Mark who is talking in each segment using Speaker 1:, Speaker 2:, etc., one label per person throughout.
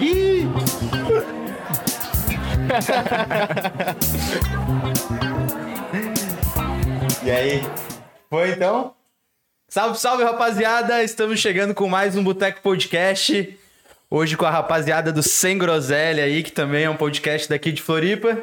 Speaker 1: Ih!
Speaker 2: E aí? Foi então?
Speaker 1: Salve, salve, rapaziada! Estamos chegando com mais um Boteco Podcast. Hoje com a rapaziada do Sem Groselha aí, que também é um podcast daqui de Floripa.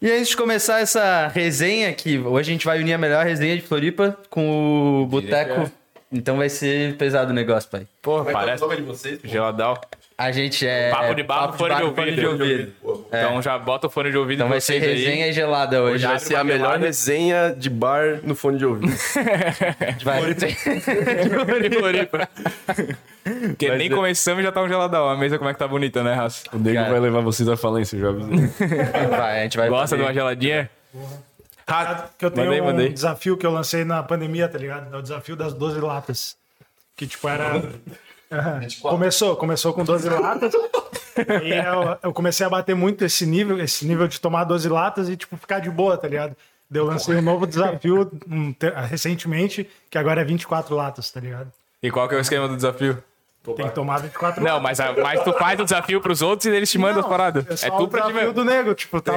Speaker 1: E antes de começar essa resenha aqui, hoje a gente vai unir a melhor resenha de Floripa com o Boteco.
Speaker 3: é.
Speaker 1: Então vai ser pesado o negócio, pai.
Speaker 3: Pô,
Speaker 4: um
Speaker 2: Como é que é o
Speaker 3: parece
Speaker 2: nome de vocês?
Speaker 3: geladal.
Speaker 1: A gente é.
Speaker 3: Papo de barro, fone de
Speaker 1: fone É.
Speaker 3: ouvido. Então já bota o fone de ouvido
Speaker 1: Então
Speaker 3: em
Speaker 1: vai ser
Speaker 3: vocês
Speaker 1: resenha
Speaker 3: aí.
Speaker 1: gelada hoje.
Speaker 3: Hoje
Speaker 1: vai
Speaker 3: vai
Speaker 4: Vai ser é a melhor resenha de bar no fone de ouvido.
Speaker 3: né? De Floripa. Porque nem começamos e já tá um geladão. A mesa como é que tá bonita, né, Raça?
Speaker 4: O Diego
Speaker 1: Cara.
Speaker 4: vai levar vocês à falência, já avisei.
Speaker 1: Vai, a gente vai
Speaker 3: Gosta de
Speaker 1: fazer-
Speaker 3: uma geladinha?
Speaker 5: Que eu tenho
Speaker 3: Mandei,
Speaker 5: um
Speaker 3: mandei.
Speaker 5: desafio que eu lancei na pandemia, tá ligado? É o desafio das 12 latas. Que tipo era. Aham. começou, começou com 12 latas. e eu, eu comecei a bater muito esse nível, esse nível de tomar 12 latas e, tipo, ficar de boa, tá ligado? Daí Eu lancei um novo desafio um te- recentemente, que agora é 24 latas, tá ligado?
Speaker 3: E qual que é o esquema do desafio?
Speaker 5: Tem que tomar 24
Speaker 3: Não,
Speaker 5: latas.
Speaker 3: mas, a- mas tu faz o desafio pros outros e eles te mandam as paradas.
Speaker 5: só
Speaker 3: É
Speaker 5: o
Speaker 3: tu pra te
Speaker 5: desafio
Speaker 3: ver.
Speaker 5: do nego, tipo, tá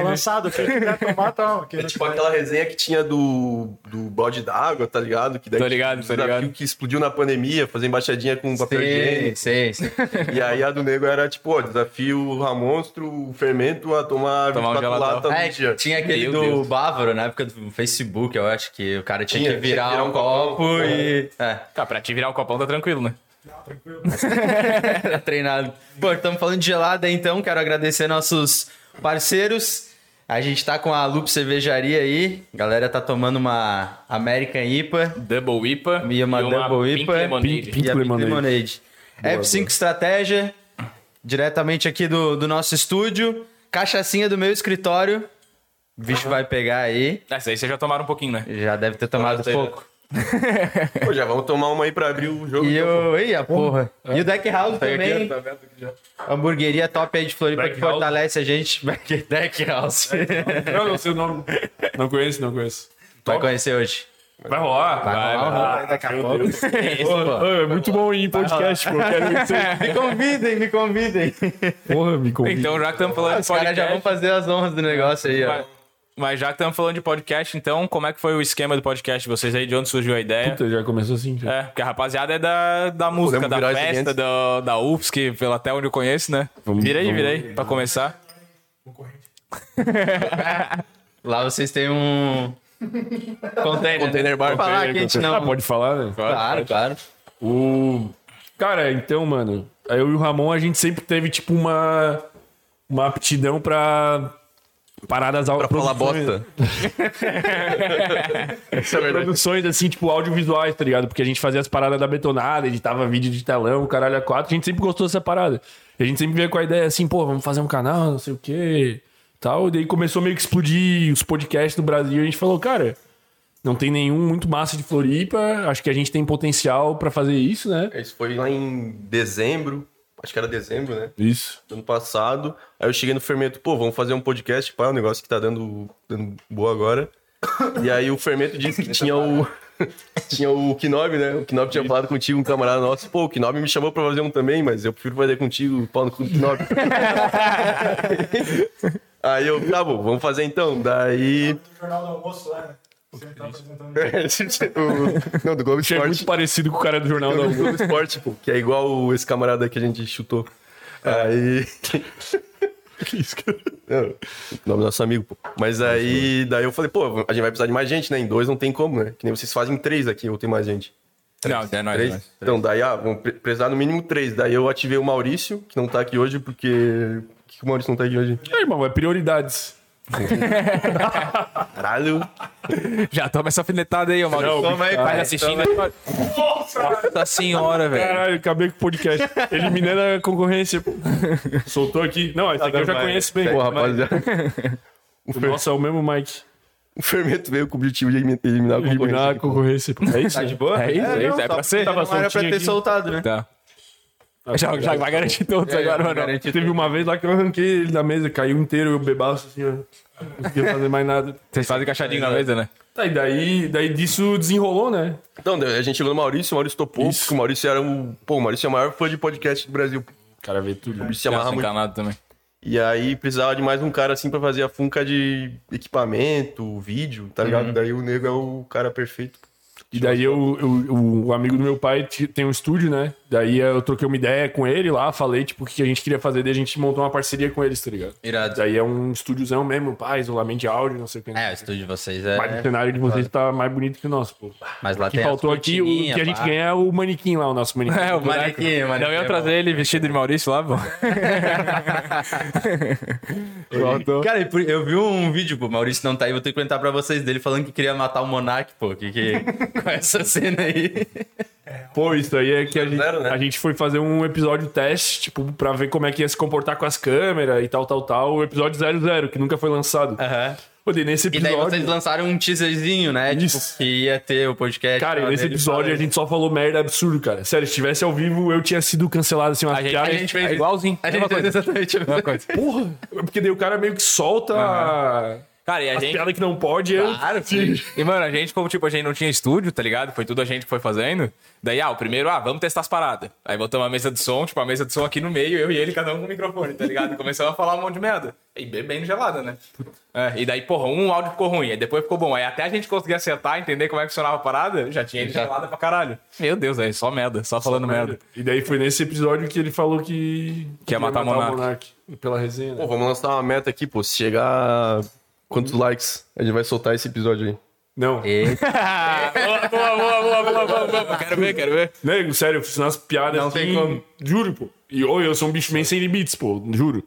Speaker 5: lançado. Quem quiser tomar, toma. Quem
Speaker 4: É
Speaker 5: não
Speaker 4: tipo aquela resenha que tinha do, do bode d'água, tá ligado? Que daí
Speaker 3: Tô ligado,
Speaker 4: tinha um
Speaker 3: tô
Speaker 4: desafio
Speaker 3: ligado.
Speaker 4: que explodiu na pandemia, fazer embaixadinha com papel
Speaker 1: Sim,
Speaker 4: higiênico.
Speaker 1: sim, sim.
Speaker 4: E aí a do nego era tipo, ó, desafio a monstro, o fermento a tomar,
Speaker 3: Tomar um
Speaker 4: 24
Speaker 3: geladão.
Speaker 4: latas no
Speaker 1: É,
Speaker 4: dia.
Speaker 1: tinha aquele
Speaker 3: Meu
Speaker 1: do
Speaker 3: Deus.
Speaker 1: Bávaro, na época do Facebook, eu acho que o cara tinha,
Speaker 4: Tinha,
Speaker 1: que, virar um copo e. É,
Speaker 3: Tá, pra te virar o copão tá tranquilo, né?
Speaker 1: era treinado. Pô, estamos falando de gelada então, quero agradecer nossos parceiros. A gente tá com a Loop Cervejaria aí. A galera tá tomando uma American IPA
Speaker 3: Double IPA
Speaker 1: e uma, Double é.
Speaker 3: Pink
Speaker 1: IPA
Speaker 3: Lemonade.
Speaker 1: e a Pink Lemonade. F5 Estratégia, diretamente aqui do, do nosso estúdio. Cachacinha do meu escritório. O bicho vai pegar aí.
Speaker 3: Essa aí vocês já tomaram um pouquinho, né?
Speaker 1: Já deve ter tomado
Speaker 4: sei, né?
Speaker 1: pouco. tipo-
Speaker 4: Pô, já vamos tomar uma aí pra abrir o jogo.
Speaker 1: E
Speaker 4: então.
Speaker 1: o. Ih, a porra. E o Deck House também.
Speaker 4: tá
Speaker 1: Hamburgueria top aí de Floripa
Speaker 6: tá. Deck
Speaker 1: que
Speaker 6: House.
Speaker 1: fortalece a gente. Deck House.
Speaker 6: Eu não sei o nome. Não conheço, não conheço.
Speaker 1: Vai conhecer hoje.
Speaker 6: Vai rolar?
Speaker 1: Vai, vai, vai.
Speaker 6: Daqui a pouco.
Speaker 1: Pô,
Speaker 6: É muito bom ir em podcast, pô.
Speaker 1: Me convidem, me convidem.
Speaker 6: Porra, me convida.
Speaker 3: Então já que estamos falando
Speaker 1: Os
Speaker 3: de
Speaker 1: caras já
Speaker 3: podcast...
Speaker 1: vão fazer as honras do negócio aí, ó.
Speaker 3: Mas- Mas já que estamos falando de podcast, então, como é que foi o esquema do podcast de vocês aí? De onde surgiu a ideia?
Speaker 6: Puta, já começou assim. Já.
Speaker 3: É, porque a rapaziada é da, da música,
Speaker 4: Podemos
Speaker 3: da
Speaker 4: virar esse
Speaker 3: festa,
Speaker 4: antes?
Speaker 3: da, da UFS, que pela até onde eu conheço, né?
Speaker 6: Vamos-
Speaker 3: vira aí,
Speaker 6: vamos-
Speaker 3: vira aí, pra começar.
Speaker 1: Lá vocês têm um. Container.
Speaker 4: Container bar.
Speaker 1: Vou falar que a gente não.
Speaker 6: Ah, pode falar, né?
Speaker 1: Claro, claro.
Speaker 6: O... Cara, então, mano, eu e o Ramon, a gente sempre teve, tipo, uma... Uma aptidão pra... Paradas... Pra
Speaker 4: Fala bosta. Isso é verdade.
Speaker 6: produções assim, tipo, audiovisuais, tá ligado? Porque a gente fazia as paradas da betonada, editava vídeo de telão, caralho, a quatro. A gente sempre gostou dessa parada. E a gente sempre veio com a ideia assim, pô, vamos fazer um canal, não sei o quê, tal. E daí começou meio que explodir os podcasts do Brasil. E a gente falou, cara, não tem nenhum muito massa de Floripa. Acho que a gente tem potencial pra fazer isso, né?
Speaker 4: Isso foi lá em dezembro. Acho que era dezembro, né?
Speaker 6: Isso.
Speaker 4: do ano passado. Aí eu cheguei no Fermento, pô, vamos fazer um podcast, pá, um negócio que tá dando, dando boa agora. E aí o Fermento disse que tinha o. tinha o Knob, né? O Knob tinha falado contigo, um camarada nosso. Pô, o Knob me chamou pra fazer um também, mas eu prefiro fazer contigo, pau no cu do Knob. aí eu, tá bom, vamos fazer então. Daí.
Speaker 5: no jornal do almoço lá, né? Você tá apresentando.
Speaker 4: O- Não, do Globo
Speaker 6: Que é
Speaker 4: Esporte.
Speaker 6: muito parecido com o cara do Jornal da
Speaker 4: Não, do
Speaker 6: Almoço.
Speaker 4: Globo Esporte, pô, que é igual o- esse camarada que a gente chutou. Aí. É. que isso, cara? O nome do nosso amigo, pô. Mas aí, daí eu falei, pô, a gente vai precisar de mais gente, né? Em dois não tem como, né? Que nem vocês fazem três aqui, ou tem mais gente.
Speaker 3: Não, é nóis, é
Speaker 4: Três?
Speaker 3: nóis.
Speaker 4: Então, daí, ah, vão pre- precisar no mínimo três. Daí eu ativei o Maurício, que não tá aqui hoje, porque. Por que que o Maurício não tá aqui hoje?
Speaker 6: É, irmão, é prioridades.
Speaker 4: Caralho!
Speaker 3: Já toma essa finetada aí, ô Maurício.
Speaker 1: Toma aí,
Speaker 3: Vai
Speaker 1: pai.
Speaker 3: assistindo. Nossa senhora, velho.
Speaker 6: Caralho, acabei com o podcast. Eliminando a concorrência. pô. Soltou aqui. Tá Não, esse aqui eu já conheço bem.
Speaker 4: Pô,
Speaker 6: mas-
Speaker 4: rapaziada.
Speaker 6: O nosso é o mesmo Mike.
Speaker 4: O Fermento veio com o objetivo de elimi- eliminar o
Speaker 6: Eliminar a concorrência. pô. É isso?
Speaker 1: Tá de boa?
Speaker 3: É isso, é isso, é pra ser.
Speaker 6: Tava
Speaker 1: Não era pra
Speaker 6: soltinho
Speaker 1: ter
Speaker 6: aqui.
Speaker 1: soltado, né?
Speaker 3: Tá. Já, já vai garantir todos agora, mano.
Speaker 1: Garantido.
Speaker 6: Teve uma vez lá que eu arranquei ele da mesa, caiu inteiro, eu bebaço assim, ó. Não conseguia fazer mais nada.
Speaker 3: Vocês fazem cachadinho na mesa, né?
Speaker 6: Tá, e daí, daí disso desenrolou, né?
Speaker 4: Então, daí a gente chegou no Maurício, o Maurício topou, porque o Maurício era o. Pô, o Maurício é o maior fã de podcast do Brasil.
Speaker 6: cara vê tudo.
Speaker 4: se amarra muito.
Speaker 3: encanado também.
Speaker 4: E aí precisava de mais um cara assim pra fazer a funca de equipamento, vídeo, tá
Speaker 7: Uhum.
Speaker 4: ligado? Daí o nego é o cara perfeito.
Speaker 6: E daí eu, eu- o- o amigo do meu pai ti- tem um estúdio, né? Daí eu troquei uma ideia com ele lá, falei, tipo, o que a gente queria fazer, daí a gente montou uma parceria com eles, tá ligado?
Speaker 7: Irado.
Speaker 6: Daí é um estúdiozão mesmo, pá, isolamento de áudio, não sei o que.
Speaker 7: É, o
Speaker 6: né?
Speaker 7: estúdio de vocês
Speaker 6: Mas o
Speaker 7: é.
Speaker 6: cenário de vocês tá mais bonito que o nosso, pô.
Speaker 7: Mas lá
Speaker 6: que
Speaker 7: tem as
Speaker 6: faltou aqui, o que
Speaker 7: cortininhas,
Speaker 6: a gente
Speaker 7: pá.
Speaker 6: ganha é o manequim lá, o nosso manequim.
Speaker 3: É, o
Speaker 6: Boneco.
Speaker 7: Manequim, manequim.
Speaker 3: Não
Speaker 7: é
Speaker 3: ia
Speaker 7: bom.
Speaker 3: trazer ele vestido de Maurício lá, pô.
Speaker 7: Cara, e por- eu vi um vídeo, pô, Maurício não tá aí, vou ter que perguntar pra vocês dele falando que queria matar o Monark, pô, que, que... com essa cena aí.
Speaker 6: Pô, isso aí é que a gente,
Speaker 4: Zero, né?
Speaker 6: a gente foi fazer um episódio teste, tipo, pra ver como é que ia se comportar com as câmeras e tal, tal, tal. O episódio 00, que nunca foi lançado.
Speaker 7: Aham.
Speaker 6: Pô, daí
Speaker 7: É.
Speaker 6: nesse
Speaker 7: E daí
Speaker 6: episódio...
Speaker 7: vocês lançaram um teaserzinho, né?
Speaker 6: Isso.
Speaker 7: Tipo, que ia ter o podcast.
Speaker 6: Cara, e
Speaker 7: lá
Speaker 6: nesse
Speaker 7: dele
Speaker 6: episódio a
Speaker 7: falando.
Speaker 6: gente só falou merda absurdo, cara. Sério, se tivesse ao vivo, eu tinha sido cancelado assim umas
Speaker 3: A gente, a
Speaker 6: piadas.
Speaker 3: gente fez é igualzinho.
Speaker 7: A gente
Speaker 3: mesma
Speaker 7: fez
Speaker 3: coisa.
Speaker 7: exatamente a mesma coisa.
Speaker 6: Porra! Porque daí o cara meio que solta a
Speaker 3: Cara, e a
Speaker 6: as
Speaker 3: gente.
Speaker 6: piadas que não pode. eu-
Speaker 3: E, mano, a gente, como tipo, a gente não tinha estúdio, tá ligado? Foi tudo a gente que foi fazendo. Daí, ah, o primeiro, ah, vamos testar as paradas. Aí botamos a mesa de som, tipo, a mesa de som aqui no meio, eu e ele, cada um com o microfone, tá ligado? E Começamos a falar um monte de merda. E bebendo gelada, né? É, e daí, porra, um áudio ficou ruim, aí depois ficou bom. Aí até a gente conseguir acertar, entender como é que funcionava a parada, já tinha gente gelada pra caralho. Meu Deus, aí, só merda, só falando merda.
Speaker 6: E daí foi nesse episódio que ele falou que.
Speaker 3: Que ia matar o
Speaker 6: o Monark. Pela resenha.
Speaker 4: Pô,
Speaker 6: né?
Speaker 4: vamos lançar uma meta aqui, pô. Se chegar a quantos likes, a gente vai soltar esse episódio aí.
Speaker 6: Não.
Speaker 3: boa, boa, boa, boa, boa, boa, boa, boa. Quero ver, quero ver.
Speaker 6: Nego, Né, sério, eu fiz umas piadas.
Speaker 7: Não
Speaker 6: assim,
Speaker 7: tem como.
Speaker 6: Juro, pô. E oi, eu sou um bicho bem sem limites, pô. Juro.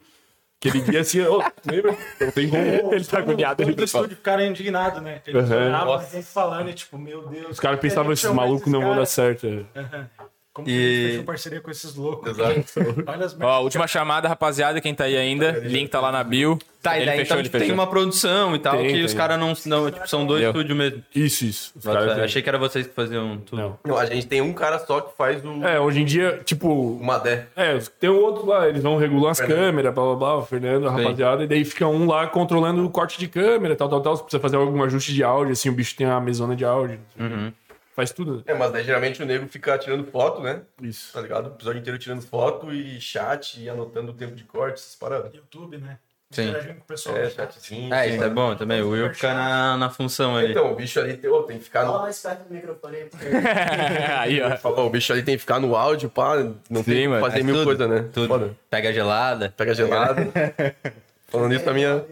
Speaker 6: Aquele dia assim, ô, lembra? Não tem como. Ele tá agoniado.
Speaker 5: Todo
Speaker 6: Ele
Speaker 5: do
Speaker 6: fala.
Speaker 5: estúdio ficaram indignados, né? Eles
Speaker 6: Aham.
Speaker 5: olhavam assim, falando e tipo, meu Deus.
Speaker 6: Os caras pensavam, esses malucos não vão dar certo. é.
Speaker 5: Como que
Speaker 7: E-
Speaker 5: eles fecham parceria com esses loucos? né? Olha as
Speaker 3: Ó, última chamada, rapaziada, quem tá aí ainda, link tá lá na bio.
Speaker 7: Tá, e daí então, tipo, tem uma produção e tal,
Speaker 6: Tem,
Speaker 7: que
Speaker 6: tem.
Speaker 7: os caras não, não. Tipo, são dois
Speaker 3: Deu.
Speaker 7: estúdios mesmo.
Speaker 6: Isso, isso. Os
Speaker 7: Nossa,
Speaker 6: caras-
Speaker 7: achei que era vocês que faziam tudo.
Speaker 6: Não.
Speaker 4: Não, a gente tem um cara só que faz o
Speaker 6: É, hoje em dia, tipo,
Speaker 4: Madé.
Speaker 6: É, tem um outro lá, eles vão regular as câmeras, blá blá blá, o Fernando, a rapaziada, e daí fica um lá controlando o corte de câmera, tal, tal, tal. Se precisa fazer algum ajuste de áudio, assim, o bicho tem a mesona de áudio. assim, Faz tudo, né?
Speaker 4: É, mas daí geralmente o nego fica tirando foto, né?
Speaker 6: Isso.
Speaker 4: Tá ligado? O episódio inteiro tirando foto e chat e anotando o tempo de corte, essas paradas.
Speaker 5: YouTube, né?
Speaker 7: Sim.
Speaker 5: Interagindo com o pessoal.
Speaker 4: É, chatzinho.
Speaker 7: É, isso é bom também. O Will fica na, na função ali.
Speaker 4: Então, o bicho ali tem, ô, tem que ficar no.
Speaker 8: Fala mais perto do microfone
Speaker 7: Tá,
Speaker 8: aí, porque
Speaker 3: aí, ó.
Speaker 4: Ó, o bicho ali tem que ficar no áudio, pá. Não tem que
Speaker 3: mano,
Speaker 4: fazer
Speaker 7: é
Speaker 4: mil
Speaker 7: tudo,
Speaker 4: coisas, né?
Speaker 7: Tudo.
Speaker 4: Foda.
Speaker 7: Pega gelada.
Speaker 4: Pega gelado. Falando isso, a minha.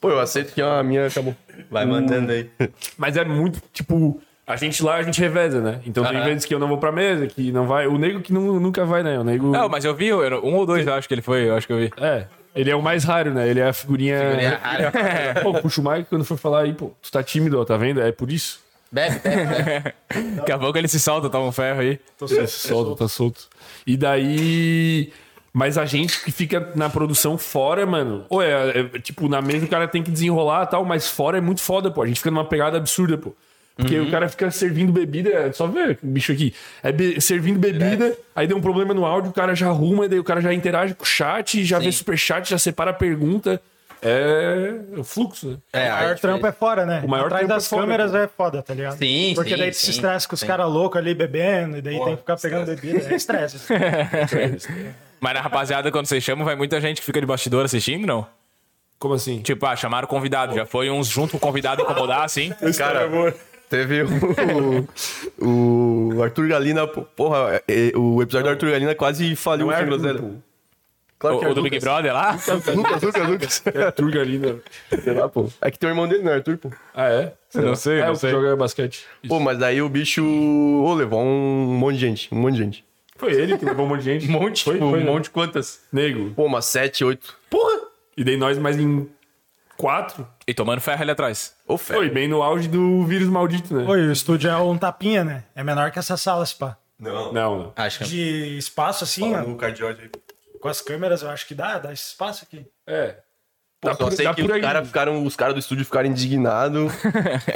Speaker 4: Pô, eu aceito que a minha acabou.
Speaker 7: Vai
Speaker 4: Hum.
Speaker 7: mandando aí.
Speaker 6: Mas é muito, tipo, a gente lá, a gente reveza, né? Então tem
Speaker 7: Aham.
Speaker 6: vezes que eu não vou pra mesa, que não vai. O nego que nu- nunca vai, né? O nego.
Speaker 3: Não, mas eu vi eu era um ou dois, eu acho que ele foi, eu acho que eu vi.
Speaker 6: É. Ele é o mais raro, né? Ele é a figurinha. Pô, puxa o Mike quando for falar aí, pô, tu tá tímido, ó, tá vendo? É por isso.
Speaker 7: Bebe, bebe, bebe.
Speaker 3: Daqui a pouco ele se solta, toma um ferro aí.
Speaker 6: Tá solto, tá solto. E daí. Mas a gente que fica na produção fora, mano. Ou é, é, tipo, na mesa o cara tem que desenrolar e tal, mas fora é muito foda, pô. A gente fica numa pegada absurda, pô. Porque
Speaker 3: Uhum.
Speaker 6: o cara fica servindo bebida, é só vê o bicho aqui. É be- servindo
Speaker 3: É.
Speaker 6: bebida, aí deu um problema no áudio, o cara já arruma, daí o cara já interage com o chat, já vê superchat, já separa a pergunta. É. o fluxo, né?
Speaker 7: É,
Speaker 5: O maior
Speaker 7: arte
Speaker 5: trampo é fora, né? O
Speaker 6: maior
Speaker 5: Atrás
Speaker 6: trampo é
Speaker 5: das
Speaker 6: fora,
Speaker 5: câmeras é foda, tá ligado?
Speaker 7: Sim,
Speaker 5: Porque
Speaker 7: sim,
Speaker 5: daí tu se
Speaker 7: sim,
Speaker 5: estressa com os
Speaker 7: sim.
Speaker 5: caras loucos ali bebendo, e daí tem que ficar pegando bebida. É estresse.
Speaker 3: Mas na rapaziada, quando vocês chamam, vai muita gente que fica de bastidor assistindo, não?
Speaker 6: Como assim?
Speaker 3: Tipo, ah, chamaram o convidado, já foi uns junto com o convidado incomodar, assim.
Speaker 4: Cara, teve o, o Arthur Galina. pô, Porra, é, é, o episódio do Arthur Galina quase
Speaker 3: um
Speaker 4: faliu
Speaker 6: Não é
Speaker 4: sem
Speaker 6: Arthur,
Speaker 4: groselha.
Speaker 3: né?
Speaker 6: pô.
Speaker 4: Claro
Speaker 3: O,
Speaker 4: é
Speaker 3: o do Big
Speaker 4: Lucas.
Speaker 3: Brother lá.
Speaker 4: Lucas, Lucas, Lucas.
Speaker 6: Turga ali, né?
Speaker 4: Sei lá, pô. É que tem o irmão dele, né, Arthur, pô.
Speaker 6: Ah, é?
Speaker 3: Não sei,
Speaker 6: é,
Speaker 3: não
Speaker 6: o que
Speaker 3: sei.
Speaker 6: joga basquete.
Speaker 4: Pô, mas daí o bicho ô, levou um monte de gente, um monte de gente.
Speaker 6: Foi ele que levou um monte de gente.
Speaker 7: Um monte,
Speaker 6: foi,
Speaker 7: tipo,
Speaker 6: foi,
Speaker 7: um
Speaker 6: né?
Speaker 7: monte de quantas?
Speaker 6: Nego.
Speaker 4: Pô, umas sete, oito.
Speaker 6: E daí nós mais em quatro.
Speaker 3: E tomando ferro ali atrás.
Speaker 4: Ô,
Speaker 7: É.
Speaker 4: fé.
Speaker 6: Foi bem no auge do vírus maldito, né?
Speaker 5: Oi, o estúdio é um tapinha, né? É menor que essa sala, se pá.
Speaker 6: Não, não.
Speaker 7: Acho que.
Speaker 5: De espaço, assim, ó,
Speaker 4: No cardióide aí.
Speaker 5: com as câmeras, eu acho que dá, dá esse espaço aqui.
Speaker 6: É.
Speaker 4: Pô,
Speaker 6: Dá
Speaker 4: só
Speaker 6: por-
Speaker 4: sei
Speaker 6: dá
Speaker 4: que
Speaker 6: por
Speaker 4: os
Speaker 6: aí.
Speaker 4: caras ficaram, os caras do estúdio ficaram indignados,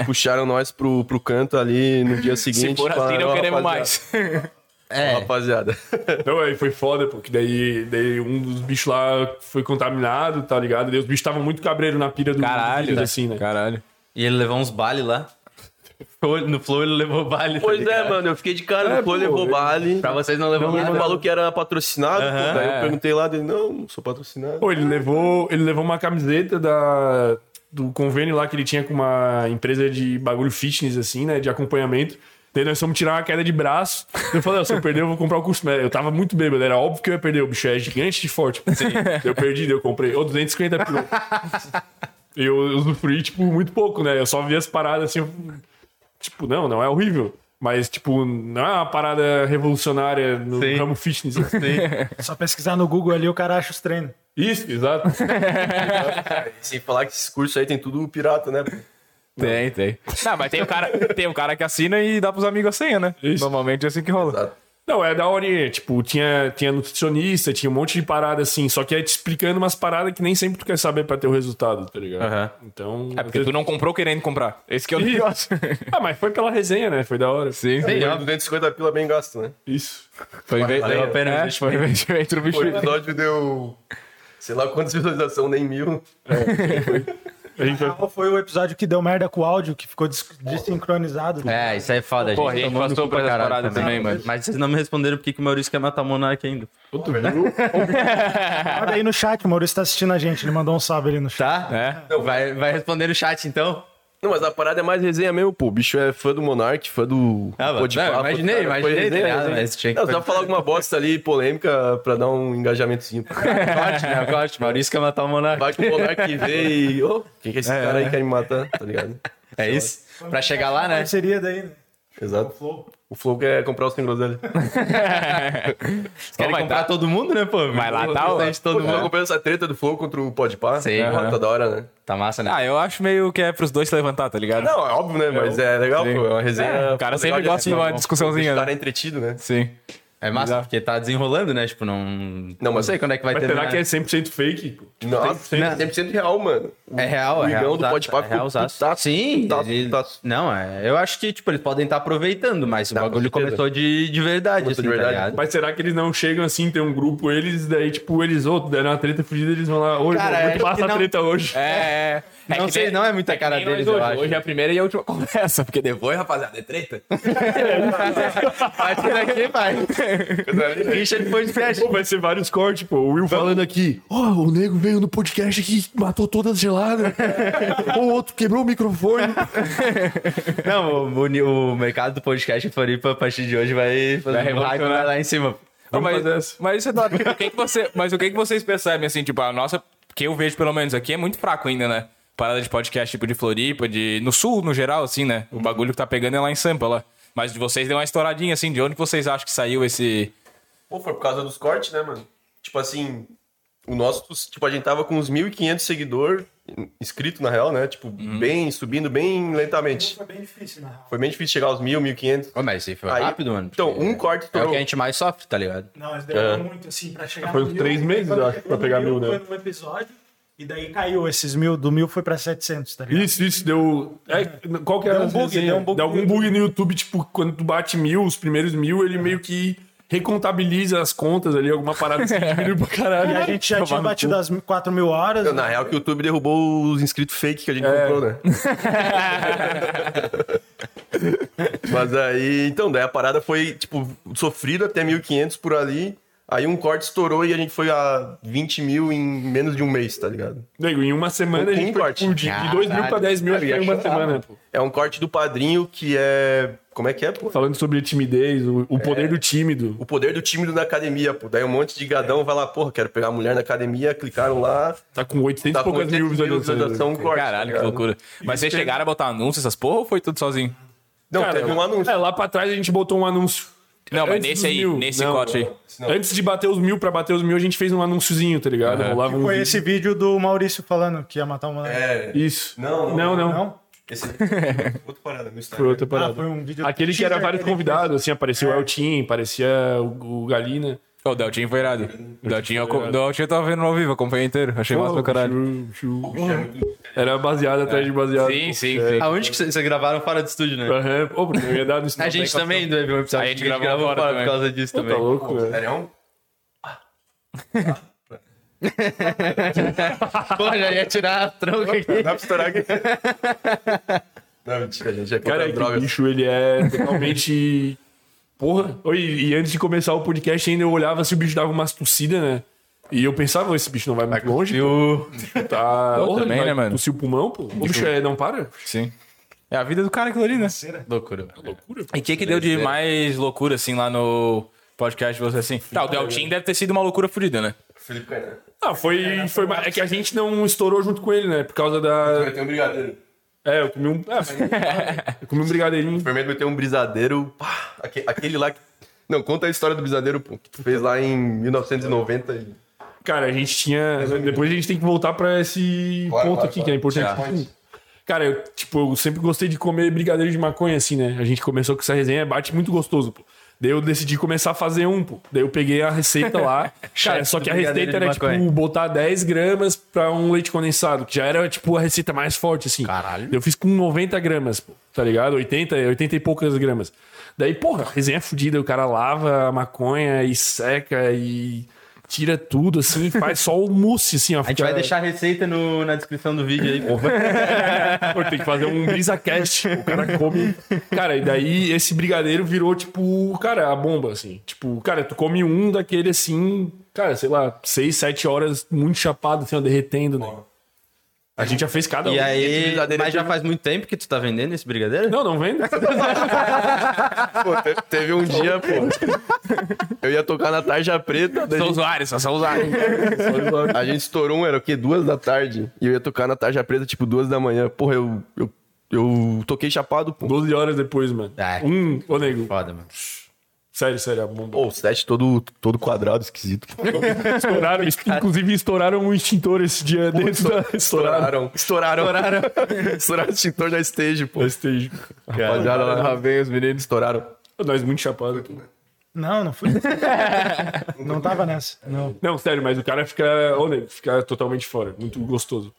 Speaker 4: puxaram nós pro, pro canto ali no dia seguinte.
Speaker 3: Se for assim,
Speaker 4: falaram, "Ó,
Speaker 3: não queremos
Speaker 4: rapaziada,
Speaker 3: mais.
Speaker 4: ó,
Speaker 7: É.
Speaker 4: Rapaziada.
Speaker 6: Não, Então, aí foi foda, porque daí, daí um dos bichos lá foi contaminado, tá
Speaker 7: né?
Speaker 6: ligado? E os bichos estavam muito cabreiro na pira do do
Speaker 3: Caralho,
Speaker 6: vírus, né?
Speaker 3: tá.
Speaker 6: assim, né?
Speaker 3: Caralho.
Speaker 7: E ele levou uns bale lá. No Flow ele levou vale. tá
Speaker 4: Pois
Speaker 7: ligado?
Speaker 4: é, mano, eu fiquei de cara,
Speaker 6: É,
Speaker 4: é, pô,
Speaker 6: pô,
Speaker 4: levou
Speaker 6: eu-
Speaker 4: Bali.
Speaker 7: Pra vocês não levam
Speaker 4: Ele
Speaker 7: nada.
Speaker 4: falou que era patrocinado, pô,
Speaker 7: Aham,
Speaker 4: daí
Speaker 3: é.
Speaker 4: eu perguntei lá, dele, não, não sou patrocinado.
Speaker 6: Pô, ele levou, ele levou uma camiseta da, do convênio lá que ele tinha com uma empresa de bagulho fitness, assim, né? De acompanhamento. Daí nós fomos tirar uma queda de braço. Eu falei, "Ah, se eu perder, eu vou comprar o curso médico. Eu tava muito bêbado, era óbvio que eu ia perder. O bicho é gigante de forte. Daí Eu perdi, daí eu comprei. Ô, 250 pila. Eu usufruí, tipo, muito pouco, né? Eu só vi as paradas assim. eu- Tipo, não, não é horrível. Mas, tipo, não é uma parada revolucionária no
Speaker 7: Sim.
Speaker 6: ramo fitness.
Speaker 5: Só pesquisar no Google ali, o cara acha os treinos.
Speaker 6: Isso, exato.
Speaker 4: Sem falar que esse curso aí tem tudo pirata, né? pô?
Speaker 3: Tem, tem. Não, mas tem o cara, tem o cara que assina e dá pros amigos a senha, né?
Speaker 6: Isso.
Speaker 3: Normalmente é assim que rola.
Speaker 6: Não, é da hora, tipo, tinha, tinha nutricionista, tinha um monte de parada assim, só que é te explicando umas paradas que nem sempre tu quer saber pra ter o resultado, tá ligado?
Speaker 3: Aham.
Speaker 6: Então.
Speaker 3: É porque tu não comprou querendo comprar. Esse que é o negócio.
Speaker 6: Ah, mas foi pela resenha, né? Foi da hora.
Speaker 3: Sim, sim.
Speaker 4: Foi 250 pila bem gasto, né?
Speaker 6: Isso.
Speaker 3: Foi
Speaker 4: valeu a
Speaker 7: pena o
Speaker 3: investimento. Foi investimento no bicho.
Speaker 4: O episódio deu. Sei lá quantas visualizações, nem mil.
Speaker 6: A gente vai...
Speaker 5: Qual foi o episódio que deu merda com o áudio, que ficou des-
Speaker 6: É.
Speaker 5: desincronizado?
Speaker 7: É, isso aí é foda, gente.
Speaker 3: Porra, a gente
Speaker 7: Tomou no
Speaker 3: passou
Speaker 7: cu
Speaker 3: por
Speaker 7: pra
Speaker 3: essa
Speaker 7: caralho
Speaker 3: parada também, mano.
Speaker 7: Mas vocês não me responderam porque que o Maurício quer matar o Monark ainda.
Speaker 5: Manda aí no chat, o Maurício tá assistindo a gente, ele mandou um salve ali no chat.
Speaker 7: Tá? É. Vai, vai responder no chat então.
Speaker 4: Não, mas a parada é mais resenha mesmo, pô. O bicho é fã do Monark, fã do.
Speaker 7: Ah, mano,
Speaker 4: Podpah,
Speaker 7: não, imaginei,
Speaker 4: fã do cara. Foi
Speaker 7: imaginei,
Speaker 4: resenha,
Speaker 7: tá ligado?
Speaker 4: resenha.
Speaker 7: Mas tinha que-
Speaker 4: Não, só falar alguma bosta ali, polêmica, pra dar um engajamentozinho.
Speaker 7: Corte, né? Corte. Maurício quer matar o Monark.
Speaker 4: Vai que o Monark vê e. Ô, quem que é esse cara aí que quer me matar, tá ligado?
Speaker 7: É isso? Pra chegar
Speaker 6: Tá,
Speaker 7: lá, né?
Speaker 5: Seria daí, né?
Speaker 4: Exato.
Speaker 5: Flow.
Speaker 4: O Flow quer comprar o sem groselha.
Speaker 7: Querem
Speaker 3: vai
Speaker 7: comprar
Speaker 3: tá.
Speaker 7: todo mundo, né, pô?
Speaker 3: Vai lá, tá, ó.
Speaker 7: Bastante todo
Speaker 4: Todo mundo
Speaker 7: mundo.
Speaker 4: acompanhou essa treta do Flow contra o Podpah.
Speaker 7: Sim.
Speaker 4: Aham. Tá da hora, né?
Speaker 7: Tá massa, né?
Speaker 3: Ah, eu acho meio que é pros dois se levantar, tá ligado?
Speaker 4: Não, é óbvio, né? Mas é legal,
Speaker 3: Sim.
Speaker 4: pô. É uma resenha.
Speaker 3: o cara
Speaker 4: legal
Speaker 3: sempre
Speaker 4: de
Speaker 3: gosta de
Speaker 4: assistir.
Speaker 3: uma discussãozinha,
Speaker 4: O cara
Speaker 3: né?
Speaker 4: é entretido, né?
Speaker 3: Sim.
Speaker 7: É massa, porque tá desenrolando, né? Tipo, não. Não,
Speaker 4: mas-
Speaker 7: sei quando é que vai
Speaker 6: Mas
Speaker 7: terminar.
Speaker 6: será que é 100% fake? pô?
Speaker 4: Nossa, 100%, real, mano.
Speaker 7: É real,
Speaker 4: O
Speaker 7: é
Speaker 4: Igão
Speaker 7: real.
Speaker 4: um do Podpah
Speaker 7: é real
Speaker 4: ficou
Speaker 7: zaço.
Speaker 4: putaço,
Speaker 7: Sim,
Speaker 4: putaço,
Speaker 7: ele-
Speaker 4: putaço.
Speaker 7: não, é. Eu acho que, tipo, eles podem estar aproveitando, mas o
Speaker 4: Não, com
Speaker 7: bagulho
Speaker 4: certeza.
Speaker 7: começou de, de verdade,
Speaker 4: Começou
Speaker 7: assim,
Speaker 4: de verdade.
Speaker 7: tá ligado?
Speaker 6: Mas será que eles não chegam assim, tem um grupo, eles, daí, tipo, eles outros, deram uma treta fugida, eles vão lá, hoje,
Speaker 7: Cara, acho
Speaker 6: muito
Speaker 7: que
Speaker 6: massa
Speaker 7: não-
Speaker 6: a treta hoje.
Speaker 3: É, é. é
Speaker 7: não
Speaker 3: que
Speaker 7: sei,
Speaker 3: nem-
Speaker 7: não é muita cara
Speaker 3: nem nós
Speaker 7: deles,
Speaker 3: hoje.
Speaker 7: eu acho.
Speaker 3: Hoje é a primeira e a última conversa, porque depois, rapaziada, é treta.
Speaker 7: Vai ser daqui, vai. Richard podcast.
Speaker 6: Pô, vai ser vários cortes, pô. O Will falando aqui. Ó, o nego veio no podcast aqui, matou todas as geladas. o outro quebrou o microfone.
Speaker 7: Não, o, o- o mercado do podcast em Floripa, a partir de hoje, vai fazer um hype
Speaker 3: revolucionar.
Speaker 7: vai lá em cima.
Speaker 6: Vamos
Speaker 3: mas,
Speaker 6: fazer essa.
Speaker 3: mas isso é da hora. Tipo, o que que você, mas o que, que vocês percebem, assim, tipo, a nossa, que eu vejo pelo menos aqui, é muito fraco ainda, né? Parada de podcast, tipo, de Floripa, de... No sul, no geral, assim, né? O bagulho que tá pegando é lá em Sampa, lá. Mas de vocês deu uma estouradinha, assim, de onde que vocês acham que saiu esse...
Speaker 4: Pô, foi por causa dos cortes, né, mano? Tipo assim, o nosso, tipo, a gente tava com uns 1.500 seguidores inscrito na real, né? Tipo,
Speaker 7: Uhum.
Speaker 4: bem, subindo bem lentamente.
Speaker 5: Foi bem difícil, na real.
Speaker 4: Foi bem difícil chegar aos 1.000, 1.500.
Speaker 7: Ô, mas isso aí foi
Speaker 4: Aí-
Speaker 7: rápido, mano.
Speaker 4: Então,
Speaker 7: porque
Speaker 4: um
Speaker 7: É
Speaker 4: corte
Speaker 7: o que
Speaker 4: estourou.
Speaker 7: a gente mais sofre, tá ligado?
Speaker 5: Não, mas demorou muito, assim, pra chegar
Speaker 6: É. Foi
Speaker 5: no
Speaker 6: uns
Speaker 5: mil.
Speaker 6: três meses,
Speaker 5: Quando
Speaker 6: eu acho, pra
Speaker 5: chegou no
Speaker 6: pegar mil, né?
Speaker 5: Foi no episódio, e daí caiu esses mil, do mil foi pra 700, tá ligado?
Speaker 6: Isso, isso, deu. É, qual que era
Speaker 5: Deu um
Speaker 6: as
Speaker 5: bug,
Speaker 6: resenhas?
Speaker 5: deu um bug
Speaker 6: Deu
Speaker 5: no
Speaker 6: algum bug no YouTube, tipo, quando tu bate mil, os primeiros mil, ele meio que recontabiliza as contas ali, alguma parada assim, diminuiu pra
Speaker 5: E a
Speaker 6: caralho.
Speaker 5: gente já tinha batido as 4 mil horas.
Speaker 4: Na real, que o YouTube derrubou os inscritos fake que a gente
Speaker 7: É.
Speaker 4: comprou, né? Mas aí, então, daí a parada foi, tipo, sofrida até 1.500 por ali. Aí um corte estourou e a gente foi a 20 mil em menos de um mês, tá ligado?
Speaker 6: Nego, em uma semana
Speaker 4: Um
Speaker 6: a gente foi,
Speaker 4: corte.
Speaker 6: tipo, de, de dois mil pra
Speaker 7: Caralho.
Speaker 6: 10 mil, acho que foi em uma semana, pô.
Speaker 4: É um corte do padrinho que é. Como é que é, pô?
Speaker 6: Falando sobre timidez, o, o poder do tímido.
Speaker 4: O poder do tímido na academia, pô. Daí um monte de gadão vai lá, porra, quero pegar a mulher na academia, clicaram lá.
Speaker 6: Tá com 800
Speaker 4: Tá
Speaker 6: e
Speaker 4: com
Speaker 6: poucas mil
Speaker 4: 800 mil
Speaker 6: visualizações.
Speaker 4: visualização, um corte.
Speaker 3: Caralho,
Speaker 4: tá
Speaker 3: que
Speaker 4: ligado?
Speaker 3: loucura. Mas vocês chegaram a botar anúncio, essas porra, ou foi tudo sozinho?
Speaker 4: Não,
Speaker 6: Cara,
Speaker 4: teve um anúncio.
Speaker 6: É, lá pra trás a gente botou um anúncio.
Speaker 3: Não, mas
Speaker 6: Antes
Speaker 3: nesse
Speaker 6: dos
Speaker 3: aí,
Speaker 6: mil.
Speaker 3: nesse
Speaker 6: Não.
Speaker 3: corte aí.
Speaker 6: Antes de bater os mil pra bater os mil, a gente fez um anúnciozinho, tá ligado? Rolava um
Speaker 5: Foi
Speaker 6: vídeo.
Speaker 5: esse vídeo do Maurício falando que ia matar um moleque.
Speaker 4: É,
Speaker 6: Isso.
Speaker 4: Não,
Speaker 6: não.
Speaker 4: não.
Speaker 6: não.
Speaker 5: Não?
Speaker 4: esse. Outra parada no Instagram.
Speaker 6: Foi outra parada.
Speaker 5: Ah, foi um vídeo.
Speaker 6: Aquele que era
Speaker 5: teaser
Speaker 6: vários
Speaker 5: que ele fez.
Speaker 6: convidados, assim, aparecia o Eltim, parecia o, né? o Galina.
Speaker 3: Ô, O Deltinho foi irado. O Deltinho, eu, o Deltinho eu tava vendo ao vivo, acompanhei inteiro. Achei massa pra caralho.
Speaker 6: Chu, chu. Era baseado atrás de baseado. É.
Speaker 3: Sim, sim, sim.
Speaker 7: Aonde que vocês gravaram fora do estúdio, né?
Speaker 6: Aham. Ô, porque eu ia dar no
Speaker 7: A gente também do Everyone Episódio.
Speaker 3: A gente gravou fora também.
Speaker 7: por causa disso
Speaker 6: Tá
Speaker 7: também.
Speaker 6: louco, velho.
Speaker 4: Sério? é um?
Speaker 7: Pô, já ia tirar a tronca aqui.
Speaker 4: Dá pra estourar aqui. Não, mentira, a gente é contra
Speaker 6: Cara, que
Speaker 4: drogas.
Speaker 6: bicho, ele é totalmente. Porra. Oi, e antes de começar o podcast, ainda eu olhava se o bicho dava umas tossidas, né? E eu pensava, "Ô, esse bicho não vai muito longe.
Speaker 3: o...
Speaker 6: pô, Tá.
Speaker 3: Pô,
Speaker 6: Porra,
Speaker 3: também,
Speaker 6: ele vai
Speaker 3: né, mano?
Speaker 6: Tossir o pulmão, pô. O bicho é, não para?
Speaker 3: Sim. É a vida do cara aquilo ali, né? Loucura. Loucura. E o que, que deu de mais loucura, assim, lá no podcast de você, assim? Tá, o Deltin deve ter sido uma loucura fodida, né?
Speaker 4: Felipe Caetano.
Speaker 6: Ah, foi. foi ma- é que a gente não estourou junto com ele, né? Por causa da.
Speaker 4: Meteu um brigadeiro.
Speaker 6: É, eu comi um. É, foi- eu comi um brigadeirinho.
Speaker 4: O Fermento meteu um brisadeiro. pá, aque- aquele lá que... Não, conta a história do brisadeiro pô, que tu fez lá em 1990. e-
Speaker 6: Cara, a gente tinha. Depois a gente tem que voltar pra esse
Speaker 4: Claro,
Speaker 6: ponto
Speaker 4: claro,
Speaker 6: aqui,
Speaker 4: claro.
Speaker 6: que é importante. Cara, eu, tipo, eu sempre gostei de comer brigadeiro de maconha, assim, né? A gente começou com essa resenha, bate muito gostoso, pô. Daí eu decidi começar a fazer um, pô. Daí eu peguei a receita lá. Cara, só que a
Speaker 1: brigadeiro
Speaker 6: receita
Speaker 1: de
Speaker 6: era,
Speaker 1: maconha.
Speaker 6: tipo, botar 10 gramas pra um leite condensado, que já era, tipo, a receita mais forte, assim. Caralho. Eu fiz com 90 gramas, pô, tá ligado? 80, 80 e poucas gramas. Daí, porra, a resenha é fodida. O cara lava a maconha e seca e tira tudo, assim, e faz só o mousse, assim, ó.
Speaker 1: A gente vai deixar a receita no- na descrição do vídeo aí.
Speaker 6: Tem que fazer um brisacast. O cara come. Cara, e daí esse brigadeiro virou, tipo, cara, a bomba, assim. Tipo, cara, tu come um daquele assim, cara, sei lá, seis, sete horas, muito chapado, assim, ó, derretendo, né? A gente já fez cada
Speaker 1: E
Speaker 6: um.
Speaker 1: aí,
Speaker 4: brigadeiro
Speaker 1: mas
Speaker 4: é
Speaker 1: já faz muito tempo que tu tá vendendo esse brigadeiro?
Speaker 6: Não, não vem.
Speaker 4: Pô, te- teve um dia, pô. Eu ia tocar na tarja preta. daí a
Speaker 3: São
Speaker 4: gente-
Speaker 3: usuários, só são usuários.
Speaker 4: A gente estourou um, era o quê? Duas da tarde. E eu ia tocar na tarja preta, tipo, duas da manhã. Porra, eu, eu, eu toquei chapado, pô.
Speaker 6: 12 horas depois, mano.
Speaker 1: Ah,
Speaker 6: um, ô nego.
Speaker 1: Foda, mano.
Speaker 6: Sério, sério, a bomba.
Speaker 4: Pô, o set todo, todo quadrado, esquisito. pô.
Speaker 6: Estouraram, inclusive estouraram um extintor esse dia dentro da estouraram.
Speaker 4: Estouraram. Estouraram. Estouraram. estouraram o extintor da stage, pô.
Speaker 6: da stage.
Speaker 4: Rapaziada lá na Raven, os meninos estouraram.
Speaker 6: Nós muito chapados. aqui.
Speaker 5: Não, não fui. não tava nessa. Não.
Speaker 6: Não, sério, mas o cara fica, ô, nego, fica totalmente fora. Muito gostoso.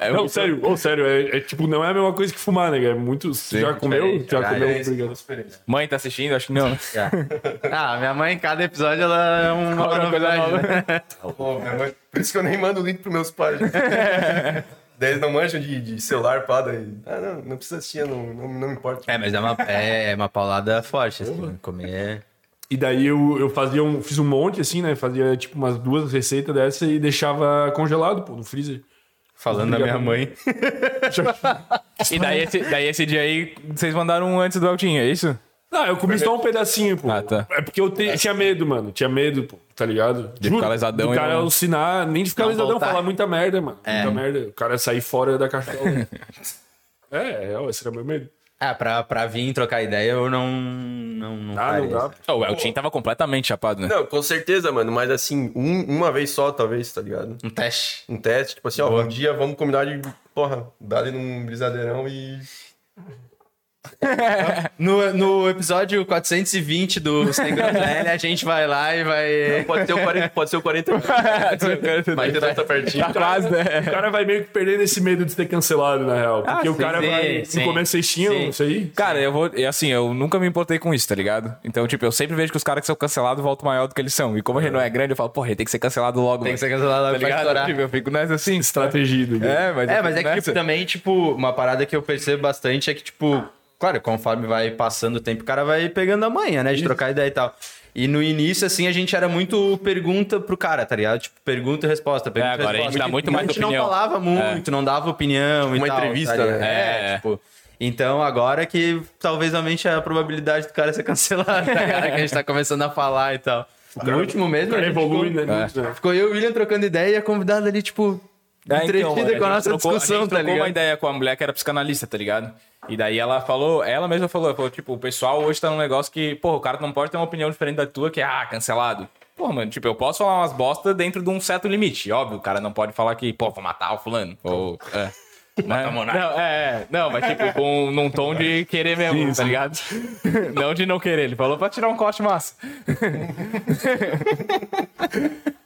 Speaker 3: É
Speaker 6: não, sério, ô, sério, é, é tipo, não é a mesma coisa que fumar, né? É muito. já
Speaker 3: é,
Speaker 6: comeu? Já comeu? tá Obrigado.
Speaker 3: Mãe tá assistindo? Acho que não.
Speaker 1: Ah, minha mãe, em cada episódio, ela é uma
Speaker 3: uma coisa
Speaker 1: novidade,
Speaker 3: nova.
Speaker 1: né?
Speaker 4: Pô, minha mãe- Por isso que eu nem mando o link pros meus pais. Daí eles não mancham de, de celular, pá, daí. Ah, não, não precisa assistir, não, não, não me importa.
Speaker 1: É, mas é uma, é, é uma paulada forte, assim, comer...
Speaker 6: E daí eu, eu fazia um, fiz um monte assim, né? Fazia tipo umas duas receitas dessa e deixava congelado, pô, no freezer.
Speaker 1: Falando da minha mãe.
Speaker 3: E daí esse, daí esse dia aí, vocês mandaram um antes do Altinho, é isso?
Speaker 6: Ah, eu comi só um pedacinho, pô.
Speaker 3: Ah, tá.
Speaker 6: É porque eu te- tinha medo, mano. Tinha medo, pô, tá ligado? De
Speaker 3: ficar lesadão
Speaker 6: O
Speaker 3: e
Speaker 6: cara
Speaker 3: não- É.
Speaker 6: alucinar, nem de ficar lesadão,
Speaker 1: voltar.
Speaker 6: falar muita merda, mano. Muita merda. O cara sair fora da cachola. é, é, ó, esse era meu medo.
Speaker 1: Ah, pra, pra vir trocar ideia, eu não... Não, não
Speaker 6: Ah,
Speaker 1: faria
Speaker 6: não dá.
Speaker 1: isso.
Speaker 3: Oh, o Altinho tava completamente chapado, né?
Speaker 4: Não, com certeza, mano, mas assim, um- uma vez só, talvez, tá ligado?
Speaker 1: Um teste.
Speaker 4: um teste, tipo assim, ó, um dia vamos combinar de, porra, dar ali num brisadeirão e...
Speaker 1: No, no episódio 420 do Sem Groselha, a gente vai lá e vai...
Speaker 4: Pode ser o 40, pode ser o 40 mas ainda tá pertinho.
Speaker 3: Atrás,
Speaker 6: O
Speaker 3: né?
Speaker 6: cara vai meio que perdendo esse medo de ser cancelado, na real. Porque o
Speaker 1: sim,
Speaker 6: cara
Speaker 1: sim, sim.
Speaker 6: vai. Se comer cestinho,
Speaker 1: Sim.
Speaker 6: isso aí.
Speaker 3: Cara, eu vou. é Assim, eu nunca me importei com isso, tá ligado? Então, tipo, eu sempre vejo que os caras que são cancelados voltam maior do que eles são. E como a gente não é grande, eu falo, porra, ele tem que ser cancelado logo.
Speaker 1: Tem que ser
Speaker 3: mano.
Speaker 1: cancelado,
Speaker 3: tá
Speaker 1: vai
Speaker 3: ligado?
Speaker 1: estourar.
Speaker 3: Tipo, eu fico nessa assim.
Speaker 6: Estratégia do
Speaker 3: É, mas
Speaker 1: É,
Speaker 3: eu
Speaker 1: mas
Speaker 3: fico
Speaker 1: é que tipo,
Speaker 3: nessa.
Speaker 1: também, tipo, uma parada que eu percebo bastante é que, tipo, claro, conforme vai passando o tempo, o cara vai pegando a manha, né? De trocar ideia e tal. E no início, assim, a gente era muito pergunta pro cara, tá ligado? Tipo, pergunta e resposta. Pergunta
Speaker 3: É, agora a
Speaker 1: e resposta.
Speaker 3: gente dá muito mais
Speaker 1: A gente
Speaker 3: opinião.
Speaker 1: não falava muito, não dava opinião e
Speaker 4: Uma
Speaker 1: tal,
Speaker 4: entrevista,
Speaker 1: tá ligado?
Speaker 3: né?
Speaker 1: É,
Speaker 3: É.
Speaker 1: tipo. Então, agora que talvez aumente a probabilidade do cara ser cancelado, tá ligado? Que a gente tá começando a falar e tal. No último mesmo, a gente
Speaker 6: Evolui,
Speaker 1: ficou-
Speaker 6: né? muito, né?
Speaker 1: Ficou eu e o William trocando ideia e a convidada ali, tipo,
Speaker 3: É,
Speaker 1: entretida
Speaker 3: então, mano,
Speaker 1: com a
Speaker 3: gente
Speaker 1: nossa
Speaker 3: trocou-
Speaker 1: discussão,
Speaker 3: a gente
Speaker 1: tá
Speaker 3: trocou
Speaker 1: ligado?
Speaker 3: uma ideia com a mulher que era psicanalista, tá ligado? E daí ela falou, ela mesma falou, ela falou, tipo, o pessoal hoje tá num negócio que, porra, o cara não pode ter uma opinião diferente da tua, que é, ah, cancelado. Pô, mano, tipo, eu posso falar umas bosta dentro de um certo limite. Óbvio, o cara não pode falar que, pô, vou matar o fulano. Ou. É. Né? Não, é, é. Não, mas tipo, com, num tom de querer mesmo, tá ligado? Não de não querer. Ele falou pra tirar um corte massa.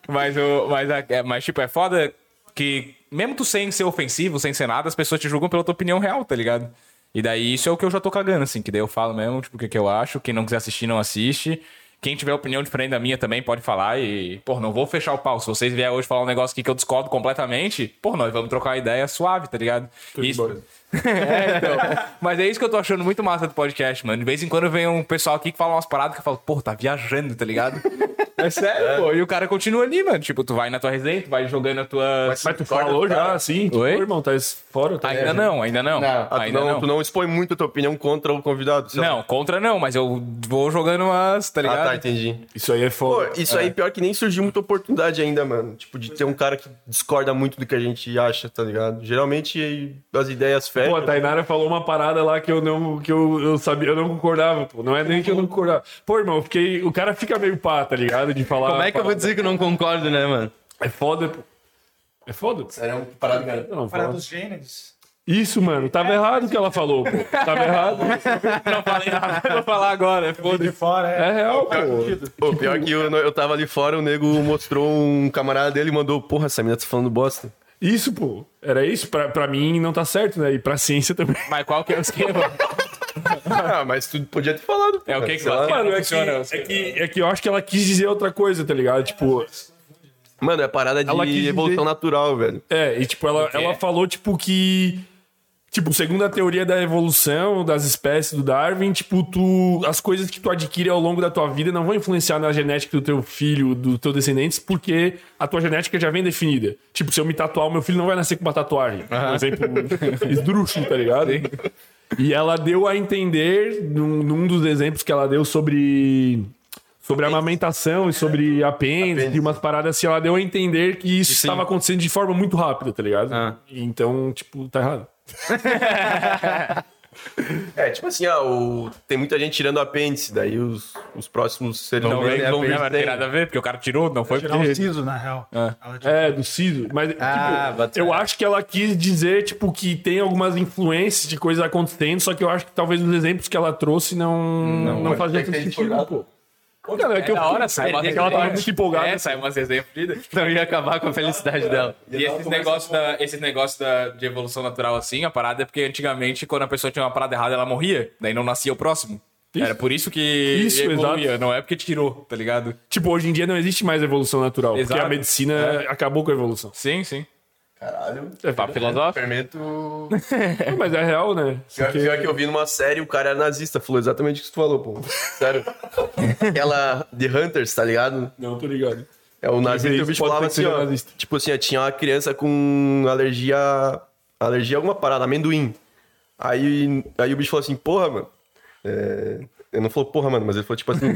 Speaker 3: Mas, o, mas, a- é, mas, tipo, é foda que, mesmo tu sem ser ofensivo, sem ser nada, as pessoas te julgam pela tua opinião real, tá ligado? E daí isso é o que eu já tô cagando, assim, que daí eu falo mesmo, tipo, o que, que eu acho, quem não quiser assistir, não assiste. Quem tiver opinião diferente da minha também pode falar e, pô, não vou fechar o pau. Se vocês vier hoje falar um negócio aqui que eu discordo completamente, pô, nós vamos trocar uma ideia suave, tá ligado? Isso- é, então. Mas é isso que eu tô achando muito massa do podcast, mano. De vez em quando vem um pessoal aqui que fala umas paradas que eu falo, pô, tá viajando, tá ligado? É sério, pô. E o cara continua ali, mano. Tipo, tu vai na tua resenha, tu vai jogando a tua.
Speaker 6: Mas tu falou já, assim? Tipo,
Speaker 3: Oi?
Speaker 6: "Pô, irmão, tá es- fora. Tá
Speaker 3: Ainda não, ainda não.
Speaker 4: Ah, tu,
Speaker 3: ainda
Speaker 4: não, tu não expõe muito a tua opinião contra o convidado. sei lá.
Speaker 3: Não, contra não, mas eu vou jogando umas, tá ligado?
Speaker 4: Ah, tá, entendi.
Speaker 6: Isso aí é
Speaker 4: Pô,
Speaker 6: foda.
Speaker 4: isso aí pior que nem surgiu muita oportunidade ainda, mano. Tipo, de ter um cara que discorda muito do que a gente acha, tá ligado? Geralmente as ideias fecham.
Speaker 6: Pô, a Tainara falou uma parada lá que eu não que eu, eu sabia, eu não concordava, pô. Não é nem que eu não concordava. Pô, irmão, eu fiquei, o cara fica meio pá, tá ligado? De falar.
Speaker 7: Como é que eu vou dizer que eu não concordo, né, mano?
Speaker 6: É foda, pô. É foda, pô.
Speaker 4: Era um parado, cara.
Speaker 6: Não,
Speaker 5: Para
Speaker 6: foda.
Speaker 5: dos gêneros.
Speaker 6: Isso, mano, tava errado o que ela falou, pô. Tava errado.
Speaker 3: Não falei nada, vou falar agora.
Speaker 5: Pô, de fora, é.
Speaker 6: É real, pô.
Speaker 4: Pô, pior que eu, eu tava ali fora, o nego mostrou um camarada dele e mandou, porra, essa mina tá falando bosta.
Speaker 6: Isso, pô. Era isso. Pra, pra mim não tá certo, né? E pra ciência também.
Speaker 3: Mas qual que é o esquema?
Speaker 4: ah, mas tu podia ter falado.
Speaker 3: É o que que
Speaker 4: sei
Speaker 3: ela
Speaker 4: lá.
Speaker 3: quer?
Speaker 6: Mano, é que,
Speaker 3: funciona,
Speaker 6: é, que, é que eu acho que ela quis dizer outra coisa, tá ligado? Tipo,
Speaker 4: Mano, é parada
Speaker 6: Ela quis
Speaker 4: de
Speaker 6: dizer-
Speaker 4: evolução natural, velho.
Speaker 6: É, e tipo, ela,
Speaker 3: quê?
Speaker 6: ela falou, tipo, que. Tipo, segundo a teoria da evolução das espécies do Darwin, tipo, tu. As coisas que tu adquire ao longo da tua vida não vão influenciar na genética do teu filho, do teu descendentes, porque a tua genética já vem definida. Tipo, se eu me tatuar, o meu filho não vai nascer com uma tatuagem. Por exemplo, esdrúxulo, tá ligado? E ela deu a entender, num, num dos exemplos que ela deu sobre. Sobre amamentação e sobre apêndice, e umas paradas assim, ela deu a entender que isso estava acontecendo de forma muito rápida, tá ligado? Então, tipo, tá errado.
Speaker 4: É, tipo assim, ah, o- tem muita gente tirando apêndice, daí os, os próximos seres
Speaker 3: Não,
Speaker 4: humanos
Speaker 3: vem,
Speaker 4: vão
Speaker 3: não,
Speaker 4: ver.
Speaker 3: não
Speaker 4: se
Speaker 3: tem
Speaker 4: tem.
Speaker 3: nada a ver, porque o cara tirou, não foi
Speaker 5: Tirar
Speaker 3: porque...
Speaker 5: um siso, na real. Ela tinha-
Speaker 6: É, do siso. Mas, tipo, eu acho que ela quis dizer, tipo, que tem algumas influências de coisas acontecendo, só que eu acho que talvez os exemplos que ela trouxe não, não, faziam tanto sentido, pô. Cara, é que eu
Speaker 3: Da hora,
Speaker 6: fiquei-
Speaker 3: sai umas
Speaker 6: é que ela tava muito empolgada.
Speaker 3: É, sai umas resenhas fodidas.
Speaker 7: Não ia acabar com a felicidade dela.
Speaker 3: E esses negócios, da, esses negócios da, de evolução natural, assim, a parada é porque antigamente, quando a pessoa tinha uma parada errada, ela morria. Daí não nascia o próximo. Era por isso que
Speaker 6: Isso,
Speaker 3: não é porque tirou, tá ligado?
Speaker 6: Tipo, hoje em dia não existe mais evolução natural,
Speaker 3: Exato.
Speaker 6: porque a medicina acabou com a evolução.
Speaker 3: Sim, sim.
Speaker 4: Caralho,
Speaker 3: Papo filosófico.
Speaker 4: fermento
Speaker 6: Mas é real, né?
Speaker 4: Pior, pior que eu vi numa série, o cara era nazista, falou exatamente o que tu falou, pô. Sério. Aquela The Hunters, tá ligado?
Speaker 6: Não, tô ligado.
Speaker 4: É o nazista,
Speaker 6: vê
Speaker 4: o bicho
Speaker 6: isso pode
Speaker 4: falava
Speaker 6: ser que
Speaker 4: assim,
Speaker 6: seja
Speaker 4: ó.
Speaker 6: nazista.
Speaker 4: Tipo assim, ó, tinha uma criança com alergia. Alergia a alguma parada, amendoim. Aí, aí o bicho falou assim, porra, mano. É... Ele não falou porra, mano, mas ele falou tipo assim.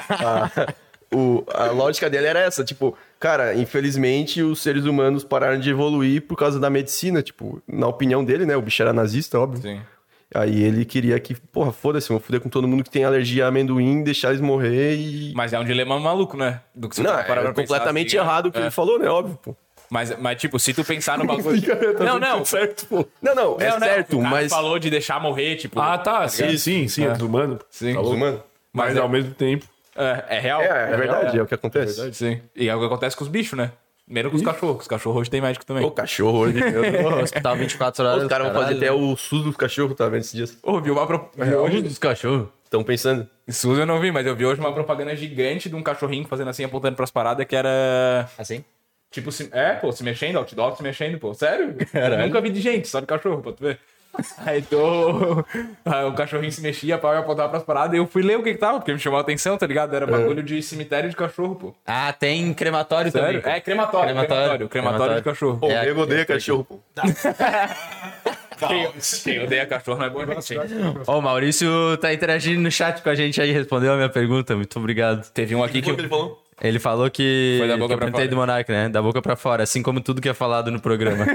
Speaker 4: a, o- a lógica dele era essa, tipo, cara, infelizmente os seres humanos pararam de evoluir por causa da medicina, tipo, na opinião dele, né? O bicho era nazista, óbvio.
Speaker 3: Sim.
Speaker 4: Aí ele queria que, porra, foda-se, vamos foder com todo mundo que tem alergia a amendoim, deixar eles morrer e.
Speaker 3: Mas é um dilema maluco, né? Do que você
Speaker 4: não,
Speaker 3: tá parando
Speaker 4: é
Speaker 3: pra pensar,
Speaker 4: completamente
Speaker 3: tá ligado?
Speaker 4: errado o que
Speaker 3: É.
Speaker 4: ele falou, né? Óbvio, pô.
Speaker 3: Mas, mas, tipo, se tu pensar no bagulho... não, não.
Speaker 4: Certo, pô. Não, não, é
Speaker 3: não, não,
Speaker 4: certo,
Speaker 3: o cara
Speaker 4: mas.
Speaker 3: falou de deixar morrer, tipo...
Speaker 6: Ah, tá, sim, sim, sim, é desumano.
Speaker 3: sim.
Speaker 4: Mas, Mano,
Speaker 6: Mas,
Speaker 3: Mas é-
Speaker 6: ao mesmo tempo.
Speaker 3: É, é real.
Speaker 4: é, é verdade, é o que acontece.
Speaker 3: Sim. E é o que acontece com os bichos, né? Primeiro com os cachorros. Os cachorros hoje tem médico também.
Speaker 4: Ô, cachorro hoje. eu tô- né?
Speaker 7: Hospital 24 horas.
Speaker 4: Os caras vão fazer até o SUS dos cachorros, tá vendo esses dias?
Speaker 3: Ô, vi uma pro...
Speaker 4: É
Speaker 3: vi
Speaker 7: Hoje
Speaker 3: hoje...
Speaker 7: dos cachorros.
Speaker 4: Estão pensando.
Speaker 3: SUS eu não vi, mas eu vi hoje uma propaganda gigante de um cachorrinho fazendo assim, apontando pras paradas, que era...
Speaker 7: Assim?
Speaker 3: Tipo, se... é, pô, se mexendo, outdoor se mexendo, pô. Sério? Nunca vi de gente, só de cachorro, pra tu ver. Aí tô... Aí o cachorrinho se mexia, pau, eu apontava pras paradas, e eu fui ler o que que tava, porque me chamou a atenção, tá ligado? Era bagulho de cemitério de cachorro, pô.
Speaker 7: Ah, tem crematório
Speaker 3: Sério?
Speaker 7: também.
Speaker 3: É, crematório. Crematório, crematório, de cachorro.
Speaker 4: Pô,
Speaker 7: É,
Speaker 4: eu odeio cachorro, pô.
Speaker 3: Quem, quem odeia É, cachorro não é bom gente.
Speaker 7: Ó, o Maurício tá interagindo no chat com a gente aí, respondeu a minha pergunta. Muito obrigado.
Speaker 3: Teve um aqui que...
Speaker 4: O que ele falou?
Speaker 7: Ele falou que.
Speaker 3: Foi da boca
Speaker 7: que eu
Speaker 3: pra
Speaker 7: perguntei
Speaker 3: fora.
Speaker 7: do Monark, né? Da boca pra fora, assim como tudo que é falado no programa.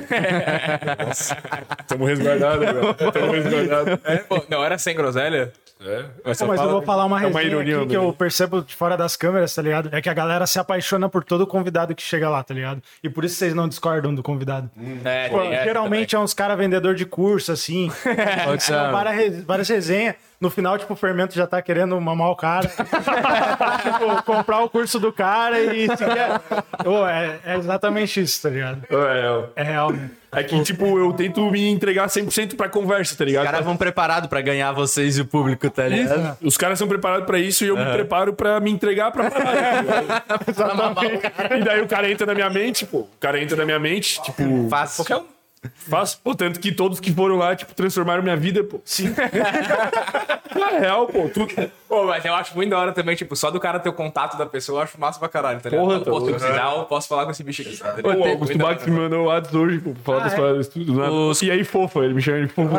Speaker 6: Tamo resguardado, velho. Tamo resguardado.
Speaker 3: É, pô, não, era sem groselha? É.
Speaker 5: Pô, mas eu vou falar uma
Speaker 6: É uma
Speaker 5: resenha
Speaker 6: ironia,
Speaker 5: aqui que
Speaker 6: né?
Speaker 5: eu percebo de fora das câmeras, tá ligado? É que a galera se apaixona por todo convidado que chega lá, tá ligado? E por isso vocês não discordam do convidado.
Speaker 3: É,
Speaker 5: Pô,
Speaker 3: tem essa
Speaker 5: geralmente é uns caras vendedor de curso, assim. Várias, re- várias resenhas. No final, tipo, o fermento já tá querendo mamar o cara. tipo, comprar o curso do cara e seguir. Ô, é, é exatamente isso, tá ligado?
Speaker 6: É,
Speaker 5: É real, né?
Speaker 6: é que, tipo, eu tento me entregar 100% pra conversa, tá
Speaker 7: Os
Speaker 6: ligado?
Speaker 7: caras vão preparados pra ganhar vocês e o público, tá ligado?
Speaker 6: Os caras são preparados pra isso e eu me preparo pra me entregar pra parada. tá e daí o cara entra na minha mente, pô. O cara entra na minha mente, tipo,
Speaker 7: Fácil.
Speaker 3: um
Speaker 6: faço. Pô, tanto que todos que foram lá, tipo, transformaram minha vida, pô. Sim. é real, pô. Tu...
Speaker 3: Pô, mas eu acho muito da hora também, tipo, só do cara ter o contato da pessoa, eu acho massa pra caralho, tá ligado?
Speaker 6: Porra,
Speaker 3: Porra,
Speaker 6: tá
Speaker 3: Pô, tem um
Speaker 6: louco.
Speaker 3: sinal, posso falar com esse bicho aqui. Tá
Speaker 6: Pô,
Speaker 3: ligado?
Speaker 6: o
Speaker 3: Muito
Speaker 6: Augusto
Speaker 3: da
Speaker 6: Max
Speaker 3: hora.
Speaker 6: me mandou o WhatsApp hoje, pô, pra falar das paradas tudo. do nada. né? E aí, fofo, ele me chama de fofo.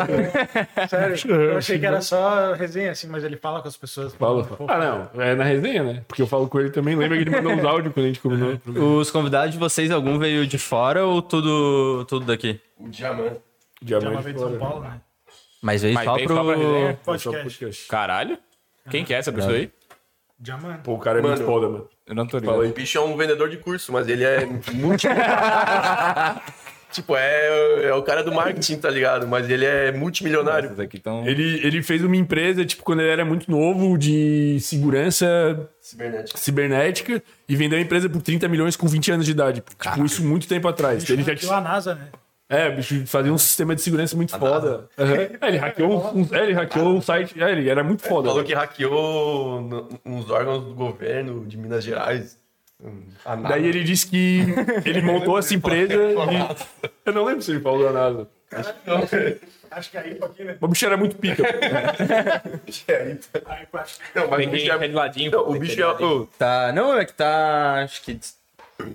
Speaker 5: Sério, eu achei que era só resenha, assim, mas ele fala com as pessoas.
Speaker 6: Fala, fala. Ah, não. É na resenha, né? Porque eu falo com ele também. Lembra que ele mandou uns áudios quando a gente combinou.
Speaker 7: Os convidados de vocês, algum veio de fora ou tudo, tudo daqui?
Speaker 4: O diamante.
Speaker 5: É uma
Speaker 6: Diamante
Speaker 5: vez de
Speaker 6: fora. É
Speaker 5: São Paulo, né?
Speaker 7: Mas veio
Speaker 3: Mas
Speaker 7: só
Speaker 3: veio
Speaker 7: pro...
Speaker 3: só pra resenha?
Speaker 5: Podcast.
Speaker 3: Caralho? Quem que é essa pessoa aí?
Speaker 5: Diamante.
Speaker 6: Pô, o cara é muito
Speaker 4: Mano.
Speaker 6: foda, mano.
Speaker 3: Eu não tô ligado.
Speaker 6: Fala aí.
Speaker 4: O bicho é um vendedor de curso, mas ele é muito. tipo, é, é o cara do marketing, tá ligado? Mas ele é multimilionário.
Speaker 3: Essas aqui tão...
Speaker 6: Ele, ele fez uma empresa, tipo, quando ele era muito novo, de segurança
Speaker 4: Cibernético.
Speaker 6: cibernética e vendeu a empresa por 30 milhões com 20 anos de idade. Tipo, isso muito tempo atrás. Ele já
Speaker 5: Hackeou a NASA, né?
Speaker 6: É, o bicho fazia um sistema de segurança muito
Speaker 4: Tá
Speaker 6: foda. Aham. É, ele hackeou um, um- é, ele hackeou um site. É, ele era muito foda.
Speaker 4: Falou que hackeou no- uns órgãos do governo de Minas Gerais. Hum, a nada.
Speaker 6: Daí ele disse que ele montou essa empresa.
Speaker 4: é
Speaker 6: e- Eu não lembro se ele falou da NASA.
Speaker 5: Acho que é isso aqui, né?
Speaker 6: O bicho era muito pica.
Speaker 4: Não, mas o
Speaker 3: Tem que
Speaker 4: bicho
Speaker 3: encher
Speaker 4: é.
Speaker 3: de ladinho.
Speaker 4: não,
Speaker 3: pô,
Speaker 4: o
Speaker 3: tem que
Speaker 4: bicho
Speaker 3: encher
Speaker 4: é.
Speaker 3: de ladinho.
Speaker 4: ô,
Speaker 7: Tá, não, é que tá... Acho que...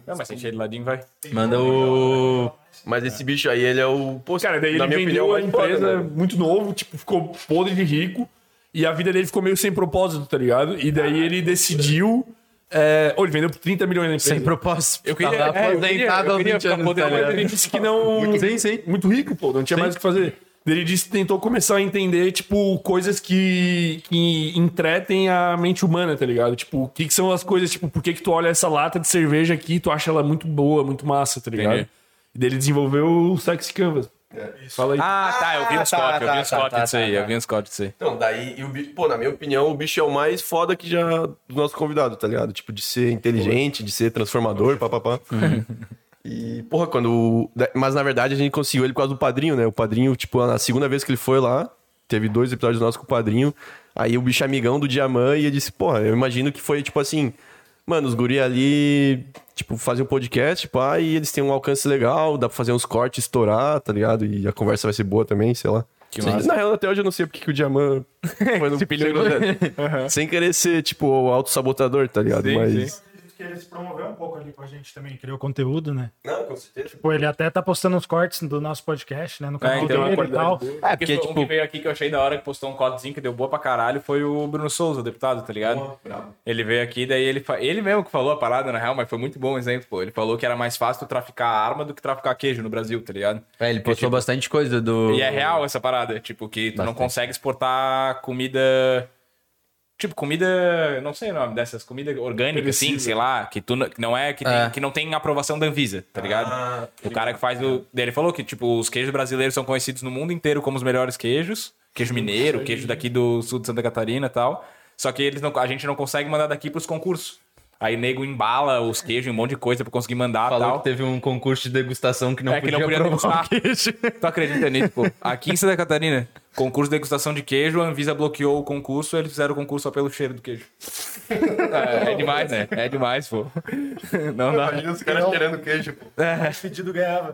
Speaker 3: Não, mas encher de ladinho, vai.
Speaker 7: Manda o...
Speaker 4: mas esse bicho aí, ele é o. Pô,
Speaker 6: Cara, daí ele
Speaker 4: na minha opinião,
Speaker 6: vendeu a
Speaker 4: mais foda,
Speaker 6: empresa
Speaker 4: né?
Speaker 6: muito novo, tipo, ficou podre de rico. E a vida dele ficou meio sem propósito, tá ligado? E daí ele decidiu. É... Ou ele vendeu por 30 milhões na empresa.
Speaker 7: Sem propósito.
Speaker 3: Eu queria-
Speaker 7: Tava
Speaker 3: é, eu queria-
Speaker 7: aposentado
Speaker 3: eu
Speaker 7: há
Speaker 3: queria
Speaker 7: 20
Speaker 3: ficar
Speaker 7: anos, tá
Speaker 3: podendo, mas
Speaker 7: ligado?
Speaker 3: ele
Speaker 6: disse que não.
Speaker 7: Sim, sim.
Speaker 6: muito rico, pô, não tinha mais o que fazer. Daí Ele disse que tentou começar a entender, tipo, coisas que, que entretem a mente humana, tá ligado? Tipo, o que, que são as coisas, tipo, por que, que tu olha essa lata de cerveja aqui e tu acha ela muito boa, muito massa, tá ligado?
Speaker 3: Entendi.
Speaker 6: E daí ele desenvolveu o Sex Canvas. Fala aí.
Speaker 3: Ah, tá, eu vi
Speaker 7: tá,
Speaker 3: um Scott, eu
Speaker 7: tá,
Speaker 3: vi um
Speaker 7: tá,
Speaker 3: Scott
Speaker 7: tá,
Speaker 3: disso
Speaker 7: tá,
Speaker 3: aí,
Speaker 7: tá.
Speaker 3: eu vi um Scott disso aí.
Speaker 4: Não, Então, daí, e o bicho, pô, na minha opinião, o bicho é o mais foda que já do nosso convidado, tá ligado? Tipo, de ser inteligente, de ser transformador, papapá. e, porra, quando. da- Mas na verdade a gente conseguiu ele por causa do padrinho, né? O padrinho, tipo, na segunda vez que ele foi lá, teve dois episódios nossos com o padrinho. Aí o bicho é amigão do Diamant e ele disse, porra, eu imagino que foi tipo assim. Mano, os guri ali, tipo, fazem um podcast, pá, e eles têm um alcance legal, dá pra fazer uns cortes, estourar, tá ligado? E a conversa vai ser boa também, sei lá. Sim. Na real, até hoje eu não sei porque que o Diamant foi no Sem querer ser, tipo, o auto-sabotador, tá ligado? Mas.
Speaker 5: Acredito que ele se promoveu um pouco ali com a gente também, criou conteúdo, né?
Speaker 4: Não, com certeza.
Speaker 5: Pô, ele até tá postando uns cortes do nosso podcast, né? No canal
Speaker 3: então é uma
Speaker 5: dele e
Speaker 6: qualidade
Speaker 5: tal.
Speaker 7: É,
Speaker 3: Porque,
Speaker 7: porque,
Speaker 3: foi um que
Speaker 7: tipo...
Speaker 3: veio aqui que eu achei da hora, que postou um codezinho que deu boa pra caralho, foi o Bruno Souza, o deputado, tá ligado? ele veio aqui, daí ele... fa- Ele mesmo que falou a parada, na real, mas foi muito bom o exemplo, pô. Ele falou que era mais fácil tu traficar arma do que traficar queijo no Brasil, tá ligado?
Speaker 7: É, ele postou
Speaker 3: tipo-
Speaker 7: bastante coisa do...
Speaker 3: E é real essa parada, tipo, que tu não
Speaker 7: Bastante.
Speaker 3: consegue exportar comida. Tipo, comida. Não sei o nome dessas, comida orgânica, assim, sei lá, que tu não- que não é que, tem-
Speaker 7: É.
Speaker 3: que não tem aprovação da Anvisa, tá ligado? o cara que faz o. daí Ele falou que, tipo, os queijos brasileiros são conhecidos no mundo inteiro como os melhores queijos. Queijo mineiro, queijo daqui do sul de Santa Catarina e tal. Só que eles não, a gente não consegue mandar daqui pros concursos. Aí nego embala os queijos em um monte de coisa pra conseguir mandar e
Speaker 7: Falou
Speaker 3: tal.
Speaker 7: que teve um concurso de degustação que não
Speaker 3: É que
Speaker 7: podia,
Speaker 3: não podia
Speaker 7: provar
Speaker 3: degustar. Tu acredita nisso, pô? Aqui em Santa Catarina, concurso de degustação de queijo, a Anvisa bloqueou o concurso, eles fizeram o concurso só pelo cheiro do queijo. É, é demais, né? É demais, pô. Não dá.
Speaker 4: Imagina os caras tirando queijo, pô.
Speaker 5: Pedido ganhava.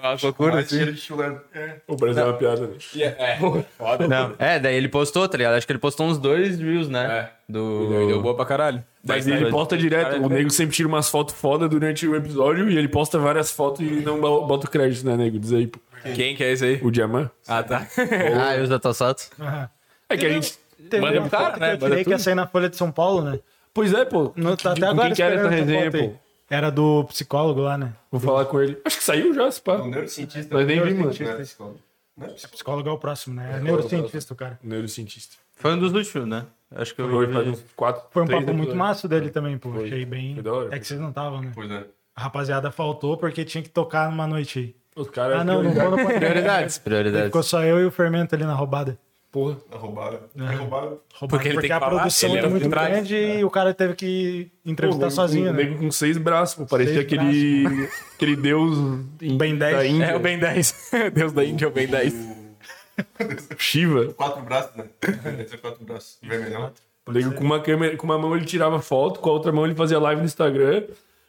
Speaker 3: Uma loucura,
Speaker 4: Mais
Speaker 3: assim.
Speaker 4: cheiro de chulano.
Speaker 6: O Brasil é uma piada, né?
Speaker 3: É, foda.
Speaker 7: Não, é, daí ele postou, tá ligado? Acho que ele postou uns dois views, né? Do...
Speaker 3: É. Deu, deu boa pra caralho.
Speaker 6: Mas
Speaker 3: Daí-
Speaker 6: ele posta direto. O é nego sempre tira umas fotos foda durante o episódio e ele posta várias fotos e não bo- bota o crédito, né, nego? Diz aí, pô.
Speaker 3: Quem que é esse aí?
Speaker 6: O Diamant.
Speaker 3: Ah, tá.
Speaker 7: Ah, e os datasatos?
Speaker 6: É que a gente.
Speaker 5: Teve
Speaker 3: Manda
Speaker 5: uma
Speaker 3: pro cara,
Speaker 5: foto
Speaker 3: né?
Speaker 5: que eu
Speaker 3: Manda
Speaker 5: tirei um que ia
Speaker 3: tudo.
Speaker 5: sair na Folha de São Paulo, né?
Speaker 6: Pois é, pô.
Speaker 5: No, tá até
Speaker 6: Com
Speaker 5: agora
Speaker 6: quem que era essa
Speaker 5: esperando essa
Speaker 6: resenha,
Speaker 5: foto aí.
Speaker 6: pô?
Speaker 5: Era do psicólogo lá, né?
Speaker 6: Vou falar com ele. Acho que saiu já, se pá.
Speaker 4: Neurocientista.
Speaker 6: Nós nem vimos. né?
Speaker 4: Neurocientista.
Speaker 5: Psicólogo é o próximo, né? É neurocientista, o cara.
Speaker 6: Neurocientista.
Speaker 7: Foi um dos últimos, né? Acho que eu
Speaker 6: Foi faz uns quatro,
Speaker 5: Foi um
Speaker 6: três
Speaker 5: papo muito
Speaker 6: episódios.
Speaker 5: massa dele também, pô. Achei bem.
Speaker 6: Foi da hora.
Speaker 5: É que vocês não estavam, né?
Speaker 4: Pois é.
Speaker 5: A rapaziada faltou porque tinha que tocar numa noite aí.
Speaker 6: Os caras.
Speaker 5: Ah, não, não vou no podcast.
Speaker 7: Prioridades, prioridades.
Speaker 5: Ficou só eu e o Fermento ali na roubada. Porra.
Speaker 9: Roubaram.
Speaker 3: É.
Speaker 9: Roubaram.
Speaker 3: Porque ele
Speaker 5: porque
Speaker 3: tem
Speaker 5: a
Speaker 3: que falar, assim,
Speaker 5: produção
Speaker 3: ele
Speaker 5: era
Speaker 3: era
Speaker 5: muito
Speaker 3: por trás. né?
Speaker 5: grande e o cara teve que entrevistar sozinho,
Speaker 6: um,
Speaker 5: né?
Speaker 6: nego com seis braços, pô. Parecia
Speaker 5: Seis
Speaker 6: aquele, aquele deus em-
Speaker 5: Um Ben 10.
Speaker 1: tá
Speaker 6: da Índia.
Speaker 3: É o Ben 10. Deus da Índia é o Ben 10.
Speaker 6: Shiva.
Speaker 9: Quatro braços, né? Deve ser quatro braços. Vermelhão.
Speaker 6: O nego com uma câmera, com uma mão ele tirava foto, com a outra mão ele fazia live no Instagram,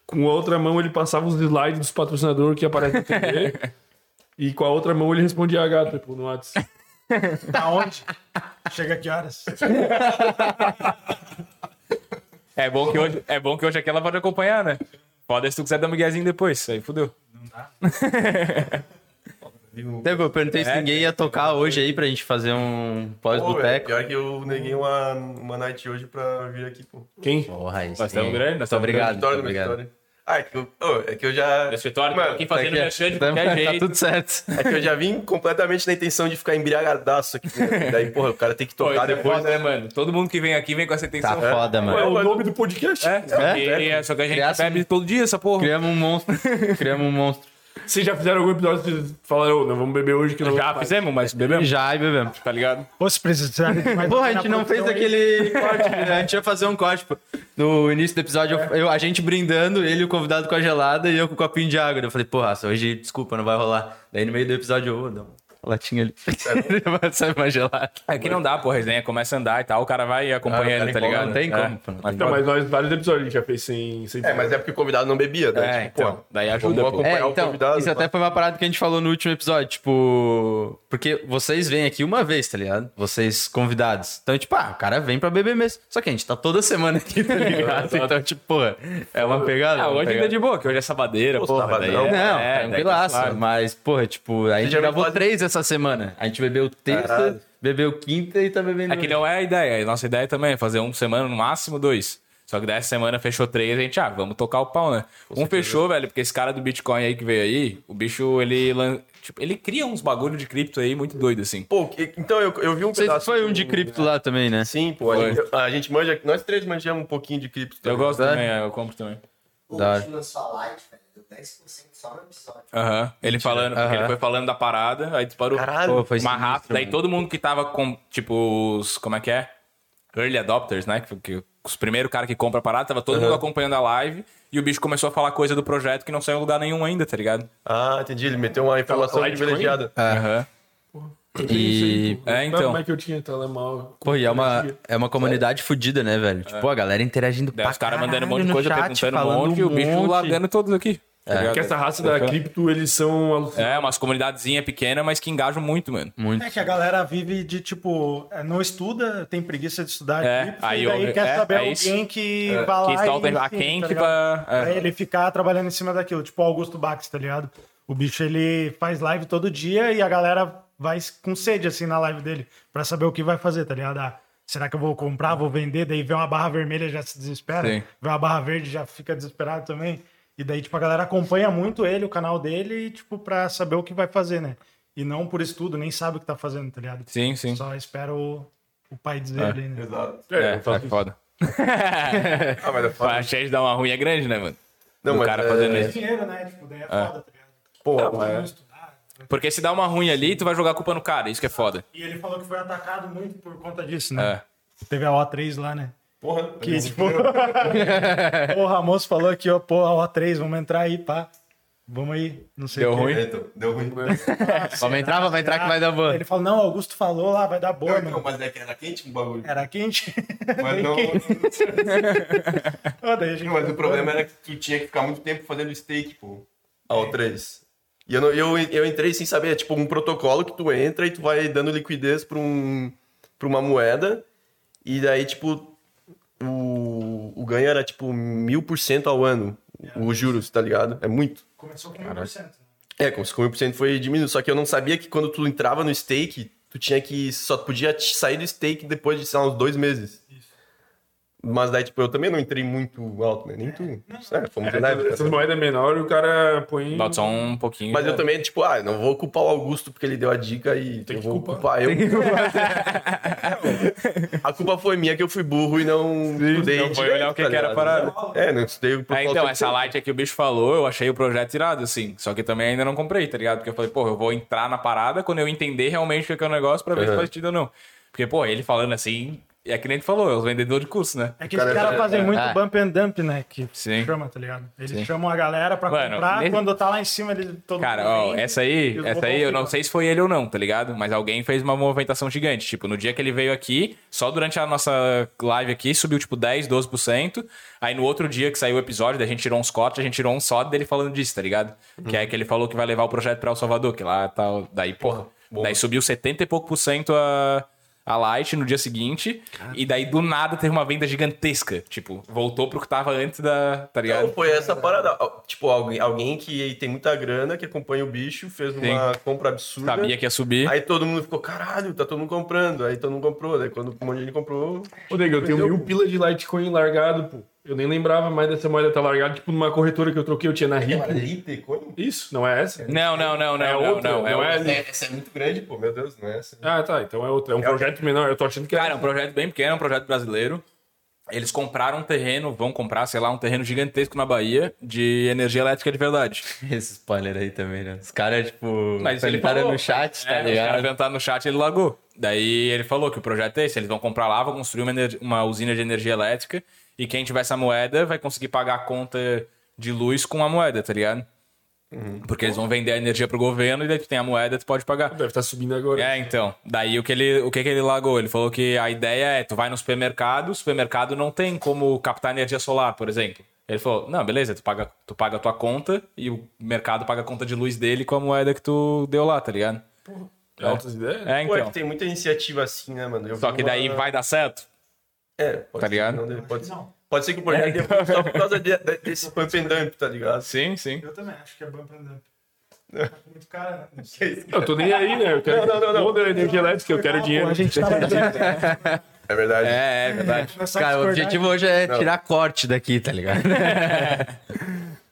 Speaker 6: com a outra mão ele passava os slides dos patrocinadores que aparecem na TV. E com a outra mão ele respondia a gata, pô, no WhatsApp.
Speaker 5: Aonde? Tá Chega que horas?
Speaker 3: É bom que hoje, é bom que hoje aqui ela pode acompanhar, né? Pode se tu quiser dar um guiazinho depois. Aí fudeu.
Speaker 1: Até eu perguntei se
Speaker 3: É,
Speaker 1: ninguém ia tocar hoje aí pra gente fazer um
Speaker 4: Pô, velho,
Speaker 1: pós-boteco.
Speaker 4: pior que eu neguei uma, uma night hoje pra vir aqui, pô.
Speaker 6: Quem?
Speaker 1: Porra, aí
Speaker 3: Nós um
Speaker 1: sim.
Speaker 3: estamos grandes,
Speaker 1: Muito
Speaker 3: nós estamos
Speaker 1: obrigado.
Speaker 4: Vitória
Speaker 1: Muito
Speaker 4: do meu
Speaker 1: obrigado.
Speaker 4: Vitória. Ah, é que eu, ô, é que eu já.
Speaker 3: Meu escritório,
Speaker 4: Mano,
Speaker 3: tô aqui fazendo
Speaker 1: Tá
Speaker 3: merchan de
Speaker 1: aqui, tá-
Speaker 3: qualquer
Speaker 1: Tá
Speaker 3: jeito.
Speaker 1: tudo certo.
Speaker 4: É que eu já vim completamente na intenção de ficar embriagadaço aqui. né? Daí, porra, o cara tem que
Speaker 3: Pô, isso
Speaker 4: tocar
Speaker 3: é
Speaker 4: depois.
Speaker 3: foda, né, mano? Todo mundo que vem aqui vem com essa
Speaker 1: Tá
Speaker 3: intenção.
Speaker 1: foda,
Speaker 6: É
Speaker 1: mano.
Speaker 6: o nome do podcast?
Speaker 3: É, só que- é, só que a gente
Speaker 1: Criasse-
Speaker 3: bebe todo dia essa porra.
Speaker 1: Criamos um monstro. Criamos um monstro.
Speaker 6: Vocês já fizeram algum episódio que vocês falaram, ô, não vamos beber hoje que não.
Speaker 3: Já fizemos, mas bebemos,
Speaker 1: Já, e bebemos.
Speaker 3: tá ligado?
Speaker 5: Ou se precisar. mas
Speaker 1: Porra, a
Speaker 5: na
Speaker 1: gente não fez
Speaker 5: produção aí-
Speaker 1: aquele corte, né? A gente ia fazer um corte. pô. No início do episódio, eu- eu- a gente brindando, ele, o convidado com a gelada e eu com o copinho de água. Daí Eu falei, porra, só hoje, desculpa, não vai rolar. Daí no meio do episódio, eu vou dar uma latinha ali. Sai mais gelada.
Speaker 3: Aqui É não dá, pô, a resenha começa a andar e tal, o cara vai acompanhando, tá ligado?
Speaker 1: Não tem
Speaker 3: É.
Speaker 1: como. pô, não tem
Speaker 6: Não,
Speaker 1: como.
Speaker 6: mas nós vários episódios a gente já fez sem. sem
Speaker 4: É, mas é porque o convidado não bebia, daí,
Speaker 3: É,
Speaker 4: tipo,
Speaker 3: então,
Speaker 4: pô,
Speaker 3: daí
Speaker 4: vamos
Speaker 3: ajuda, pô.
Speaker 4: acompanhar
Speaker 1: É,
Speaker 4: o
Speaker 1: então,
Speaker 4: convidado.
Speaker 3: né?
Speaker 1: isso
Speaker 4: pá.
Speaker 1: até foi uma parada que a gente falou no último episódio, tipo... Porque vocês vêm aqui uma vez, tá ligado? Vocês convidados. Então, tipo, ah, o cara vem pra beber mesmo. Só que a gente tá toda semana aqui, tá ligado? então, tipo, porra, é uma pegada.
Speaker 3: Ah,
Speaker 1: uma
Speaker 3: hoje ainda
Speaker 1: pegada.
Speaker 3: é de boa, que hoje é sabadeira,
Speaker 4: Pô,
Speaker 3: pô.
Speaker 4: sabadão.
Speaker 1: Não,
Speaker 3: é,
Speaker 1: tranquilaço.
Speaker 3: daí tá suave.
Speaker 1: Mas, porra, tipo, a gente
Speaker 4: já me
Speaker 1: gravou
Speaker 4: faz-
Speaker 1: três essa semana. A gente bebeu terça,
Speaker 4: Caralho.
Speaker 1: bebeu quinta e tá bebendo.
Speaker 3: Aqui não é a ideia. A nossa ideia também é fazer um semana, no máximo dois. Só que dessa semana fechou três, a gente, ah, vamos tocar o pau, né? um fechou, velho, porque esse cara do Bitcoin aí que veio aí, o bicho, ele lan- tipo, ele cria uns bagulho de cripto aí muito doido, assim.
Speaker 4: Pô, que- então eu, eu vi um
Speaker 1: Você
Speaker 4: pedaço.
Speaker 1: foi
Speaker 4: do-
Speaker 1: um de cripto lá também, né?
Speaker 4: Sim, pô. A gente, a gente manja. Nós três manjamos um pouquinho de cripto. né?
Speaker 3: Eu
Speaker 4: também.
Speaker 3: gosto
Speaker 1: Tá.
Speaker 3: também, eu compro também.
Speaker 8: O
Speaker 1: Da hora.
Speaker 8: último lançou a live, velho. Deu 10% só no episódio.
Speaker 3: Aham. Ele falando, porque ele foi falando da parada, aí disparou
Speaker 4: Caralho.
Speaker 1: Pô, foi
Speaker 3: uma
Speaker 1: sinistro,
Speaker 3: rápida. Daí todo mundo que tava com, tipo, os. Como é que é? Early adopters, né? Que, que os primeiros caras que compra a parada, tava todo mundo acompanhando a live. E o bicho começou a falar coisa do projeto que não saiu em lugar nenhum ainda, tá ligado?
Speaker 4: Ah, entendi. Ele meteu uma informação
Speaker 6: Litecoin?
Speaker 4: privilegiada.
Speaker 1: É.
Speaker 3: Aham.
Speaker 6: Eu tenho isso aí, pô.
Speaker 3: É,
Speaker 6: Sabe
Speaker 3: então.
Speaker 6: Como é que eu tinha telemóvel?
Speaker 1: Pô, e é uma, é uma comunidade fodida, né, velho? Tipo, a galera interagindo
Speaker 3: É. Daí
Speaker 1: pra
Speaker 3: os caras
Speaker 1: caralho
Speaker 3: mandando um monte de
Speaker 1: no
Speaker 3: coisa,
Speaker 1: chat,
Speaker 3: perguntando um
Speaker 1: falando
Speaker 3: monte, e o bicho
Speaker 1: monte. É.
Speaker 3: largando todos aqui. tá ligado?
Speaker 6: Porque essa raça da cripto, eles são
Speaker 1: Uhum.
Speaker 6: alucinados.
Speaker 3: É, umas comunidadezinhas pequenas, mas que engajam muito, mano.
Speaker 5: É que a galera vive de tipo, é, não estuda, tem preguiça de estudar
Speaker 3: É,
Speaker 5: cripto,
Speaker 3: aí
Speaker 5: e daí
Speaker 3: eu-
Speaker 5: quer
Speaker 3: é,
Speaker 5: saber
Speaker 3: é
Speaker 5: alguém
Speaker 3: isso.
Speaker 5: que vá lá
Speaker 3: Que
Speaker 5: e,
Speaker 3: salta a
Speaker 5: enfim,
Speaker 3: quem
Speaker 5: tá
Speaker 3: que
Speaker 5: ligado?
Speaker 3: vai. é.
Speaker 5: Pra ele ficar trabalhando em cima daquilo, tipo o Augusto Bax, tá ligado? O bicho ele faz live todo dia e a galera vai com sede assim na live dele pra saber o que vai fazer, tá ligado? Ah, será que eu vou comprar, vou vender? Daí vê uma barra vermelha já se desespera,
Speaker 3: Sim.
Speaker 5: vê uma barra verde já fica desesperado também. E daí, tipo, a galera acompanha muito ele, o canal dele, e, tipo, pra saber o que vai fazer, né? E não por estudo, nem sabe o que tá fazendo, tá ligado?
Speaker 3: Sim, sim.
Speaker 5: Só espera o, o pai dizer ali, né?
Speaker 9: Exato.
Speaker 3: É, é, foda.
Speaker 4: Ah, mas é
Speaker 3: A
Speaker 4: foda.
Speaker 3: chance de dar uma ruim é grande, né, mano?
Speaker 4: Não,
Speaker 3: do
Speaker 4: mas
Speaker 3: cara
Speaker 4: é-
Speaker 3: fazendo isso.
Speaker 5: Dinheiro, né? Tipo, daí é foda, tá ligado?
Speaker 4: Pô,
Speaker 3: é.
Speaker 5: Não estudar.
Speaker 3: Porque se dá uma ruim ali, tu vai jogar a culpa no cara. Isso que é foda.
Speaker 5: E ele falou que foi atacado muito por conta disso, né?
Speaker 3: É.
Speaker 5: Teve a O3 lá, né?
Speaker 9: Porra.
Speaker 5: Que tipo. porra, a moça falou aqui, ó, pô, a O3, vamos entrar aí, pá. Vamos aí, não sei
Speaker 3: Deu
Speaker 5: o quê.
Speaker 3: ruim.
Speaker 9: É, então, deu ruim.
Speaker 1: Vamos entrar, vamos entrar que vai dar boa.
Speaker 5: Ele falou, não, Augusto falou lá, vai dar boa,
Speaker 9: Não, não,
Speaker 5: mano.
Speaker 9: mas é que era quente o bagulho.
Speaker 5: Era quente.
Speaker 9: Mas, não,
Speaker 5: Ó, daí a gente-
Speaker 9: mas o problema era que tu tinha que ficar muito tempo fazendo steak, pô.
Speaker 4: Ah, o 3. E eu, não- eu, eu entrei sem saber, é tipo um protocolo que tu entra e tu vai dando liquidez pra, um, pra uma moeda. E daí, tipo, o, o ganho era tipo mil por cento ao ano,
Speaker 9: É.
Speaker 4: os juros, tá ligado? É muito.
Speaker 5: Começou com 1%.
Speaker 4: É, como se com mil por cento foi diminuindo. Só que eu não sabia que quando tu entrava no stake, tu tinha que. Só podia t- sair do stake depois de, sei lá, uns dois meses. Mas daí, tipo, eu também não entrei muito alto, né? Nem tu. É, fomos de leve,
Speaker 6: Essas
Speaker 4: cara.
Speaker 6: moedas menores, o cara põe.
Speaker 3: Bota só um pouquinho.
Speaker 4: Mas eu também, tipo, ah, não vou culpar o Augusto porque ele deu a dica e eu vou culpar, eu. a culpa foi minha que eu fui burro e não estudei. tá
Speaker 3: não foi olhar o que que era a
Speaker 4: ligado?
Speaker 3: parada.
Speaker 4: É, não estudei o
Speaker 3: Ah, então, essa light aqui o bicho falou, eu achei o projeto irado, assim. Só que também ainda não comprei, tá ligado? Porque eu falei, pô, eu vou entrar na parada quando eu entender realmente o que é que é o negócio pra ver se
Speaker 4: Uhum.
Speaker 3: faz sentido ou não. Porque, pô, ele falando assim, é que nem tu falou, é os vendedores de curso, né?
Speaker 5: É que os caras fazem muito bump and dump, né? Que
Speaker 3: Ah. Sim.
Speaker 5: chama, tá ligado? Eles chamam a galera pra
Speaker 3: Mano,
Speaker 5: comprar,
Speaker 3: mesmo-
Speaker 5: quando tá lá em cima ele todo
Speaker 3: Cara,
Speaker 5: mundo
Speaker 3: ó,
Speaker 5: vem.
Speaker 3: essa aí,
Speaker 5: Eu
Speaker 3: essa
Speaker 5: vou
Speaker 3: aí, eu
Speaker 5: confirmar.
Speaker 3: não sei se foi ele ou não, tá ligado? Mas alguém fez uma movimentação gigante. Tipo, no dia que ele veio aqui, só durante a nossa live aqui, subiu tipo 10, 12%. Aí no outro dia que saiu o episódio, daí a gente tirou uns cortes, a gente tirou um só dele falando disso, tá ligado? Que é que ele falou que vai levar o projeto pra El Salvador, que lá tá. o- Daí, porra. Daí subiu 70 e pouco por cento a. A Light no dia seguinte, e daí do nada teve uma venda gigantesca. Tipo, voltou pro que tava antes da. Tá ligado?
Speaker 4: Não, foi essa parada. Tipo, alguém, alguém que tem muita grana, que acompanha o bicho, fez uma compra absurda.
Speaker 3: Sabia que ia subir.
Speaker 4: Aí todo mundo ficou, caralho, tá todo mundo comprando. Aí todo mundo comprou. Daí quando um monte de gente comprou.
Speaker 6: Ô, Diego, eu tenho mil um pila de Litecoin largado, pô. Eu nem lembrava mais dessa moeda tá largada, tipo, numa corretora que eu troquei, eu tinha na RIP.
Speaker 10: Litecoin?
Speaker 6: Isso, não é essa?
Speaker 3: Não, não, não, não,
Speaker 6: É
Speaker 3: não,
Speaker 6: outra,
Speaker 3: não. É
Speaker 6: não
Speaker 3: outra.
Speaker 6: é
Speaker 10: Essa é- Essa é muito grande, pô. Meu Deus, não é essa.
Speaker 6: Ah, tá, então é outra. É um projeto menor, eu tô achando que é.
Speaker 3: Cara, é um projeto bem pequeno, é um projeto brasileiro. Eles compraram um terreno, vão comprar, sei lá, um terreno gigantesco na Bahia de energia elétrica de verdade.
Speaker 1: Esse spoiler aí também, né? Os caras, tipo,
Speaker 3: Mas ele
Speaker 1: plantaram
Speaker 3: falou.
Speaker 1: no chat, tá
Speaker 3: é, os caras
Speaker 1: ligado?
Speaker 3: inventaram no chat ele largou. Daí ele falou que o projeto é esse, eles vão comprar lá, vão construir uma, ener- uma usina de energia elétrica e quem tiver essa moeda vai conseguir pagar a conta de luz com a moeda, tá ligado?
Speaker 1: Uhum.
Speaker 3: Porque eles vão vender a energia pro governo e daí tu tem a moeda, tu pode pagar.
Speaker 6: Deve estar subindo agora.
Speaker 3: É, então. Daí o que ele, o que que ele largou? Ele falou que a ideia é tu vai no supermercado, o supermercado não tem como captar energia solar, por exemplo. Ele falou, não, beleza, tu paga, tu paga a tua conta e o mercado paga a conta de luz dele com a moeda que tu deu lá, tá ligado?
Speaker 6: Altas ideias.
Speaker 3: É,
Speaker 4: Pô, é
Speaker 3: então.
Speaker 4: que tem muita iniciativa assim, né, mano? Eu
Speaker 3: Só
Speaker 4: vi
Speaker 3: que daí
Speaker 4: uma-
Speaker 3: vai dar certo?
Speaker 4: É, pode
Speaker 3: Tá
Speaker 4: ser
Speaker 3: ligado? É,
Speaker 4: que não dê- pode, ser- pode ser que o projeto dê ruim só por causa de- de- desse
Speaker 3: então.
Speaker 4: pump and dump, tá ligado?
Speaker 3: Sim, sim.
Speaker 5: Eu também acho que é bump and dump. Tá com Muito cara, né? não sei.
Speaker 6: Eu tô nem aí, né? Eu quero
Speaker 4: Não, não, não, não.
Speaker 6: toda a energia elétrica, eu quero
Speaker 5: Pô,
Speaker 6: dinheiro.
Speaker 5: A gente tá tava
Speaker 4: É verdade.
Speaker 3: É, é verdade.
Speaker 5: começando a
Speaker 1: Cara, o
Speaker 5: discordar.
Speaker 1: objetivo hoje é tirar corte daqui, tá ligado?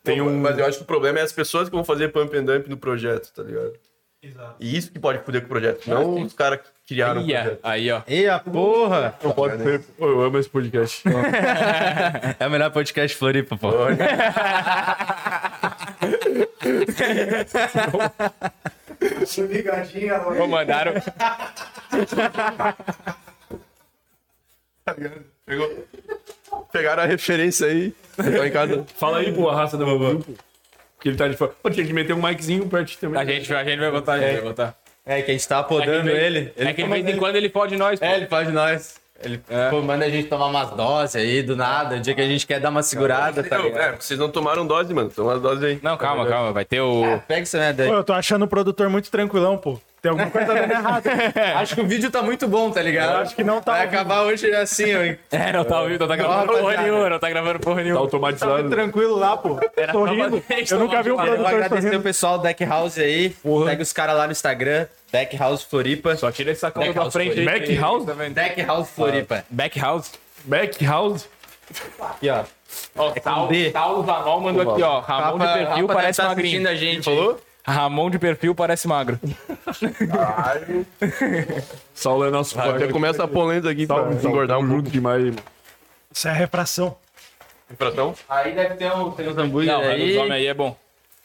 Speaker 4: Tem um... Mas eu acho que o problema é as pessoas que vão fazer pump and dump no projeto, tá ligado?
Speaker 5: Exato.
Speaker 4: E isso que pode foder com o projeto,
Speaker 3: Ah,
Speaker 4: não os caras que criaram
Speaker 3: Aí,
Speaker 4: o
Speaker 3: é.
Speaker 4: projeto.
Speaker 3: Aí, ó.
Speaker 7: E a porra!
Speaker 6: Não pode ser. Pô, eu amo esse podcast.
Speaker 1: É o melhor podcast Floripa, pô.
Speaker 5: Ligadinha, ela
Speaker 3: Pô, mandaram,
Speaker 4: Pegou... Pegaram a referência aí. Tô em casa.
Speaker 6: Fala aí, pô, a raça da babá. Porque ele tá de fora. Pô, tinha que meter um miczinho pra ti também. né?
Speaker 3: a Tá, gente, a gente vai botar, a gente vai botar.
Speaker 1: É, que a gente tá apodando
Speaker 3: É que
Speaker 1: ele. ele.
Speaker 3: é que de vez em quando ele pode nós, pô.
Speaker 1: É, ele pode nós. Ele pô, manda a gente tomar umas doses aí, do nada, o dia que a gente quer dar uma segurada, tá
Speaker 4: Não,
Speaker 1: ligado?
Speaker 4: é, vocês não tomaram dose, mano. Toma as doses aí.
Speaker 3: Não, calma, calma. Vai ter o.
Speaker 1: Pega essa merda aí.
Speaker 5: Pô, eu tô achando o produtor muito tranquilão, pô. Tem alguma coisa dando errado.
Speaker 1: Acho que o vídeo tá muito bom, tá ligado?
Speaker 5: acho que não tá
Speaker 1: Vai
Speaker 5: ouvindo.
Speaker 1: acabar hoje assim, ó.
Speaker 3: É, não tá ouvindo, não tá
Speaker 1: gravando porra nenhuma,
Speaker 3: não tá gravando porra
Speaker 6: Tá
Speaker 3: nenhuma. tá
Speaker 5: Tava
Speaker 6: automatizado.
Speaker 5: tranquilo lá, pô. Sorrindo. Eu nunca vi um
Speaker 1: Eu
Speaker 5: produtor
Speaker 1: agradecer Então o
Speaker 5: sorrindo.
Speaker 1: pessoal do Deck House aí. Segue os caras lá no Instagram, Deck House Floripa.
Speaker 3: Só tira esse sacão da tua
Speaker 1: Backhouse,
Speaker 3: frente aí.
Speaker 6: Mac House?
Speaker 1: Deck House Floripa.
Speaker 3: Backhouse? É
Speaker 6: Mac House?
Speaker 1: Aqui, ó.
Speaker 3: Ó, Saulo
Speaker 1: D.
Speaker 3: Saulo Zanol mandou aqui, ó. Ramon Ah, de
Speaker 1: Rafa-
Speaker 3: perfil
Speaker 1: Rafa
Speaker 3: parece
Speaker 1: deve tá assistindo
Speaker 3: magrinho.
Speaker 1: a gente.
Speaker 3: Ramon de perfil parece magro.
Speaker 6: Saulo é nosso pai.
Speaker 4: Já começa a polêmica aqui pra
Speaker 6: Saulo, Saulo,
Speaker 4: engordar um
Speaker 6: junto demais, mano.
Speaker 5: Isso é refração.
Speaker 4: pouco.
Speaker 1: Aí deve ter um, tem uns hambúrguer
Speaker 3: Não, mas os
Speaker 1: aí.
Speaker 3: homens aí é bom.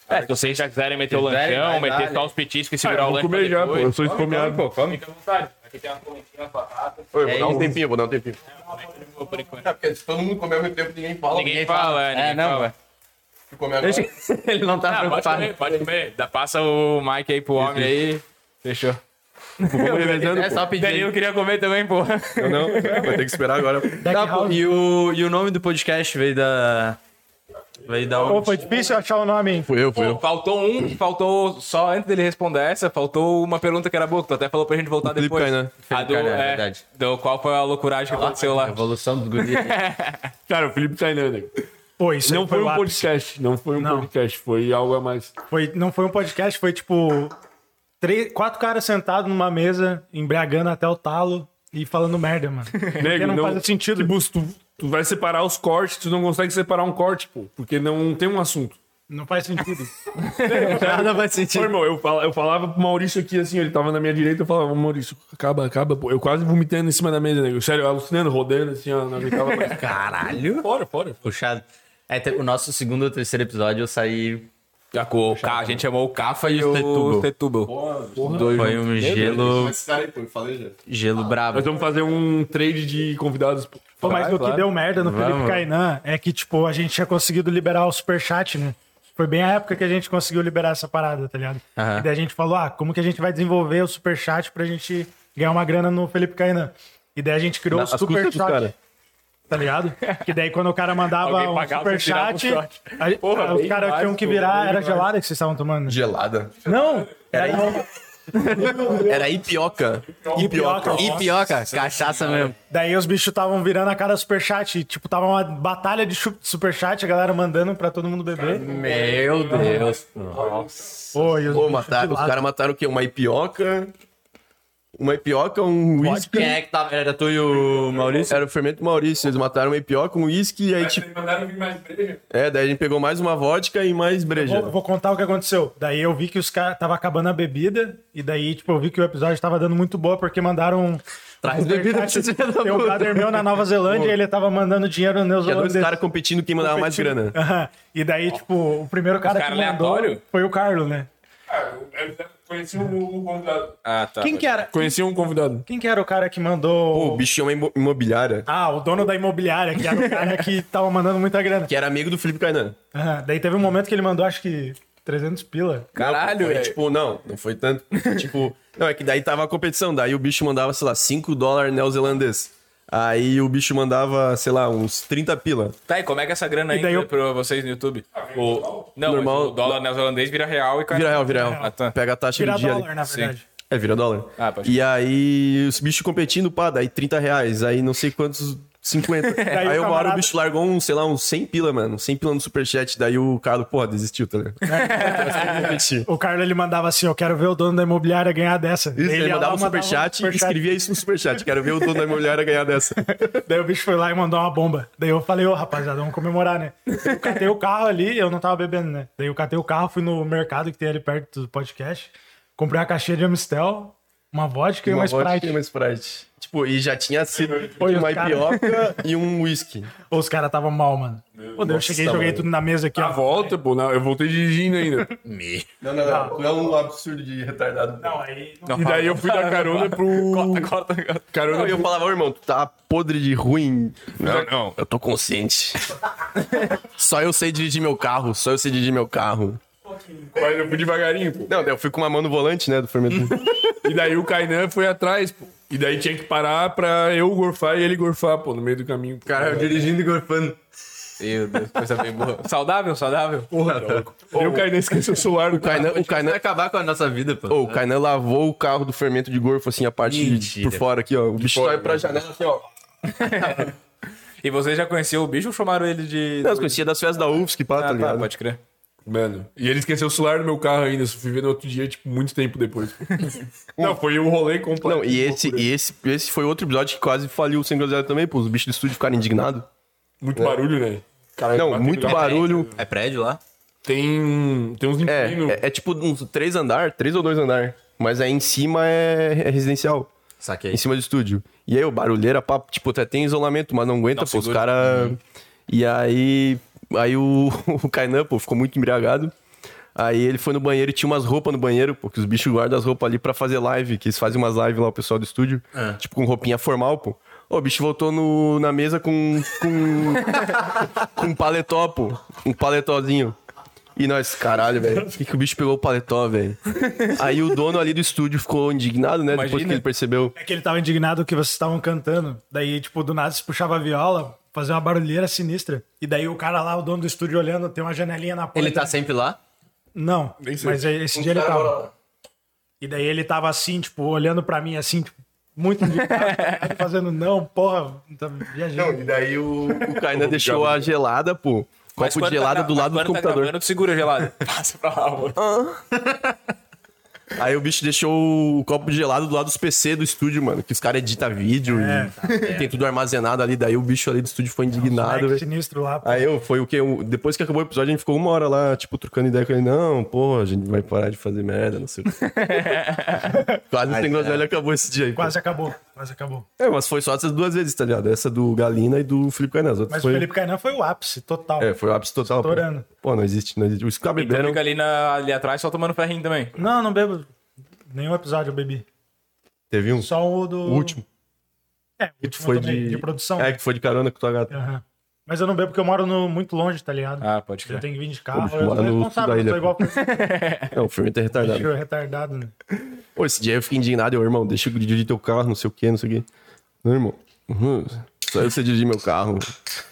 Speaker 3: É, se vocês já quiserem meter o
Speaker 1: Quiserem,
Speaker 3: lanchão,
Speaker 1: vai lá,
Speaker 3: meter
Speaker 1: né?
Speaker 3: só os petiscos e
Speaker 6: Ah,
Speaker 3: segurar o
Speaker 6: eu vou
Speaker 3: lanche pra
Speaker 6: comer já, pô. Eu
Speaker 3: depois.
Speaker 6: sou esfomeado.
Speaker 1: come.
Speaker 3: Fica à vontade. Aqui tem uma polentinha, batata. tá
Speaker 4: Oi, vou
Speaker 1: É
Speaker 4: dar um
Speaker 1: isso.
Speaker 4: tempinho, vou dar um tempinho.
Speaker 3: Por enquanto.
Speaker 10: Tá, porque se todo mundo comer ao mesmo tempo, ninguém fala.
Speaker 3: Ninguém fala, né?
Speaker 1: É, não, vai.
Speaker 10: Tu come agora.
Speaker 1: Ele não tá
Speaker 3: Ah, pode
Speaker 1: preocupado.
Speaker 3: comer, pode comer. Dá- Passa o mic aí pro homem aí. Fechou.
Speaker 1: é só pedir.
Speaker 3: Danilo queria comer também, pô.
Speaker 4: Eu não, vai ter que esperar agora.
Speaker 1: Tá, pô, e, o, e o nome do podcast veio da. Veio da
Speaker 5: Pô,
Speaker 1: onde?
Speaker 5: foi difícil achar o nome, hein?
Speaker 4: Fui eu, fui eu.
Speaker 3: Faltou um, faltou só antes dele responder essa, faltou uma pergunta que era boa, que tu até falou pra gente voltar
Speaker 4: Felipe
Speaker 3: depois.
Speaker 4: Kainan.
Speaker 3: A do,
Speaker 1: Kainan, é
Speaker 3: é,
Speaker 1: verdade.
Speaker 3: do qual foi a loucuragem que aconteceu lá.
Speaker 1: Evolução dos guris.
Speaker 6: Cara, o Felipe Tainan, né?
Speaker 5: Pô, isso aí
Speaker 6: Não foi
Speaker 5: o
Speaker 6: um
Speaker 5: ápice.
Speaker 6: podcast, não foi um
Speaker 5: Não.
Speaker 6: podcast, foi algo a mais.
Speaker 5: Foi, não foi um podcast, foi tipo. Três, quatro caras sentados numa mesa, embriagando até o talo e falando merda, mano. Porque
Speaker 6: Nego,
Speaker 5: não,
Speaker 6: não-
Speaker 5: faz sentido.
Speaker 6: Que busto. Tu vai separar os cortes, tu não consegue separar um corte, pô, porque não tem um assunto.
Speaker 5: Não faz sentido.
Speaker 1: Nada vai
Speaker 6: Ô,
Speaker 1: sentir.
Speaker 6: irmão, eu, fala- eu falava pro Maurício aqui assim, ele tava na minha direita, eu falava, Maurício, acaba, acaba, pô. Eu quase vomitando em cima da mesa, nego. Sério, eu alucinando, rodando assim, ó, não aguentava mais.
Speaker 1: Caralho.
Speaker 6: Fora, fora.
Speaker 1: Puxado. É, te- o nosso segundo ou terceiro episódio eu saí.
Speaker 3: Já com o Ca- a gente chamou o Cafa e,
Speaker 1: E o
Speaker 3: o
Speaker 1: Setúbal.
Speaker 3: Tetubal.
Speaker 1: Foi um gelo.
Speaker 10: Esse cara aí, pô, eu falei já.
Speaker 1: Gelo
Speaker 3: Ah,
Speaker 1: brabo.
Speaker 6: Nós vamos fazer um trade de convidados. pô.
Speaker 5: Pô, mas o que
Speaker 6: um
Speaker 5: deu merda no Felipe
Speaker 1: Vamos.
Speaker 5: Kainan é que, tipo, a gente tinha conseguido liberar o superchat, né? Foi bem a época que a gente conseguiu liberar essa parada, tá ligado? E daí a gente falou, ah, como que a gente vai desenvolver o superchat pra gente ganhar uma grana no Felipe Kainan? E daí a gente criou o
Speaker 4: As custas dos
Speaker 5: superchat,
Speaker 4: caras.
Speaker 5: tá ligado? Que daí quando o cara mandava
Speaker 6: Alguém
Speaker 5: um
Speaker 6: pagava pra tirar um
Speaker 5: superchat,
Speaker 6: shot.
Speaker 5: a-
Speaker 6: Porra,
Speaker 5: a- os
Speaker 6: bem
Speaker 5: caras
Speaker 6: mais,
Speaker 5: tinham que
Speaker 6: pô,
Speaker 5: virar,
Speaker 6: bem
Speaker 5: era
Speaker 6: mais.
Speaker 5: gelada que vocês estavam tomando?
Speaker 10: Gelada.
Speaker 5: Não, era
Speaker 1: Era ipioca.
Speaker 5: Ipioca.
Speaker 1: Ipioca, cachaça mesmo.
Speaker 5: Daí os bichos estavam virando a cara do superchat. E, tipo, tava uma batalha de chu- superchat, a galera mandando pra todo mundo beber.
Speaker 1: Meu Deus.
Speaker 5: Pô, e os
Speaker 4: Pô,
Speaker 5: bichos
Speaker 4: mataram, os
Speaker 5: de lado.
Speaker 4: caras mataram o quê? Uma ipioca? Uma ipioca, um
Speaker 1: Pode,
Speaker 4: uísque.
Speaker 1: quem é que tava? Era tu e o Maurício?
Speaker 4: Era o fermento Maurício. Eles mataram uma ipioca, um uísque, e aí tipo.
Speaker 6: mandaram vir mais né? breja.
Speaker 4: É, daí a gente pegou mais uma vodka e mais breja.
Speaker 5: Vou, vou contar o que aconteceu. Daí eu vi que os caras tava acabando a bebida. E daí, tipo, eu vi que o episódio tava dando muito boa porque mandaram. um
Speaker 1: Traz bebida pra vocês verem da
Speaker 5: Tem um
Speaker 1: puta.
Speaker 5: brother meu na Nova Zelândia e ele tava mandando dinheiro nos
Speaker 4: Tinha é dois
Speaker 5: neozelandeses.
Speaker 4: caras competindo quem mandava mais grana.
Speaker 5: Aham. E daí, tipo, o primeiro cara que
Speaker 3: cara
Speaker 5: mandou
Speaker 3: aleatório?
Speaker 5: foi o Carlos, né?
Speaker 6: Conheci um convidado.
Speaker 3: Ah, tá.
Speaker 5: Quem que era?
Speaker 6: Conheci um convidado.
Speaker 5: Quem que era o cara que mandou.
Speaker 4: Pô, o bicho é uma imo- imobiliária.
Speaker 5: Ah, o dono da imobiliária, que era o cara que tava mandando muita grana.
Speaker 4: Que era amigo do Felipe Kainan.
Speaker 5: Aham, Daí teve um momento que ele mandou, acho que 300 pila.
Speaker 3: Caralho,
Speaker 4: Foi,
Speaker 3: velho.
Speaker 4: Tipo, não, não foi tanto. tipo, não, é que daí tava a competição. Daí o bicho mandava, sei lá, 5 dólares neozelandês. Aí o bicho mandava, sei lá, uns 30 pila.
Speaker 3: Tá, e como é que essa grana
Speaker 5: E daí
Speaker 3: ainda
Speaker 5: eu-
Speaker 3: pra vocês no YouTube? O... Não,
Speaker 4: Normal.
Speaker 3: mas o dólar neozelandês vira real e cai.
Speaker 4: Vira real, vira real.
Speaker 3: Ah, tá.
Speaker 4: Pega a taxa
Speaker 5: Virar
Speaker 4: do dia
Speaker 5: dólar, né?
Speaker 4: ali.
Speaker 5: na verdade.
Speaker 4: É, vira dólar.
Speaker 3: Ah, pode
Speaker 4: e aí os bichos competindo, pá, daí 30 reais. Aí não sei quantos... 50.
Speaker 5: o
Speaker 4: aí uma hora
Speaker 5: camarada-
Speaker 4: o bicho largou um, sei lá, uns 100 pila, mano. 100 pila no superchat. Daí o Carlos, porra, desistiu, tá ligado?
Speaker 5: O Carlos ele mandava assim: Eu quero ver o dono da imobiliária ganhar dessa.
Speaker 4: Isso,
Speaker 5: ia
Speaker 4: ele
Speaker 5: lá,
Speaker 4: mandava um superchat e escrevia isso no superchat. Quero ver o dono da imobiliária ganhar dessa.
Speaker 5: Daí o bicho foi lá e mandou uma bomba. Daí eu falei: Ô rapaziada, vamos comemorar, né? Eu catei o carro ali, eu não tava bebendo, né? Daí eu catei o carro, fui no mercado que tem ali perto do podcast, comprei uma caixinha de Amistel, uma vodka e uma,
Speaker 4: vodka
Speaker 5: Sprite.
Speaker 4: e uma Sprite. Tipo, e já tinha sido
Speaker 5: Foi
Speaker 4: uma
Speaker 5: os cara-
Speaker 4: ipioca e um whisky.
Speaker 5: Ô, Os caras estavam mal, mano. Pô, daí eu cheguei e joguei
Speaker 4: mano.
Speaker 5: tudo na mesa aqui,
Speaker 4: Tá
Speaker 6: A
Speaker 5: ó.
Speaker 6: volta, pô, não, eu voltei dirigindo ainda.
Speaker 10: Não, não, não. Tu é um absurdo de retardado.
Speaker 5: Não, aí.
Speaker 6: E daí eu fui dar carona pro. Corta, corta, corta. Carona
Speaker 4: Uh. Eu falava, ô irmão, tu tá podre de ruim.
Speaker 6: Não, não.
Speaker 4: Eu tô consciente. só eu sei dirigir meu carro, só eu sei dirigir meu carro.
Speaker 6: Mas eu fui devagarinho, pô.
Speaker 4: Não, daí eu fui com uma mão no volante, né, do fermento.
Speaker 6: E daí o Kainan foi atrás, pô. E daí tinha que parar pra eu gorfar e ele gorfar, pô, no meio do caminho. Pô.
Speaker 1: Cara, eu dirigindo e gorfando.
Speaker 3: Meu Deus, coisa bem boa. Saudável, saudável.
Speaker 6: Daí o Kainan esqueceu o celular do Kainan.
Speaker 4: Kainan- o
Speaker 1: Vai
Speaker 4: Kainan...
Speaker 1: acabar com a nossa vida, pô.
Speaker 4: Ô, o Kainan lavou o carro do fermento de gorfo, assim, a parte de-
Speaker 1: Mentira.
Speaker 4: por fora aqui, ó. O bicho sai pra janela assim, ó.
Speaker 3: E vocês já conheciam o bicho ou chamaram ele de.
Speaker 4: Não, eu conhecia das festas da UFSC, pá, tá
Speaker 3: Ah, tá,
Speaker 4: ligado?
Speaker 3: pode crer.
Speaker 6: Mano, e ele esqueceu o celular no meu carro ainda. Eu só fui ver no outro dia, tipo, muito tempo depois. não, foi um rolê completo.
Speaker 4: Não, e esse, e esse, esse foi outro episódio que quase faliu o Sem Groselha também, pô. Os bichos do estúdio ficaram indignados. é.
Speaker 6: Muito barulho, né?
Speaker 4: Não, muito barulho.
Speaker 1: É prédio lá?
Speaker 6: Tem, um, tem uns
Speaker 4: É,
Speaker 1: né?
Speaker 6: inquilinos.
Speaker 4: é, é tipo uns três andar, três ou dois andar. Mas aí em cima é, é residencial,
Speaker 1: Saquei.
Speaker 4: em cima do estúdio. E aí o barulheira, pá, tipo, até tem isolamento, mas não aguenta, pô, os caras... E aí, aí o, o Kainan, pô, ficou muito embriagado. Aí ele foi no banheiro e tinha umas roupas no banheiro, pô, que os bichos guardam as roupas ali pra fazer live, que eles fazem umas lives lá, o pessoal do estúdio, tipo com roupinha formal, pô. Ô, o bicho voltou no, na mesa com, com, com um paletó, pô. Um paletózinho. E nós, caralho, velho, por que, que o bicho pegou o paletó, velho? Aí o dono ali do estúdio ficou indignado, né? Depois que ele percebeu.
Speaker 5: É que ele tava indignado que vocês estavam cantando. Daí, tipo, do nada se puxava a viola, fazia uma barulheira sinistra. E daí o cara lá, o dono do estúdio olhando, tem uma janelinha na porta.
Speaker 1: Ele
Speaker 4: assim?
Speaker 1: tá sempre lá?
Speaker 5: Não, mas é, esse dia ele tava. E daí ele tava assim, tipo, olhando pra mim assim, tipo, muito indignado, fazendo não, porra, tá viajando.
Speaker 4: E daí o, o Kainan deixou a gelada, pô.
Speaker 5: tá
Speaker 4: Copo de gelada do lado do computador.
Speaker 3: Tá gravando, tu segura a gelada. Passa pra lá, amor.
Speaker 4: Aí o bicho deixou o copo gelado do lado dos PC do estúdio, mano. Que os caras
Speaker 5: É,
Speaker 4: editam vídeo e
Speaker 5: tá,
Speaker 4: tem tudo armazenado ali. Daí o bicho ali do estúdio foi indignado,
Speaker 5: Moleque
Speaker 4: velho.
Speaker 5: sinistro lá. pô.
Speaker 4: Aí eu, foi o que? Depois que acabou o episódio, a gente ficou uma hora lá, tipo, trocando ideia com ele. Não, pô, a gente vai parar de fazer merda, não sei o quê. Quase o Tengroselho acabou esse dia aí. pô.
Speaker 5: é. Quase acabou, quase acabou.
Speaker 4: É, mas foi só essas duas vezes, tá ligado? Essa do Galina e do Felipe Cainã. As outras
Speaker 5: Mas
Speaker 4: foi...
Speaker 5: o Felipe Cainan foi o ápice total.
Speaker 4: É, foi o ápice total. pô.
Speaker 5: Estourando.
Speaker 4: Pô, não existe, não existe. Os caras
Speaker 3: Então
Speaker 4: beberam.
Speaker 3: fica ali, na- ali atrás só tomando ferrinho também.
Speaker 5: Não, não bebo nenhum episódio, eu bebi.
Speaker 4: Teve um.
Speaker 5: Só o do...
Speaker 4: O último.
Speaker 5: É, o
Speaker 4: Que tu
Speaker 5: último
Speaker 4: foi
Speaker 5: também,
Speaker 4: de...
Speaker 5: de produção.
Speaker 4: É, que tu foi de carona com tua gata.
Speaker 5: Aham. Mas eu não bebo porque eu moro no- muito longe, tá ligado?
Speaker 3: Ah, pode
Speaker 5: Eu
Speaker 3: crer.
Speaker 5: tenho que vir de carro.
Speaker 4: bicho,
Speaker 5: Eu
Speaker 4: mora
Speaker 5: sou
Speaker 4: no sul da
Speaker 5: responsável, eu
Speaker 4: ilha,
Speaker 5: sou igual
Speaker 4: Não, o filme é retardado.
Speaker 5: com retardado, né?
Speaker 4: Pô, esse dia eu fiquei indignado. Eu, irmão, deixa eu dirigir teu carro, não sei o quê, não sei o quê. Não, irmão. Uhum. Só eu sei dirigir meu carro.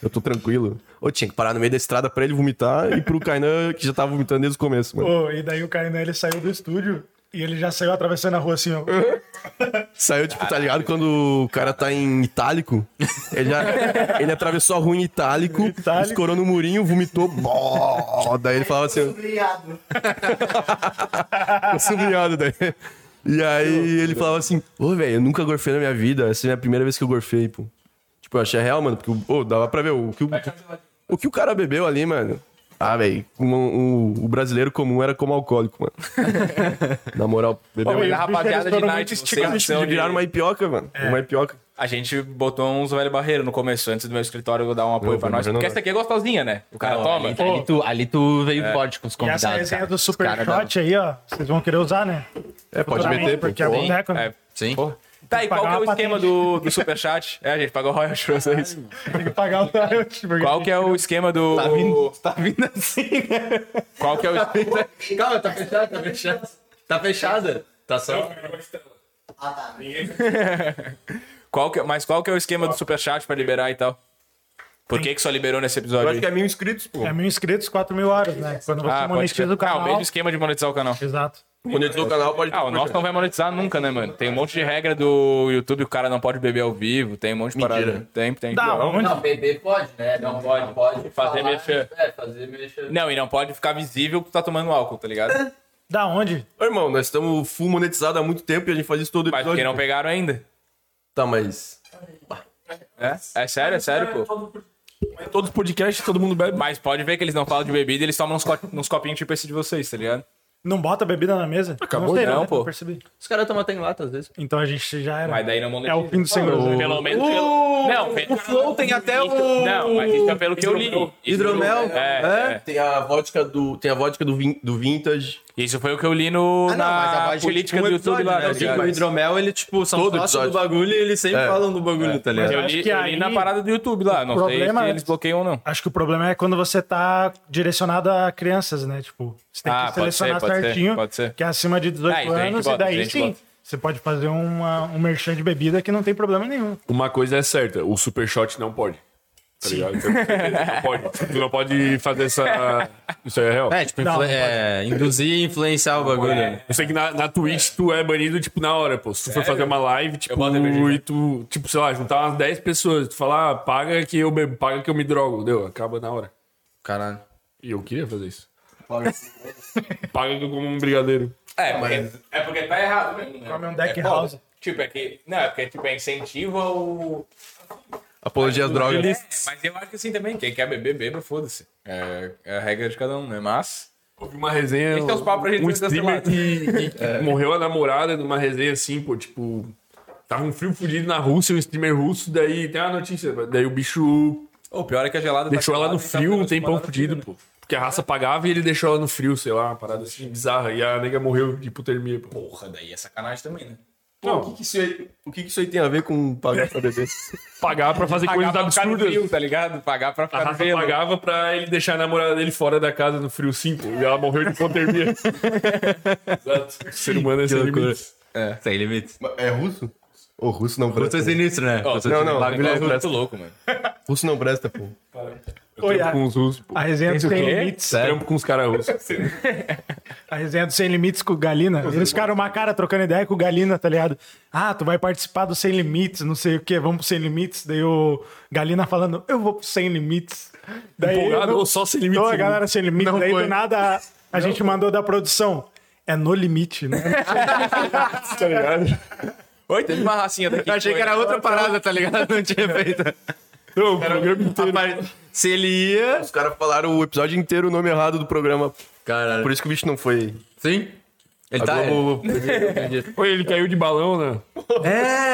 Speaker 4: Eu tô tranquilo. Ô, tinha que parar no meio da estrada pra ele vomitar e pro Kainan, que já tava vomitando desde o começo, mano.
Speaker 5: Pô, e daí o Kainan, ele saiu do estúdio e ele já saiu atravessando a rua assim, ó.
Speaker 4: Saiu, tipo, tá ligado? Quando o cara tá em itálico, ele, já- ele atravessou a rua em itálico,
Speaker 5: Itálico.
Speaker 4: escorou no murinho, vomitou. Bó! Daí ele falava assim,
Speaker 8: Obrigado.
Speaker 4: ficou sublinhado daí. E aí ele falava assim, ô, velho, eu nunca gorfei na minha vida. Essa é a primeira vez que eu gorfei, pô. Tipo, eu achei real, mano, porque o- ô, dava pra ver o que o, o que o cara bebeu ali, mano. Ah, velho, um- um- o brasileiro comum era como alcoólico, mano. na moral, bebeu
Speaker 3: Olha,
Speaker 4: uma
Speaker 5: bicho, eles
Speaker 3: rapaziada de
Speaker 5: foram
Speaker 3: night,
Speaker 5: muito
Speaker 3: sem
Speaker 4: bicho,
Speaker 3: noção de-
Speaker 4: viraram uma ipioca, mano. Uma ipioca.
Speaker 3: A gente botou uns velho barreiro no começo, antes do meu escritório dar um apoio
Speaker 4: Não,
Speaker 3: pra nós.
Speaker 4: não, não.
Speaker 3: Porque essa aqui é gostosinha, né? O cara toma.
Speaker 1: Ali, ali tu, ali tu veio forte com os
Speaker 5: E essa
Speaker 1: convidados.
Speaker 5: resenha
Speaker 1: cara.
Speaker 5: do
Speaker 1: Os
Speaker 5: Super
Speaker 1: cara
Speaker 5: Shot aí, ó, vocês vão querer usar, né?
Speaker 4: É, pode meter, pô.
Speaker 5: Porque é boneco, né?
Speaker 3: É,
Speaker 1: Sim.
Speaker 3: Tá, e
Speaker 5: Tem que
Speaker 3: qual que é
Speaker 5: pagar
Speaker 3: o
Speaker 5: uma
Speaker 3: esquema
Speaker 5: patente.
Speaker 3: do, do superchat? É, a gente pagou royalties pra vocês.
Speaker 5: Tem que pagar o
Speaker 3: Qual que é o esquema do... Tá vindo, assim, né? Qual que é o...
Speaker 1: Calma, tá fechada, tá fechada. Tá fechada. Tá só.
Speaker 8: Ah, tá.
Speaker 3: Qual que, mas qual que é o esquema do superchat pra liberar e tal? Por que que só liberou nesse
Speaker 4: Eu
Speaker 3: episódio
Speaker 4: acho que
Speaker 3: aí?
Speaker 4: é mil inscritos, pô.
Speaker 5: É mil inscritos, 4 mil horas, né? Quando você
Speaker 3: Ah, pode ser.
Speaker 5: monetiza o
Speaker 3: Ah, o
Speaker 5: canal.
Speaker 3: mesmo esquema de monetizar o canal.
Speaker 5: Exato.
Speaker 4: Monetizou o canal, pode...
Speaker 3: Ah, o nosso não vai monetizar nunca, né, mano? Tem um monte de regra do YouTube, o cara não pode beber ao vivo, tem um monte de parada.
Speaker 4: Mentira.
Speaker 3: Tem, tem.
Speaker 5: Dá, onde?
Speaker 1: Não, beber Ah, pode, né? Não pode, pode.
Speaker 3: Fazer
Speaker 1: falar,
Speaker 3: mexer.
Speaker 1: É, fazer mexer.
Speaker 3: Não, e não pode ficar visível que tu tá tomando álcool, tá ligado?
Speaker 5: Da onde?
Speaker 4: Ô, irmão, nós estamos full monetizado há muito tempo e a gente faz isso todo
Speaker 3: Mas
Speaker 4: episódio.
Speaker 3: porque não pegaram ainda.
Speaker 4: Tá, mas...
Speaker 3: É? É sério, é sério, pô.
Speaker 6: Todos os podcasts, todo mundo bebe.
Speaker 3: Mas pode ver que eles não falam de bebida e eles tomam uns, co- uns copinhos tipo esse de vocês, tá ligado?
Speaker 5: Não bota bebida na mesa?
Speaker 3: Acabou
Speaker 5: sei,
Speaker 3: não,
Speaker 5: né?
Speaker 3: pô.
Speaker 5: percebi.
Speaker 1: Os caras tomam tem lata às vezes.
Speaker 5: Então a gente já era.
Speaker 3: Mas daí não monetiza.
Speaker 5: É o fim do Senhor.
Speaker 3: Pelo menos. pelo- Não, pelo...
Speaker 7: Uh! Flow tem até o.
Speaker 3: Não, mas isso é pelo que eu li.
Speaker 7: Hidromel.
Speaker 3: É, é.
Speaker 4: Tem a vodka do, tem a vodka do, vin- do vintage.
Speaker 3: Isso foi o que eu li no,
Speaker 7: Ah, não, mas a
Speaker 3: na
Speaker 7: voz de
Speaker 3: política
Speaker 7: um
Speaker 3: do
Speaker 7: episódio,
Speaker 3: YouTube
Speaker 1: É,
Speaker 3: lá.
Speaker 7: né?
Speaker 3: tá
Speaker 7: Eu digo,
Speaker 3: ligado?
Speaker 7: o hidromel, ele, tipo, são
Speaker 4: Todo
Speaker 7: sócios do
Speaker 4: episódio.
Speaker 7: bagulho e eles sempre
Speaker 4: É.
Speaker 7: falam do bagulho, tá ligado?
Speaker 3: Eu
Speaker 5: acho
Speaker 3: li,
Speaker 5: que
Speaker 3: eu li
Speaker 5: aí-
Speaker 3: na parada do YouTube lá. Não
Speaker 5: O
Speaker 3: sei se
Speaker 5: problema é-
Speaker 3: eles bloqueiam ou não.
Speaker 5: Acho que o problema é quando você tá direcionado a crianças, né? Tipo, você tem
Speaker 3: Ah,
Speaker 5: que
Speaker 3: pode
Speaker 5: selecionar
Speaker 3: ser, pode ser,
Speaker 5: certinho
Speaker 3: pode ser.
Speaker 5: que é acima de 18
Speaker 3: Ah, isso a gente
Speaker 5: anos
Speaker 3: bota,
Speaker 5: e daí
Speaker 3: isso a gente
Speaker 5: sim.
Speaker 3: bota.
Speaker 5: Você pode fazer uma, um merchan de bebida que não tem problema nenhum.
Speaker 6: Uma coisa é certa, o Super Shot não pode. Tá ligado? Então, não pode. Tu não pode fazer essa. Isso aí é real.
Speaker 1: É, tipo,
Speaker 5: Não,
Speaker 1: influ-
Speaker 5: não
Speaker 1: é, induzir e influenciar o bagulho. né?
Speaker 6: Eu sei que na, na Twitch tu é banido, tipo, na hora, pô. Se tu for fazer uma live, tipo,
Speaker 3: boto a bebida.
Speaker 6: e tu, tipo, sei lá, juntar umas 10 pessoas, tu falar, ah, paga que eu bebo, paga que eu me drogo, deu, acaba na hora.
Speaker 1: Caralho.
Speaker 6: E eu queria fazer isso. Paga que eu como um brigadeiro.
Speaker 3: É, porque, é porque tá errado mesmo. Né?
Speaker 5: Come um deck
Speaker 3: É foda.
Speaker 5: house.
Speaker 3: Tipo, é que. Não, é porque tipo, é incentivo ao.
Speaker 4: Apologia às drogas.
Speaker 3: É, mas eu acho que assim também, quem quer beber, beba, foda-se. É, é a regra de cada um, né? Mas.
Speaker 6: Houve uma resenha.
Speaker 3: Esse é os papos pra gente
Speaker 6: um
Speaker 3: ver dessa
Speaker 6: streamer
Speaker 3: lado.
Speaker 6: que, que morreu a namorada numa resenha assim, pô, tipo. Tava um frio fudido na Rússia, um streamer russo, daí tem uma notícia, daí o bicho
Speaker 3: O pior é que a gelada tá
Speaker 6: Deixou ela no
Speaker 3: gelada e tá
Speaker 6: frio um
Speaker 3: pegando
Speaker 6: tempão
Speaker 3: semana
Speaker 6: fudido,
Speaker 3: fria, né?
Speaker 6: pô. Porque a raça pagava e ele deixou ela no frio, sei lá, uma parada assim bizarra. E a nega morreu de hipotermia, pô.
Speaker 3: né? Porra, daí é sacanagem também, né?
Speaker 4: O que, que isso aí, o que, que isso aí tem a ver com pagar pra beber?
Speaker 6: Pagar pra fazer coisas
Speaker 3: pra ficar no
Speaker 6: absurdas.
Speaker 3: frio, tá ligado? Pagar pra
Speaker 6: A
Speaker 3: ficar no
Speaker 6: raça
Speaker 3: frio.
Speaker 6: pagava pra ele deixar a namorada dele fora da casa no frio sim, pô. E ela morreu de hipotermia. Exato. O ser humano é sem limites.
Speaker 1: É, sem limites.
Speaker 4: É russo? Ô, russo não
Speaker 1: Você é
Speaker 4: presta.
Speaker 1: sinistro, né? Você
Speaker 4: não,
Speaker 1: é
Speaker 4: não,
Speaker 1: bagulho
Speaker 4: não,
Speaker 1: é
Speaker 4: presta.
Speaker 1: muito louco, mano.
Speaker 4: Russo não presta, pô.
Speaker 5: Oi, a,
Speaker 6: Com os russos, pô.
Speaker 5: a resenha do Sem Limites.
Speaker 6: Trampo com os caras russos.
Speaker 5: A resenha do Sem Limites com o Galina. Eles ficaram uma cara trocando ideia com o Galina, tá ligado? Ah, tu vai participar do Sem Limites, não sei o quê, vamos pro Sem Limites. Daí o Galina falando, eu vou pro Sem Limites. Daí,
Speaker 6: Empolgado
Speaker 5: não-
Speaker 6: ou só Sem Limites? né?
Speaker 5: Não, a galera Sem Limites. Daí do nada a gente mandou da produção. é no limite, né?
Speaker 3: Oi, teve uma racinha daqui.
Speaker 1: Eu achei que era outra parada, tá ligado? Não tinha feito.
Speaker 6: Não, o programa inteiro.
Speaker 1: Se ele ia.
Speaker 4: Os caras falaram o episódio inteiro o nome errado do programa.
Speaker 1: Caralho.
Speaker 4: Por isso que o bicho não foi.
Speaker 1: Sim? Ele
Speaker 4: A
Speaker 1: tá.
Speaker 4: Globo-
Speaker 6: Oi, ele caiu de balão, né?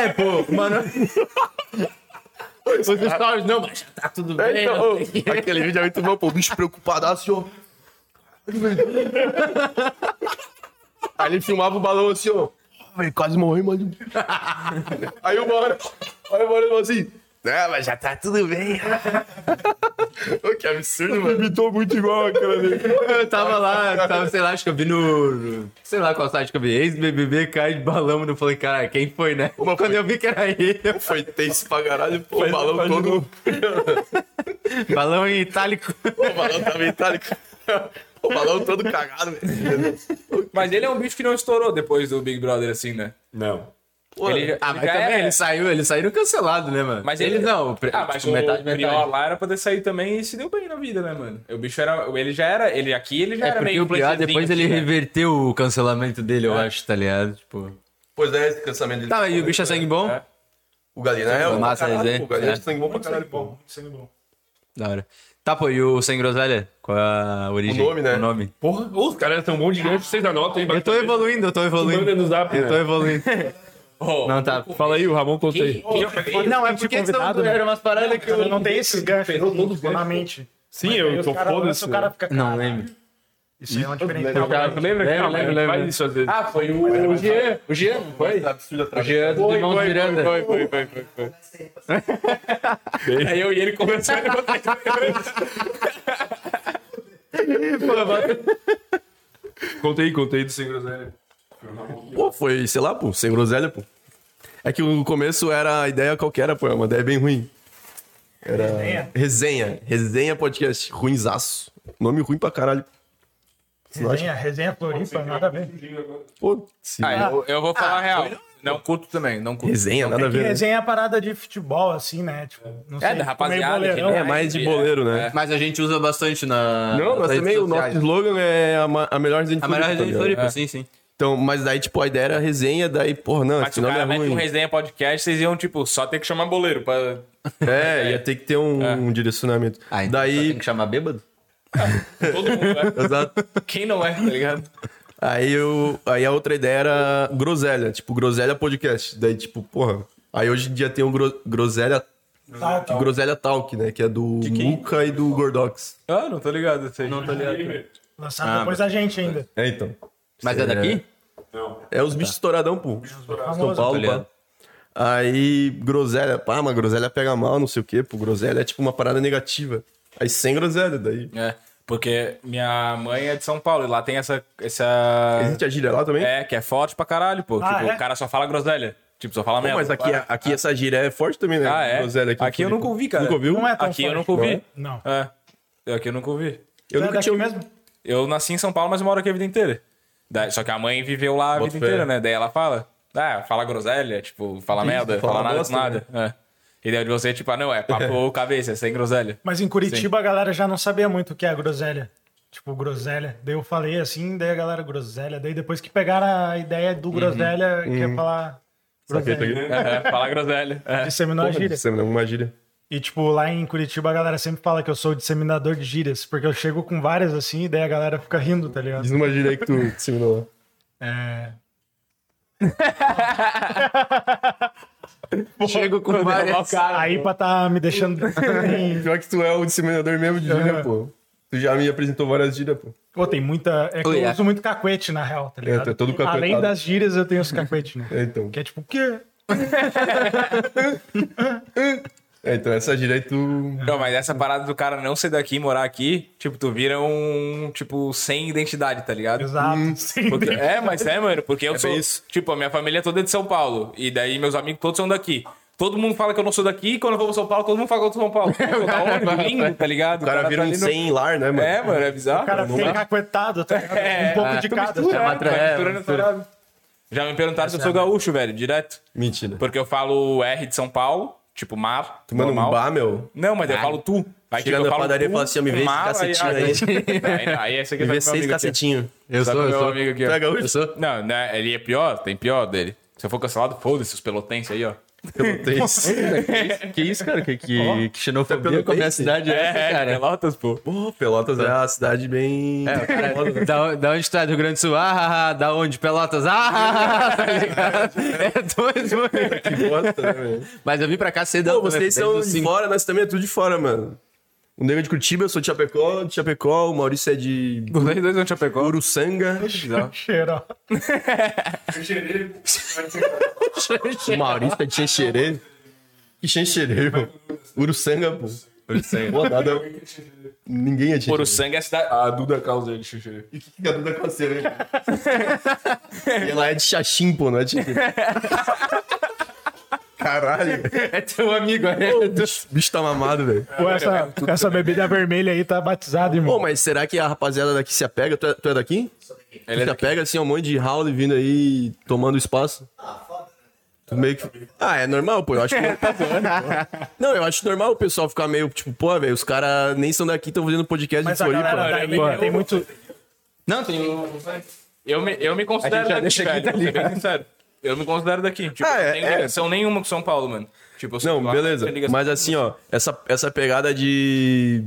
Speaker 1: É, pô, mano. Os stories, não, mas já tá tudo
Speaker 4: É,
Speaker 1: bem.
Speaker 4: então,
Speaker 1: não
Speaker 4: ô,
Speaker 1: tem-
Speaker 4: aquele vídeo é muito bom, pô. O bicho preocupadaço, ó. Aí ele filmava o balão assim, ó. Ele quase morreu, mano. Aí uma hora, aí uma hora ele falou assim. Não, mas já tá tudo bem. Ô, que absurdo, mano. Imitou muito igual aquela ali.
Speaker 1: Eu tava lá, eu tava, sei lá, acho que eu vi no. no- Sei lá qual site que eu vi. Ex-BBB cai de balão. Eu falei, cara, quem foi, né?
Speaker 4: Uma
Speaker 1: Quando
Speaker 4: foi.
Speaker 1: eu vi que era ele, eu
Speaker 4: Foi tenso pra caralho, pô. O balão todo.
Speaker 1: falei, balão em itálico.
Speaker 4: O balão tava itálico. O balão todo cagado, velho.
Speaker 3: Mas ele é um bicho que não estourou depois do Big Brother, assim, né?
Speaker 6: Não.
Speaker 4: Pô,
Speaker 3: Ele,
Speaker 1: Ah, mas
Speaker 3: já
Speaker 1: também
Speaker 3: era.
Speaker 1: ele saiu, ele saiu cancelado, né, mano?
Speaker 3: Mas
Speaker 1: ele
Speaker 3: ele-
Speaker 1: não, pre-
Speaker 3: Ah, mas
Speaker 1: tipo, metade,
Speaker 3: o Prior
Speaker 1: metade.
Speaker 3: lá era pra ter saído também e se deu bem na vida, né, mano? O bicho era. Ele já era. Ele aqui, ele já
Speaker 1: É
Speaker 3: era
Speaker 1: porque
Speaker 3: meio
Speaker 1: o Prior,
Speaker 3: playzinho,
Speaker 1: depois ele
Speaker 3: assim, né?
Speaker 1: reverteu o cancelamento dele, eu acho, tá ligado? Tipo.
Speaker 4: Pois é, esse cansamento dele.
Speaker 1: Tá, e o bicho é sangue bom?
Speaker 3: É.
Speaker 4: O Galina é o
Speaker 1: Massa,
Speaker 4: caralho,
Speaker 1: né?
Speaker 4: pô, O Galina é
Speaker 1: É.
Speaker 4: sangue bom pra caralho, pô.
Speaker 5: Sendo bom.
Speaker 1: Da hora. Tá, pô, e o Sem Groselha? Qual é a origem?
Speaker 4: O nome, né?
Speaker 1: O nome.
Speaker 6: Porra, ô, os caras são bons de gancho, vocês anotam, hein?
Speaker 1: Eu tô evoluindo, eu tô
Speaker 6: Manda
Speaker 1: evoluindo.
Speaker 6: no zap,
Speaker 1: Eu tô
Speaker 6: né?
Speaker 1: evoluindo. Não, tá.
Speaker 6: Fala aí, o Ramon conta aí.
Speaker 5: Não, é
Speaker 1: Porque é
Speaker 5: porque
Speaker 1: eles
Speaker 5: convidado,
Speaker 1: não
Speaker 5: né?
Speaker 1: eram umas paradas que eu
Speaker 5: Não tem esses ganchos todos na mente.
Speaker 6: Sim, eu
Speaker 5: Os
Speaker 6: tô
Speaker 5: cara-
Speaker 6: foda-se. né?
Speaker 5: o cara fica,
Speaker 1: não lembro.
Speaker 5: Isso aí é uma diferença.
Speaker 6: Lembra que
Speaker 1: Lembra,
Speaker 6: não, mas
Speaker 1: lembra, lembra.
Speaker 6: faz isso às vezes.
Speaker 3: Ah, foi o.
Speaker 1: Jean, o Jean, não foi? O
Speaker 6: é
Speaker 1: Jean do Irmão Miranda.
Speaker 6: foi, foi, foi, foi, foi.
Speaker 3: Aí eu e ele conversando.
Speaker 6: Conta aí, conta aí do Sem Groselha.
Speaker 4: Pô, foi, sei lá, pô, sem groselha, pô. É que o começo era a ideia qualquer, pô, é uma ideia bem ruim. Era resenha, resenha podcast, ruinzaço. Nome ruim pra caralho.
Speaker 5: Resenha, resenha Floripa, nada a ver.
Speaker 4: Pô, se-
Speaker 3: Ah, eu, eu vou falar a real. Não curto também, não curto.
Speaker 4: resenha, nada a
Speaker 5: Que
Speaker 4: ver. né?
Speaker 5: Resenha é a parada de futebol, assim, né? Tipo, não sei,
Speaker 3: É, da rapaziada.
Speaker 5: meio
Speaker 3: que
Speaker 5: boleirão.
Speaker 4: É mais de boleiro, né?
Speaker 1: Mas a gente usa bastante na.
Speaker 4: Não,
Speaker 1: nas
Speaker 4: mas também
Speaker 1: redes
Speaker 4: o
Speaker 1: é.
Speaker 4: nosso
Speaker 1: Tá sociais. né?
Speaker 4: slogan é a, ma- a melhor resenha de
Speaker 1: A melhor
Speaker 4: Floripa, tá
Speaker 1: resenha de
Speaker 4: ligado?
Speaker 1: Floripa, sim, sim.
Speaker 4: Então, mas daí, tipo, a ideia era resenha, daí, porra, não,
Speaker 3: Mas
Speaker 4: esse
Speaker 3: se o
Speaker 4: nome
Speaker 3: cara
Speaker 4: é
Speaker 3: mete um
Speaker 4: ruim.
Speaker 3: resenha podcast, vocês iam, tipo, só ter que chamar boleiro pra.
Speaker 4: É, ia ter que ter um, um direcionamento.
Speaker 1: Ah, então só
Speaker 4: daí,
Speaker 1: Tem que chamar bêbado?
Speaker 3: Todo mundo, né?
Speaker 4: exato.
Speaker 3: Quem não é, tá ligado?
Speaker 4: Aí, eu, aí a outra ideia era groselha, tipo, groselha podcast. Daí, tipo, porra. Aí hoje em dia tem o gro, groselha, tipo,
Speaker 5: Tá, tá.
Speaker 4: groselha talk, né? Que é do Muca e do Gordox.
Speaker 3: Ah, não
Speaker 4: tá
Speaker 3: tô ligado. Sei. Não tô ligado.
Speaker 5: Lançado depois da gente ainda.
Speaker 4: É, então.
Speaker 1: Mas é daqui?
Speaker 4: É os bichos estouradão, pô. São
Speaker 5: Famoso.
Speaker 4: Paulo,
Speaker 1: ligado.
Speaker 4: pá. Aí, groselha, pá, mas groselha pega mal, não sei o quê, pô. Groselha é tipo uma parada negativa. Aí sem groselha, daí.
Speaker 3: É, porque minha mãe é de São Paulo e lá tem essa. essa...
Speaker 4: Existe a gíria lá também?
Speaker 3: É, que é forte pra caralho, pô.
Speaker 5: Ah,
Speaker 3: tipo,
Speaker 5: é?
Speaker 3: o cara só fala groselha. Tipo, só fala
Speaker 4: Pô,
Speaker 3: merda.
Speaker 4: mas aqui, aqui essa gíria é forte também, né?
Speaker 3: Ah, é?
Speaker 4: Groselha aqui.
Speaker 3: Aqui eu nunca ouvi, cara.
Speaker 4: Nunca ouviu?
Speaker 5: Não é tão
Speaker 3: Aqui eu
Speaker 5: forte.
Speaker 3: nunca ouvi.
Speaker 5: Não.
Speaker 3: É. Aqui eu nunca ouvi.
Speaker 4: Eu
Speaker 5: Tu é
Speaker 4: nunca
Speaker 5: daqui
Speaker 4: tinha ouvido.
Speaker 5: mesmo?
Speaker 3: Eu nasci em São Paulo, mas moro aqui a vida inteira. Daí- só que a mãe viveu lá a
Speaker 4: Bota
Speaker 3: vida
Speaker 4: fé.
Speaker 3: inteira, né? Daí ela fala. Ah, fala groselha, tipo, fala merda,
Speaker 4: fala
Speaker 3: fala nada
Speaker 4: bosta, né?
Speaker 3: com nada. É. E daí de você, tipo, ah, não, é papo ou cabeça, é sem groselha.
Speaker 5: Mas em Curitiba a galera já não sabia muito o que é a groselha. Tipo, groselha. Daí eu falei assim, daí a galera groselha. Daí depois que pegaram a ideia
Speaker 1: Uhum.
Speaker 5: do groselha, que é falar
Speaker 4: tá
Speaker 5: groselha.
Speaker 4: né?
Speaker 3: É, fala groselha. É.
Speaker 5: Disseminou a gíria.
Speaker 4: Isso é uma gíria.
Speaker 5: E, tipo, lá em Curitiba a galera sempre fala que eu sou o disseminador de gírias, porque eu chego com várias assim, e daí a galera fica rindo, tá ligado?
Speaker 4: Diz numa gíria aí que tu disseminou lá.
Speaker 5: É.
Speaker 1: Chego com várias.
Speaker 5: Aí pra tá me deixando.
Speaker 4: Pior que tu é o disseminador mesmo de gíria, pô. Tu já me apresentou várias gírias, pô.
Speaker 5: Pô, tem muita. É que
Speaker 1: Oi,
Speaker 5: eu
Speaker 1: é.
Speaker 5: uso muito cacuete, na real, tá ligado?
Speaker 4: tu é todo cacuetado.
Speaker 5: Além das gírias, eu tenho os cacuete, né?
Speaker 4: É, então.
Speaker 5: Que é tipo, o quê?
Speaker 4: É, então essa gíria aí tu.
Speaker 3: Não, mas essa parada do cara não ser daqui e morar aqui, tipo, tu vira um, tipo, sem identidade, tá ligado?
Speaker 5: Exato.
Speaker 4: Hum.
Speaker 5: assim. Sim.
Speaker 3: Porque- é, mas é, mano, porque eu sou.
Speaker 4: bem isso.
Speaker 3: Tipo, a minha família é toda de São Paulo. E daí meus amigos todos são daqui. Todo mundo fala que eu não sou daqui, e quando eu vou pra São Paulo, todo mundo fala que eu sou de São Paulo. Eu sou da onde? Lindo, tá ligado?
Speaker 4: É O cara
Speaker 3: tá
Speaker 4: vira um
Speaker 3: ali no-
Speaker 4: sem lar, né, mano?
Speaker 3: É, mano, é bizarro.
Speaker 5: O cara né? fica cacuetado, tá ligado? Um pouco de cada.
Speaker 1: É uma tra- é,
Speaker 3: misturando
Speaker 1: mistura.
Speaker 3: parada. Já me perguntaram se eu
Speaker 4: é
Speaker 3: sou gaúcho, velho, direto.
Speaker 4: Mentira.
Speaker 3: Porque eu falo R de São Paulo, tipo mar.
Speaker 4: Tu manda um
Speaker 3: normal.
Speaker 4: bar, meu?
Speaker 3: Não, mas eu falo tu. Aí,
Speaker 4: Chega
Speaker 3: eu
Speaker 4: na
Speaker 3: falo
Speaker 4: padaria e
Speaker 3: tu,
Speaker 4: fala assim, ó, me vê esse
Speaker 3: mala,
Speaker 4: cacetinho
Speaker 3: aí. Aí, aí esse aqui tá com
Speaker 4: Me vê
Speaker 3: meu
Speaker 4: seis
Speaker 3: amigo aqui.
Speaker 4: cacetinho.
Speaker 1: Eu
Speaker 3: Sabe
Speaker 1: sou, eu
Speaker 3: meu
Speaker 1: sou.
Speaker 3: amigo aqui, ó.
Speaker 4: Tu é gaúcho?
Speaker 3: Não, né? Ele é pior, tem pior dele. Se eu for cancelado, foda-se os pelotenses aí, ó.
Speaker 4: Pelotense.
Speaker 7: Que isso, cara? Que, que, que xenofobia
Speaker 4: pelo
Speaker 7: com a minha
Speaker 4: Face?
Speaker 7: cidade. É.
Speaker 3: cara. Pelotas, pô.
Speaker 4: Pô, Pelotas é uma cidade bem.
Speaker 1: da, da onde tu é? Do Rio Grande do Sul? Ah, ah, ah. da onde? Pelotas? Ah, ah, ah, tá ligado? É dois, mano.
Speaker 4: que bosta, né, velho?
Speaker 1: Mas eu vim pra cá cedo.
Speaker 4: Pô,
Speaker 1: também,
Speaker 4: vocês
Speaker 1: desde
Speaker 4: são
Speaker 1: os
Speaker 4: de
Speaker 1: cinco.
Speaker 4: fora, nós também é tudo de fora, mano. O Nego é de Curitiba, eu sou de Chapecó, de Chapecó, o Maurício é de
Speaker 3: Os dois não tinha pegou.
Speaker 4: Uruçanga.
Speaker 5: Cheiro.
Speaker 4: O Maurício é de Xenxerê. Que Xenxerê, irmão? Uruçanga, pô. Uruçanga. Pô, nada... Ninguém é de Xenxerê.
Speaker 3: Uruçanga é a cidade.
Speaker 10: A Duda causa ele, xixi.
Speaker 4: E o que que a Duda Coceira, hein? E ela é de Xaxim, pô, não é de Xenxerê. Caralho.
Speaker 1: É teu amigo, né?
Speaker 4: O bicho, bicho tá mamado, velho.
Speaker 5: Pô, essa, essa bebida vermelha aí tá batizada, irmão.
Speaker 4: Pô, mas será que a rapaziada daqui se apega? Tu é, tu é daqui?
Speaker 3: Ele é
Speaker 4: se
Speaker 3: daqui.
Speaker 4: apega, assim, a um monte de Howley vindo aí, tomando espaço?
Speaker 8: Ah, foda.
Speaker 4: Tu meio que... Ah, é normal, pô. Eu acho que... Não, eu acho normal o pessoal ficar meio, tipo, pô, velho, os caras nem são daqui, estão fazendo podcast
Speaker 5: Mas
Speaker 4: de
Speaker 5: a
Speaker 4: Floripa.
Speaker 5: galera
Speaker 3: pô.
Speaker 5: daí tem muito.
Speaker 7: Não, tem um.
Speaker 3: Eu me, eu me considero
Speaker 7: já
Speaker 3: daqui,
Speaker 7: deixa aqui,
Speaker 3: velho.
Speaker 7: tá
Speaker 3: vou ser bem sincero. Eu me considero daqui. Tipo,
Speaker 4: Ah,
Speaker 3: eu
Speaker 4: é,
Speaker 3: não tenho
Speaker 4: é.
Speaker 3: ligação nenhuma com São Paulo, mano. Tipo, eu sou
Speaker 4: Não,
Speaker 3: de lá,
Speaker 4: beleza.
Speaker 3: tenho ligação
Speaker 4: Mas assim, ó, essa, essa pegada de.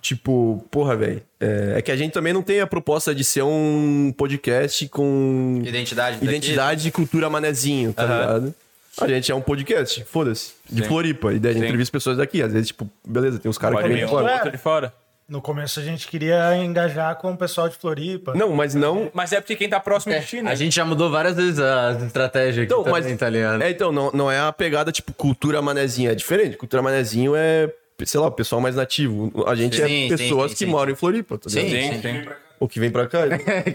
Speaker 4: Tipo, porra, velho. É, é que a gente também não tem a proposta de ser um podcast com
Speaker 7: Identidade. daqui.
Speaker 4: identidade e cultura manezinho, tá ligado? A gente é um podcast, foda-se. De Floripa. E daí a gente
Speaker 3: Sim.
Speaker 4: entrevista pessoas daqui. Às vezes, tipo, beleza, tem uns caras que
Speaker 3: Pode vir
Speaker 4: vêm
Speaker 3: um
Speaker 4: de fora.
Speaker 3: outro de fora.
Speaker 5: No começo a gente queria engajar com o pessoal de Floripa.
Speaker 4: Não, mas não.
Speaker 3: Mas é porque quem tá próximo de ti, né?
Speaker 1: A gente já mudou várias vezes as estratégias aqui
Speaker 4: Então,
Speaker 1: também,
Speaker 4: mas-
Speaker 1: tá ligado?
Speaker 4: É, então, não, não é a pegada, tipo, cultura manezinha. É diferente. Cultura manezinho é, sei lá, o pessoal mais nativo. A gente
Speaker 1: Sim,
Speaker 4: é
Speaker 1: sim,
Speaker 4: pessoas
Speaker 1: sim,
Speaker 4: que
Speaker 1: sim.
Speaker 4: moram em Floripa, tá ligado?
Speaker 3: Tem, tem.
Speaker 4: Ou que vem pra cá.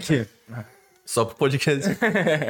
Speaker 1: que-
Speaker 4: Só pro podcast.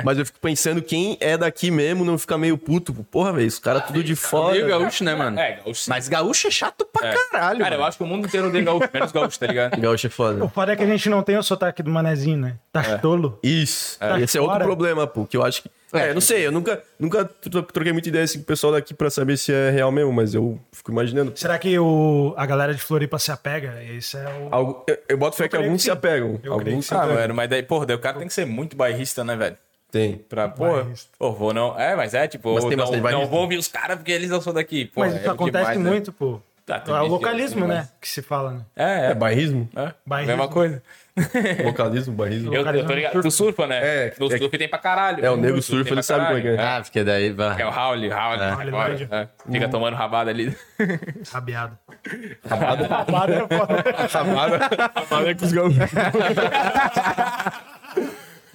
Speaker 4: Mas eu fico pensando quem é daqui mesmo não fica meio puto. Porra, velho, os caras tudo de
Speaker 1: Meio
Speaker 4: fora.
Speaker 1: gaúcho, né, mano?
Speaker 3: É, gaúcho.
Speaker 1: Mas gaúcho é chato pra
Speaker 3: É.
Speaker 1: caralho.
Speaker 3: Cara, eu acho que o mundo inteiro odeia gaúcho, menos gaúcho, tá ligado?
Speaker 4: Gaúcho é foda.
Speaker 5: O foda é que a gente não tem o sotaque do manezinho, né? Tá tolo.
Speaker 4: Isso. Esse é
Speaker 5: Tá fora.
Speaker 4: outro problema, pô, que eu acho que. É, eu não sei, eu nunca, nunca tro- troquei muita ideia assim com o pessoal daqui pra saber se é real mesmo, mas eu fico imaginando.
Speaker 5: Será que o, a galera de Floripa se apega? Esse é o.
Speaker 4: Algo, eu, eu boto fé que
Speaker 5: creio
Speaker 4: alguns
Speaker 5: que
Speaker 4: se
Speaker 5: sim.
Speaker 4: apegam.
Speaker 5: Eu creio que
Speaker 4: alguns se
Speaker 3: Ah,
Speaker 4: apegam.
Speaker 3: mano, mas daí, porra, daí o cara tem que ser muito bairrista, né, velho?
Speaker 4: Tem.
Speaker 3: Pra, porra,
Speaker 5: Bairrista.
Speaker 3: pô, vou não. É, mas é, tipo,
Speaker 4: Mas tem
Speaker 3: não,
Speaker 4: bastante
Speaker 3: não
Speaker 4: bairrista.
Speaker 3: vou ouvir os caras porque eles não são daqui. Pô,
Speaker 5: Mas
Speaker 3: é
Speaker 5: isso acontece
Speaker 3: demais, né?
Speaker 5: muito, pô.
Speaker 3: Tá, tem
Speaker 5: é o
Speaker 3: gente-
Speaker 5: localismo,
Speaker 3: demais.
Speaker 5: né? Que se fala, né?
Speaker 3: É,
Speaker 4: É
Speaker 3: é.
Speaker 4: bairrismo?
Speaker 5: Bairrismo.
Speaker 3: Mesma coisa.
Speaker 4: Vocalismo, bairrismo.
Speaker 3: Eu, eu tô ligado. Tu surfa, né?
Speaker 4: É,
Speaker 3: no
Speaker 4: é-
Speaker 3: surf tem pra caralho.
Speaker 4: É, o nego
Speaker 3: No
Speaker 4: surfa,
Speaker 3: tem
Speaker 4: ele
Speaker 3: pra
Speaker 4: sabe como é que é.
Speaker 3: caralho.
Speaker 1: Ah, porque daí. vai.
Speaker 3: É o Howley, Howley.
Speaker 5: Howley
Speaker 3: agora,
Speaker 5: Lodge.
Speaker 3: é. Fica
Speaker 1: Hum.
Speaker 3: tomando rabada ali.
Speaker 5: Rabiado. Rabiado é foda.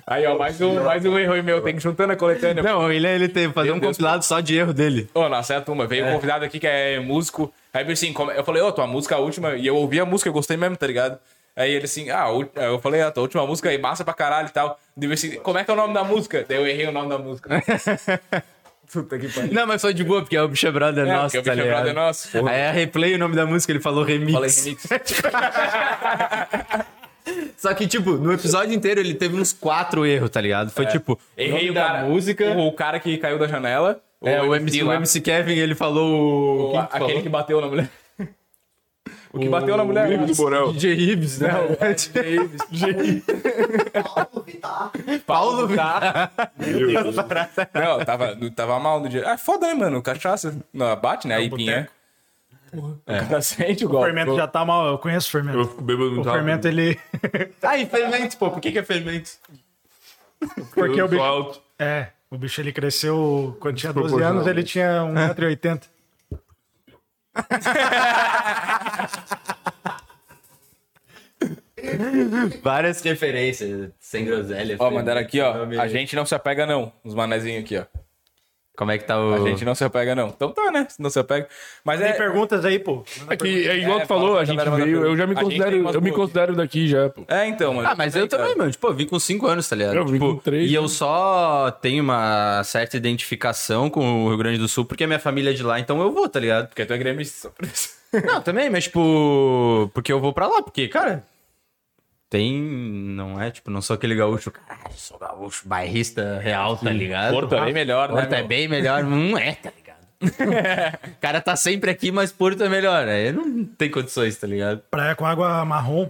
Speaker 3: Aí, ó, mais um, mais um erro meu. Tem que juntando a coletânea.
Speaker 1: Não, o William ele tem fazer um compilado só de erro dele.
Speaker 3: Ô, não acerta uma. Veio um convidado aqui que é músico. Aí ele assim, como- eu falei, ô, tua música é a última. E eu ouvi a música, eu gostei mesmo, tá ligado? Aí ele assim, ah, ú- aí eu falei, a tua última música aí, massa pra caralho e tal. Deu assim, como é que é o nome da música? Daí eu errei o nome da música. Puta que pariu.
Speaker 1: Não, mas foi de boa, porque é o bicho é brother
Speaker 3: É,
Speaker 4: né?
Speaker 1: nosso,
Speaker 3: porque
Speaker 1: tá
Speaker 3: o bicho é
Speaker 1: ligado?
Speaker 3: brother nosso. Porra.
Speaker 1: Aí a replay, o nome da música, ele falou remix.
Speaker 3: Falei remix.
Speaker 1: Só que, tipo, no episódio inteiro ele teve uns quatro erros, tá ligado?
Speaker 3: É.
Speaker 1: Foi tipo,
Speaker 3: Errei
Speaker 1: nome
Speaker 3: o
Speaker 1: da
Speaker 3: cara,
Speaker 1: música.
Speaker 3: O, o cara que caiu da janela.
Speaker 1: é, o MC, o
Speaker 3: lá.
Speaker 1: MC Kevin, ele falou. quem
Speaker 3: O-
Speaker 1: que
Speaker 3: aquele
Speaker 1: falou?
Speaker 3: que bateu na mulher. O que bateu na mulher. né?
Speaker 1: DJ Ibs, né?
Speaker 8: Paulo Vittar.
Speaker 1: Paulo Vittar.
Speaker 3: Não, tava, tava mal no dia. Ah, foda, né, mano? Cachaça. Não, bate, né? a ipinha. Porra.
Speaker 1: É.
Speaker 3: O cara sente o
Speaker 5: O
Speaker 3: golpe.
Speaker 5: É um fermento já tá mal. Eu conheço o fermento.
Speaker 6: Eu fico bêbado no
Speaker 5: O fermento, ele.
Speaker 1: Aí, Ah, fermento, pô. Por que, que é fermento?
Speaker 5: Porque o
Speaker 6: eu sou
Speaker 5: bicho.
Speaker 6: alto.
Speaker 5: É, o bicho ele cresceu. Quando tinha 12 anos, ele tinha
Speaker 3: É.
Speaker 5: 1,80m.
Speaker 1: Várias referências, sem groselha. assim.
Speaker 3: Ó, mandaram aqui, ó. A gente não se apega, não. Os manezinhos aqui, ó.
Speaker 1: Como é que tá o.
Speaker 3: A gente não se apega, não. Então tá, né? Se não se apega. Mas
Speaker 5: Tem
Speaker 3: é.
Speaker 5: perguntas aí, pô.
Speaker 6: É que é igual
Speaker 3: É,
Speaker 6: tu falou,
Speaker 3: fala,
Speaker 6: a gente
Speaker 3: galera, manda
Speaker 6: veio.
Speaker 3: pergunta.
Speaker 6: Eu já me
Speaker 3: A gente
Speaker 6: considero.
Speaker 3: tem umas
Speaker 6: Eu me
Speaker 3: boas.
Speaker 6: considero daqui já, pô.
Speaker 3: É, então, mano.
Speaker 1: Ah, mas eu também, mano. Tipo, eu vim com 5 anos, tá ligado?
Speaker 6: Eu vim
Speaker 1: Tipo,
Speaker 6: com três,
Speaker 1: E
Speaker 6: né?
Speaker 1: eu só tenho uma certa identificação com o Rio Grande do Sul, porque minha família é de lá, então eu vou, tá ligado?
Speaker 3: Porque tu é gremista. só por isso.
Speaker 1: Não, também, mas tipo. Porque eu vou pra lá, porque, cara. Tem. Não é, tipo, não sou aquele gaúcho. Caralho, sou gaúcho, bairrista real, tá ligado?
Speaker 3: Porto é bem melhor, né,
Speaker 1: Porto é
Speaker 3: meu?
Speaker 1: bem melhor. Não é, tá ligado? o cara tá sempre aqui, mas Porto é melhor. Aí não tem condições, tá ligado?
Speaker 5: Praia com água marrom.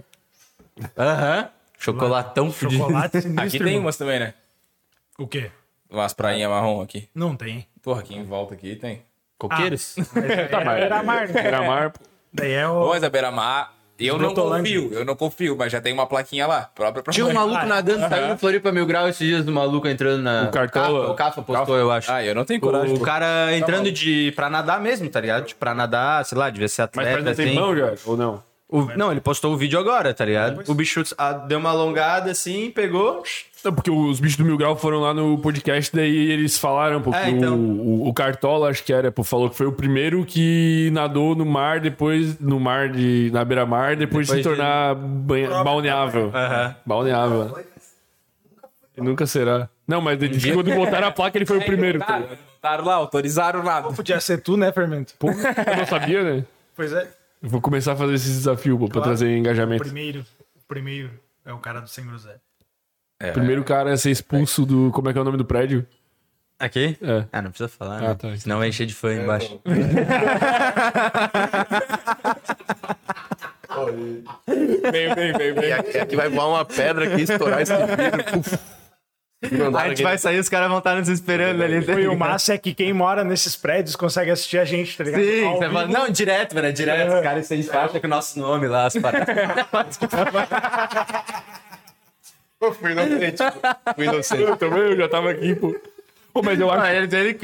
Speaker 1: Aham. Chocolatão fudido.
Speaker 5: Chocolate Ah. sinistro.
Speaker 3: Aqui tem
Speaker 5: irmão.
Speaker 3: umas também, né?
Speaker 5: O quê?
Speaker 3: Umas prainhas marrom aqui.
Speaker 5: Não tem.
Speaker 3: Porra, aqui em volta aqui tem.
Speaker 1: Coqueiros?
Speaker 5: Tá, mas... Era mar, né?
Speaker 6: Gramar, pô.
Speaker 5: Daí é o...
Speaker 3: Pois, a beira-mar. Eu não
Speaker 5: Esbrotolândia.
Speaker 3: confio, eu não confio, mas já tem uma plaquinha lá, própria pra
Speaker 1: Tinha um
Speaker 3: mãe.
Speaker 1: maluco nadando, saiu no Floripa Mil Grau esses dias, do maluco entrando na.
Speaker 6: O Cartola.
Speaker 1: O Cafa, o Cafa postou, eu acho.
Speaker 3: Ah, eu não tenho coragem.
Speaker 1: o cara entrando de. pra nadar mesmo, tá ligado? Tipo, pra nadar, sei lá, devia ser
Speaker 5: É,
Speaker 6: Mas
Speaker 1: atleta.
Speaker 6: faz um
Speaker 1: assim.
Speaker 6: tempão já, ou não?
Speaker 1: O- não, ele postou o vídeo agora, tá ligado? O bicho ah, deu uma alongada assim, pegou.
Speaker 6: Não, porque os bichos do Mil Grau foram lá no podcast, daí eles falaram, porque
Speaker 1: É, então.
Speaker 6: o, o- o Cartola, acho que era, pô, falou que foi o primeiro que nadou no mar, depois no mar de. na beira-mar, depois, de É. se
Speaker 1: Depois de-
Speaker 6: tornar banha- balneável. Balneável. né? E nunca será. Não, mas ele disse que quando botaram a placa, ele foi o primeiro. tá ligado?
Speaker 3: Botaram lá, autorizaram nada.
Speaker 5: Podia ser tu, né, Fermento?
Speaker 6: Pô, eu não sabia, né?
Speaker 5: Pois é.
Speaker 6: Eu Vou começar a fazer esses desafios, pô, pra
Speaker 5: Claro.
Speaker 6: trazer engajamento.
Speaker 5: Primeiro, o primeiro é o cara do Sem Groselha.
Speaker 6: Primeiro cara a ser expulso do. Como é que é o nome do prédio?
Speaker 1: Aqui?
Speaker 6: É.
Speaker 1: Ah, não precisa falar,
Speaker 6: Ah,
Speaker 1: né?
Speaker 6: tá.
Speaker 1: Senão vai encher de fã embaixo.
Speaker 6: Bem, bem, bem, bem.
Speaker 4: E é aqui, aqui vai voar uma pedra aqui, estourar esse tipo vidro. puf. Mandar
Speaker 1: Aí a gente vai sair, os caras vão estar nos esperando ali. tá
Speaker 5: E o
Speaker 1: ligado?
Speaker 5: massa é que quem mora nesses prédios consegue assistir a gente, tá ligado?
Speaker 1: Sim,
Speaker 5: Ao
Speaker 1: você
Speaker 5: vivo.
Speaker 1: fala, não, direto, mano, é direto. Os caras se enfaixam com o nosso nome lá, as paradas.
Speaker 4: Eu fui inocente. pô. Fui inocente.
Speaker 6: Eu também, eu já tava aqui, pô. Pô, mas eu acho.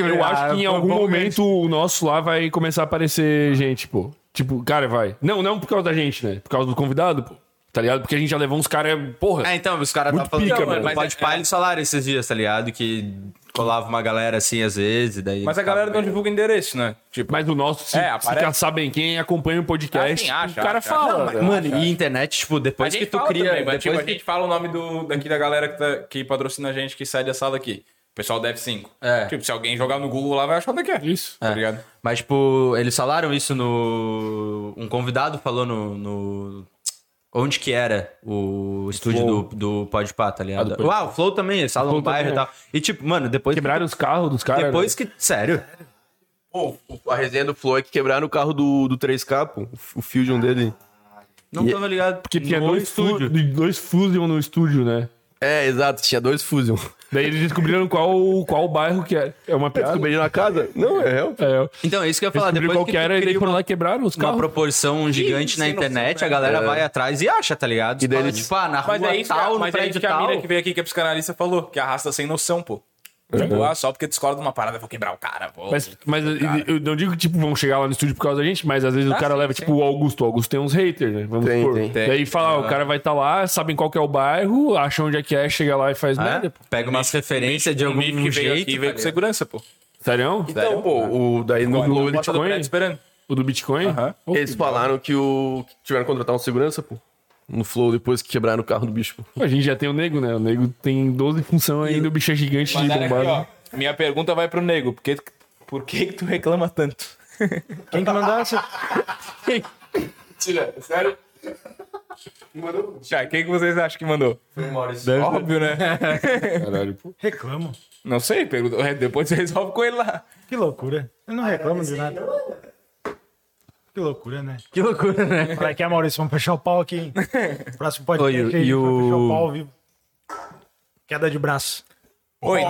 Speaker 6: Eu acho que em algum momento o nosso lá vai começar a aparecer gente, pô. Tipo, cara, vai. Não, não por causa da gente, né? Por causa do convidado, pô. Tá ligado? Porque a gente já levou uns caras, porra.
Speaker 1: É, então, os caras
Speaker 6: Muito
Speaker 1: tá falando
Speaker 6: pica,
Speaker 1: pica,
Speaker 6: mano.
Speaker 1: mano,
Speaker 3: Mas
Speaker 1: pode
Speaker 3: é-
Speaker 1: pai eles falaram esses dias, tá ligado? Que colava uma galera assim às vezes, e daí.
Speaker 3: Mas a galera não divulga endereço, né? Tipo,
Speaker 6: Mas o nosso, se,
Speaker 3: É,
Speaker 6: é, se
Speaker 3: aparece.
Speaker 6: caçar bem quem acompanha o podcast,
Speaker 3: Ah, sim, acha,
Speaker 6: o cara
Speaker 3: acha.
Speaker 6: fala.
Speaker 3: Não,
Speaker 6: velho.
Speaker 1: Mano, e internet, tipo,
Speaker 3: a
Speaker 1: depois
Speaker 3: gente
Speaker 1: que tu
Speaker 3: fala
Speaker 1: cria.
Speaker 3: também, mas,
Speaker 1: depois
Speaker 3: tipo, a
Speaker 1: que-
Speaker 3: gente fala o nome do, daqui da galera que, tá- que patrocina a gente, que sai da sala aqui. O pessoal deve 5.
Speaker 1: É.
Speaker 3: Tipo, se alguém jogar no Google lá, vai achar onde é que é.
Speaker 6: Isso.
Speaker 3: Tá ligado?
Speaker 1: Mas, tipo, eles falaram isso no. Um convidado falou no. no- Onde que era o estúdio do, do Podpah, tá ligado?
Speaker 6: Ah, Podpah.
Speaker 1: Uau, o Flow também, eles falam
Speaker 6: Flow
Speaker 1: no bairro e
Speaker 6: também, é.
Speaker 1: tal. E, tipo, mano, depois.
Speaker 6: Quebraram os carros dos caras. né?
Speaker 1: Depois que. Sério?
Speaker 4: Pô, a resenha do Flow é que quebraram o carro do, do 3K, pô. O Fusion dele.
Speaker 1: Não tava ligado.
Speaker 6: que tinha
Speaker 1: No
Speaker 6: dois, fu
Speaker 1: estúdio.
Speaker 6: dois Fusion no estúdio, né?
Speaker 4: É, exato. Tinha dois Fusion.
Speaker 6: Daí eles descobriram qual, qual bairro que era. É uma piada.
Speaker 4: Descobri na casa? Não, é real.
Speaker 6: É,
Speaker 1: Então, é isso que eu ia falar.
Speaker 6: descobriram
Speaker 1: Depois
Speaker 6: qual
Speaker 1: que
Speaker 6: que era
Speaker 1: tu
Speaker 6: e daí
Speaker 1: cria
Speaker 6: foram
Speaker 1: uma,
Speaker 6: lá e quebraram os
Speaker 1: uma
Speaker 6: carros.
Speaker 1: proporção gigante na
Speaker 3: sem noção,
Speaker 1: internet,
Speaker 3: né?
Speaker 1: a galera
Speaker 6: É.
Speaker 1: vai atrás e acha, tá ligado? E
Speaker 4: daí
Speaker 1: daí,
Speaker 4: eles-
Speaker 1: tipo, ah, na rua
Speaker 3: Mas é isso que,
Speaker 1: tal, no
Speaker 3: mas é
Speaker 1: prédio
Speaker 3: isso que a mina
Speaker 1: tal.
Speaker 3: que veio aqui, que é psicanalista, falou. Que arrasta sem noção, pô. Tipo, ah, só porque discorda de uma parada, eu vou quebrar o cara, pô.
Speaker 6: Uhum. Mas, mas eu não digo que, tipo, vão chegar lá no estúdio por causa da gente, mas às vezes o cara
Speaker 3: sim,
Speaker 6: leva, tipo, o Augusto. O Augusto tem uns haters, né? Vamos
Speaker 4: Tem,
Speaker 6: supor.
Speaker 4: tem.
Speaker 6: Daí fala, ah, o cara vai estar lá, sabem qual que é o bairro, acham onde é que é, chega lá e faz merda. pô.
Speaker 1: Pega umas referências de
Speaker 3: o
Speaker 1: algum
Speaker 3: bicho que veio
Speaker 1: jeito.
Speaker 3: aqui veio
Speaker 1: tá
Speaker 3: com segurança, pô.
Speaker 6: Sério?
Speaker 4: Então, pô, o, daí no Flow
Speaker 6: O do
Speaker 4: ele
Speaker 3: Bota do prédio
Speaker 6: Bitcoin?
Speaker 3: esperando.
Speaker 6: O do Bitcoin? Pô,
Speaker 4: Eles falaram que, o, que tiveram que contratar um segurança, pô. No Flow, depois que quebraram o carro do bicho.
Speaker 6: A gente já tem o Nego, né? O Nego tem 12 funções ainda, o bicho é gigante de
Speaker 3: Mandaram
Speaker 6: bombado.
Speaker 3: aqui, ó. Minha pergunta vai pro nego. Por que, por que, que tu reclama tanto?
Speaker 5: Quem
Speaker 1: tá
Speaker 5: que mandou essa?
Speaker 10: Tira, sério? Mano,
Speaker 3: Já, quem que vocês acham que mandou?
Speaker 10: foi o Maurício.
Speaker 3: Óbvio, né?
Speaker 6: Caralho, pô.
Speaker 5: Reclamo.
Speaker 3: Não sei, pergunta. é, Depois você resolve com ele lá.
Speaker 5: Que loucura. Eu não reclamo de nada. Que loucura, né?
Speaker 1: Que loucura, né?
Speaker 5: Fala aqui, Maurício, vamos fechar o pau aqui. hein? Próximo
Speaker 1: Oi, e
Speaker 5: podcast. a gente vai
Speaker 1: o-
Speaker 5: fechar o pau ao vivo. Queda de braço.
Speaker 3: Oi,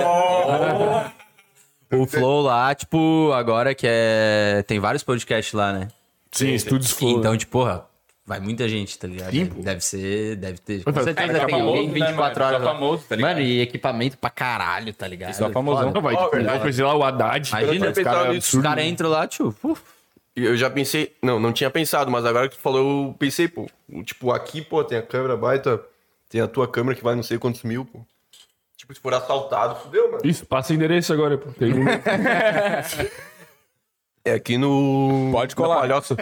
Speaker 1: O Flow lá, tipo, agora que é. Tem vários podcasts lá, né?
Speaker 6: Sim, estúdios foram.
Speaker 1: Então, tipo, porra, vai muita gente, tá ligado? Deve ser. Deve ter. Com
Speaker 6: Mas,
Speaker 1: certeza
Speaker 3: cara,
Speaker 1: tem
Speaker 3: famoso,
Speaker 1: alguém
Speaker 3: né,
Speaker 1: 24
Speaker 3: mano?
Speaker 1: horas.
Speaker 3: Só
Speaker 1: lá.
Speaker 3: famoso, tá ligado?
Speaker 1: Mano, e equipamento pra caralho, tá ligado?
Speaker 3: Só famosão.
Speaker 6: Não vai, tipo, vai fazer lá o Haddad.
Speaker 1: Imagina,
Speaker 6: os caras
Speaker 4: os
Speaker 1: Os caras entram lá, tipo, uf,
Speaker 4: E Eu já pensei... Não, não tinha pensado, mas agora que tu falou, eu pensei, pô. Tipo, aqui, pô, tem a câmera baita. Tem a tua câmera que vai não sei quantos mil, pô. Tipo, se for assaltado, fudeu, mano.
Speaker 6: Isso, passa o endereço agora, pô. Tem um-
Speaker 4: É aqui no...
Speaker 3: Pode colar.
Speaker 4: Na palhoça.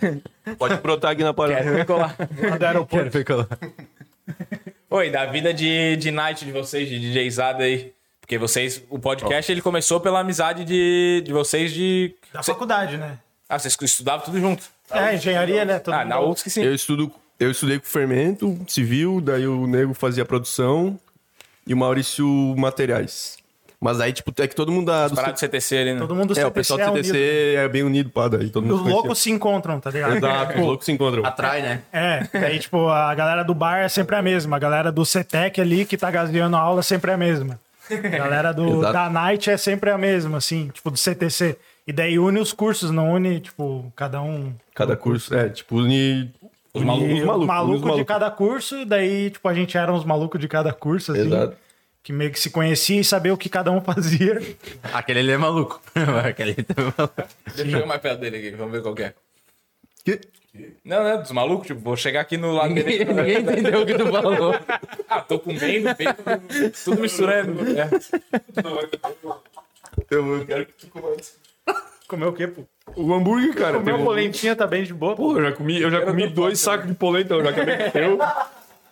Speaker 4: Pode brotar aqui na palhoça.
Speaker 3: Oi, da vida de, de night de vocês, de DJzada aí. Porque vocês. O podcast ele começou pela amizade de, de vocês de.
Speaker 5: Da faculdade, né?
Speaker 3: Ah, vocês estudavam tudo junto.
Speaker 5: É, engenharia, né? Todo
Speaker 3: Ah,
Speaker 5: mundo-
Speaker 3: na UFSC que sim.
Speaker 4: Eu, estudo, eu estudei com fermento, civil, daí o nego fazia produção e o Maurício materiais. Mas aí, tipo, é que todo mundo da. do
Speaker 3: Parado de CTC ali, né?
Speaker 5: Todo mundo
Speaker 4: É,
Speaker 5: CTC
Speaker 4: o pessoal do
Speaker 5: é
Speaker 4: CTC
Speaker 5: unido.
Speaker 4: é bem unido, pá, daí todo mundo
Speaker 5: Os
Speaker 4: se conhecia.
Speaker 5: loucos se encontram, tá ligado?
Speaker 4: Exato, os loucos se encontram.
Speaker 1: Atrai, né?
Speaker 5: É, aí, tipo, a galera do bar é sempre a mesma. A galera do CETEC ali, que tá gaseando a aula, sempre é a mesma. A galera do,
Speaker 4: Exato.
Speaker 5: da Night é sempre a mesma, assim, tipo, do CTC. E daí une os cursos, não une, tipo, cada um.
Speaker 4: Cada curso, é, tipo, une. Os
Speaker 5: E
Speaker 4: malucos.
Speaker 5: os
Speaker 4: Os malucos.
Speaker 5: malucos
Speaker 4: os
Speaker 5: de
Speaker 4: malucos.
Speaker 5: cada curso, daí, tipo, a gente era uns malucos de cada curso, assim.
Speaker 4: Exato.
Speaker 5: Que meio que se conhecia e sabia o que cada um fazia.
Speaker 1: Aquele ali é maluco. Aquele ali também é maluco.
Speaker 3: Deixa eu pegar mais perto dele aqui, vamos ver qual que é.
Speaker 4: Que?
Speaker 3: Não, não, dos malucos, tipo, vou chegar aqui no lado dele.
Speaker 1: Ninguém entendeu o que tu falou.
Speaker 3: Ah, tô com bem, bem, tudo misturando. É.
Speaker 4: Eu quero que tu comece.
Speaker 5: Comeu o quê, pô?
Speaker 6: O hambúrguer, cara. Tem
Speaker 5: Comeu
Speaker 6: um...
Speaker 5: polentinha tá bem de boa, pô.
Speaker 6: Pô, eu já comi, eu né? já comi dois sacos de polenta, eu já acabei com eu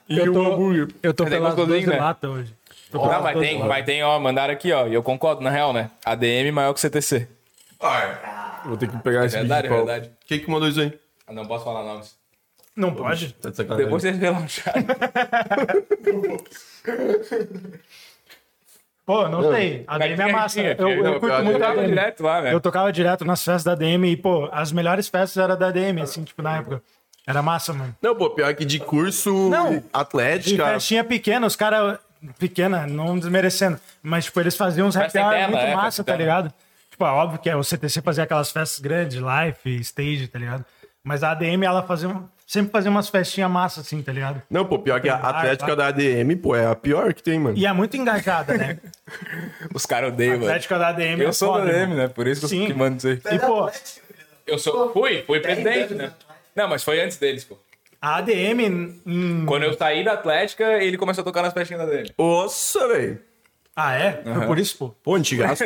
Speaker 6: e
Speaker 5: Eu
Speaker 6: o
Speaker 5: tô-
Speaker 6: hambúrguer.
Speaker 5: Eu tô pelas
Speaker 3: gostosinho,
Speaker 5: 12
Speaker 3: né?
Speaker 5: latas hoje. Tô
Speaker 3: Não,
Speaker 5: pelas
Speaker 3: mas
Speaker 5: 12
Speaker 3: tem,
Speaker 5: latas.
Speaker 3: mas tem, ó, mandaram aqui, ó, e eu concordo, na real, né? ADM maior que CTC.
Speaker 6: Vou ter que pegar
Speaker 5: É
Speaker 6: esse
Speaker 3: É Verdade, é
Speaker 6: bicho de pau.
Speaker 3: verdade.
Speaker 4: Quem que mandou isso aí?
Speaker 3: Ah, não posso falar nomes.
Speaker 5: Não pode?
Speaker 4: Tá de sacanagem.
Speaker 3: Depois vocês relaxaram.
Speaker 5: Tá Pô, não, tem. A DM é massa.
Speaker 3: tinha,
Speaker 5: Eu,
Speaker 3: tinha.
Speaker 5: eu
Speaker 3: Não,
Speaker 5: curto
Speaker 4: pior
Speaker 5: muito a
Speaker 4: que
Speaker 3: Tava
Speaker 5: DM.
Speaker 3: direto lá, né?
Speaker 5: Eu tocava direto nas festas da DM e, pô, as melhores festas eram da DM, assim, tipo, na época. Era massa, mano.
Speaker 4: Não, pô, pior que de curso
Speaker 5: Não. E
Speaker 4: atlética.
Speaker 5: festinha pequena, os caras. Pequena, não desmerecendo. Mas, tipo, eles faziam uns happy
Speaker 3: Festa
Speaker 5: hour
Speaker 3: interna,
Speaker 5: muito
Speaker 3: é,
Speaker 5: massa,
Speaker 3: festa
Speaker 5: tá
Speaker 3: interna.
Speaker 5: ligado? Tipo, é óbvio que é, o CTC fazia aquelas festas grandes, live, stage, tá ligado? Mas a ADM, ela fazia, um- sempre fazia umas festinhas massa, assim, tá ligado?
Speaker 4: Não, pô, pior que a
Speaker 5: Tem bar,
Speaker 4: atlética
Speaker 5: tá?
Speaker 4: da ADM, pô, é a pior que tem, mano.
Speaker 5: E é muito engajada, né?
Speaker 3: Os caras odeiam, velho.
Speaker 5: Atlética da ADM.
Speaker 3: Eu sou
Speaker 5: é foda,
Speaker 3: da DM,
Speaker 5: mano.
Speaker 3: né? Por isso que eu
Speaker 5: Sim.
Speaker 3: que mando isso aí.
Speaker 5: E, pô,
Speaker 3: Eu sou. Fui, fui presidente, né? Não, mas foi antes deles, pô.
Speaker 5: a ADM. Hum,
Speaker 3: Quando eu saí da Atlética, ele começou a tocar nas festinhas da DM.
Speaker 4: Nossa, velho.
Speaker 5: ah, é? Foi por isso, pô.
Speaker 4: Pô, antigaço.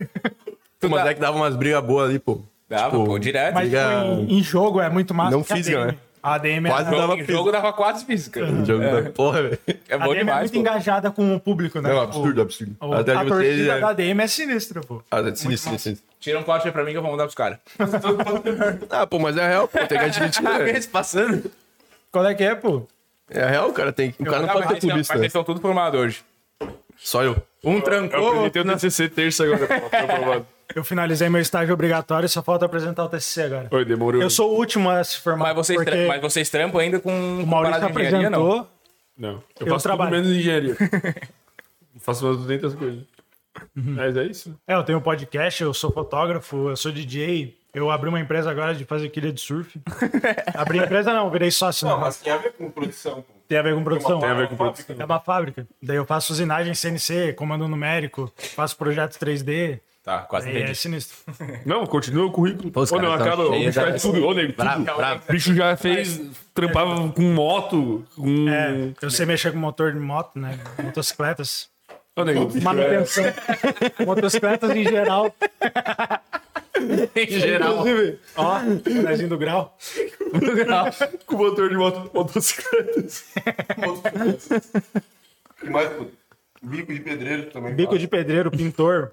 Speaker 4: Mas é que dava umas brigas boas ali, pô.
Speaker 3: Dava,
Speaker 4: Tipo,
Speaker 3: pô, direto.
Speaker 5: Mas
Speaker 4: Liga-
Speaker 5: tipo, em, em jogo é muito massa.
Speaker 4: um Não
Speaker 5: porque
Speaker 4: física,
Speaker 5: a ADM,
Speaker 4: né?
Speaker 5: A ADM,
Speaker 4: Quase
Speaker 5: é,
Speaker 4: dava
Speaker 3: O jogo dava Uhum. quase física.
Speaker 4: O jogo da porra, velho.
Speaker 3: É
Speaker 5: a
Speaker 3: bom
Speaker 5: ADM é
Speaker 3: demais,
Speaker 5: muito
Speaker 3: pô.
Speaker 5: engajada com o público, né?
Speaker 4: É um
Speaker 5: Tipo,
Speaker 4: absurdo, absurdo.
Speaker 5: o-
Speaker 4: Até
Speaker 5: a
Speaker 4: de vocês.
Speaker 5: torcida
Speaker 4: é-
Speaker 5: da ADM é sinistra, pô.
Speaker 4: Ah, sinistro, sinistro, sinistro.
Speaker 3: Tira um corte aí pra mim que eu vou mandar pros caras.
Speaker 4: Ah, pô, mas é real, pô, tem que admitir. né?
Speaker 1: passando.
Speaker 5: Qual é que é, pô?
Speaker 4: É real, cara, tem. O cara não pode ser
Speaker 3: mas eles
Speaker 4: clubista. né?
Speaker 3: estão tudo formados hoje.
Speaker 4: Só eu.
Speaker 1: Um
Speaker 6: Eu
Speaker 1: trancou.
Speaker 6: apresentei o TCC terça agora, pô, foi aprovado.
Speaker 5: Eu finalizei meu estágio obrigatório, só falta apresentar o TCC agora.
Speaker 6: Oi, demorou.
Speaker 5: Eu sou o último a se formar.
Speaker 3: Mas vocês,
Speaker 5: porque
Speaker 3: tra- mas vocês trampam ainda com
Speaker 5: o Maurício
Speaker 3: parada de engenharia, não?
Speaker 5: apresentou.
Speaker 6: Não, eu,
Speaker 5: Eu
Speaker 6: faço tudo
Speaker 5: trabalho.
Speaker 6: menos engenharia. Eu faço mais 200 coisas. Mas é isso. né?
Speaker 5: É, eu tenho um podcast, eu sou fotógrafo, eu sou DJ. Eu abri uma empresa agora de fazer quilha de surf. abri empresa não, virei sócio. Não,
Speaker 10: Mas tem a ver com produção, pô.
Speaker 5: Tem a ver com produção.
Speaker 6: Tem a ver com produção.
Speaker 5: É uma fábrica. Daí eu faço usinagem CNC, comando numérico, faço projetos 3D.
Speaker 3: Tá, quase
Speaker 5: É, é
Speaker 3: entendi.
Speaker 5: sinistro.
Speaker 6: Não, continua o currículo.
Speaker 1: os
Speaker 6: Ô, não,
Speaker 1: caras tão
Speaker 6: acaba. O
Speaker 1: cheios
Speaker 6: bicho
Speaker 1: da-
Speaker 5: né?
Speaker 6: faz tudo. Ô, nego,
Speaker 1: Bravo,
Speaker 6: tudo.
Speaker 1: bravo.
Speaker 6: O bicho já fez... Trampava com moto, com...
Speaker 5: É, eu sei mexer com motor de moto, né? Motocicletas.
Speaker 6: Ô, nego, o bicho é-
Speaker 5: Manutenção. Motocicletas em geral.
Speaker 1: Em geral.
Speaker 6: Inclusive,
Speaker 5: Ó, pezinho do grau.
Speaker 6: com motor de moto, motocicletas.
Speaker 10: E mais, pô. Bico de pedreiro também.
Speaker 5: Bico de pedreiro, pintor.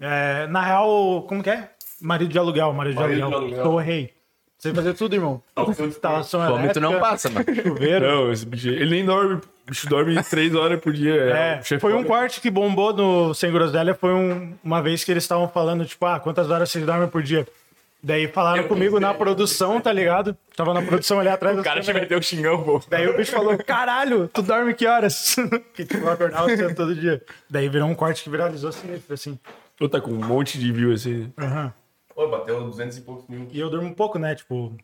Speaker 5: É, na real, como que é? Marido de aluguel, marido, de
Speaker 10: Marido de
Speaker 5: aluguel.
Speaker 10: aluguel.
Speaker 5: Sou o rei. Sei fazer tudo, irmão. Instalação
Speaker 1: Fome tu
Speaker 5: elétrica,
Speaker 1: não passa, mano.
Speaker 5: chuveiro.
Speaker 6: Não, esse bicho... Ele nem dorme. O bicho dorme três horas por dia.
Speaker 5: É,
Speaker 6: o chefe
Speaker 5: foi um
Speaker 6: fala-
Speaker 5: corte que bombou no Sem Groselha, foi um- uma vez que eles estavam falando, tipo, ah, quantas horas vocês dormem por dia? Daí falaram comigo na produção, tá ligado? Tava na produção ali atrás. O
Speaker 3: te meteu o xingão, pô.
Speaker 5: Daí o bicho falou, caralho, tu dorme que horas? que tipo, eu acordava cedo todo dia. Daí virou um corte que viralizou assim, tipo assim.
Speaker 6: Ô, tá com um monte de view, assim.
Speaker 5: aham.
Speaker 4: Pô, bateu 200 e poucos mil.
Speaker 5: E eu durmo pouco, né? Tipo,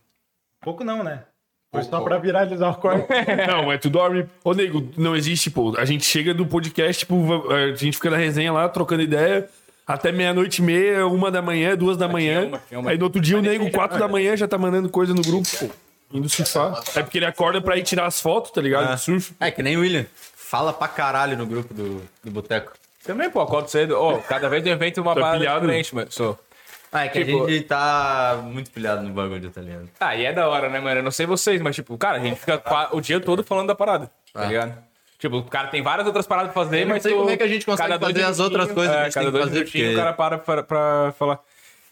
Speaker 5: pouco não, né? Foi só pra viralizar o corte.
Speaker 6: Não, mas tu dorme. Ô, nego, não existe, pô. A gente chega do podcast, tipo, va- a gente fica na resenha lá, trocando ideia. Até meia-noite e meia, uma da manhã, duas da manhã.
Speaker 3: uma, tinha uma.
Speaker 6: Aí no outro dia o nego, quatro da manhã, já tá mandando coisa no grupo, pô. Indo surfar. É porque ele acorda pra ir tirar as fotos, tá ligado? Do surf.
Speaker 1: É que nem o William. Fala pra caralho no grupo do, do Boteco.
Speaker 3: Também, pô, acordo cedo. Ô, cada vez eu invento uma
Speaker 6: Tá
Speaker 3: parada
Speaker 6: pilhado?
Speaker 3: diferente, mano. Sou.
Speaker 1: Ah, é que
Speaker 3: Tipo-
Speaker 1: a gente tá muito pilhado no bagulho, tá ligado?
Speaker 3: Ah, e é da hora, né, mano? Eu não sei vocês, mas, tipo, cara, a gente fica qua- o dia todo falando da parada,
Speaker 4: Ah.
Speaker 3: tá ligado? Tipo, o cara tem várias outras paradas pra fazer,
Speaker 1: Eu não
Speaker 3: mas
Speaker 1: sei
Speaker 3: tu-
Speaker 1: como é que a gente consegue
Speaker 3: dois
Speaker 1: fazer as
Speaker 3: minutinhos-
Speaker 1: outras coisas que a
Speaker 3: é,
Speaker 1: gente
Speaker 3: cada
Speaker 1: tem que
Speaker 3: dois
Speaker 1: fazer,
Speaker 3: minutinhos
Speaker 1: porque-
Speaker 3: o cara para pra, pra falar.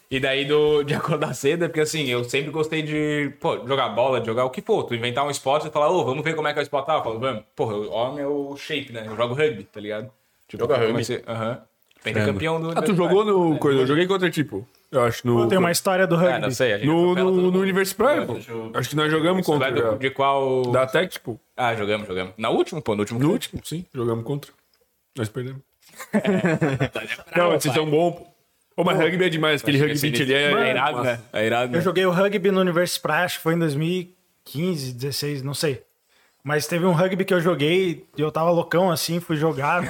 Speaker 3: E daí do, de acordar cedo, é porque assim, eu sempre gostei de, pô, jogar bola, de jogar o que for. Tu inventar um esporte e falar, ô, vamos ver como é que é o esporte. Ah, eu falo, vamos. Porra, eu- ó meu shape, né? Eu jogo rugby, tá ligado? Tipo,
Speaker 4: Joga
Speaker 3: eu
Speaker 4: rugby.
Speaker 3: comecei. Aham. Pentacampeão do.
Speaker 6: Ah, tu jogou no coisa? Eu joguei contra tipo. Eu acho no.
Speaker 5: Tem uma história do rugby.
Speaker 3: Ah, não sei. A gente
Speaker 6: No,
Speaker 3: atropela todo
Speaker 6: no, no
Speaker 3: mundo.
Speaker 6: Universo Prime, pô. Acho que nós jogamos
Speaker 3: Tu vai
Speaker 6: contra.
Speaker 1: né?
Speaker 3: do-
Speaker 6: já.
Speaker 3: De qual.
Speaker 6: Da Tech, pô.
Speaker 3: Ah, jogamos, jogamos. Na última, pô, no último.
Speaker 6: No último, sim, jogamos contra. Nós perdemos.
Speaker 3: É.
Speaker 6: não, vocês são bons, pô. Ô, mas rugby é demais, aquele
Speaker 3: que
Speaker 6: rugby
Speaker 3: esse
Speaker 6: ele é.
Speaker 3: É irado, né? É irado, né?
Speaker 5: Eu joguei o rugby no Universo Praia, acho que foi em 2015, 16, não sei. Mas teve um rugby que eu joguei e eu tava loucão assim, fui jogar, me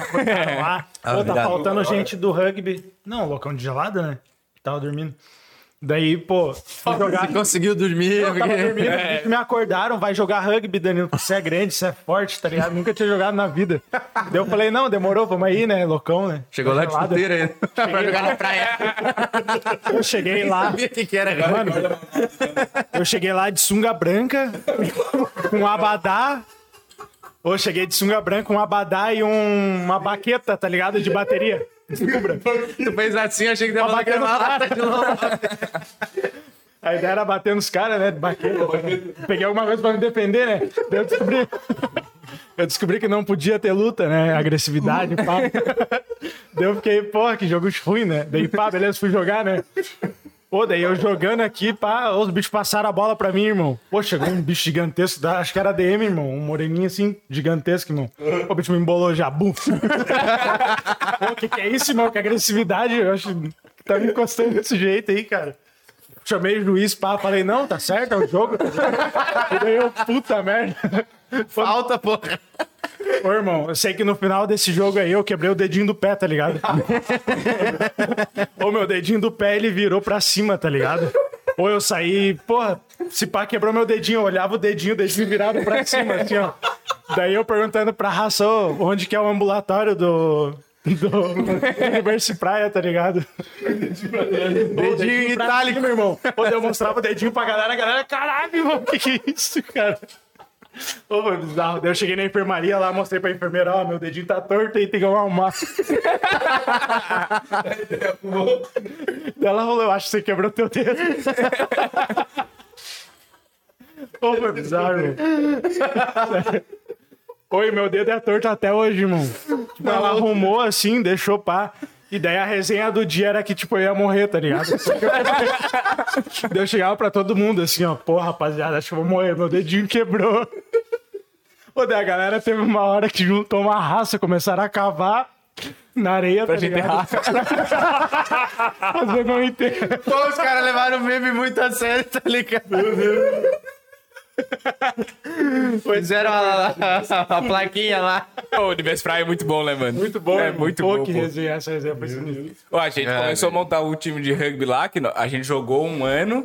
Speaker 5: acordaram lá. Pô, tá faltando gente do rugby. Não, loucão de gelada, né? Tava dormindo. Daí, pô, fui
Speaker 3: assim,
Speaker 5: jogar.
Speaker 1: Conseguiu dormir.
Speaker 3: tá
Speaker 5: Eu tava dormindo, os bichos me acordaram, vai jogar rugby, Danilo. Você é grande, você é forte, tá ligado? Nunca tinha jogado na vida. Daí eu falei, não, demorou, vamos aí, né? Loucão, né?
Speaker 1: Chegou lá de
Speaker 5: Gelada.
Speaker 1: chuteira ainda. pra jogar na praia.
Speaker 5: Eu cheguei lá.
Speaker 1: Sabia o que, que era, cara.
Speaker 5: Eu cheguei lá de sunga branca, com um abadá. Ou eu cheguei de sunga branca, um abadá e um- uma baqueta, tá ligado? De bateria.
Speaker 1: Tu fez assim, achei que dava
Speaker 5: Pra
Speaker 1: lá
Speaker 5: bater
Speaker 1: que
Speaker 5: no
Speaker 1: lata de novo.
Speaker 5: A ideia era bater nos caras, né? De baqueta. Peguei alguma coisa pra me defender, né? Daí eu descobri. Eu descobri que não podia ter luta, né? Agressividade, pá. Daí eu fiquei, porra, que jogo ruim, né? Daí, pá, beleza, fui jogar, né? Pô, daí eu jogando aqui, pá, os bichos passaram a bola pra mim, irmão. Pô, chegou um bicho gigantesco, da, acho que era DM, irmão. Um moreninho assim, gigantesco, irmão. O bicho me embolou já, buf. Pô, que que é isso, irmão? Que agressividade, eu acho que tá me encostando desse jeito aí, cara. Chamei o juiz, pá, falei, não, tá certo, é o jogo. e daí eu, puta merda.
Speaker 1: Falta, porra.
Speaker 5: Ô, irmão, eu sei que no final desse jogo aí eu quebrei o dedinho do pé, tá ligado? Ô, meu dedinho do pé, ele virou pra cima, tá ligado? Ou eu saí, porra, se pá quebrou meu dedinho, eu olhava o dedinho, o dedinho virado pra cima, assim, ó. Daí eu perguntando pra raça, ô, onde que é o ambulatório do... Do Universo Praia, tá ligado? Dedinho, dedinho itálico, meu irmão. Pô, daí eu mostrava o dedinho pra galera, a galera, caralho, mano, que que é isso, cara? Ô, foi bizarro. Daí eu cheguei na enfermaria lá, mostrei pra enfermeira, ó, meu dedinho tá torto aí, tem que arrumar. Daí ela rolou, eu acho que você quebrou teu dedo. Ô, foi é bizarro, irmão. Oi, meu dedo é torto até hoje, irmão. Tipo, ela arrumou assim, deixou pá. E daí a resenha do dia era que, tipo, eu ia morrer, tá ligado? daí eu chegava pra todo mundo assim, ó, pô, rapaziada, acho que eu vou morrer, meu dedinho quebrou. Ô, daí a galera teve uma hora que juntou uma raça, começaram a cavar na areia, pra tá gente ligado? Fazer não enterrar.
Speaker 1: Pô, os caras levaram o meme muito a sério, tá ligado? Meu Deus. Fizeram a, a- a plaquinha lá.
Speaker 3: Pô, o Universo Praia é muito bom, né, mano? Muito
Speaker 5: Pô,
Speaker 3: É muito
Speaker 5: pô,
Speaker 3: bom.
Speaker 5: que
Speaker 3: pô.
Speaker 5: resenha, essa resenha foi sinistra.
Speaker 3: Ó, a
Speaker 5: É,
Speaker 3: gente começou a montar o time de rugby lá, que no- a gente jogou um ano.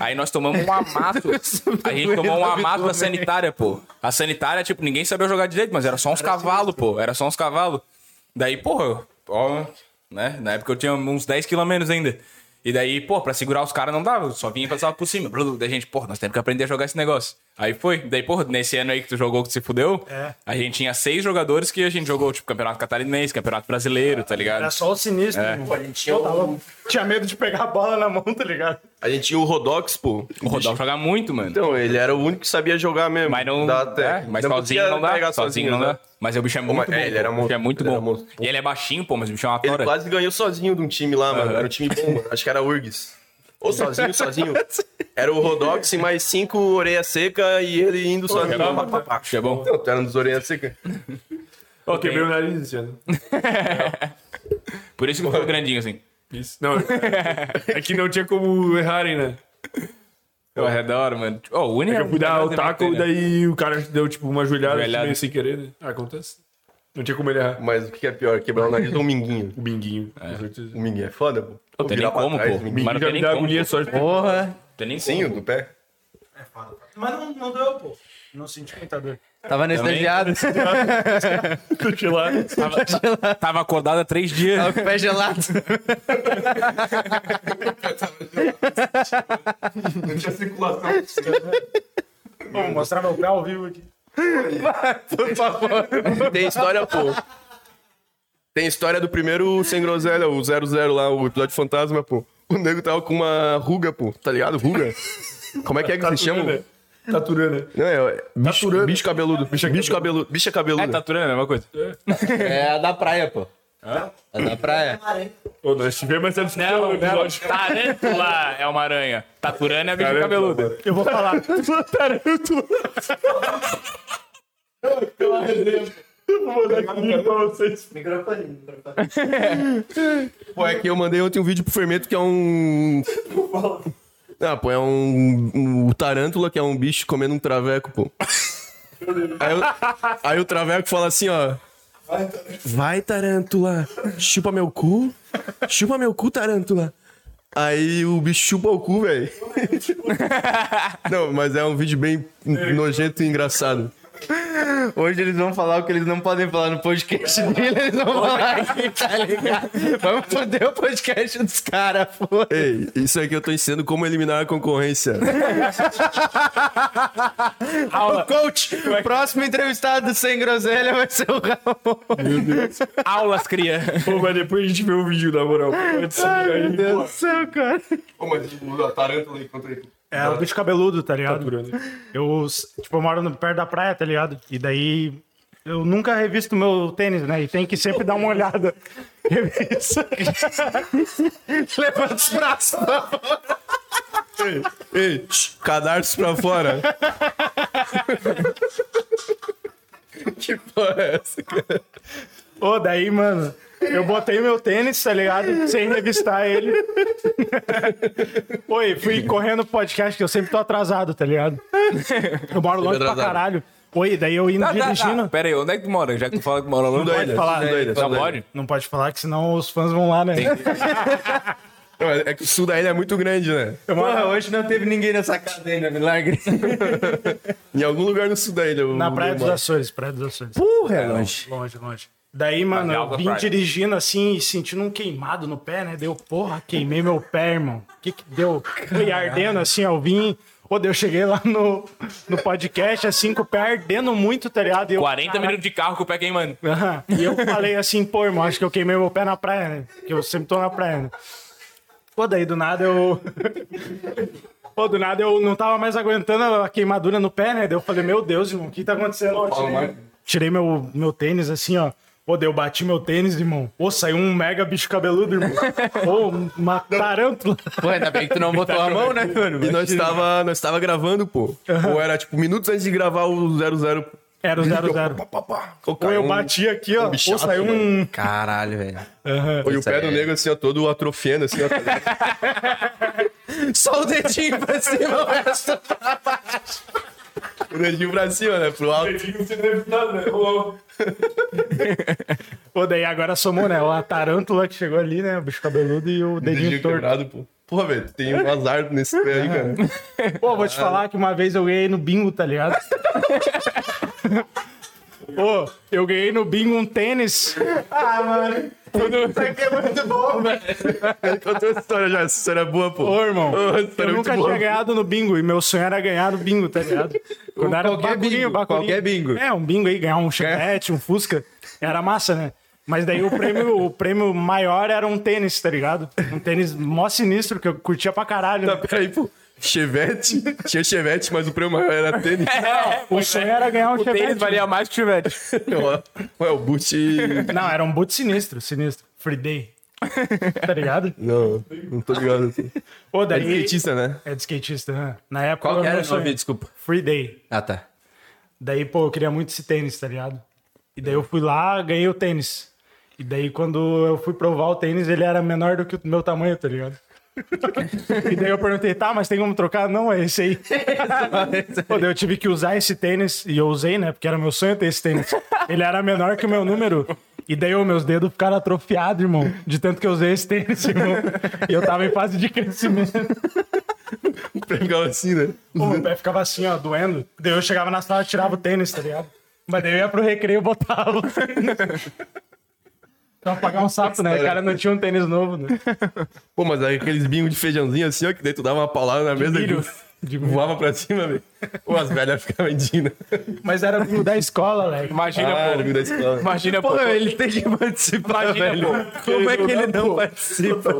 Speaker 3: Aí nós tomamos um amasso. A gente tomou um amasso da sanitária, pô. A sanitária, tipo, ninguém sabia jogar direito, mas era só uns
Speaker 5: assim
Speaker 3: cavalos, pô. Era só uns cavalos. Daí, porra, ó, né? Na época eu tinha uns 10 quilos a menos ainda. E daí, pô, pra segurar os caras não dava, só vinha e passava por cima. Blu, Daí a gente, porra, nós temos que aprender a jogar esse negócio. Aí foi. Daí, porra, nesse ano aí que tu jogou que tu se fudeu,
Speaker 5: É.
Speaker 3: a gente tinha seis jogadores que a gente jogou, tipo, campeonato catarinense, campeonato brasileiro, tá ligado?
Speaker 5: Era só o sinistro, irmão.
Speaker 4: Pô, a gente tinha o,
Speaker 5: Tinha medo de pegar a bola na mão, tá ligado?
Speaker 4: a gente tinha o Rodox, pô.
Speaker 3: O Rodolfo joga muito, mano.
Speaker 4: Então, ele era o único que sabia jogar mesmo.
Speaker 3: mas não.
Speaker 4: Dá
Speaker 3: é,
Speaker 4: até.
Speaker 3: mas sozinho
Speaker 4: conseguia
Speaker 3: não dá.
Speaker 4: pegar
Speaker 3: Sozinho não dá.
Speaker 4: né?
Speaker 3: Mas o bicho é muito
Speaker 4: mas-
Speaker 3: bom.
Speaker 4: é, ele era
Speaker 3: pô. O bicho
Speaker 4: monstro,
Speaker 3: é muito
Speaker 4: ele era
Speaker 3: bom.
Speaker 4: monstro.
Speaker 3: E ele é baixinho, pô, mas o bicho é uma
Speaker 4: Ele
Speaker 3: tora.
Speaker 4: quase ganhou sozinho de um time lá, mano. Era um time bom, mano. Acho que era a URGS. Ou sozinho, sozinho. Era o Rodox, mais cinco orelha seca e ele indo sozinho. Pá, pá, pá.
Speaker 3: Bicho é bom.
Speaker 4: Não, tu era um dos orelha seca.
Speaker 6: Eu quebrei o nariz esse ano.
Speaker 3: Por isso que foi grandinho, assim.
Speaker 6: Isso. Não, é que não tinha como errarem, né?
Speaker 3: Porra, é da hora, mano. Ô, o Uni é
Speaker 6: Eu fui dar o taco e
Speaker 3: né?
Speaker 6: daí o cara deu tipo uma joelhada
Speaker 3: Joelhada.
Speaker 6: meio sem querer, né? Ah, acontece. Não tinha como ele errar.
Speaker 4: Mas o que é pior? Quebrar o nariz ou um minguinho?
Speaker 6: O binguinho, com certeza.
Speaker 4: O minguinho é foda, pô.
Speaker 3: Não tem
Speaker 4: Virar
Speaker 3: nem
Speaker 4: pra
Speaker 3: como,
Speaker 4: trás,
Speaker 3: pô.
Speaker 4: o
Speaker 3: Mas
Speaker 4: minguinho.
Speaker 3: não
Speaker 6: Binguinho já
Speaker 3: tem
Speaker 6: me
Speaker 3: nem
Speaker 6: dá
Speaker 3: como.
Speaker 6: agonia
Speaker 3: pô.
Speaker 6: só de
Speaker 1: Porra.
Speaker 3: Não tem nem
Speaker 4: Sim, o
Speaker 3: como.
Speaker 4: do pé.
Speaker 5: Mas não, não deu, pô. Não senti muita dor.
Speaker 1: Tava anestesiado.
Speaker 3: Tava acordado há três dias.
Speaker 1: Tava com o pé gelado.
Speaker 10: Não tinha circulação.
Speaker 5: Vou mostrar meu pé ao vivo aqui.
Speaker 4: Tem história, pô. Tem história do primeiro Sem Groselha, o 00 lá, o episódio fantasma, pô. O nego tava com uma ruga, pô. Tá ligado? Ruga. Como é que é que se chama?
Speaker 6: Taturana.
Speaker 4: Não, é. Bicho,
Speaker 6: Taturana.
Speaker 4: bicho cabeludo. Bicho, cabeludo. Bicha cabeluda.
Speaker 3: É, taturana é a mesma coisa.
Speaker 7: É a da praia, pô. É da praia.
Speaker 6: Ô, nós tivemos essa discussão no episódio.
Speaker 3: Tarântula Tá é uma aranha. Taturana é bicho
Speaker 6: Tarântula,
Speaker 3: cabeludo.
Speaker 5: Eu vou falar.
Speaker 6: Tarântula. Eu vou mandar esse vídeo pra vocês.
Speaker 8: Microfone, microfone.
Speaker 4: Pô, é que eu mandei ontem um vídeo pro Fermento que é um. Ah, pô, é um, um tarântula, que é um bicho comendo um traveco, pô. Aí, o- aí o traveco fala assim, ó. Vai, tarântula. Chupa meu cu. Chupa meu cu, tarântula. Aí o bicho chupa o cu, velho. Não, mas é um vídeo bem nojento e engraçado.
Speaker 7: Hoje eles vão falar o que eles não podem falar no podcast dele, eles vão falar aqui, tá ligado? Vamos foder o podcast dos caras, pô.
Speaker 4: Ei, isso aqui eu tô ensinando como eliminar a concorrência.
Speaker 3: Tá,
Speaker 7: O coach,
Speaker 3: é
Speaker 7: o próximo entrevistado do Sem Groselha vai ser o Ramon.
Speaker 3: Aulas cria.
Speaker 6: Pô, mas depois a gente vê o vídeo, na moral. Antes de cair,
Speaker 7: Meu Deus do céu, cara.
Speaker 10: Pô, mas o a tarântula aí, conta aí.
Speaker 5: É o bicho cabeludo, tá ligado?
Speaker 6: Taturana.
Speaker 5: Eu, tipo, eu moro no- perto da praia, tá ligado? E daí eu nunca revisto meu tênis, né? E tem que sempre dar uma olhada. Revista.
Speaker 7: Levanta os braços.
Speaker 4: Ei, tch, cadarço pra fora. que porra é essa, cara?
Speaker 5: Ô, daí, mano, eu botei meu tênis, tá ligado? Sem revistar ele. Oi, fui correndo pro podcast, que eu sempre tô atrasado, tá ligado? Eu moro longe pra
Speaker 4: atrasado.
Speaker 5: caralho. Oi, daí eu indo
Speaker 3: Tá, tá,
Speaker 5: dirigindo.
Speaker 3: tá. Pera aí, onde é que tu mora? Já que tu fala que mora longe,
Speaker 4: né?
Speaker 5: Pode falar.
Speaker 3: não pode?
Speaker 5: Não pode falar que senão os fãs vão lá, né?
Speaker 4: Não, é é que o sul da ilha é muito grande, né?
Speaker 5: Eu moro
Speaker 7: hoje não teve ninguém nessa cadeira, milagre.
Speaker 4: Em algum lugar no sul da ilha. eu-
Speaker 5: na Praia dos
Speaker 4: eu-
Speaker 5: Açores, Praia dos Açores.
Speaker 7: Porra, é longe.
Speaker 5: Longe, longe. Daí, mano,
Speaker 3: Alta
Speaker 5: eu vim
Speaker 3: praia.
Speaker 5: dirigindo assim e sentindo um queimado no pé, né? Deu, porra, queimei meu pé, irmão. O que que deu? Foi ardendo assim, ó, eu vim. Ô, daí eu cheguei lá no, no podcast, assim, com o pé ardendo muito, tá ligado? E eu,
Speaker 3: 40 minutos de carro com o pé queimando.
Speaker 5: Aham. E eu falei assim, pô, irmão, acho que eu queimei meu pé na praia, né? Porque eu sempre tô na praia, né? Pô, daí do nada eu. Pô, do nada eu não tava mais aguentando a queimadura no pé, né? Daí eu falei, meu Deus, irmão, o que tá acontecendo? Eu tirei tirei meu, meu tênis assim, ó. Pô, daí eu bati meu tênis, irmão. Pô, saiu um mega bicho cabeludo, irmão. Pô, uma tarântula.
Speaker 1: Pô,
Speaker 4: é
Speaker 1: ainda bem que tu não botou a mão, né, mano?
Speaker 4: E nós tava, nós tava gravando, pô. Ou era, tipo, minutos antes de gravar o 00.
Speaker 5: Era o zero zero.
Speaker 4: Pá, pá, pá. Ou
Speaker 5: Pô,
Speaker 4: caiu
Speaker 5: eu
Speaker 4: um-
Speaker 5: bati aqui, ó. Pô,
Speaker 4: bichaço, né?
Speaker 5: saiu um.
Speaker 7: Caralho, velho.
Speaker 5: Aham.
Speaker 4: Foi o pé
Speaker 7: é.
Speaker 4: do negro, assim, ó, todo atrofiando, assim, ó.
Speaker 7: Só o dedinho pra cima, o resto. tá
Speaker 4: o dedinho pra cima, né? Pro alto.
Speaker 5: Pô, daí agora somou, né? A tarântula que chegou ali, né? O bicho cabeludo e o dedinho
Speaker 4: Dedinho
Speaker 5: torto.
Speaker 4: quebrado, pô. Pô, velho, tem um azar nesse pé aí, cara.
Speaker 5: Pô, vou te falar que uma vez eu ganhei no bingo, tá ligado? Pô, eu ganhei no bingo um tênis.
Speaker 4: Contou essa história já, essa história é boa, pô.
Speaker 5: Ô, irmão,
Speaker 4: Ô, essa história
Speaker 5: eu
Speaker 4: é
Speaker 5: nunca
Speaker 4: muito boa.
Speaker 5: tinha ganhado no bingo e meu sonho era ganhar no bingo, tá ligado? Quando era
Speaker 7: Qualquer
Speaker 5: bacurinho,
Speaker 7: bingo,
Speaker 5: bacurinho.
Speaker 7: qualquer bingo.
Speaker 5: É, um bingo aí, ganhar um chiclete, um fusca. Era massa, né? Mas daí o prêmio, o prêmio maior era um tênis, tá ligado? Um tênis mó sinistro que eu curtia pra caralho.
Speaker 4: Tá,
Speaker 5: né?
Speaker 4: peraí, pô. Chevette? Tinha Chevette, mas o prêmio maior era tênis. né?
Speaker 5: O sonho era ganhar um
Speaker 3: O tênis
Speaker 5: chiclete.
Speaker 3: valia É, mais que o chivete.
Speaker 7: É.
Speaker 4: Ó, Ué, o Butch.
Speaker 5: Não, era um boot sinistro, sinistro. Free day. Tá ligado?
Speaker 4: Não, não tô ligado. assim.
Speaker 5: Pô,
Speaker 4: É
Speaker 5: daí...
Speaker 4: de skatista, né?
Speaker 5: É de skatista, né? Na época.
Speaker 1: Qual
Speaker 5: eu
Speaker 1: que era
Speaker 5: não
Speaker 1: o
Speaker 5: sonhei.
Speaker 1: nome? Desculpa.
Speaker 5: Free Day.
Speaker 1: Ah, tá.
Speaker 5: Daí, pô, eu queria muito esse tênis, tá ligado? E daí eu fui lá, ganhei o tênis. E daí, quando eu fui provar o tênis, ele era menor do que o meu tamanho, tá ligado? e daí eu perguntei, tá, mas tem como trocar? Não, é esse aí. Pô, daí eu tive que usar esse tênis, e eu usei, né? Porque era meu sonho ter esse tênis. Ele era menor que o meu número. E daí os meus dedos ficaram atrofiados, irmão. De tanto que eu usei esse tênis, irmão. E eu tava em fase de crescimento.
Speaker 4: O prêmio ficava assim, né?
Speaker 5: Pô, meu pé ficava assim, ó, doendo. Daí eu chegava na sala, tirava o tênis, tá ligado? Mas daí eu ia pro recreio e botava o tênis. Então pagar um sapo, né? O cara não tinha um tênis novo, né?
Speaker 4: Pô, mas aí aqueles bingos de feijãozinho assim, ó, que daí tu dava uma paulada na mesa
Speaker 5: milho.
Speaker 4: e de- voava pra cima, velho. Ou as velhas ficavam indignas.
Speaker 5: Mas era o da escola, velho.
Speaker 3: Imagina,
Speaker 4: Ah,
Speaker 3: pô.
Speaker 4: amigo da escola.
Speaker 3: Imagina, pô.
Speaker 7: Ele tem que participar,
Speaker 3: Imagina,
Speaker 7: velho.
Speaker 3: pô.
Speaker 7: Como é que ele não participa?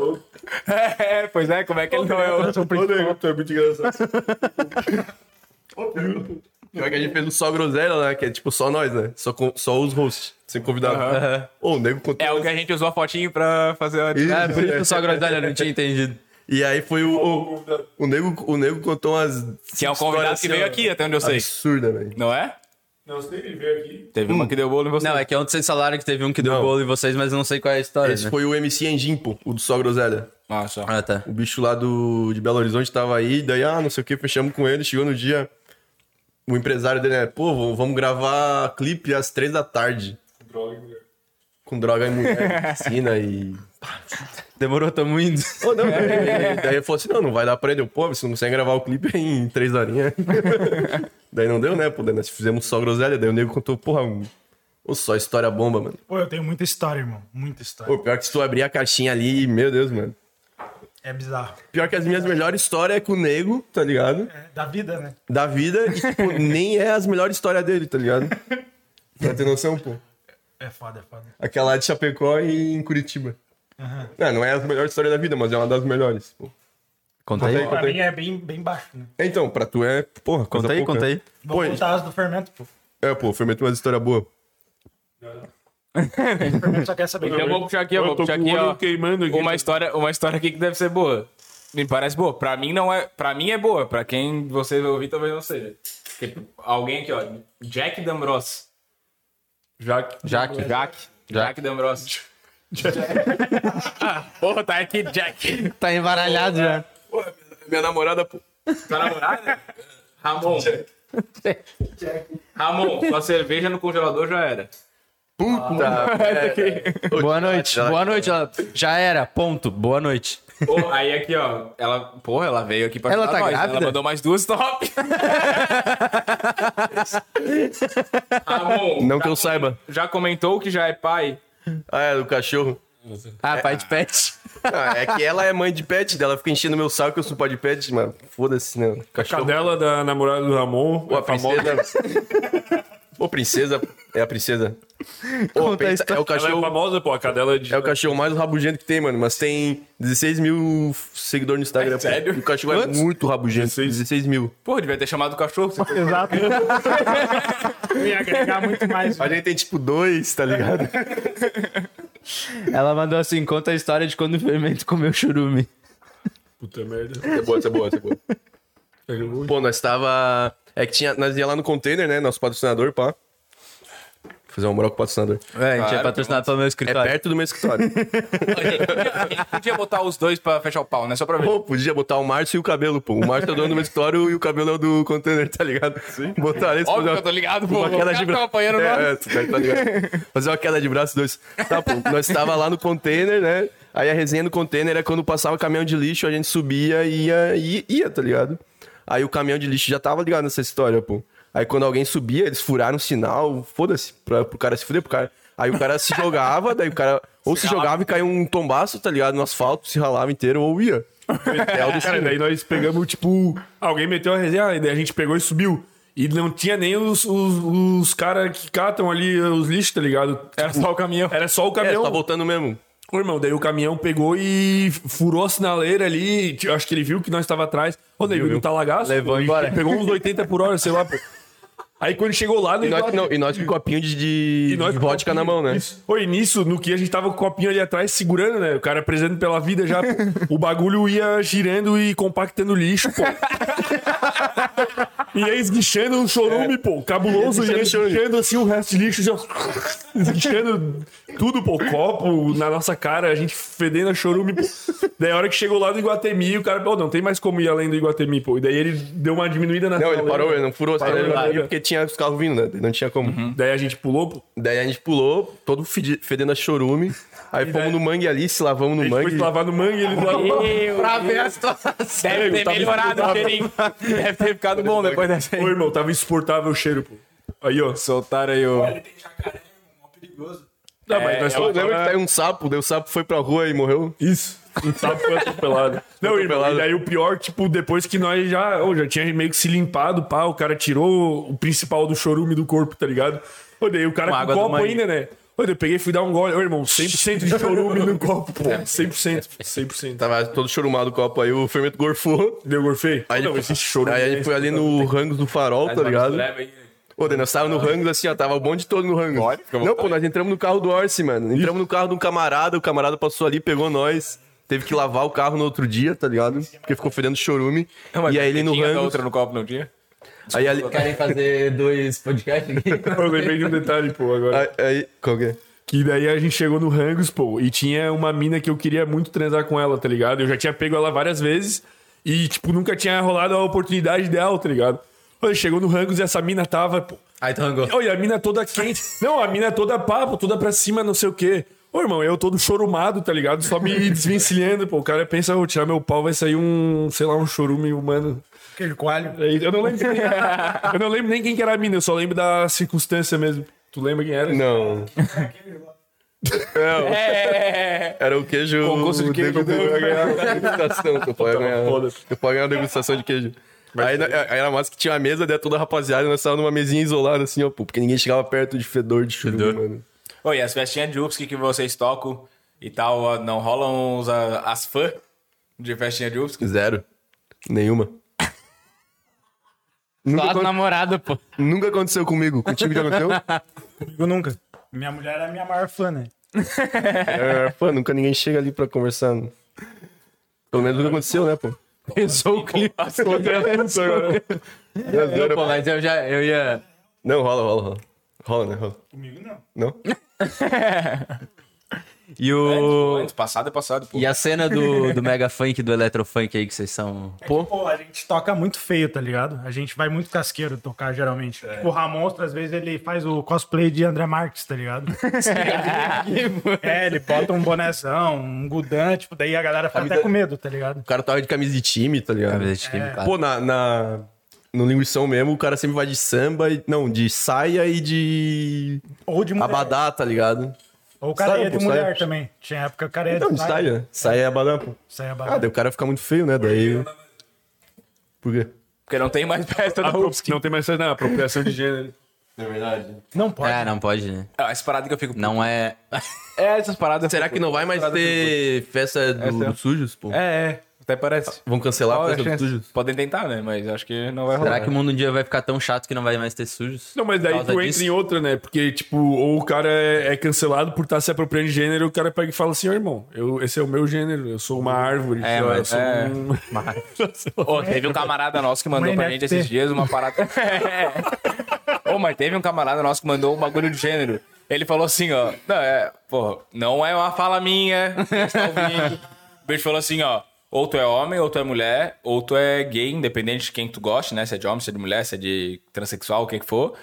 Speaker 3: É, pois é, como é que ele não é o...
Speaker 5: Eu sou o principal.
Speaker 4: Tu é muito engraçado. Pior que a gente fez o só groselha, né? Que é tipo só nós, né? Só, com- só os hosts, sem convidados. Ô, o nego contou.
Speaker 3: É o que a gente usou a fotinho pra fazer a.
Speaker 4: Isso,
Speaker 1: É, por isso que o só groselha, eu não tinha entendido.
Speaker 4: E aí foi o. O, o nego, o nego contou umas.
Speaker 3: Que é o convidado que veio aqui, até onde eu sei.
Speaker 4: Absurda, velho.
Speaker 3: Não é? Hum.
Speaker 6: Não sei, ele veio aqui.
Speaker 3: Teve uma que deu bolo em você.
Speaker 1: Não, é que ontem vocês falaram que teve um que deu bolo em vocês, mas eu não sei qual é a história,
Speaker 4: Esse
Speaker 1: né?
Speaker 4: foi o MC Engin, pô, o do Só Groselha.
Speaker 3: Ah, só.
Speaker 1: Ah, tá.
Speaker 4: O bicho lá do, de Belo Horizonte tava aí, daí, ah, não sei o que, fechamos com ele. Chegou no dia, o empresário dele é, pô, v- vamos gravar clipe às três da tarde. Com droga e mulher, piscina e.
Speaker 1: Demorou,
Speaker 4: tá
Speaker 1: tamo indo.
Speaker 4: Ô, não, daí ele falou assim: não, não vai dar pra ele. Eu, pô, você não consegue gravar o clipe em três horinhas. daí não deu, né? Pô, daí nós fizemos só groselha. Daí o nego contou, porra, um... ô, só história bomba, mano.
Speaker 5: Pô, eu tenho muita história, irmão. Muita história.
Speaker 4: Pô, pior que se tu abrir a caixinha ali, meu Deus, mano.
Speaker 5: É bizarro.
Speaker 4: Pior que as minhas melhores histórias é com o nego, tá ligado?
Speaker 5: É da vida, né?
Speaker 4: Da vida, e tipo, nem é as melhores histórias dele, tá ligado? Pra ter noção, pô.
Speaker 5: É foda, é foda.
Speaker 4: Aquela de Chapecó e em Curitiba. Não, não é as melhores histórias da vida, mas é uma das melhores. Pô.
Speaker 1: Conta
Speaker 4: aí.
Speaker 1: aí.
Speaker 5: Pra mim é bem, bem baixo, né?
Speaker 4: Então, pra tu é, porra, coisa
Speaker 1: Conta aí,
Speaker 4: pouca.
Speaker 1: conta aí.
Speaker 5: Vou
Speaker 4: Pois.
Speaker 5: contar as do fermento, pô.
Speaker 4: É, pô, foi muito uma história boa.
Speaker 5: O fermento só quer saber.
Speaker 3: Então eu vou puxar aqui, ó.
Speaker 6: Eu
Speaker 3: Vou
Speaker 6: tô
Speaker 3: puxar
Speaker 6: com o
Speaker 3: aqui,
Speaker 6: olho
Speaker 3: ó.
Speaker 6: queimando aqui.
Speaker 3: Uma história, uma história aqui que deve ser boa. Me parece boa. Pra mim não é. Pra mim é boa. Pra quem você vai ouvir, talvez não seja. Porque alguém aqui, ó. Jack D'Ambros.
Speaker 6: Já que...
Speaker 1: Jaque.
Speaker 3: Jack. Jack D'Ambros. Porra, tá aqui, Jack.
Speaker 1: Tá embaralhado já.
Speaker 4: Minha namorada, pô.
Speaker 3: Tá namorado? né? Ramon. Ramon, sua cerveja no congelador já era.
Speaker 1: Boa noite. Boa noite. ela- Já era. Ponto. Boa noite.
Speaker 3: Pô, aí aqui, ó. Ela, porra, ela veio aqui pra
Speaker 1: Ela
Speaker 3: ajudar
Speaker 1: tá
Speaker 3: nós, né?
Speaker 1: grávida?
Speaker 3: Ela mandou mais duas top. Ramon,
Speaker 4: Não
Speaker 3: já
Speaker 4: que
Speaker 3: com-
Speaker 4: eu saiba.
Speaker 3: Já comentou que já é pai?
Speaker 4: Ah, é, do cachorro. É.
Speaker 1: Ah, pai de pet.
Speaker 4: Ah, é que ela é mãe de pet, dela fica enchendo meu saco que eu sou pai de pet, mano. Foda-se, né? Cachorro.
Speaker 6: Cadela da namorada do Ramon.
Speaker 4: Pô,
Speaker 6: a
Speaker 4: a
Speaker 6: famosa.
Speaker 4: princesa. Pô, princesa. É a princesa. Pô,
Speaker 1: Conta a
Speaker 4: pensa-
Speaker 1: história.
Speaker 4: é o
Speaker 6: Ela é
Speaker 4: cachorro.
Speaker 6: famosa, pô. A cadela de...
Speaker 4: É o cachorro mais rabugento que tem, mano. Mas tem 16 mil seguidores no Instagram. pô.
Speaker 3: sério?
Speaker 4: O cachorro é muito rabugento. 16, mil.
Speaker 3: Porra, devia ter chamado o cachorro. você-
Speaker 5: Exato. Eu ia agregar muito mais.
Speaker 4: A gente tem tipo dois, tá ligado?
Speaker 1: Ela mandou assim: conta a história de quando o fermento comeu churume.
Speaker 6: Puta merda.
Speaker 4: Essa é boa, essa é boa, essa é boa. Pô, nós tava. É que tinha. Nós ia lá no container, né? Nosso patrocinador, pá. Vou fazer um moral com o patrocinador.
Speaker 1: É, a gente é
Speaker 3: Claro,
Speaker 1: patrocinado pelo meu
Speaker 4: É
Speaker 3: Tá.
Speaker 1: escritório.
Speaker 4: perto do meu escritório.
Speaker 3: Podia botar os dois pra fechar o pau, né? Só pra ver.
Speaker 4: Pô, podia botar o Márcio e o cabelo, pô. O Márcio é o dono do meu escritório e o cabelo é o do container, tá ligado? Sim. Botar eles
Speaker 3: Óbvio
Speaker 4: fazer
Speaker 3: que
Speaker 4: uma-
Speaker 3: eu tô ligado, pô.
Speaker 4: uma
Speaker 3: O cara
Speaker 4: queda de
Speaker 3: tava
Speaker 4: braço.
Speaker 3: apanhando nós.
Speaker 4: É, é, tu tá ligado? Fazer uma queda de braço dois. Tá, pô, nós tava lá no container, né? Aí a resenha do container é quando passava o caminhão de lixo, a gente subia e ia, e ia, tá ligado? Aí o caminhão de lixo já tava ligado nessa história, pô. Aí quando alguém subia, eles furaram o sinal, foda-se, pra- pro cara se fuder, pro cara. Aí o cara se jogava, daí o cara. Ou se, jogava e caiu um tombaço, tá ligado? No asfalto, se ralava inteiro, ou ia. É o
Speaker 6: Cara,
Speaker 4: destino.
Speaker 6: daí nós pegamos, tipo. Alguém meteu a resenha, ah, e daí a gente pegou e subiu. E não tinha nem os, os, os caras que catam ali os lixos, tá ligado? Era só o caminhão. Era só o
Speaker 4: É,
Speaker 6: caminhão.
Speaker 4: tá voltando mesmo.
Speaker 6: Ô, irmão, daí o caminhão pegou e furou a sinaleira ali. t- Acho que ele viu que nós estava atrás. Ô, daí viu um talagaço.
Speaker 1: Levou
Speaker 6: pô,
Speaker 1: embora.
Speaker 6: ele Pegou uns 80 por hora, sei lá. pô. Aí quando chegou lá,
Speaker 4: E nós, não, e nós com copinho de, de, de
Speaker 6: com
Speaker 4: vodka na
Speaker 6: copinho.
Speaker 4: mão, né?
Speaker 6: Isso. Oi, nisso, no que a gente tava com o copinho ali atrás segurando, né? O cara prezando pela vida já. o bagulho ia girando e compactando lixo, pô. ia esguichando um chorume,
Speaker 4: É.
Speaker 6: pô. Cabuloso, ia esguichando assim o resto de lixo já. esguichando tudo, pô. Copo na nossa cara, a gente fedendo a chorume, pô. Daí a hora que chegou lá do Iguatemi, o cara, pô, não tem mais como ir além do Iguatemi, pô. E daí ele deu uma diminuída na né?
Speaker 4: Não, ele
Speaker 6: saleira.
Speaker 4: parou, ele não furou a
Speaker 6: Parou, Uhum.
Speaker 4: sinaleira
Speaker 6: parou.
Speaker 4: porque tinha os carros vindo, né? Não tinha como.
Speaker 6: Daí a gente pulou, pô.
Speaker 4: Daí a gente pulou, todo fedi- fedendo a chorume. Aí fomos no mangue ali, se lavamos no
Speaker 6: A gente foi se
Speaker 4: mangue.
Speaker 6: lavar no mangue, ele lavou.
Speaker 3: Pra ver a situação. Deve ter
Speaker 6: Tava
Speaker 3: melhorado o
Speaker 6: estudado.
Speaker 3: cheirinho. Deve ter ficado bom depois dessa aí.
Speaker 6: Ô, irmão, tava insuportável o cheiro, pô. Aí, ó.
Speaker 3: Soltaram aí o.
Speaker 6: Não, mas nós
Speaker 4: Pô,
Speaker 6: tava-
Speaker 4: lembra que saiu um sapo, daí o sapo foi pra rua e morreu.
Speaker 6: Isso. O sapo foi atropelado. Não, irmão,
Speaker 4: atropelado.
Speaker 6: e daí o pior, tipo, depois que nós já, ô, já tinha meio que se limpado, pá, o cara tirou o principal do chorume do corpo, tá ligado? Ô, daí o cara
Speaker 1: Com
Speaker 6: com,
Speaker 1: água do
Speaker 6: copo
Speaker 1: mangue.
Speaker 6: ainda, né? Mano, eu peguei e fui dar um gole. Ô, irmão, 100% de chorume no copo, pô. 100%. 100%.
Speaker 4: Tava todo chorumado o copo aí, o fermento gorfou.
Speaker 6: Deu gorfei?
Speaker 4: Aí ele,
Speaker 6: não,
Speaker 4: foi,
Speaker 6: existe chorume.
Speaker 4: aí
Speaker 6: né?
Speaker 4: ele foi ali no Rangos do Farol, tá ligado? Ô, Daniel, nós tava no Rangos assim, ó, tava o bonde todo no Rangos. Não, pô, nós entramos no carro do Orsi, mano. Entramos no carro de um camarada, o camarada passou ali, pegou nós. Teve que lavar o carro no outro dia, tá ligado? Porque ficou fedendo chorume. e
Speaker 6: é
Speaker 4: aí ele no
Speaker 3: Tinha da
Speaker 4: Rangos.
Speaker 3: outra no copo, não tinha?
Speaker 4: Aí ali.
Speaker 1: Querem fazer dois podcasts aqui?
Speaker 6: Eu lembrei de um detalhe, pô, agora.
Speaker 4: Aí, aí, qual que é?
Speaker 6: Que daí a gente chegou no Rangos, pô, e tinha uma mina que eu queria muito transar com ela, tá ligado? Eu já tinha pego ela várias vezes e, tipo, nunca tinha rolado a oportunidade dela, tá ligado? Olha, chegou no Rangos e essa mina tava, pô.
Speaker 1: Aí tu rangou.
Speaker 6: Olha, a mina toda quente. Não, a mina toda papo, toda pra cima, não sei o quê. Ô, irmão, eu todo chorumado, tá ligado? Só me desvencilhando, pô. O cara pensa, vou tirar meu pau, vai sair um, sei lá, um chorume humano.
Speaker 5: Aquele coalho.
Speaker 6: Aí, Eu não lembro quem era. Eu não lembro nem quem que era a mina, eu só lembro da circunstância mesmo. Tu lembra quem era?
Speaker 4: Não. Não. Era o queijo.
Speaker 6: É. Concurso de queijo,
Speaker 4: degu-
Speaker 6: não.
Speaker 4: Eu ia ganhar uma degustação. Tu pode ganhar,
Speaker 6: foda.
Speaker 4: tu pode ganhar uma degustação de queijo. Aí, na- aí era massa que tinha uma mesa, daí toda a rapaziada, nós estávamos numa mesinha isolada, assim, ó, pô, porque ninguém chegava perto de fedor de churume, mano.
Speaker 3: Oi, as festinhas de UPSC que vocês tocam e tal, ó, não rolam os, a- as fãs de festinha de UPSC?
Speaker 4: Zero. Nenhuma. Nunca, acon-
Speaker 1: namorada, pô.
Speaker 4: nunca aconteceu comigo. Contigo já aconteceu?
Speaker 5: Comigo nunca. Minha mulher é a minha maior fã, né?
Speaker 4: é, pô, nunca ninguém chega ali pra conversar. né? Pelo menos nunca aconteceu, né, pô?
Speaker 1: Pensou o clipe.
Speaker 4: Zero,
Speaker 1: Pô, mas eu já. Eu ia.
Speaker 4: Não, rola, rola, rola. Rola, né? Rola.
Speaker 5: Comigo não.
Speaker 4: Não?
Speaker 1: E
Speaker 4: tipo,
Speaker 1: o.
Speaker 3: Antes, Passado é passado, pô.
Speaker 1: E a cena do, do Mega Funk, do Eletrofunk aí que vocês são.
Speaker 5: Pô. a gente toca muito feio, tá ligado? A gente vai muito casqueiro tocar, geralmente. Tipo, o Ramon, às vezes, ele faz o cosplay de André Marques, tá ligado? é, ele bota um bonézão, um gudan, tipo, daí a galera fica até com medo, tá ligado?
Speaker 4: O cara tava de camisa de time, tá ligado?
Speaker 1: Camisa de time, claro.
Speaker 4: Pô, na, na, no linguição mesmo, o cara sempre vai de samba, e, não, de saia e de
Speaker 5: Ou de mulher.
Speaker 4: abadá, tá ligado?
Speaker 5: Ou careia
Speaker 4: Saia,
Speaker 5: de
Speaker 4: pô,
Speaker 5: mulher
Speaker 4: saia.
Speaker 5: também. Tinha época careia
Speaker 4: Então, de saia. Saia e abadá, pô.
Speaker 5: Saia
Speaker 4: Ah,
Speaker 5: barata.
Speaker 4: daí o cara fica muito feio, né? Daí... Por quê?
Speaker 3: Porque não tem mais festa da
Speaker 6: Apro-
Speaker 3: UPSC.
Speaker 6: Ah, Não tem mais essa não, apropriação de gênero.
Speaker 5: Não pode.
Speaker 1: É, não pode, né?
Speaker 3: Ah, Essa parada que eu fico...
Speaker 1: Não é.
Speaker 3: É, essas paradas...
Speaker 4: Será que não vai mais ter festa do- dos sujos, pô?
Speaker 3: É, é. Até parece.
Speaker 4: Vão cancelar
Speaker 3: Qual
Speaker 4: a
Speaker 3: é a
Speaker 4: festa dos
Speaker 3: chance?
Speaker 4: sujos?
Speaker 3: Podem tentar, né? Mas acho que não vai rolar.
Speaker 1: Será que o mundo um dia vai ficar tão chato que não vai mais ter sujos?
Speaker 6: Não, mas
Speaker 1: Por
Speaker 6: daí
Speaker 1: causa
Speaker 6: tu entra
Speaker 1: disso?
Speaker 6: em outra, né? Porque, tipo, ou o cara é é cancelado por estar se apropriando de gênero, o cara pega e fala assim, ó, irmão, eu, esse é o meu gênero, eu sou uma árvore. sei lá, eu
Speaker 3: mas
Speaker 6: sou
Speaker 3: é.
Speaker 6: um...
Speaker 3: Ô, teve um camarada nosso que mandou
Speaker 5: Uma
Speaker 3: pra
Speaker 5: NFT.
Speaker 3: gente esses dias uma parada. Ô, mas teve um camarada nosso que mandou um bagulho de gênero. Ele falou assim, ó. Não, é, porra, não é uma fala minha. vocês estão ouvindo." O bicho falou assim, ó. Ou tu é homem, ou tu é mulher, ou tu é gay, independente de quem tu goste, né? Se é de homem, se é de mulher, se é de transexual, o que que for.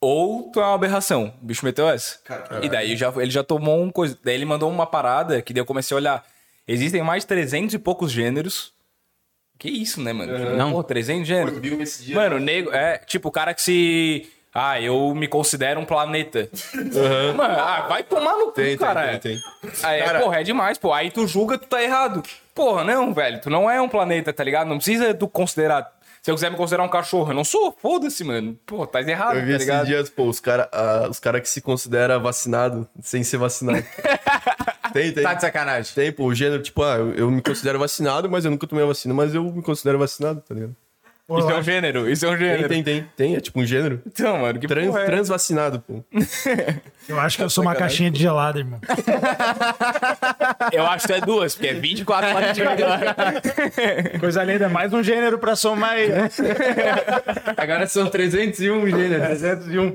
Speaker 3: Ou tu é uma aberração. O bicho meteu essa. E daí já, ele já tomou um coisa. Daí ele mandou uma parada que daí eu comecei a olhar. Existem mais de 300 e poucos gêneros. Que isso, né, mano?
Speaker 1: Não.
Speaker 3: Pô, 300 gêneros. Mano,
Speaker 4: né?
Speaker 3: nego, é tipo o cara que se. Ah, eu me considero um planeta. Mano, ah, vai tomar no cu, cara. Aí, Porra, é demais, pô. Aí tu julga, tu tá errado. Porra, não, velho. Tu não é um planeta, tá ligado? Não precisa tu considerar. Se eu quiser me considerar um cachorro, eu não sou. Foda-se, mano. Pô, tá errado,
Speaker 4: Eu vi
Speaker 3: tá
Speaker 4: esses
Speaker 3: ligado?
Speaker 4: dias, pô, os caras os cara que se considera vacinado sem ser vacinado. tem, tem.
Speaker 1: Tá de sacanagem.
Speaker 4: Tem, pô, o gênero, tipo, ah, eu, eu me considero vacinado, mas eu nunca tomei a vacina, mas eu me considero vacinado, tá ligado?
Speaker 5: Pô,
Speaker 3: Isso é um gênero, isso é um
Speaker 4: Tem,
Speaker 3: gênero.
Speaker 4: tem, tem, tem, é tipo um gênero.
Speaker 3: Então, mano, que
Speaker 4: Trans,
Speaker 3: porra é?
Speaker 4: transvacinado, pô.
Speaker 5: Eu acho que eu sou uma caixinha de gelada, irmão.
Speaker 3: Eu acho que é duas, porque é 24 horas de
Speaker 5: Coisa linda, mais um gênero pra somar aí.
Speaker 1: Agora são 301 gêneros.
Speaker 5: 301.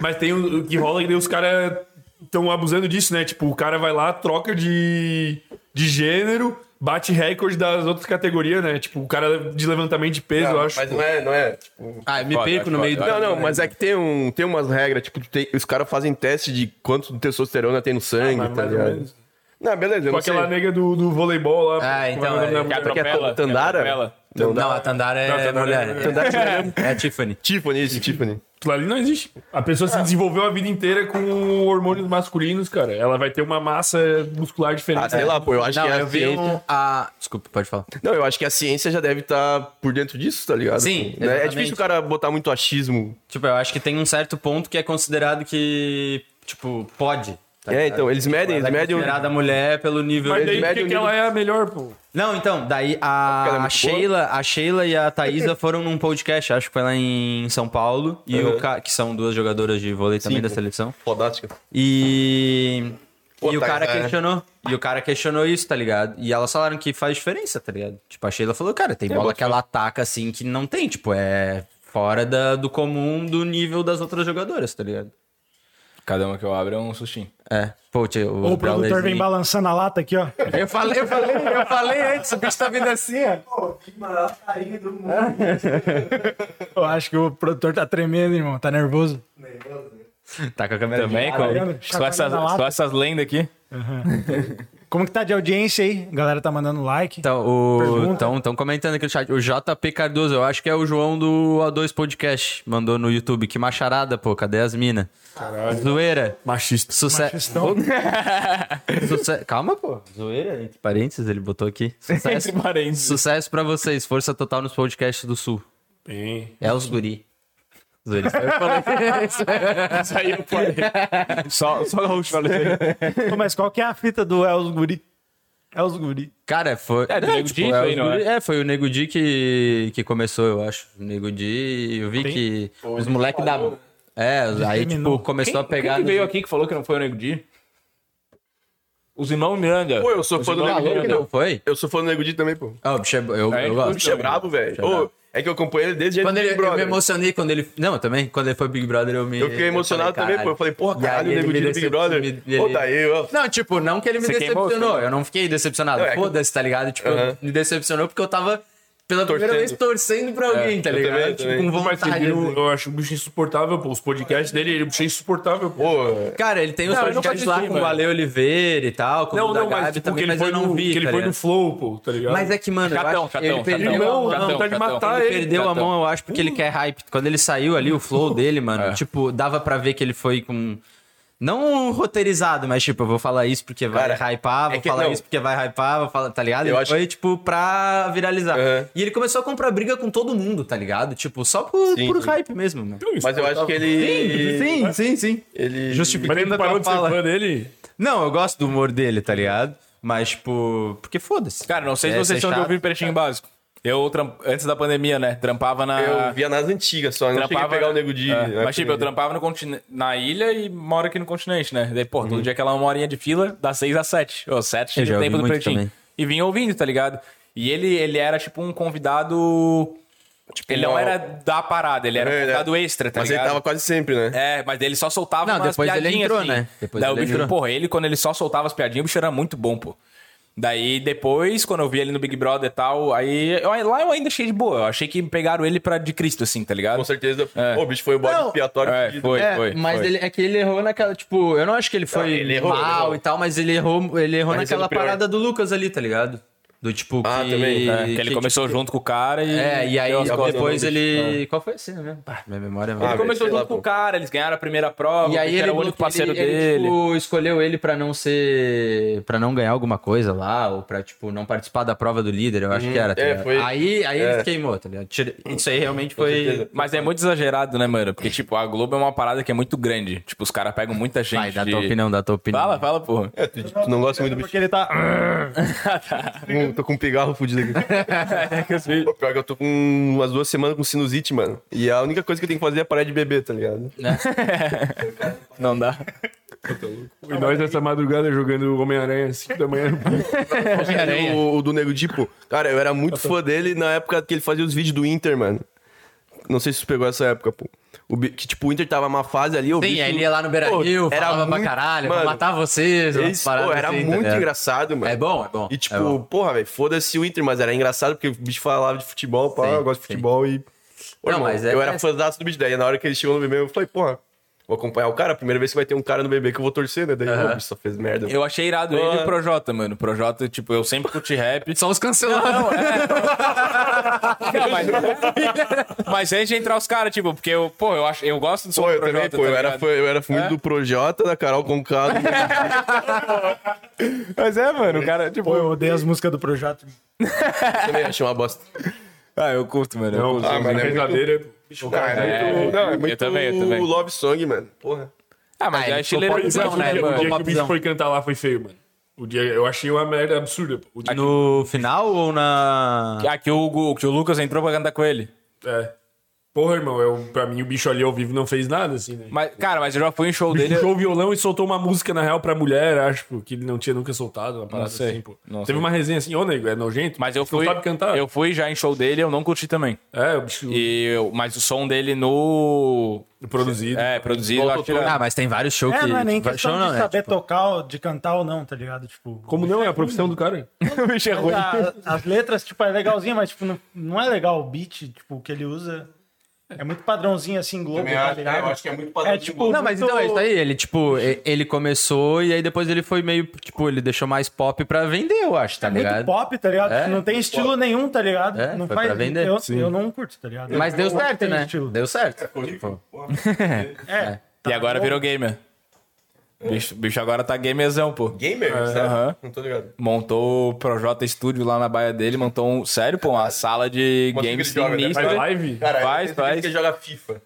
Speaker 6: Mas tem o o que rola e daí os caras estão abusando disso, né? Tipo, o cara vai lá, troca de, de gênero, bate recorde das outras categorias, né? Tipo, o cara de levantamento de peso, eu acho.
Speaker 4: não é, não é.
Speaker 1: Ah, eu me
Speaker 3: Foda,
Speaker 1: perco no
Speaker 3: foda.
Speaker 1: meio do.
Speaker 4: Não, não, mas é que tem, um, tem umas regras, tipo, tu tem- os caras fazem teste de quanto de testosterona tem no sangue,
Speaker 6: Mas
Speaker 4: tá
Speaker 6: mais ou
Speaker 4: ligado?
Speaker 6: menos.
Speaker 4: Não, beleza, eu
Speaker 6: Com
Speaker 4: não sei.
Speaker 6: aquela nega do, do voleibol lá.
Speaker 1: Ah,
Speaker 6: como é
Speaker 1: então,
Speaker 6: o nome
Speaker 1: é-
Speaker 3: Que
Speaker 6: da mulher?
Speaker 4: Que é
Speaker 3: atropela.
Speaker 4: Tandara?
Speaker 3: que atropela.
Speaker 1: Não, a Tandara é
Speaker 3: Não, a Tandara é
Speaker 1: mulher.
Speaker 3: mulher.
Speaker 1: É, a Tiffany.
Speaker 4: Tiffany, esse Tiffany.
Speaker 6: Aquilo ali não existe. A pessoa se desenvolveu a vida inteira com hormônios masculinos, cara. Ela vai ter uma massa muscular
Speaker 4: Ah,
Speaker 6: diferente.
Speaker 4: sei lá, pô, eu acho
Speaker 1: Não,
Speaker 4: que a
Speaker 1: eu vi
Speaker 4: ciência...
Speaker 1: um... A... Desculpa, pode falar.
Speaker 4: Não, eu acho que a ciência já deve estar por dentro disso, tá ligado?
Speaker 1: Sim,
Speaker 4: Né? É
Speaker 1: exatamente.
Speaker 4: difícil o cara botar muito achismo.
Speaker 1: Tipo, eu acho que tem um certo ponto que é considerado que, tipo, pode. tá
Speaker 4: é,
Speaker 1: ligado?
Speaker 4: então, eles medem,
Speaker 1: Ela
Speaker 4: eles
Speaker 1: é
Speaker 4: medem... o-
Speaker 1: considerada mulher pelo nível...
Speaker 6: Mas daí
Speaker 4: Ele
Speaker 6: por
Speaker 4: mede o
Speaker 6: que, que
Speaker 4: nível-
Speaker 6: ela é a melhor, pô?
Speaker 1: Não, então, daí
Speaker 4: ela é
Speaker 1: a,
Speaker 4: muito
Speaker 1: a Sheila, a Sheila e a Thaísa foram num podcast, acho que foi lá em São Paulo, e o Ca- que são duas jogadoras de vôlei também
Speaker 4: Sim,
Speaker 1: da
Speaker 4: pô.
Speaker 1: seleção.
Speaker 4: Fodástica.
Speaker 1: E
Speaker 4: Pô,
Speaker 1: e o
Speaker 4: tá,
Speaker 1: cara
Speaker 4: tá, né?
Speaker 1: questionou, e o cara questionou isso, tá ligado? E elas falaram que faz diferença, tá ligado? Tipo, a Sheila falou, cara,
Speaker 5: É,
Speaker 1: tem bola que ela ataca assim que não tem, tipo, é fora da- do comum do nível das outras jogadoras, tá ligado?
Speaker 3: Cada uma que eu abro é um sustinho.
Speaker 1: É. Pô, tio, o,
Speaker 5: Ou o produtor vem balançando a lata aqui, ó.
Speaker 1: Eu falei, eu falei, eu falei antes, o bicho tá vindo assim, ó.
Speaker 8: Ah,
Speaker 5: Eu acho que o produtor tá tremendo, irmão. Tá nervoso.
Speaker 1: Tá com a câmera
Speaker 3: Também,
Speaker 1: de
Speaker 3: com...
Speaker 5: vendo?
Speaker 3: só,
Speaker 5: Chacoalhando
Speaker 3: essas,
Speaker 5: a lata.
Speaker 3: só essas lendas aqui.
Speaker 5: Como que tá de audiência aí? A galera tá mandando like.
Speaker 1: Então, o.
Speaker 5: Pergunta.
Speaker 1: Estão comentando aqui no chat. O JP Cardoso, eu acho que é o João do A2 Podcast. Mandou no YouTube. Que macharada, pô. Cadê as minas? Zoeira.
Speaker 6: Machista.
Speaker 1: Sucesso.
Speaker 5: Estão...
Speaker 1: Calma, pô. Zoeira, entre parênteses, ele botou aqui.
Speaker 3: é
Speaker 1: Sucesso.
Speaker 6: Entre parênteses.
Speaker 1: Sucesso pra vocês. Força total nos podcasts do Sul.
Speaker 6: Bem.
Speaker 1: É os guri. Zoeira.
Speaker 6: Isso aí eu falei.
Speaker 3: Só, só gaúcho falei isso aí.
Speaker 5: Pô, Mas qual que é a fita do Els Guri? Els Guri.
Speaker 1: Cara, foi.
Speaker 3: É, do Nego Di isso
Speaker 1: é
Speaker 3: aí,
Speaker 1: os
Speaker 3: não
Speaker 1: guri- é, foi o Nego Di que, que começou, eu acho. O Nego Di, eu vi que os moleques da. É, aí, tipo,
Speaker 5: Disseminou.
Speaker 1: começou a
Speaker 3: Quem
Speaker 1: pegar.
Speaker 3: que
Speaker 1: no-
Speaker 3: veio aqui que falou que não foi o Nego Di? Os irmãos Miranda.
Speaker 4: Pô, eu sou fã do
Speaker 3: irmãos
Speaker 4: Nego Di,
Speaker 3: Miranda.
Speaker 4: meu.
Speaker 1: Não foi?
Speaker 4: Eu sou fã do Nego Di também, pô.
Speaker 1: Ah, o bicho é, eu,
Speaker 3: É,
Speaker 1: eu
Speaker 3: o
Speaker 4: O
Speaker 1: gosto.
Speaker 4: bicho é brabo, velho. Ô, É que eu acompanho ele desde
Speaker 1: Quando ele,
Speaker 4: Big
Speaker 1: eu me
Speaker 4: Brother.
Speaker 1: emocionei quando ele. Não, eu também. Quando ele foi Big Brother, eu me.
Speaker 4: Eu fiquei emocionado
Speaker 1: falei,
Speaker 4: também, pô. Eu falei, porra,
Speaker 1: E aí
Speaker 4: caralho, o
Speaker 1: ele
Speaker 4: Nego
Speaker 1: me
Speaker 4: Di do Big
Speaker 1: decep-
Speaker 4: Brother.
Speaker 1: me- ele-
Speaker 4: Pô, tá aí, ó.
Speaker 1: Não, tipo, não que ele me
Speaker 3: Você queimou,
Speaker 1: decepcionou. Eu não fiquei decepcionado.
Speaker 4: Não, é que-
Speaker 1: Foda-se, tá ligado? Tipo,
Speaker 4: Aham.
Speaker 1: me decepcionou porque eu tava pela primeira
Speaker 4: Torcendo. É,
Speaker 1: vez torcendo pra alguém, tá
Speaker 4: eu
Speaker 1: ligado?
Speaker 4: também,
Speaker 1: tipo,
Speaker 4: também. né?
Speaker 1: com
Speaker 6: Mas
Speaker 1: vontade.
Speaker 6: você viu, eu acho o bicho insuportável, pô. Os podcasts dele, ele é um bicho insuportável, pô.
Speaker 4: Pô,
Speaker 1: Cara, ele tem os
Speaker 6: Não, eu não
Speaker 1: podcasts
Speaker 6: assisti,
Speaker 1: lá com o
Speaker 6: mano.
Speaker 1: Ale Oliveira e tal, com o
Speaker 6: Não,
Speaker 1: da
Speaker 6: não, mas
Speaker 1: Gabi
Speaker 6: tipo,
Speaker 1: também,
Speaker 6: que ele
Speaker 1: mas eu
Speaker 6: foi
Speaker 1: não
Speaker 6: no-
Speaker 1: vi,
Speaker 6: que ele
Speaker 1: tá
Speaker 6: foi no
Speaker 1: ligado?
Speaker 6: flow, pô, tá ligado?
Speaker 1: Mas é que, mano, eu
Speaker 3: Chatão,
Speaker 1: acho-
Speaker 3: chatão,
Speaker 1: ele perdeu,
Speaker 3: chatão.
Speaker 6: Não,
Speaker 3: Catão,
Speaker 6: não, tá de
Speaker 3: catão.
Speaker 6: matar
Speaker 1: ele
Speaker 6: ele.
Speaker 1: perdeu a
Speaker 3: Chatão.
Speaker 1: mão, eu acho, porque ele quer hype. Quando ele saiu ali, o flow dele, mano, tipo, dava pra ver que ele foi com... Não um roteirizado, mas tipo, eu vou falar isso porque vai
Speaker 4: Cara,
Speaker 1: hypar,
Speaker 4: é
Speaker 1: vou
Speaker 4: que
Speaker 1: falar
Speaker 4: não.
Speaker 1: isso porque vai hypar, vou falar, tá ligado?
Speaker 4: Eu
Speaker 1: Ele
Speaker 4: acho-
Speaker 1: foi, tipo, pra viralizar.
Speaker 4: Aham.
Speaker 1: E ele começou a comprar briga com todo mundo, tá ligado? Tipo, só por,
Speaker 4: Sim,
Speaker 1: por
Speaker 4: sim.
Speaker 1: hype mesmo, né?
Speaker 4: mas eu acho que ele...
Speaker 1: Sim, sim, sim.
Speaker 4: Ele...
Speaker 6: Mas ele
Speaker 1: Justificando
Speaker 6: não
Speaker 1: a tua
Speaker 6: parou de ser
Speaker 1: fala.
Speaker 6: fã dele?
Speaker 1: Não, eu gosto do humor dele, tá ligado? Mas, tipo, porque foda-se.
Speaker 3: Cara, não sei se
Speaker 1: É,
Speaker 3: vocês são de
Speaker 1: chato.
Speaker 3: ouvir Peixinho Básico. Eu, tram- antes da pandemia, né, trampava na...
Speaker 4: Eu via nas antigas só, eu não cheguei a pegar o Nego Di.
Speaker 3: É,
Speaker 4: né?
Speaker 3: mas, tipo, eu trampava no contin- na ilha e moro aqui no continente, né? Daí, pô, todo dia aquela uma horinha de fila, das seis às sete. Ô, sete
Speaker 1: Uhum. Eu já
Speaker 3: chega o
Speaker 1: ouvi
Speaker 3: tempo do
Speaker 1: muito
Speaker 3: pretinho.
Speaker 1: também.
Speaker 3: E vinha ouvindo, tá ligado? E ele, ele era, tipo, um convidado. tipo, ele não
Speaker 4: uma-
Speaker 3: era da parada, ele era um
Speaker 4: É, ele era-
Speaker 3: convidado extra, tá
Speaker 4: Mas
Speaker 3: ligado?
Speaker 4: ele tava quase sempre, né?
Speaker 3: É, mas ele só soltava
Speaker 1: Não,
Speaker 3: umas
Speaker 1: depois ele
Speaker 3: piadinhas,
Speaker 1: entrou,
Speaker 3: assim.
Speaker 1: né? Depois
Speaker 3: Daí
Speaker 1: ele
Speaker 3: o bicho,
Speaker 1: entrou.
Speaker 3: porra, ele quando ele só soltava as piadinhas, o bicho era muito bom, pô. Daí depois, quando eu vi ele no Big Brother e tal, aí eu- lá eu ainda achei de boa. Eu achei que pegaram ele pra de Cristo, assim, tá ligado?
Speaker 4: Com certeza. Pô, o bicho foi o bode
Speaker 1: Não.
Speaker 4: expiatório. né?
Speaker 3: É,
Speaker 4: fudido.
Speaker 3: foi,
Speaker 1: É,
Speaker 3: foi.
Speaker 1: mas
Speaker 3: foi.
Speaker 1: Ele, é que ele errou naquela, tipo, eu não acho que ele foi
Speaker 4: ele errou,
Speaker 1: mal
Speaker 4: ele errou.
Speaker 1: e tal, mas ele errou, ele errou
Speaker 4: Mas ele
Speaker 1: naquela
Speaker 4: é o pior.
Speaker 1: parada do Lucas ali, tá ligado? Do tipo
Speaker 4: Ah,
Speaker 1: que,
Speaker 4: também,
Speaker 3: É, que ele começou junto com o cara e.
Speaker 1: tipo, É, e aí
Speaker 3: deu as costas.
Speaker 1: depois
Speaker 4: não,
Speaker 1: ele, qual foi assim, né? Pá, Minha memória é
Speaker 4: Ah,
Speaker 3: Ele
Speaker 1: mal.
Speaker 4: velho,
Speaker 3: começou
Speaker 4: sei
Speaker 3: junto
Speaker 4: lá,
Speaker 3: com
Speaker 4: pô.
Speaker 3: o cara, eles ganharam a primeira prova,
Speaker 1: E aí
Speaker 3: ele
Speaker 1: ele,
Speaker 3: era o
Speaker 1: bloqueou-
Speaker 3: único parceiro
Speaker 1: ele- ele,
Speaker 3: dele.
Speaker 1: tipo, escolheu ele pra não ser, Pra não ganhar alguma coisa lá ou pra, tipo não participar da prova do líder, eu acho que era. tá
Speaker 4: é,
Speaker 1: ligado?
Speaker 4: foi-
Speaker 1: Aí, aí ele
Speaker 4: é.
Speaker 1: se queimou, tá ligado? Tira- Isso aí realmente foi
Speaker 4: certeza.
Speaker 3: Mas é muito exagerado, né, mano? Porque, tipo, a Globo é uma parada que é muito grande. Tipo, os caras pegam muita gente.
Speaker 1: Vai, dá
Speaker 3: de-
Speaker 1: tua opinião, dá tua opinião.
Speaker 3: Fala, fala, porra.
Speaker 4: É, tu, tu não gosta muito do bicho.
Speaker 5: Porque ele tá...
Speaker 1: Tá.
Speaker 4: Hum, tô com um pigarro fudido aqui.
Speaker 1: É,
Speaker 4: Pô, Pior que eu tô com umas duas semanas com sinusite, mano. E a única coisa que eu tenho que fazer é parar de beber, tá ligado?
Speaker 3: Não dá.
Speaker 6: E nós essa madrugada jogando Homem-Aranha às 5 da manhã.
Speaker 1: É,
Speaker 4: O, o do Nego Tipo, cara, eu era muito fã dele na época que ele fazia os vídeos do Inter, mano. Não sei se você pegou essa época, pô. O, bi- que, tipo, o Inter tava numa fase ali, o
Speaker 1: Sim,
Speaker 4: bicho-
Speaker 1: aí ele ia lá no Beira
Speaker 4: Pô,
Speaker 1: Rio,
Speaker 4: era
Speaker 1: falava pra
Speaker 4: muito-
Speaker 1: caralho, vou
Speaker 4: mano,
Speaker 1: matar vocês. umas
Speaker 4: Esse,
Speaker 1: paradas
Speaker 4: pô, era
Speaker 1: assim, tá
Speaker 4: muito
Speaker 1: ligado?
Speaker 4: engraçado, mano.
Speaker 1: É bom, é bom.
Speaker 4: E
Speaker 1: é
Speaker 4: tipo,
Speaker 1: bom.
Speaker 4: porra, velho, foda-se o Inter, mas era engraçado porque o bicho falava de futebol, pá,
Speaker 1: Sim,
Speaker 4: eu gosto de
Speaker 1: sim.
Speaker 4: futebol e. Ô,
Speaker 1: Não,
Speaker 4: irmão,
Speaker 1: mas é-
Speaker 4: eu era fãzaço do bicho daí. Na hora que ele chegou no meu, eu falei, porra, vou acompanhar o cara. A primeira vez que vai ter um cara no bebê que eu vou torcer, né? Daí, uhum. só fez merda.
Speaker 3: Eu achei irado ele e o Projota, mano. O Projota, tipo, eu sempre curti rap.
Speaker 1: Só os cancelados.
Speaker 3: Não, mas... mas antes de entrar os caras, tipo, porque eu, pô, eu, acho, eu gosto do som
Speaker 4: Pô,
Speaker 3: do
Speaker 4: eu também,
Speaker 3: Projota.
Speaker 4: pô,
Speaker 3: tá
Speaker 4: eu era,
Speaker 3: ligado?
Speaker 4: fã, eu era fã
Speaker 1: É?
Speaker 4: do Projota, da Carol Concado.
Speaker 3: Mas é, mano, o cara,
Speaker 5: Pô,
Speaker 3: tipo.
Speaker 5: eu odeio as músicas do Projeto.
Speaker 4: também achei uma bosta.
Speaker 3: Ah, eu curto, mano. Eu curto.
Speaker 4: Ah, mas é
Speaker 6: verdadeira.
Speaker 4: Cara, é muito, não, é muito
Speaker 3: também, eu também.
Speaker 4: love song, mano. Porra.
Speaker 3: Ah, mas é
Speaker 1: popzão,
Speaker 3: chileirozão,
Speaker 1: né?
Speaker 3: né,
Speaker 1: Ficou
Speaker 6: O
Speaker 3: mano?
Speaker 6: dia que o bicho
Speaker 1: Popzão.
Speaker 6: foi cantar lá foi feio, mano. O dia, eu achei uma merda absurda. pô. O dia,
Speaker 1: No final ou na.
Speaker 3: Ah, que o, Gu- que o Lucas entrou pra cantar com ele.
Speaker 6: é. Porra, irmão, eu, pra mim o bicho ali ao vivo não fez nada, assim, né?
Speaker 3: Mas, é- cara, mas eu já fui em show
Speaker 6: O bicho
Speaker 3: dele.
Speaker 6: puxou o violão e soltou uma música, na real, pra mulher, acho, pô, que ele não tinha nunca soltado, uma parada
Speaker 3: sei.
Speaker 6: assim, pô.
Speaker 3: Não
Speaker 6: Teve
Speaker 3: sei.
Speaker 6: uma resenha assim, ô, nego, é nojento,
Speaker 3: Mas eu
Speaker 6: tu não
Speaker 3: fui.
Speaker 6: sabe cantar.
Speaker 3: Eu fui já em show dele, eu não curti também.
Speaker 6: É, o bicho
Speaker 3: E eu- mas o som dele no.
Speaker 6: produzido.
Speaker 3: É, produzido. eu acho que-
Speaker 1: Ah, mas tem vários shows
Speaker 5: É,
Speaker 1: que.
Speaker 5: não é nem
Speaker 1: vai-
Speaker 5: questão
Speaker 1: show
Speaker 5: de
Speaker 1: não, né?
Speaker 5: saber tocar, ou de cantar ou não, tá ligado? Tipo,
Speaker 6: Como não? É a profissão do cara.
Speaker 3: o bicho é ruim.
Speaker 5: a- as letras, tipo, é legalzinha, mas tipo, não, não é legal o beat, tipo, que ele usa. É muito padrãozinho assim, Globo,
Speaker 10: Também
Speaker 5: tá
Speaker 10: acho,
Speaker 5: ligado?
Speaker 10: eu acho que é muito
Speaker 5: É
Speaker 10: padrão.
Speaker 5: tipo.
Speaker 1: Não, mas
Speaker 5: muito-
Speaker 1: então é isso aí. Ele, tipo, e- ele começou e aí depois ele foi meio. Tipo, ele deixou mais pop pra vender, eu acho, tá
Speaker 5: Muito
Speaker 1: ligado?
Speaker 5: pop, tá ligado?
Speaker 1: É.
Speaker 5: não tem estilo nenhum, tá ligado?
Speaker 1: É,
Speaker 5: não
Speaker 1: foi pra vender,
Speaker 5: eu,
Speaker 1: sim.
Speaker 5: eu não curto, tá ligado?
Speaker 1: Mas
Speaker 5: Eu
Speaker 1: deu
Speaker 5: não
Speaker 1: certo,
Speaker 5: tenho
Speaker 1: né?
Speaker 5: estilo.
Speaker 1: Deu certo. tipo.
Speaker 5: É.
Speaker 3: E agora virou gamer. Bicho, bicho agora tá gamerzão, pô.
Speaker 4: Gamer? sério?
Speaker 3: Aham.
Speaker 4: Não tô ligado.
Speaker 3: Montou o Projota Studio lá na baia dele, montou um. Sério, pô, uma sala de
Speaker 4: Uma
Speaker 3: games
Speaker 4: figura de jovem, né?
Speaker 6: Faz
Speaker 3: sinistra.
Speaker 6: live?
Speaker 4: Cara,
Speaker 3: Faz,
Speaker 4: tem gente
Speaker 3: faz.
Speaker 4: que joga FIFA.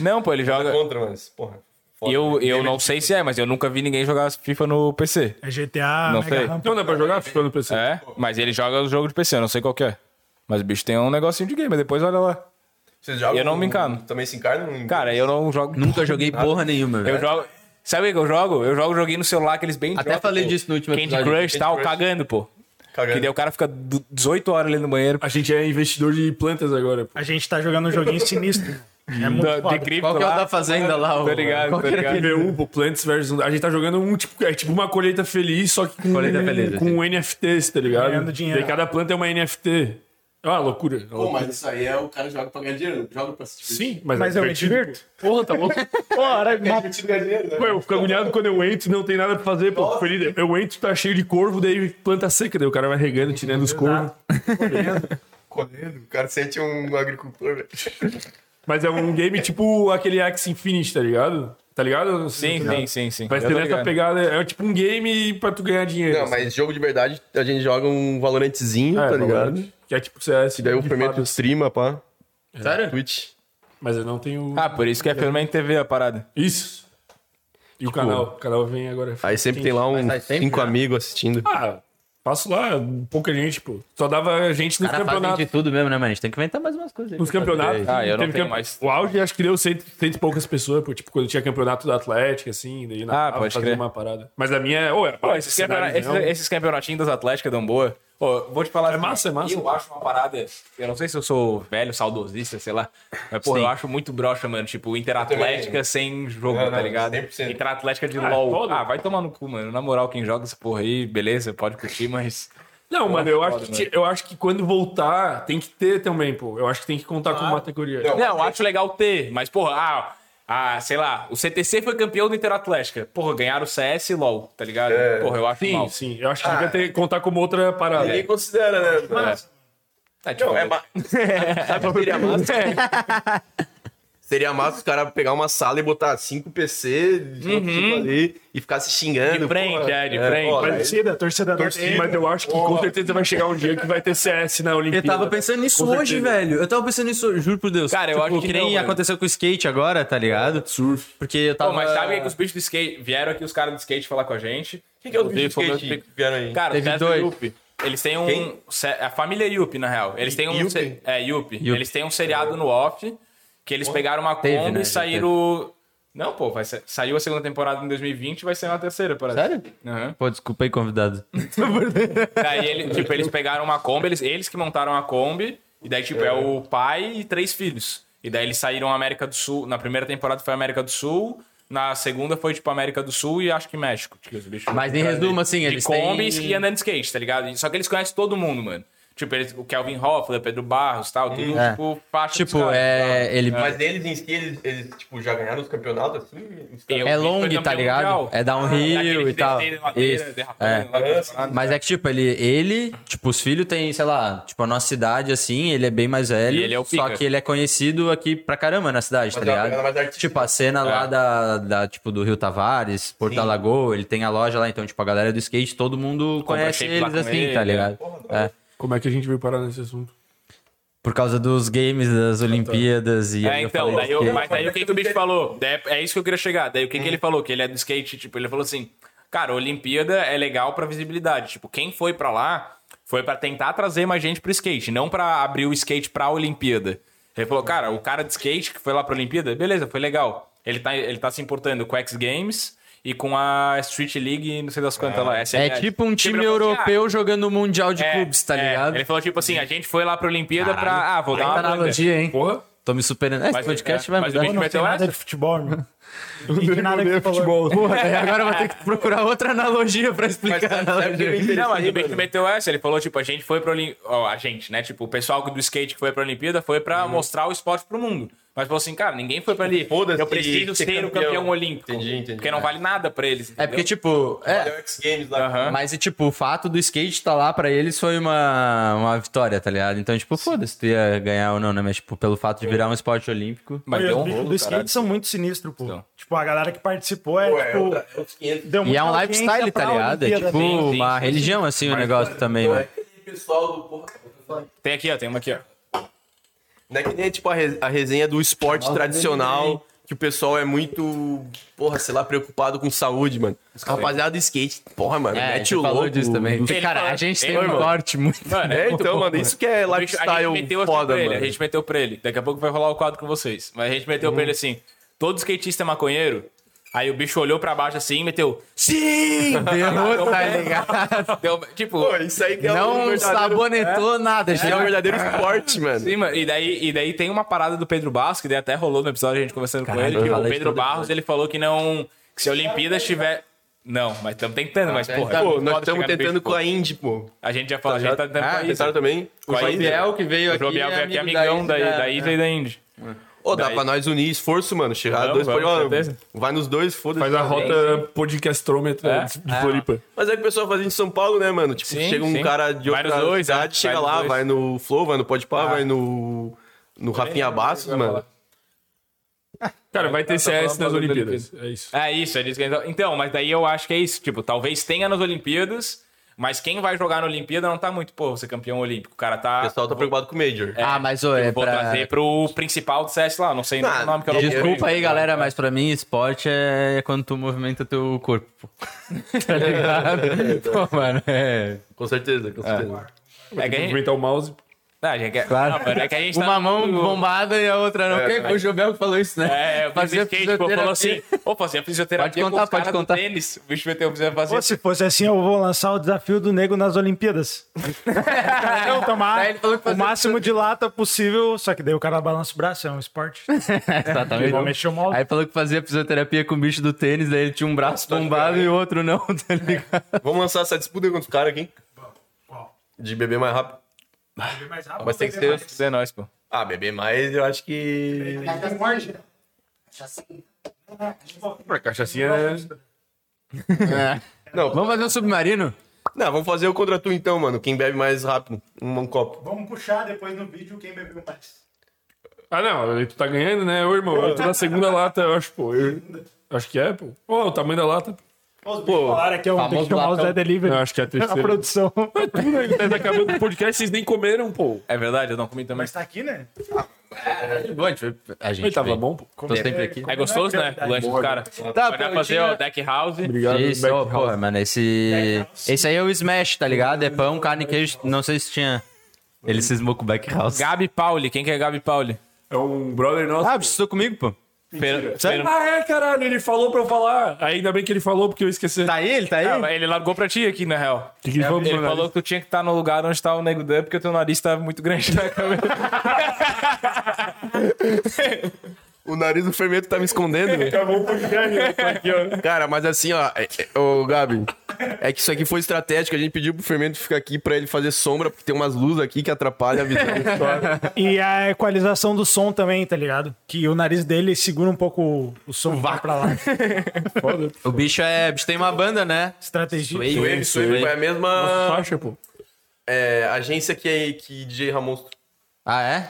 Speaker 3: Não, pô, ele joga.
Speaker 4: Contra, mas, porra.
Speaker 3: E eu, eu não sei se é, mas eu nunca vi ninguém jogar FIFA no PC.
Speaker 5: É GTA,
Speaker 3: Não
Speaker 5: Mega
Speaker 3: sei.
Speaker 5: Ramp.
Speaker 6: Não, dá pra jogar? Ficou no PC.
Speaker 3: É, mas ele joga o jogo de PC, eu não sei qual que é. Mas o bicho tem um negocinho de gamer, depois olha lá.
Speaker 4: Vocês jogam?
Speaker 3: Eu não me encano.
Speaker 4: Também se encarnam? em-
Speaker 3: Cara, eu não jogo.
Speaker 1: Nunca joguei porra nenhuma,
Speaker 3: Eu
Speaker 1: velho.
Speaker 3: jogo. Sabe o que eu jogo? Eu jogo joguinho no celular, aqueles bem
Speaker 1: É. Até
Speaker 3: idiota,
Speaker 1: falei
Speaker 3: pô.
Speaker 1: disso no último
Speaker 3: Candy
Speaker 1: episódio.
Speaker 3: Crush e tal,
Speaker 4: Crush.
Speaker 3: cagando, pô.
Speaker 4: Cagando.
Speaker 3: Que daí o cara fica du- 18 horas ali no banheiro.
Speaker 6: A gente é investidor de plantas agora, pô.
Speaker 5: A gente tá jogando um joguinho sinistro. É muito
Speaker 3: Da-
Speaker 5: foda.
Speaker 3: De cripto
Speaker 1: Qual que é o
Speaker 3: lá.
Speaker 1: da fazenda lá? o-
Speaker 3: Tá ligado,
Speaker 1: qual que
Speaker 3: tá
Speaker 1: era
Speaker 3: ligado.
Speaker 1: aquele-
Speaker 6: PBU, pô, Plants versus. A gente tá jogando um tipo. É tipo uma colheita feliz, só que com,
Speaker 1: Colheita feliz, assim.
Speaker 6: com NFTs, tá ligado?
Speaker 5: Ganhando dinheiro.
Speaker 6: Daí cada planta é uma NFT. É uma loucura. É uma
Speaker 10: Pô,
Speaker 6: loucura.
Speaker 10: mas isso aí é o cara joga pra ganhar dinheiro, não joga pra se divertir.
Speaker 6: Sim, mas,
Speaker 5: Mas
Speaker 6: é
Speaker 5: eu me
Speaker 6: divertido.
Speaker 5: divirto.
Speaker 6: Porra, tá louco?
Speaker 5: Pô, era uma
Speaker 10: Divertido ganhar dinheiro, né?
Speaker 6: Pô, eu fico agoniado quando eu entro e não tem nada pra fazer, pô. Feliz. Eu entro, tá cheio de corvo, daí planta seca, daí o cara vai regando, tirando os corvos.
Speaker 4: Correndo, o cara sente um agricultor, velho.
Speaker 6: Mas é um game tipo aquele Axe Infinite, tá ligado? Tá ligado?
Speaker 3: Sim, sim, sim, sim.
Speaker 6: Vai
Speaker 3: Eu
Speaker 6: ser
Speaker 3: tô
Speaker 6: nessa
Speaker 3: ligado.
Speaker 6: pegada. É tipo um game pra tu ganhar dinheiro.
Speaker 4: Não,
Speaker 6: assim.
Speaker 4: mas jogo de verdade, a gente joga um valorantezinho,
Speaker 6: É,
Speaker 4: tá
Speaker 6: Valorant,
Speaker 4: ligado?
Speaker 6: Que é tipo CS.
Speaker 4: Daí o
Speaker 6: de
Speaker 4: fermento
Speaker 6: fato.
Speaker 4: streama, pá.
Speaker 3: É.
Speaker 1: Sério?
Speaker 4: Twitch.
Speaker 6: Mas eu não tenho.
Speaker 3: Ah, por isso que é Ferment TV a parada.
Speaker 6: Isso. E o canal. O canal vem agora.
Speaker 4: Tipo, Aí sempre tem lá
Speaker 1: Mas aí
Speaker 4: uns
Speaker 1: sempre,
Speaker 4: cinco
Speaker 1: né?
Speaker 4: amigos assistindo.
Speaker 6: Ah, passo lá, pouca gente, pô. Só dava gente nos
Speaker 1: Cara, fazem
Speaker 6: campeonatos.
Speaker 1: de tudo mesmo, né, mano? A gente tem que inventar mais umas coisas. aí.
Speaker 6: Nos campeonatos.
Speaker 3: Ah, eu não
Speaker 6: teve
Speaker 3: tenho mais.
Speaker 6: O auge acho que deu cento, cento e poucas pessoas, pô. Tipo, quando tinha campeonato da Atlética, assim, daí na
Speaker 3: Ah, pode
Speaker 6: fazer
Speaker 3: crer.
Speaker 6: uma parada. Mas a minha é. Ô, é
Speaker 3: Pô,
Speaker 6: pô,
Speaker 3: esses, campeona- esses- esses campeonatinhos das Atléticas dão boa. Ô, vou te falar. assim,
Speaker 6: É massa, é massa.
Speaker 3: Eu acho uma parada. Eu não sei se eu sou velho, saudosista, sei lá. Mas, pô, eu acho muito broxa, mano. Tipo, Interatlética sem jogo,
Speaker 6: É,
Speaker 4: Não, não,
Speaker 3: tá ligado?
Speaker 4: 100%.
Speaker 3: Interatlética de
Speaker 6: Ah, é
Speaker 3: LOL.
Speaker 6: foda.
Speaker 3: Ah, vai tomar no cu, mano. Na moral, quem joga essa porra aí, beleza, pode curtir, mas.
Speaker 6: Não, mano, eu acho,
Speaker 3: foda,
Speaker 6: que, ti- eu acho que quando voltar, tem que ter também, pô. Eu acho que tem que contar com uma categoria.
Speaker 3: Não, eu acho legal ter, mas, porra, ah, ah, sei lá, o CTC foi campeão do Interatlética. Porra, ganharam o CS e LOL, tá ligado?
Speaker 6: É.
Speaker 3: Porra, eu acho
Speaker 6: Sim,
Speaker 3: mal.
Speaker 6: sim. Eu acho que devia ter contar como outra parada.
Speaker 4: Ah, Ninguém considera, né? Mas,
Speaker 3: É, tipo,
Speaker 4: não, é ma- Sabe o que seria massa?
Speaker 3: É.
Speaker 4: Seria massa os caras pegar uma sala e botar cinco PC de tipo ali e ficar se xingando.
Speaker 3: Uhum. De frente,
Speaker 4: porra.
Speaker 3: é, de frente.
Speaker 4: ó, aí-
Speaker 5: torcida, torcida da
Speaker 6: Sim, né? mas eu acho que com certeza vai chegar um dia que vai ter CS na
Speaker 1: Eu
Speaker 6: Olimpíada.
Speaker 1: tava pensando nisso
Speaker 6: Com
Speaker 1: hoje,
Speaker 6: certeza.
Speaker 1: velho. Eu tava pensando nisso, juro por Deus. Tipo,
Speaker 3: Cara, eu acho que não,
Speaker 1: nem
Speaker 3: velho.
Speaker 1: aconteceu com o skate agora, tá ligado? Surf. Porque eu tava.
Speaker 3: Pô, Tá, mas sabe que os bichos do skate vieram aqui, os caras do skate falar com a gente.
Speaker 4: Quem que é o
Speaker 3: Inclusive,
Speaker 4: bicho
Speaker 3: foi meu
Speaker 4: skate que
Speaker 3: pico-
Speaker 4: vieram aí?
Speaker 3: Cara,
Speaker 1: Teve
Speaker 3: o César
Speaker 1: dois.
Speaker 3: Yuppie, Eles têm um.
Speaker 4: Quem?
Speaker 3: se- A família Yuppie, na real. Eles têm um.
Speaker 4: Yuppie?
Speaker 3: se- É, Yuppie. Eles têm um seriado no off que eles pegaram uma
Speaker 1: Teve,
Speaker 3: Kombi
Speaker 1: né?
Speaker 3: e saíram. Não, pô, vai sa- saiu a segunda temporada em 2020 e vai sair uma terceira, parece.
Speaker 1: Sério?
Speaker 3: Aham.
Speaker 1: Pô, desculpa aí, convidado.
Speaker 3: Daí ele- tipo, eles pegaram uma Kombi, eles, eles que montaram a Kombi, e daí, tipo, é. o pai e três filhos. E daí eles saíram América do Sul. Na primeira temporada foi América do Sul, na segunda foi, tipo, América do Sul e acho que México. Tipo, os bichos
Speaker 1: Mas em resumo, assim, eles
Speaker 3: de Kombi
Speaker 1: têm-
Speaker 3: e andando de skate, tá ligado? E- Só que eles conhecem todo mundo, mano. Tipo, eles, o Kelvin Hoffler, Pedro Barros e tal, tudo,
Speaker 1: É.
Speaker 3: tipo, faixa dos
Speaker 1: Tipo,
Speaker 3: caras,
Speaker 1: é.
Speaker 3: tá?
Speaker 1: Ele,
Speaker 4: Mas eles em si, eles, eles, tipo, já ganharam os campeonatos assim? Os
Speaker 3: Eu-
Speaker 1: É
Speaker 3: ele foi
Speaker 1: long,
Speaker 3: campeão
Speaker 1: tá ligado?
Speaker 3: mundial.
Speaker 1: É
Speaker 3: Ah, aquele
Speaker 1: downhill
Speaker 3: que
Speaker 1: e tal.
Speaker 3: desceu na madeira,
Speaker 1: Isso.
Speaker 3: derrapando,
Speaker 1: É.
Speaker 3: lá,
Speaker 4: É.
Speaker 1: Mas é que, tipo, ele, ele, tipo, os filhos têm, sei lá, tipo, a nossa cidade, assim, ele é bem mais velho.
Speaker 3: E ele é o
Speaker 1: Só
Speaker 3: pica.
Speaker 1: que ele é conhecido aqui pra caramba na cidade, tá
Speaker 4: é uma pegada mais
Speaker 1: ligado?
Speaker 4: artística.
Speaker 1: Tipo, a cena
Speaker 3: É.
Speaker 1: lá da, da, tipo, do Rio Tavares, Porto da Lagoa, ele tem a loja lá, então, tipo, a galera do skate, todo mundo
Speaker 3: Compra
Speaker 1: conhece
Speaker 3: shape lá
Speaker 1: eles
Speaker 3: com
Speaker 1: assim,
Speaker 3: ele,
Speaker 1: tá
Speaker 3: é.
Speaker 1: ligado? É.
Speaker 6: Como é que a gente veio parar nesse assunto?
Speaker 1: Por causa dos games, das Olimpíadas e.
Speaker 3: É,
Speaker 1: aí eu
Speaker 3: então,
Speaker 1: falei
Speaker 3: daí eu,
Speaker 1: que-
Speaker 3: mas daí o que, que o bicho falou? Daí É, é isso que eu queria chegar. Daí o que, que ele falou? Que ele é do skate, tipo, ele falou assim: Cara, a Olimpíada é legal pra visibilidade. Tipo, quem foi pra lá foi pra tentar trazer mais gente pro skate, não pra abrir o skate pra Olimpíada. Ele falou, cara, o cara de skate que foi lá pra Olimpíada, beleza, foi legal. Ele tá, ele tá se importando com a X Games e com a Street League, não sei das quantas lá.
Speaker 1: É
Speaker 3: SLS.
Speaker 1: tipo um time
Speaker 3: ele falou assim, "Ah,
Speaker 1: europeu jogando o Mundial de
Speaker 3: é,
Speaker 1: Clubes, tá
Speaker 3: é."
Speaker 1: ligado?
Speaker 3: Ele falou, tipo assim, a gente foi lá pra Olimpíada pra. Ah, vou dar
Speaker 1: Baita
Speaker 3: uma banda."
Speaker 1: analogia, hein?
Speaker 6: Porra.
Speaker 1: Tô me superando. É, Esse
Speaker 3: Mas-
Speaker 1: podcast
Speaker 3: é,
Speaker 1: vai
Speaker 3: mas o
Speaker 1: mudar.
Speaker 3: bicho
Speaker 5: Não tem
Speaker 3: meteu
Speaker 5: nada
Speaker 3: essa?
Speaker 5: de futebol, irmão. Não tem nada de futebol.
Speaker 1: Porra, daí É, agora vou ter que procurar outra analogia pra
Speaker 3: tá
Speaker 1: explicar. a analogia.
Speaker 4: tá
Speaker 3: Não, mas o Bento meteu essa. Ele falou, tipo, a gente foi pra Olimpíada. a gente, né? Tipo, o pessoal do skate que foi pra Olimpíada foi
Speaker 4: Uhum.
Speaker 3: pra mostrar o esporte pro mundo. Mas falou assim, cara, ninguém foi pra ali.
Speaker 4: Foda-se
Speaker 3: Eu preciso
Speaker 4: ser
Speaker 3: ser o
Speaker 4: campeão.
Speaker 3: campeão olímpico.
Speaker 4: Entendi, entendi.
Speaker 3: Porque não vale nada pra eles.
Speaker 1: É porque, tipo, é.
Speaker 4: Valeu, X Games lá.
Speaker 3: Aham.
Speaker 1: Mas, e, tipo, o fato do skate estar lá pra eles foi uma, uma vitória, tá ligado? Então, tipo, foda-se tu ia ganhar ou não, né? Mas, tipo, pelo fato de virar um esporte olímpico.
Speaker 3: Mas deu um
Speaker 5: os bichos
Speaker 3: rolo,
Speaker 5: do skate
Speaker 3: caralho. Então.
Speaker 5: são muito sinistros, pô. Tipo, a galera que participou é,
Speaker 4: Pô, é,
Speaker 5: tipo,
Speaker 4: é os 500.
Speaker 5: deu
Speaker 1: E é um
Speaker 5: muita
Speaker 1: lifestyle,
Speaker 5: audiência
Speaker 1: tá
Speaker 5: pra
Speaker 1: ligado? É
Speaker 5: Olimpíada,
Speaker 1: tipo
Speaker 5: né?
Speaker 1: uma religião, assim, o negócio também,
Speaker 4: Não é
Speaker 1: mano.
Speaker 4: aquele pessoal do porra.
Speaker 3: Tem aqui, ó, tem uma aqui, ó.
Speaker 4: É, Não é que nem tipo a, re- a resenha do esporte tradicional, que o pessoal é muito, porra, sei lá, preocupado com saúde, mano. Os rapaziada do skate, porra, mano,
Speaker 1: É,
Speaker 4: mete
Speaker 1: você
Speaker 4: o
Speaker 1: falou
Speaker 4: louco.
Speaker 1: disso também.
Speaker 3: Ele
Speaker 1: Cara,
Speaker 3: fala-
Speaker 1: a gente tem
Speaker 3: Ei,
Speaker 1: um
Speaker 3: irmão.
Speaker 1: corte muito...
Speaker 3: Mano,
Speaker 4: É, então, mano, isso que é
Speaker 3: O bicho- a gente
Speaker 4: lifestyle
Speaker 3: meteu aqui
Speaker 4: foda,
Speaker 3: pra ele,
Speaker 4: mano. Uhum.
Speaker 3: A gente meteu pra ele. Daqui a pouco vai rolar o quadro com vocês. Mas a gente meteu pra ele assim: todo skatista é maconheiro. Aí o bicho olhou pra baixo assim e meteu. Sim!
Speaker 1: Derrota, tá
Speaker 3: é.
Speaker 1: ligado?
Speaker 3: Deu- tipo,
Speaker 4: Pô, isso aí que é um
Speaker 1: Não tá
Speaker 4: verdadeiro,
Speaker 1: sabonetou nada,
Speaker 4: é um
Speaker 1: gente.
Speaker 4: verdadeiro esporte, mano.
Speaker 3: Sim, mano, e daí, e daí tem uma parada do Pedro Barros, que daí até rolou no episódio a gente conversando
Speaker 1: Caralho,
Speaker 3: com ele. Tipo,
Speaker 1: fala
Speaker 3: o
Speaker 1: isso
Speaker 3: Pedro
Speaker 1: todo
Speaker 3: Barros, ele falou que não. Que se a Olimpíada estiver. Não, mas estamos tentando, mas porra.
Speaker 4: Pô,
Speaker 3: tá foda
Speaker 4: nós estamos
Speaker 3: chegar no
Speaker 4: tentando
Speaker 3: bicho,
Speaker 4: com a Indy, pô.
Speaker 3: pô. A gente já falou, a gente tá tentando
Speaker 4: Ah,
Speaker 3: com a Isa.
Speaker 4: tentaram também?
Speaker 3: Com a Isa.
Speaker 1: Biel que veio
Speaker 3: O João Biel veio aqui, né,
Speaker 4: é
Speaker 1: amigo
Speaker 3: amigão é da,
Speaker 1: Isa,
Speaker 3: da Isa e da Indy.
Speaker 4: Ô, dá
Speaker 3: Daí-
Speaker 4: pra nós unir esforço, mano. Chegar a
Speaker 3: Vamos,
Speaker 4: dois,
Speaker 3: vamos,
Speaker 4: pode- ó,
Speaker 3: certeza.
Speaker 4: vai nos dois, foda-se.
Speaker 6: Faz a rota podcastrômetro
Speaker 3: É?
Speaker 6: de Floripa.
Speaker 4: Mas é que o pessoal faz em São Paulo, né, mano? Tipo,
Speaker 3: Sim,
Speaker 4: chega um
Speaker 3: sim.
Speaker 4: cara de
Speaker 3: Vai
Speaker 4: outra
Speaker 3: nos dois,
Speaker 4: cidade,
Speaker 3: né?
Speaker 4: chega
Speaker 3: Vai nos
Speaker 4: lá,
Speaker 3: dois. É.
Speaker 4: vai no Flow, vai no Podpah, vai no... No Rafinha Bastos, mano.
Speaker 6: Cara, vai
Speaker 3: Tá,
Speaker 6: ter CS nas Olimpíadas. É isso.
Speaker 3: É isso, é isso que ele- Então, mas daí eu acho que é isso. Tipo, talvez tenha nas Olimpíadas, mas quem vai jogar na Olimpíada não tá muito, pô, você campeão olímpico. O cara
Speaker 4: O
Speaker 3: tá.
Speaker 4: pessoal tá preocupado com o Major.
Speaker 1: Ah, mas ô, é
Speaker 3: vou
Speaker 1: pra...
Speaker 3: trazer pro principal do CS lá, não sei nem
Speaker 4: Ah,
Speaker 3: o nome que eu não vou
Speaker 1: Desculpa
Speaker 3: lembrar.
Speaker 1: aí,
Speaker 4: É.
Speaker 1: galera, mas pra mim esporte é quando tu movimenta teu corpo. pô. tá ligado? Pô, mano, é.
Speaker 4: Com certeza, com certeza.
Speaker 3: É que a gente,
Speaker 6: Aproveitar o mouse.
Speaker 3: Não, a gente quer-
Speaker 1: Claro.
Speaker 3: não, mano, é que a gente tá
Speaker 1: Uma mão
Speaker 3: muito-
Speaker 1: bombada e a outra
Speaker 4: É,
Speaker 1: não. Quem? Foi o Jobel que falou isso, né?
Speaker 3: É, eu fiz skate, pô, falou assim, ô, fazia fisioterapia
Speaker 1: Pode contar,
Speaker 3: com os
Speaker 1: pode
Speaker 3: caras do
Speaker 1: contar.
Speaker 3: tênis. O bicho meteu
Speaker 5: Pô,
Speaker 3: fisioterapia.
Speaker 5: se fosse assim, eu vou lançar o desafio do nego nas Olimpíadas. Não,
Speaker 1: Daí
Speaker 5: tomar
Speaker 1: ele falou que
Speaker 5: o
Speaker 1: fazia-
Speaker 5: máximo de lata possível, só que daí o cara balança o braço, é um esporte.
Speaker 1: É, Exatamente.
Speaker 5: Igual mexer o mouse.
Speaker 1: Aí falou que fazia fisioterapia com o bicho do tênis, daí ele tinha um braço bombado e o outro não,
Speaker 3: É,
Speaker 1: tá ligado?
Speaker 4: Vamos lançar essa disputa contra os caras aqui. De beber mais rápido. Mas tem que ser...
Speaker 3: Isso é nóis, pô.
Speaker 4: Ah, beber mais, eu acho que...
Speaker 8: assim,
Speaker 6: Pra cachaçinha é...
Speaker 1: É.
Speaker 4: Não,
Speaker 1: Vamos fazer um submarino?
Speaker 4: não, vamos fazer o contra tu então, mano. Quem bebe mais rápido. Um, um copo.
Speaker 5: Vamos puxar depois no vídeo quem bebeu mais.
Speaker 6: Ah, não, aí tu tá ganhando, né? Ô, irmão, eu tô na segunda lata, eu acho, pô. Eu- Acho que é, pô. Ô, o tamanho da lata.
Speaker 5: Os bichos falaram que eu tenho
Speaker 1: famoso
Speaker 5: que chamar o
Speaker 1: latão.
Speaker 5: Zé Delivery.
Speaker 6: Eu acho que é a
Speaker 5: a
Speaker 6: terceira.
Speaker 5: produção.
Speaker 6: Tudo, né? Tá acabando o podcast, vocês nem comeram, pô.
Speaker 3: É verdade, eu não comi também.
Speaker 5: Mas tá aqui, né?
Speaker 1: Bom, a gente, a gente
Speaker 6: Ele tava
Speaker 1: veio.
Speaker 6: bom, pô.
Speaker 1: Tô sempre aqui.
Speaker 3: É gostoso, né? O lanche do cara.
Speaker 1: Tá,
Speaker 3: Vai
Speaker 1: pô, eu
Speaker 3: fazer
Speaker 1: tinha-
Speaker 3: o deck house.
Speaker 6: Obrigado,
Speaker 1: Isso,
Speaker 6: Beck
Speaker 1: ó,
Speaker 6: House.
Speaker 1: porra, mano, esse. Esse aí é o Smash, tá ligado? É pão, carne e queijo. Não sei se tinha. Ele cismou com o Backhouse.
Speaker 3: Gabi Pauli, quem que é Gabi Pauli?
Speaker 6: É um brother nosso.
Speaker 1: Ah, precisou comigo, pô.
Speaker 3: Fer- Fer-
Speaker 6: Ah, é, caralho, ele falou pra eu falar. Ainda bem que ele falou, porque eu esqueci.
Speaker 1: Tá aí, ele tá aí?
Speaker 3: Ah, ele largou pra ti aqui, na real.
Speaker 6: que que foi,
Speaker 3: ele
Speaker 6: Bruno?
Speaker 3: falou que tu tinha que estar no lugar onde tá o Nego Dan, porque o teu nariz tá muito grande na câmera.
Speaker 4: O nariz do fermento tá me escondendo, velho.
Speaker 6: Acabou o podcast, né? Tá aqui, ó.
Speaker 4: Cara, mas assim, ó. é- é- Ô, Gabi. É que isso aqui foi estratégico. A gente pediu pro Fermento ficar aqui pra ele fazer sombra, porque tem umas luzes aqui que atrapalham a visão da história.
Speaker 5: E a equalização do som também, tá ligado? Que o nariz dele segura um pouco o som vai pra lá.
Speaker 1: O bicho é. O bicho tem uma banda, né?
Speaker 5: Estratégia.
Speaker 4: Wave, Swave foi a mesma
Speaker 6: Tá Faixa, pô.
Speaker 4: é, agência que, que DJ Ramon.
Speaker 1: Ah, é?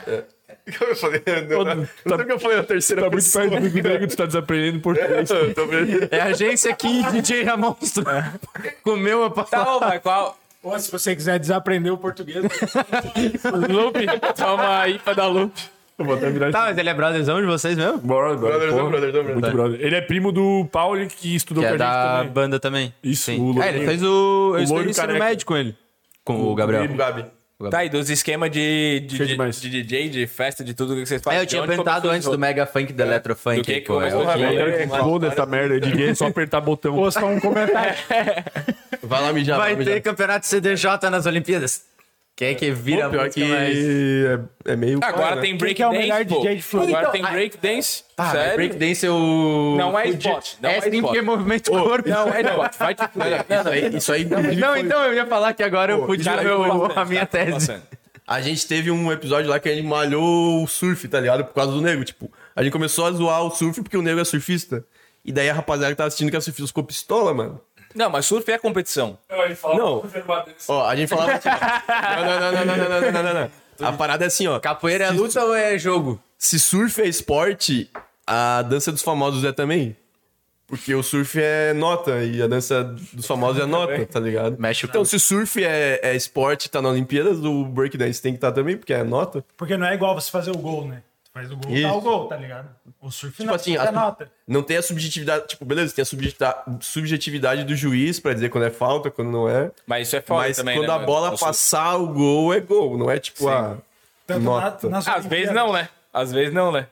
Speaker 4: O que eu falei? Não, não sei o que eu falei na terceira
Speaker 6: Tá muito
Speaker 4: pessoa.
Speaker 6: perto do Grego, tu tá desaprendendo português.
Speaker 4: Eu tô vendo.
Speaker 1: É a agência que DJ Ramonstro comeu a
Speaker 3: Tá,
Speaker 1: palavra.
Speaker 3: ô, mas qual?
Speaker 5: Ou se você quiser desaprender o português,
Speaker 6: Loop, toma aí pra dar loop. Eu vou até virar
Speaker 1: Tá, mas ele é brotherzão de vocês mesmo?
Speaker 6: Brother, brother,
Speaker 4: Brothers,
Speaker 6: porra.
Speaker 4: brothers, brothers.
Speaker 6: Muito brother. Ele é primo do Pauli que estudou
Speaker 1: Que
Speaker 6: com
Speaker 1: é
Speaker 6: a gente
Speaker 1: da
Speaker 6: também.
Speaker 1: banda também.
Speaker 6: Isso,
Speaker 1: Sim.
Speaker 6: o louro.
Speaker 1: É, ele fez o. Eu
Speaker 6: loiro
Speaker 1: estudei ensino
Speaker 6: careca.
Speaker 1: médio com ele. Com o Gabriel.
Speaker 4: O Gabi.
Speaker 3: Tá, e dos esquemas de, de,
Speaker 6: Cheio
Speaker 3: de,
Speaker 6: demais.
Speaker 3: de DJ, de festa, de tudo que vocês fazem.
Speaker 1: É, eu tinha
Speaker 3: de onde
Speaker 1: perguntado
Speaker 3: começou
Speaker 1: antes
Speaker 3: isso?
Speaker 1: do Mega Funk da Electro Funk.
Speaker 3: Do que que
Speaker 1: pô, é,
Speaker 3: começou
Speaker 1: hoje-
Speaker 3: isso?
Speaker 6: Eu quero que explode essa merda de ninguém, só apertar botão.
Speaker 5: posta um comentário.
Speaker 4: Vai lá mijar,
Speaker 1: Vai
Speaker 4: lá mijar.
Speaker 1: ter campeonato CDJ nas Olimpíadas. Quem é que vira
Speaker 4: Pô, pior
Speaker 1: música
Speaker 4: que
Speaker 1: mais?
Speaker 4: é, é meio.
Speaker 3: Tá, Agora tem
Speaker 5: Quem que é o melhor
Speaker 3: breakdance, pô.
Speaker 5: DJ de Floripa?
Speaker 3: Agora tem breakdance.
Speaker 1: Ah, mas
Speaker 3: sério?
Speaker 1: Então, breakdance eu.
Speaker 3: Não é esporte. Não é
Speaker 1: é sim porque é
Speaker 3: esporte.
Speaker 1: movimento de corpo.
Speaker 3: Não é esporte. Vai te fuder.
Speaker 4: Isso aí, é isso aí inclusive,
Speaker 1: Não,
Speaker 4: foi-
Speaker 1: então eu ia falar que agora eu pude
Speaker 3: Cara, eu tô
Speaker 1: meu,
Speaker 3: passando,
Speaker 1: a minha
Speaker 3: cara, eu tô
Speaker 1: tese.
Speaker 3: passando.
Speaker 4: A gente teve um episódio lá que a gente malhou o surf, tá ligado? Por causa do nego. Tipo, a gente começou a zoar o surf porque o nego é surfista. E daí a rapaziada que tava assistindo que é surfista ficou pistola, mano.
Speaker 3: Não, mas surf é competição.
Speaker 4: Não. Ó, a gente falava assim, ó. Não, não, não, não, não, não, não, não, não, não. A parada é assim, ó.
Speaker 1: Capoeira é luta ou é jogo?
Speaker 4: Se surf é esporte, a dança dos famosos é também. Porque o surf é nota e a dança dos famosos é nota, tá ligado?
Speaker 1: Mexe o
Speaker 4: Então, se surf é, é esporte e tá na Olimpíadas, o breakdance tem que estar também, porque é nota.
Speaker 5: Porque não é igual você fazer o gol, né? Tu faz o gol, dá
Speaker 4: Isso.
Speaker 5: o gol, tá ligado? O surf
Speaker 4: Tipo
Speaker 5: não,
Speaker 4: assim,
Speaker 5: é
Speaker 4: as-
Speaker 5: nota.
Speaker 4: Não tem a subjetividade, tipo, beleza, tem a subjetita- subjetividade do juiz pra dizer quando é falta, quando não é.
Speaker 3: Mas isso é foda
Speaker 4: mas
Speaker 3: também,
Speaker 4: quando
Speaker 3: né,
Speaker 4: a
Speaker 3: mano?
Speaker 4: bola
Speaker 3: O surf.
Speaker 4: passar o gol, é gol, não é tipo a.
Speaker 5: Tanto
Speaker 4: Nota.
Speaker 5: nas
Speaker 3: Ah, Às vezes
Speaker 5: Olimpíadas.
Speaker 3: não, né? Às vezes não, né?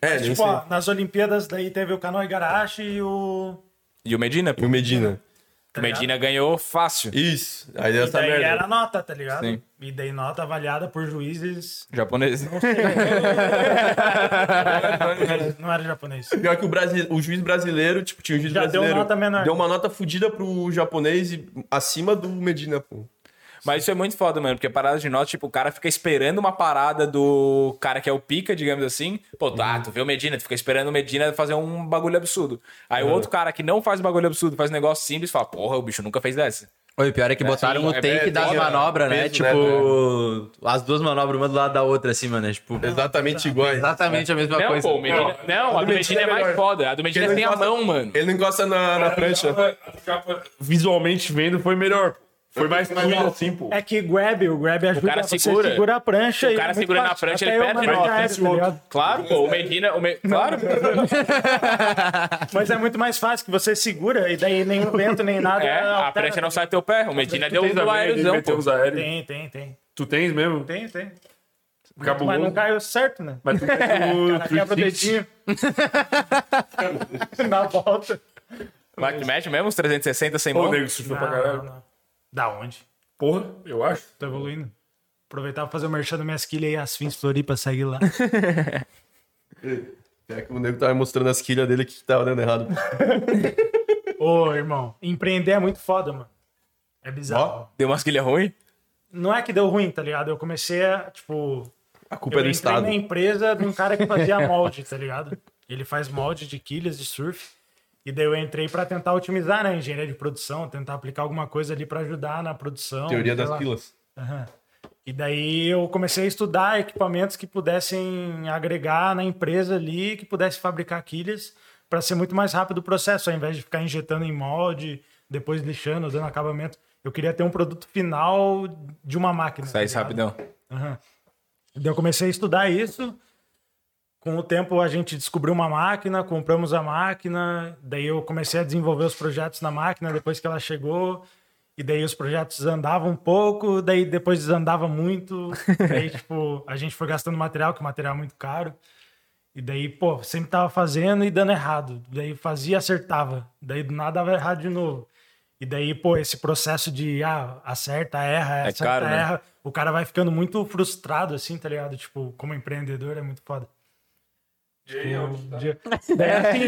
Speaker 4: É, nem
Speaker 5: Tipo,
Speaker 4: sei.
Speaker 5: ó, nas Olimpíadas daí teve o Canoa Igarashi e o...
Speaker 3: E o Medina, pô.
Speaker 4: E o Medina.
Speaker 3: O Medina ganhou fácil.
Speaker 4: Isso, aí deu
Speaker 5: E
Speaker 4: essa
Speaker 5: daí
Speaker 4: merda.
Speaker 5: era nota, tá ligado?
Speaker 3: Sim.
Speaker 5: E daí nota avaliada por juízes...
Speaker 3: Japonês.
Speaker 5: Não era japonês.
Speaker 4: Pior que o, brasi- o juiz brasileiro, tipo, tinha um juiz
Speaker 5: Já deu
Speaker 4: brasileiro.
Speaker 5: nota menor.
Speaker 4: Deu uma nota fodida pro japonês e acima do Medina, pô.
Speaker 3: Mas isso é muito foda, mano, porque a parada de nota, tipo, o cara fica esperando uma parada do cara que é o pica, digamos assim. Pô, tá, tu vê o Medina, tu fica esperando o Medina fazer um bagulho absurdo. Aí o outro cara que não faz bagulho absurdo, faz um negócio simples, fala, porra, o bicho nunca fez dessa.
Speaker 1: Oi, o pior é que botaram
Speaker 3: sim,
Speaker 1: o
Speaker 3: é
Speaker 1: take
Speaker 3: bem-
Speaker 1: das
Speaker 3: tem,
Speaker 1: manobras, né?
Speaker 4: peso,
Speaker 1: Tipo,
Speaker 4: né,
Speaker 1: as duas manobras, uma do lado da outra, assim, mano. é Tipo,
Speaker 4: Exatamente iguais.
Speaker 1: exatamente a mesma
Speaker 3: Não,
Speaker 1: coisa.
Speaker 3: pô, o Medina. Não, a do Medina é mais foda. A do Medina tem a mão, mano.
Speaker 4: Ele não encosta Tá na, na prancha.
Speaker 6: Visualmente vendo, foi melhor. Foi mais fluido assim, pô.
Speaker 5: É que grab, o grab ajuda
Speaker 3: cara
Speaker 5: você
Speaker 3: segura.
Speaker 5: segura a prancha.
Speaker 3: O
Speaker 5: e
Speaker 3: cara
Speaker 5: é muito
Speaker 3: segura na
Speaker 5: fácil.
Speaker 3: prancha,
Speaker 5: Até
Speaker 3: ele
Speaker 5: eu
Speaker 3: perde,
Speaker 5: mando
Speaker 3: ó,
Speaker 5: aéreo,
Speaker 6: esse
Speaker 5: tá
Speaker 6: outro.
Speaker 5: ligado?
Speaker 3: Claro, pô, o Medina. O Me- Claro,
Speaker 5: Mas é muito mais fácil que você segura e daí nem o vento, nem nada.
Speaker 3: é, a
Speaker 5: altera.
Speaker 3: prancha não sai do teu pé. O Medina deu um
Speaker 6: né,
Speaker 3: aerozão, pô.
Speaker 6: os aéreos.
Speaker 5: Tem, tem, tem.
Speaker 6: Tu tens mesmo?
Speaker 5: Tem, tem. Mas não
Speaker 6: Cabuloso.
Speaker 5: caiu certo, né?
Speaker 6: Mas tu fez o
Speaker 5: Cara, quebra o
Speaker 6: 360.
Speaker 5: dedinho. na volta.
Speaker 3: Mas tu mete mesmo uns 360 sem
Speaker 6: Pô,
Speaker 3: mão.
Speaker 6: nego, surfou pra
Speaker 5: Não,
Speaker 6: caralho.
Speaker 5: não, não. Da onde?
Speaker 6: Porra, eu acho.
Speaker 5: Tô evoluindo. Aproveitar pra fazer o merchan da minha esquilha aí, as fins Floripa, segue lá.
Speaker 4: É que o nego tava mostrando as quilhas dele que tava dando errado.
Speaker 5: Ô, irmão, empreender é muito foda, mano. É bizarro.
Speaker 3: Deu umas quilhas ruins.
Speaker 5: Não é que deu ruim, tá ligado? Eu comecei a, tipo,
Speaker 4: A culpa é do
Speaker 5: eu entrei
Speaker 4: Estado.
Speaker 5: na empresa de um cara que fazia molde, tá ligado? Ele faz molde de quilhas de surf. E daí eu entrei pra tentar otimizar, né? Engenharia de produção, tentar aplicar alguma coisa ali pra ajudar na produção.
Speaker 4: Teoria
Speaker 5: sei
Speaker 4: das
Speaker 5: lá.
Speaker 4: pilas.
Speaker 5: Aham. E daí eu comecei a estudar equipamentos que pudessem agregar na empresa ali, que pudesse fabricar quilhas, para ser muito mais rápido o processo, ao invés de ficar injetando em molde, depois lixando, dando acabamento. Eu queria ter um produto final de uma máquina.
Speaker 3: Tá
Speaker 5: tá
Speaker 3: isso
Speaker 5: ligado?
Speaker 3: rapidão.
Speaker 5: Aham. Daí eu comecei a estudar isso. Com o tempo a gente descobriu uma máquina, compramos a máquina, daí eu comecei a desenvolver os projetos na máquina depois que ela chegou. E daí os projetos andavam um pouco, daí depois desandava muito. Daí, tipo, a gente foi gastando material, que o material é muito caro. E daí, pô, sempre tava fazendo e dando errado. Daí fazia, acertava. Daí do nada dava errado de novo. E daí, pô, esse processo de ah, acerta, erra, acerta,
Speaker 3: caro, né?
Speaker 5: erra, o cara vai ficando muito frustrado, assim, tá ligado? Tipo, como empreendedor é muito foda. Tipo, um dia- Daí,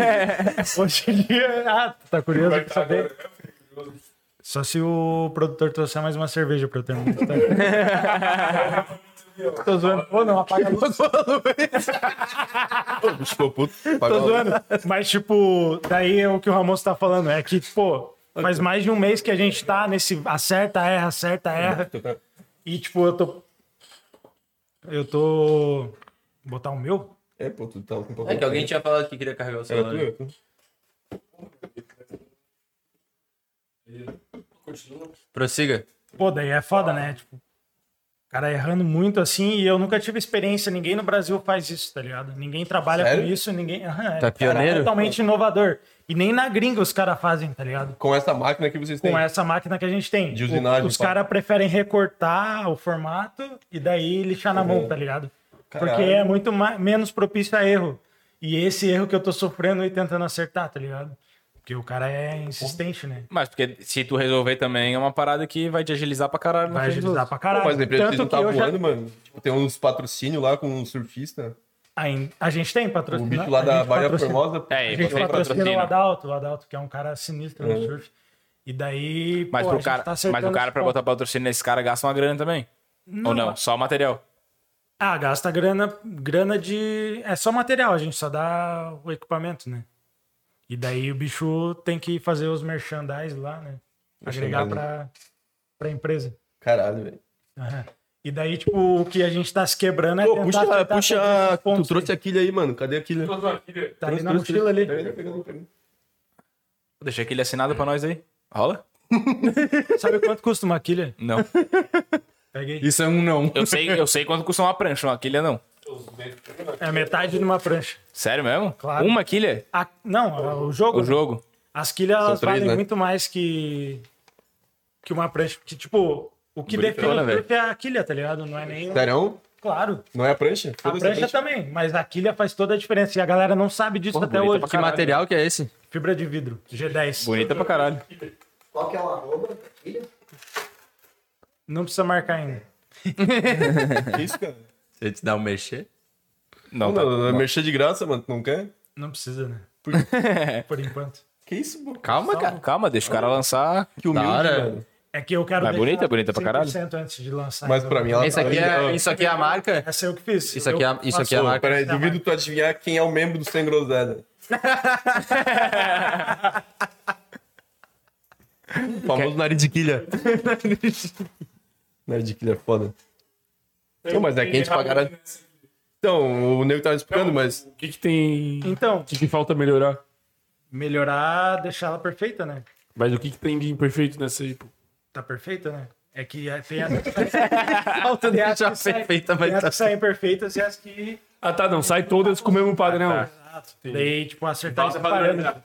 Speaker 5: assim, hoje em dia. Ah, tu tá curioso pra saber? Só se o produtor trouxer mais uma cerveja pra eu terminar. Tá? Tô zoando. Ô, não, apaga a luz.
Speaker 4: Pô, bicho, ficou puto.
Speaker 5: Tô
Speaker 4: Pagou.
Speaker 5: zoando. Mas, tipo, daí é o que o Ramos tá falando. É que, pô, faz mais de um mês que a gente tá nesse acerta, erra, acerta, erra. E, tipo, eu tô. Eu tô. Vou botar o meu?
Speaker 4: É, pô, tu tava
Speaker 1: É
Speaker 4: com
Speaker 1: que
Speaker 4: pouco.
Speaker 1: alguém tinha falado que queria carregar o celular. né? Prossiga.
Speaker 5: Pô, daí é foda, né? Tipo, o cara errando muito assim. E eu nunca tive experiência. Ninguém no Brasil faz isso, tá ligado? Ninguém trabalha
Speaker 4: Sério?
Speaker 5: com isso. Ninguém. Aham, é,
Speaker 1: Tá
Speaker 5: cara,
Speaker 1: pioneiro?
Speaker 5: totalmente inovador. E nem na gringa os caras fazem, tá ligado?
Speaker 4: Com essa máquina que vocês têm.
Speaker 5: com essa máquina que a gente tem.
Speaker 4: De usinagem,
Speaker 5: O- os
Speaker 4: pá.
Speaker 5: caras preferem recortar o formato e daí lixar na mão, tá ligado? Porque
Speaker 4: Uhum. Caralho.
Speaker 5: é muito ma- menos propício a erro. E esse erro que eu tô sofrendo e tentando acertar, tá ligado? Porque o cara é insistente, né?
Speaker 3: Mas porque se tu resolver também, é uma parada que vai te agilizar pra caralho. na
Speaker 5: Vai
Speaker 3: frente dos
Speaker 5: agilizar pra caralho.
Speaker 4: Mas a empresa
Speaker 5: Tanto
Speaker 4: não
Speaker 5: que
Speaker 4: tá
Speaker 5: eu já...
Speaker 4: voando, mano. Tipo, tem uns patrocínios lá com um surfista.
Speaker 5: Ain- A gente tem
Speaker 4: O
Speaker 5: patrocínio. né?
Speaker 4: bicho lá
Speaker 5: a
Speaker 4: da
Speaker 5: gente
Speaker 4: Bahia
Speaker 5: patrocina-
Speaker 4: Formosa. pô.
Speaker 3: É,
Speaker 5: A
Speaker 3: e
Speaker 5: gente
Speaker 3: vocês
Speaker 5: patrocina o
Speaker 3: patrocinam.
Speaker 5: Adalto, o Adalto, que é um cara sinistro
Speaker 4: Uhum.
Speaker 5: no surf. E daí.
Speaker 3: Mas,
Speaker 5: pô, a
Speaker 3: pro
Speaker 5: gente
Speaker 3: cara,
Speaker 5: tá
Speaker 3: mas o
Speaker 5: acertando
Speaker 3: cara,
Speaker 5: os
Speaker 3: pra
Speaker 5: pontos.
Speaker 3: botar patrocínio nesse cara, gasta uma grana também. Ou não, só o material.
Speaker 5: Ah, gasta grana, grana de. É só material, a gente só dá o equipamento, né? E daí o bicho tem que fazer os merchandise lá, né? Agregar
Speaker 4: chegar
Speaker 5: pra, pra empresa.
Speaker 4: Caralho, velho.
Speaker 5: Aham. E daí, tipo, o que a gente tá se quebrando é
Speaker 4: Pô,
Speaker 5: tentar
Speaker 4: puxa,
Speaker 5: acertar todos
Speaker 4: puxa.
Speaker 5: esses pontos
Speaker 4: Tu trouxe a quilha aí, mano. Cadê a quilha?
Speaker 5: aí. Tá ali na mochila ali.
Speaker 3: Deixa aquele assinado pra nós aí. Rola?
Speaker 5: Sabe quanto custa uma quilha?
Speaker 3: Não.
Speaker 5: Pega aí.
Speaker 1: Isso é um não.
Speaker 3: Eu sei, eu sei quanto custa uma prancha, uma quilha não.
Speaker 5: É metade de uma prancha.
Speaker 3: Sério mesmo?
Speaker 5: Claro.
Speaker 3: Uma quilha?
Speaker 5: A- Não, o jogo.
Speaker 3: O jogo?
Speaker 5: As quilhas elas
Speaker 4: três,
Speaker 5: valem
Speaker 4: né?
Speaker 5: muito mais que, que uma prancha. Que, tipo, o que define
Speaker 3: Bonitona,
Speaker 5: o surf é a quilha, tá ligado? Não é nem.
Speaker 4: Sério?
Speaker 5: Claro.
Speaker 4: Não é a prancha?
Speaker 5: A
Speaker 4: Foda-se
Speaker 5: prancha também, mas a quilha faz toda a diferença. E a galera não sabe disso até hoje.
Speaker 1: Que material que é esse?
Speaker 5: Fibra de vidro, G10.
Speaker 3: Bonita pra caralho.
Speaker 8: Qual que é o arroba? Filho?
Speaker 5: Não precisa marcar ainda.
Speaker 4: Que isso, cara?
Speaker 1: Você te dá um mexer?
Speaker 3: Não,
Speaker 4: Não,
Speaker 3: tá.
Speaker 4: não, não, é mexer de graça, mano. Tu não quer?
Speaker 5: Não precisa, né? Por enquanto.
Speaker 4: Que isso, pô?
Speaker 3: Calma, cara. Calma, deixa o cara lançar.
Speaker 4: Que humilde,
Speaker 1: Da hora.
Speaker 4: mano.
Speaker 5: É que eu quero.
Speaker 3: Mas
Speaker 5: deixar
Speaker 3: bonita, bonita pra caralho.
Speaker 5: 100% antes de lançar.
Speaker 4: Mas
Speaker 5: então.
Speaker 4: pra mim, ela tá
Speaker 1: Isso aqui é, isso aqui é a marca?
Speaker 5: Essa eu que fiz.
Speaker 1: Isso aqui é,
Speaker 5: Eu
Speaker 1: isso aqui é a
Speaker 5: faço-
Speaker 4: Pô,
Speaker 1: marca.
Speaker 4: peraí, duvido tu adivinhar quem é o membro do Sem Groselha. o famoso nariz de quilha. nariz de quilha é foda. Não, mas é quente pra caralho. Então, o Nego tava explicando, mas...
Speaker 6: O que, que tem. O
Speaker 5: Então,
Speaker 6: que, que falta melhorar?
Speaker 5: melhorar, deixar ela perfeita, né?
Speaker 6: Mas o que, que tem de imperfeito nessa aí, pô?
Speaker 5: Tá perfeita, né? É que é- tem as,
Speaker 1: Falta
Speaker 5: tem as
Speaker 1: deixar
Speaker 5: que saem-
Speaker 1: perfeita,
Speaker 5: tem
Speaker 1: mas
Speaker 5: as
Speaker 1: tá
Speaker 5: que saem perfeitas e as que
Speaker 6: Ah, tá, não. Sai todas com o mesmo padrão.
Speaker 1: Tá.
Speaker 6: é
Speaker 5: Exato. Daí, tipo,
Speaker 1: Então
Speaker 5: acertar esse parâmetro.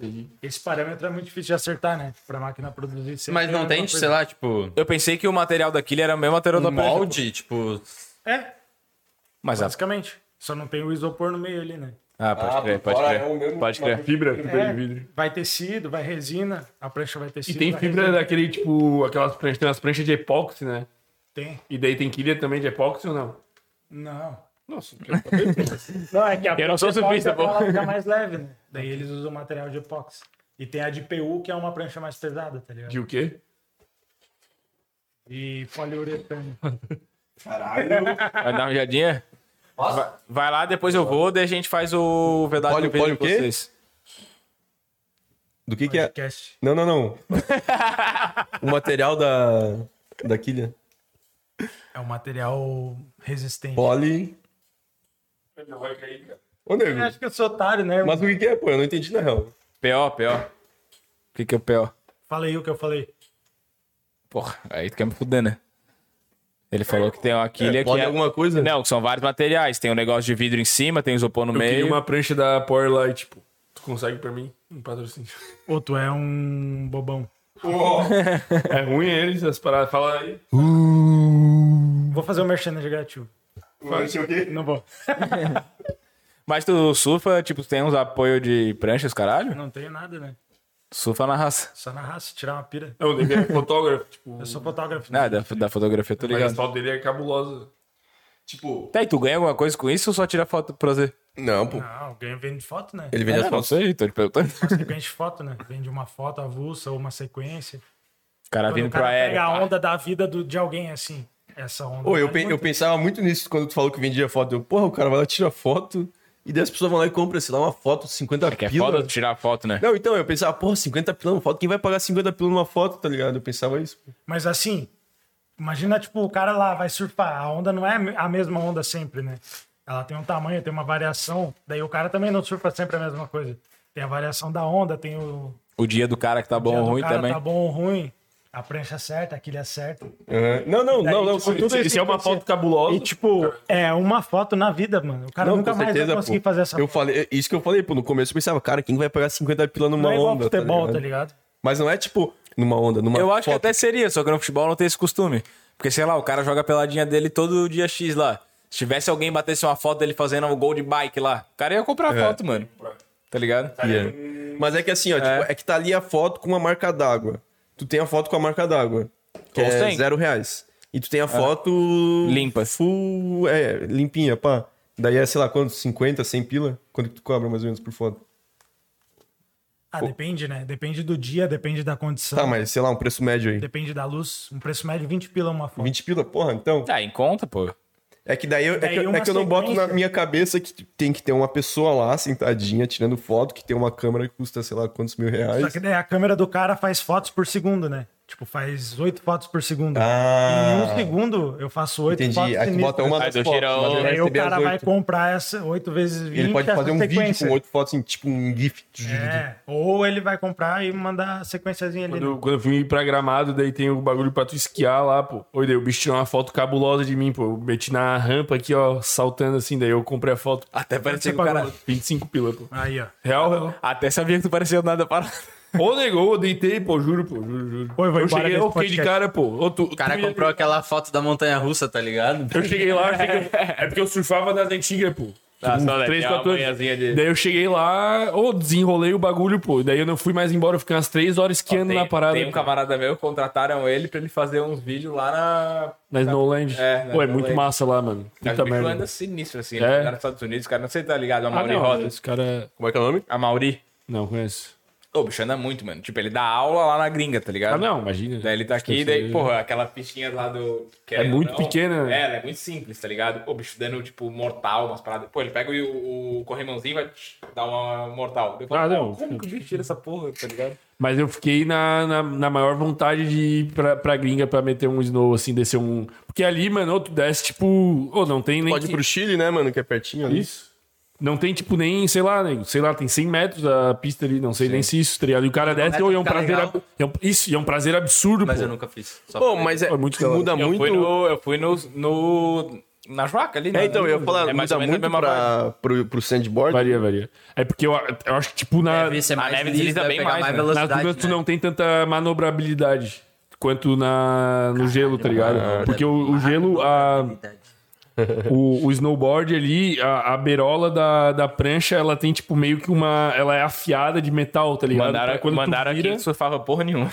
Speaker 6: né?
Speaker 5: Esse parâmetro é muito difícil de acertar, né? Pra máquina produzir. sempre
Speaker 1: Mas
Speaker 5: é a
Speaker 1: não tem,
Speaker 5: mesma
Speaker 1: sei
Speaker 5: coisa.
Speaker 1: lá, tipo,
Speaker 3: Eu pensei que o material da quilha era o mesmo material
Speaker 1: um
Speaker 3: da prancha.
Speaker 1: molde, tipo.
Speaker 5: É,
Speaker 3: Mas a...
Speaker 5: basicamente. Só não tem o isopor no meio ali, né?
Speaker 3: Ah, pode crer, pode
Speaker 4: Fora é o
Speaker 3: crer.
Speaker 4: mesmo-
Speaker 3: Pode crer.
Speaker 6: Fibra, fibra
Speaker 5: É,
Speaker 6: de vidro.
Speaker 5: vai tecido, vai resina, a prancha vai
Speaker 6: E
Speaker 5: tecido.
Speaker 6: tem
Speaker 5: vai
Speaker 6: fibra
Speaker 1: né?
Speaker 5: resina.
Speaker 6: daquele, tipo, aquelas pranchas, tem umas pranchas de epóxi, né?
Speaker 5: Tem.
Speaker 6: E daí tem quilha também de epóxi ou não?
Speaker 5: Não.
Speaker 6: Nossa,
Speaker 5: Não, é que a
Speaker 6: Eu não sou
Speaker 5: prancha
Speaker 6: surfista,
Speaker 5: epóxi,
Speaker 6: pô.
Speaker 5: Ela fica mais leve, né? Daí eles usam material de epóxi. E tem a de PU, que é uma prancha mais pesada, tá ligado?
Speaker 6: de o quê?
Speaker 5: E poliuretano.
Speaker 3: Vai dar uma olhadinha? Vai, vai lá, depois eu vou, daí a gente faz o vedado
Speaker 4: Pole-
Speaker 3: do vídeo
Speaker 4: pole o
Speaker 3: com
Speaker 4: quê?
Speaker 3: vocês.
Speaker 4: Do que que é?
Speaker 5: Podcast.
Speaker 4: Não, não, não. o material da... Da quilha.
Speaker 5: É um material resistente.
Speaker 4: Poli... Ô,
Speaker 5: Eu
Speaker 4: Nego,
Speaker 5: acho que eu sou otário, né?
Speaker 4: mas o que que é, pô? Eu não entendi, na real.
Speaker 3: PO, PO. O que que é o PO?
Speaker 5: Falei o que eu falei.
Speaker 3: Porra, aí tu quer me fuder, né? Ele falou que tem uma quilha que
Speaker 4: Poli
Speaker 3: é...
Speaker 4: alguma coisa?
Speaker 3: Não, que são vários materiais. Tem um negócio de vidro em cima, tem um isopor no
Speaker 6: Eu queria
Speaker 3: meio.
Speaker 6: uma prancha da Powerlight, tipo. Tu consegue pra mim um patrocínio?
Speaker 5: Ô, tu é um bobão.
Speaker 6: É ruim eles, as paradas. Fala aí.
Speaker 5: Vou fazer o um merchan negativo. Não vou.
Speaker 3: Mas tu surfa, tipo, tem uns apoio de pranchas, caralho?
Speaker 5: Não tenho nada, né?
Speaker 3: Tu surfa na raça.
Speaker 5: Só na raça, tirar uma pira.
Speaker 6: Não, ele é fotógrafo, tipo.
Speaker 5: Eu sou fotógrafo.
Speaker 3: Ah, da, da fotografia, tô
Speaker 6: Mas a
Speaker 3: ligado.
Speaker 6: foto dele é cabulosa.
Speaker 3: Tá, e tu ganha alguma coisa com isso ou só tira foto pra fazer?
Speaker 4: Tipo,
Speaker 3: É,
Speaker 4: Não, pô.
Speaker 5: Não, ganha Ah, vende foto, né?
Speaker 4: Ele vende as
Speaker 3: não
Speaker 4: fotos.
Speaker 3: sei, tô te perguntando.
Speaker 4: Tá
Speaker 5: Sequência de foto, né? Vende uma foto avulsa ou uma sequência.
Speaker 3: cara
Speaker 5: Quando
Speaker 3: vindo
Speaker 5: o cara
Speaker 3: pro aéreo.
Speaker 5: pega a onda da vida do- de alguém, assim. Essa onda.
Speaker 4: Pô, tá? eu,
Speaker 5: vale
Speaker 4: pe- eu
Speaker 5: muito.
Speaker 4: pensava muito nisso quando tu falou que vendia foto. Eu, porra, o cara vai lá, tira foto, e 10 pessoas vão lá e compram, sei lá, uma foto de 50
Speaker 3: Que é
Speaker 4: pila.
Speaker 3: foda tirar foto, né?
Speaker 4: Não, então, eu pensava, porra, 50 pila numa foto, quem vai pagar 50 pila numa foto, tá ligado? Eu pensava isso.
Speaker 5: Mas assim, imagina, tipo, o cara lá vai surfar. A onda não é a mesma onda sempre, né? Ela tem um tamanho, tem uma variação. Daí o cara também não surfa sempre a mesma coisa. Tem a variação da onda, tem o.
Speaker 3: O dia do cara que tá bom
Speaker 5: dia
Speaker 3: ou
Speaker 5: do
Speaker 3: ruim
Speaker 5: cara
Speaker 3: também.
Speaker 5: Tá bom ou ruim. A prancha certa, a quilha certa.
Speaker 4: Aham. Não, não,
Speaker 5: Daí,
Speaker 4: não, não.
Speaker 5: tipo,
Speaker 4: com tudo
Speaker 6: Se,
Speaker 4: isso.
Speaker 6: se é uma foto cabulosa.
Speaker 5: E, tipo, é uma foto na vida, mano. O cara
Speaker 4: Não,
Speaker 5: nunca
Speaker 4: com
Speaker 5: mais
Speaker 4: certeza,
Speaker 5: vai conseguir
Speaker 4: pô.
Speaker 5: fazer essa
Speaker 4: eu
Speaker 5: foto.
Speaker 4: falei, Isso que eu falei, pô, no começo eu pensava, cara, quem vai pagar 50 pila numa
Speaker 5: Não é igual
Speaker 4: onda?
Speaker 5: futebol,
Speaker 4: tá
Speaker 5: tá
Speaker 4: ligado?
Speaker 5: ligado?
Speaker 4: Mas não é tipo numa onda, numa
Speaker 3: Eu acho que é
Speaker 4: foto.
Speaker 3: até seria, só que no futebol não tem esse costume. Porque, sei lá, o cara joga a peladinha dele todo dia X lá. Se tivesse alguém batesse uma foto dele fazendo um gol de bike lá, o cara ia comprar
Speaker 6: É.
Speaker 3: a foto, mano. Tá ligado?
Speaker 4: Yeah. Mas é que assim, ó, tipo, é. que tá ali a foto com uma marca d'água. Tu tem a foto com a marca d'água, que
Speaker 3: Ou
Speaker 4: é
Speaker 3: sem.
Speaker 4: zero reais. E
Speaker 5: É.
Speaker 4: tu tem a foto...
Speaker 3: Limpa.
Speaker 4: Full... É, limpinha, pá. Daí é, sei lá, quanto? 50, 100 pila? Quanto que tu cobra, mais ou menos, por foto?
Speaker 5: Ah, depende, né? Depende do dia, depende da condição.
Speaker 4: Tá, mas sei lá, um preço médio aí.
Speaker 5: Depende da luz. Um preço médio 20 pila uma foto.
Speaker 4: 20 pila, porra, então.
Speaker 3: Tá, em conta, pô.
Speaker 4: É que daí eu, é
Speaker 5: Daí
Speaker 4: que eu- é, que,
Speaker 5: uma
Speaker 4: eu não boto na
Speaker 5: sequência.
Speaker 4: minha cabeça que tem que ter uma pessoa lá, sentadinha, tirando foto, que tem uma câmera que custa, sei lá, quantos mil reais.
Speaker 5: Só que daí a câmera do cara faz fotos por segundo, né? Tipo, faz oito fotos por segundo. Em um
Speaker 4: Ah,
Speaker 5: segundo, eu faço oito fotos.
Speaker 4: entendi. Aí tu
Speaker 5: sinistras.
Speaker 4: bota uma
Speaker 3: Aí
Speaker 4: das
Speaker 3: tu
Speaker 4: fotos,
Speaker 3: tira
Speaker 4: mas
Speaker 3: um-
Speaker 4: ele vai
Speaker 5: Aí o
Speaker 4: receber
Speaker 5: cara
Speaker 4: as
Speaker 5: vai
Speaker 4: oito.
Speaker 5: comprar essa oito vezes 20
Speaker 4: Ele pode
Speaker 5: essa
Speaker 4: fazer um vídeo
Speaker 5: sequência.
Speaker 4: com oito né? fotos, assim, tipo um gif.
Speaker 5: É, ou ele vai comprar e mandar a sequenciazinha ali. né?
Speaker 6: Quando, quando eu fui pra Gramado, daí tem o bagulho pra tu esquiar lá, pô. Oi, daí o bicho tirou uma foto cabulosa de mim, pô. Eu meti na rampa aqui, ó, saltando assim, daí eu comprei a foto.
Speaker 3: Até parecia
Speaker 5: Você
Speaker 3: que o cara.
Speaker 5: pagou.
Speaker 6: 25 pila, pô.
Speaker 5: Aí, ó.
Speaker 4: é,
Speaker 6: Real, real. Ah,
Speaker 3: Até sabia que tu parecia nada parado.
Speaker 6: Ô, negou, eu deitei, pô, juro, pô, juro, juro.
Speaker 5: Oi, vai
Speaker 6: eu
Speaker 5: embora
Speaker 6: cheguei,
Speaker 5: desse
Speaker 6: eu fiquei de
Speaker 5: podcast.
Speaker 6: cara, pô. Ô, tu,
Speaker 1: O cara
Speaker 6: tu ia-
Speaker 1: comprou aquela foto da montanha russa, tá ligado?
Speaker 6: Eu cheguei lá, eu cheguei... é porque eu surfava nas antigas, pô. Tipo,
Speaker 3: Ah, só daqui
Speaker 6: três,
Speaker 3: a
Speaker 6: quatro anos.
Speaker 3: manhãzinha de-
Speaker 6: Daí eu cheguei lá, ô, desenrolei o bagulho, pô. Daí eu não fui mais embora, eu fiquei umas três horas esquiando
Speaker 3: Tem,
Speaker 6: na parada.
Speaker 3: tem um
Speaker 6: pô.
Speaker 3: camarada meu, contrataram ele pra ele fazer uns vídeos lá na.
Speaker 6: Na Snowland.
Speaker 3: É, na
Speaker 6: Pô, é
Speaker 3: Snowland.
Speaker 6: muito massa lá, mano.
Speaker 3: Os
Speaker 6: Puta
Speaker 3: bichos
Speaker 6: merda.
Speaker 3: andam sinistro assim.
Speaker 6: É.
Speaker 3: né? O cara dos Estados Unidos, o cara não sei se tá ligado, a
Speaker 6: Ah,
Speaker 3: Mauri
Speaker 6: não,
Speaker 3: Roda.
Speaker 6: Esse cara...
Speaker 4: Como é que é o nome?
Speaker 3: A Mauri.
Speaker 6: Não, conheço.
Speaker 3: Ô, o bicho anda muito, mano. Tipo, ele dá aula lá na gringa, tá ligado?
Speaker 6: Ah, não, imagina.
Speaker 3: Daí ele tá aqui,
Speaker 6: Deve
Speaker 3: daí,
Speaker 6: ser-
Speaker 3: porra, aquela fichinha lá do.
Speaker 6: É muito pequena, né?
Speaker 3: É, ela é muito simples, tá ligado? Pô, o bicho dando, tipo, mortal, umas paradas. Pô, ele pega o, o corrimãozinho e vai tch, dar uma mortal. Eu falo,
Speaker 6: Ah,
Speaker 3: "Pô,
Speaker 6: não.
Speaker 3: Como que o bicho tira essa porra, tá ligado?
Speaker 6: Mas eu fiquei na, na, na maior vontade de ir pra, pra gringa pra meter um snow, assim, descer um. Porque ali, mano, ou tu desce, tipo. Ou não tem nem.
Speaker 4: Pode ir
Speaker 6: que-
Speaker 4: pro Chile, né, mano? Que é pertinho ali.
Speaker 6: Isso. Não tem, tipo, nem, sei lá, né? sei lá, tem 100 metros a pista ali, não sei nem se isso, tá ligado? E o cara desce,
Speaker 1: metro
Speaker 6: ou é um
Speaker 1: fica
Speaker 6: prazer.
Speaker 1: legal.
Speaker 6: ab- é um- Isso, e é um prazer absurdo,
Speaker 1: Mas
Speaker 6: pô.
Speaker 1: eu nunca fiz. Só
Speaker 4: Pô,
Speaker 1: pra-
Speaker 4: mas é,
Speaker 6: É muito
Speaker 4: muda
Speaker 3: Eu
Speaker 4: muito.
Speaker 3: fui no. Eu fui no. no- na Joaca ali, né?
Speaker 4: É, então, eu ia falar,
Speaker 3: É mais
Speaker 4: muda
Speaker 3: ou menos a
Speaker 4: muito
Speaker 3: mesma vibe.
Speaker 4: pra, pro, pro sandboard.
Speaker 6: Varia, varia. É porque eu, eu acho que, tipo, na,
Speaker 1: Deve ser é mais
Speaker 3: neve
Speaker 1: liso,
Speaker 3: desliza
Speaker 1: deve
Speaker 3: bem
Speaker 1: pegar
Speaker 3: mais, né?
Speaker 4: É.
Speaker 6: nas
Speaker 1: velocidade,
Speaker 6: dunas tu
Speaker 1: né?
Speaker 6: não tem tanta manobrabilidade quanto na, no gelo, tá ligado? Porque o, o gelo, a, o, o snowboard ali, a, a berola da, da prancha, ela tem, tipo, meio que uma. Ela é afiada de metal, tá ligado? Pra
Speaker 3: Mandaram,
Speaker 6: quando
Speaker 3: mandaram
Speaker 6: tu
Speaker 3: aqui
Speaker 6: vira,
Speaker 3: que surfava porra nenhuma.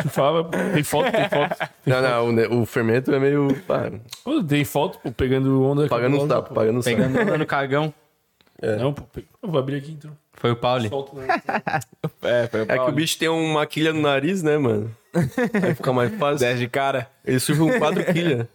Speaker 6: tu fala, tem foto, tem foto.
Speaker 4: Não, não, o ne- o, fermento é meio. pá,
Speaker 6: Pô, tem foto, pô, pegando onda.
Speaker 4: pagando uns
Speaker 6: cabulosa,
Speaker 4: tapas, pagando uns tapas.
Speaker 1: Pegando no cagão.
Speaker 6: pô. Não, pô, pe- eu vou abrir aqui então.
Speaker 1: Foi o Pauli.
Speaker 6: Solto, né?
Speaker 3: É, foi
Speaker 4: É que o bicho tem uma quilha no nariz, né, mano? Aí fica mais fácil.
Speaker 3: de cara.
Speaker 4: Ele surge um 4 quilha.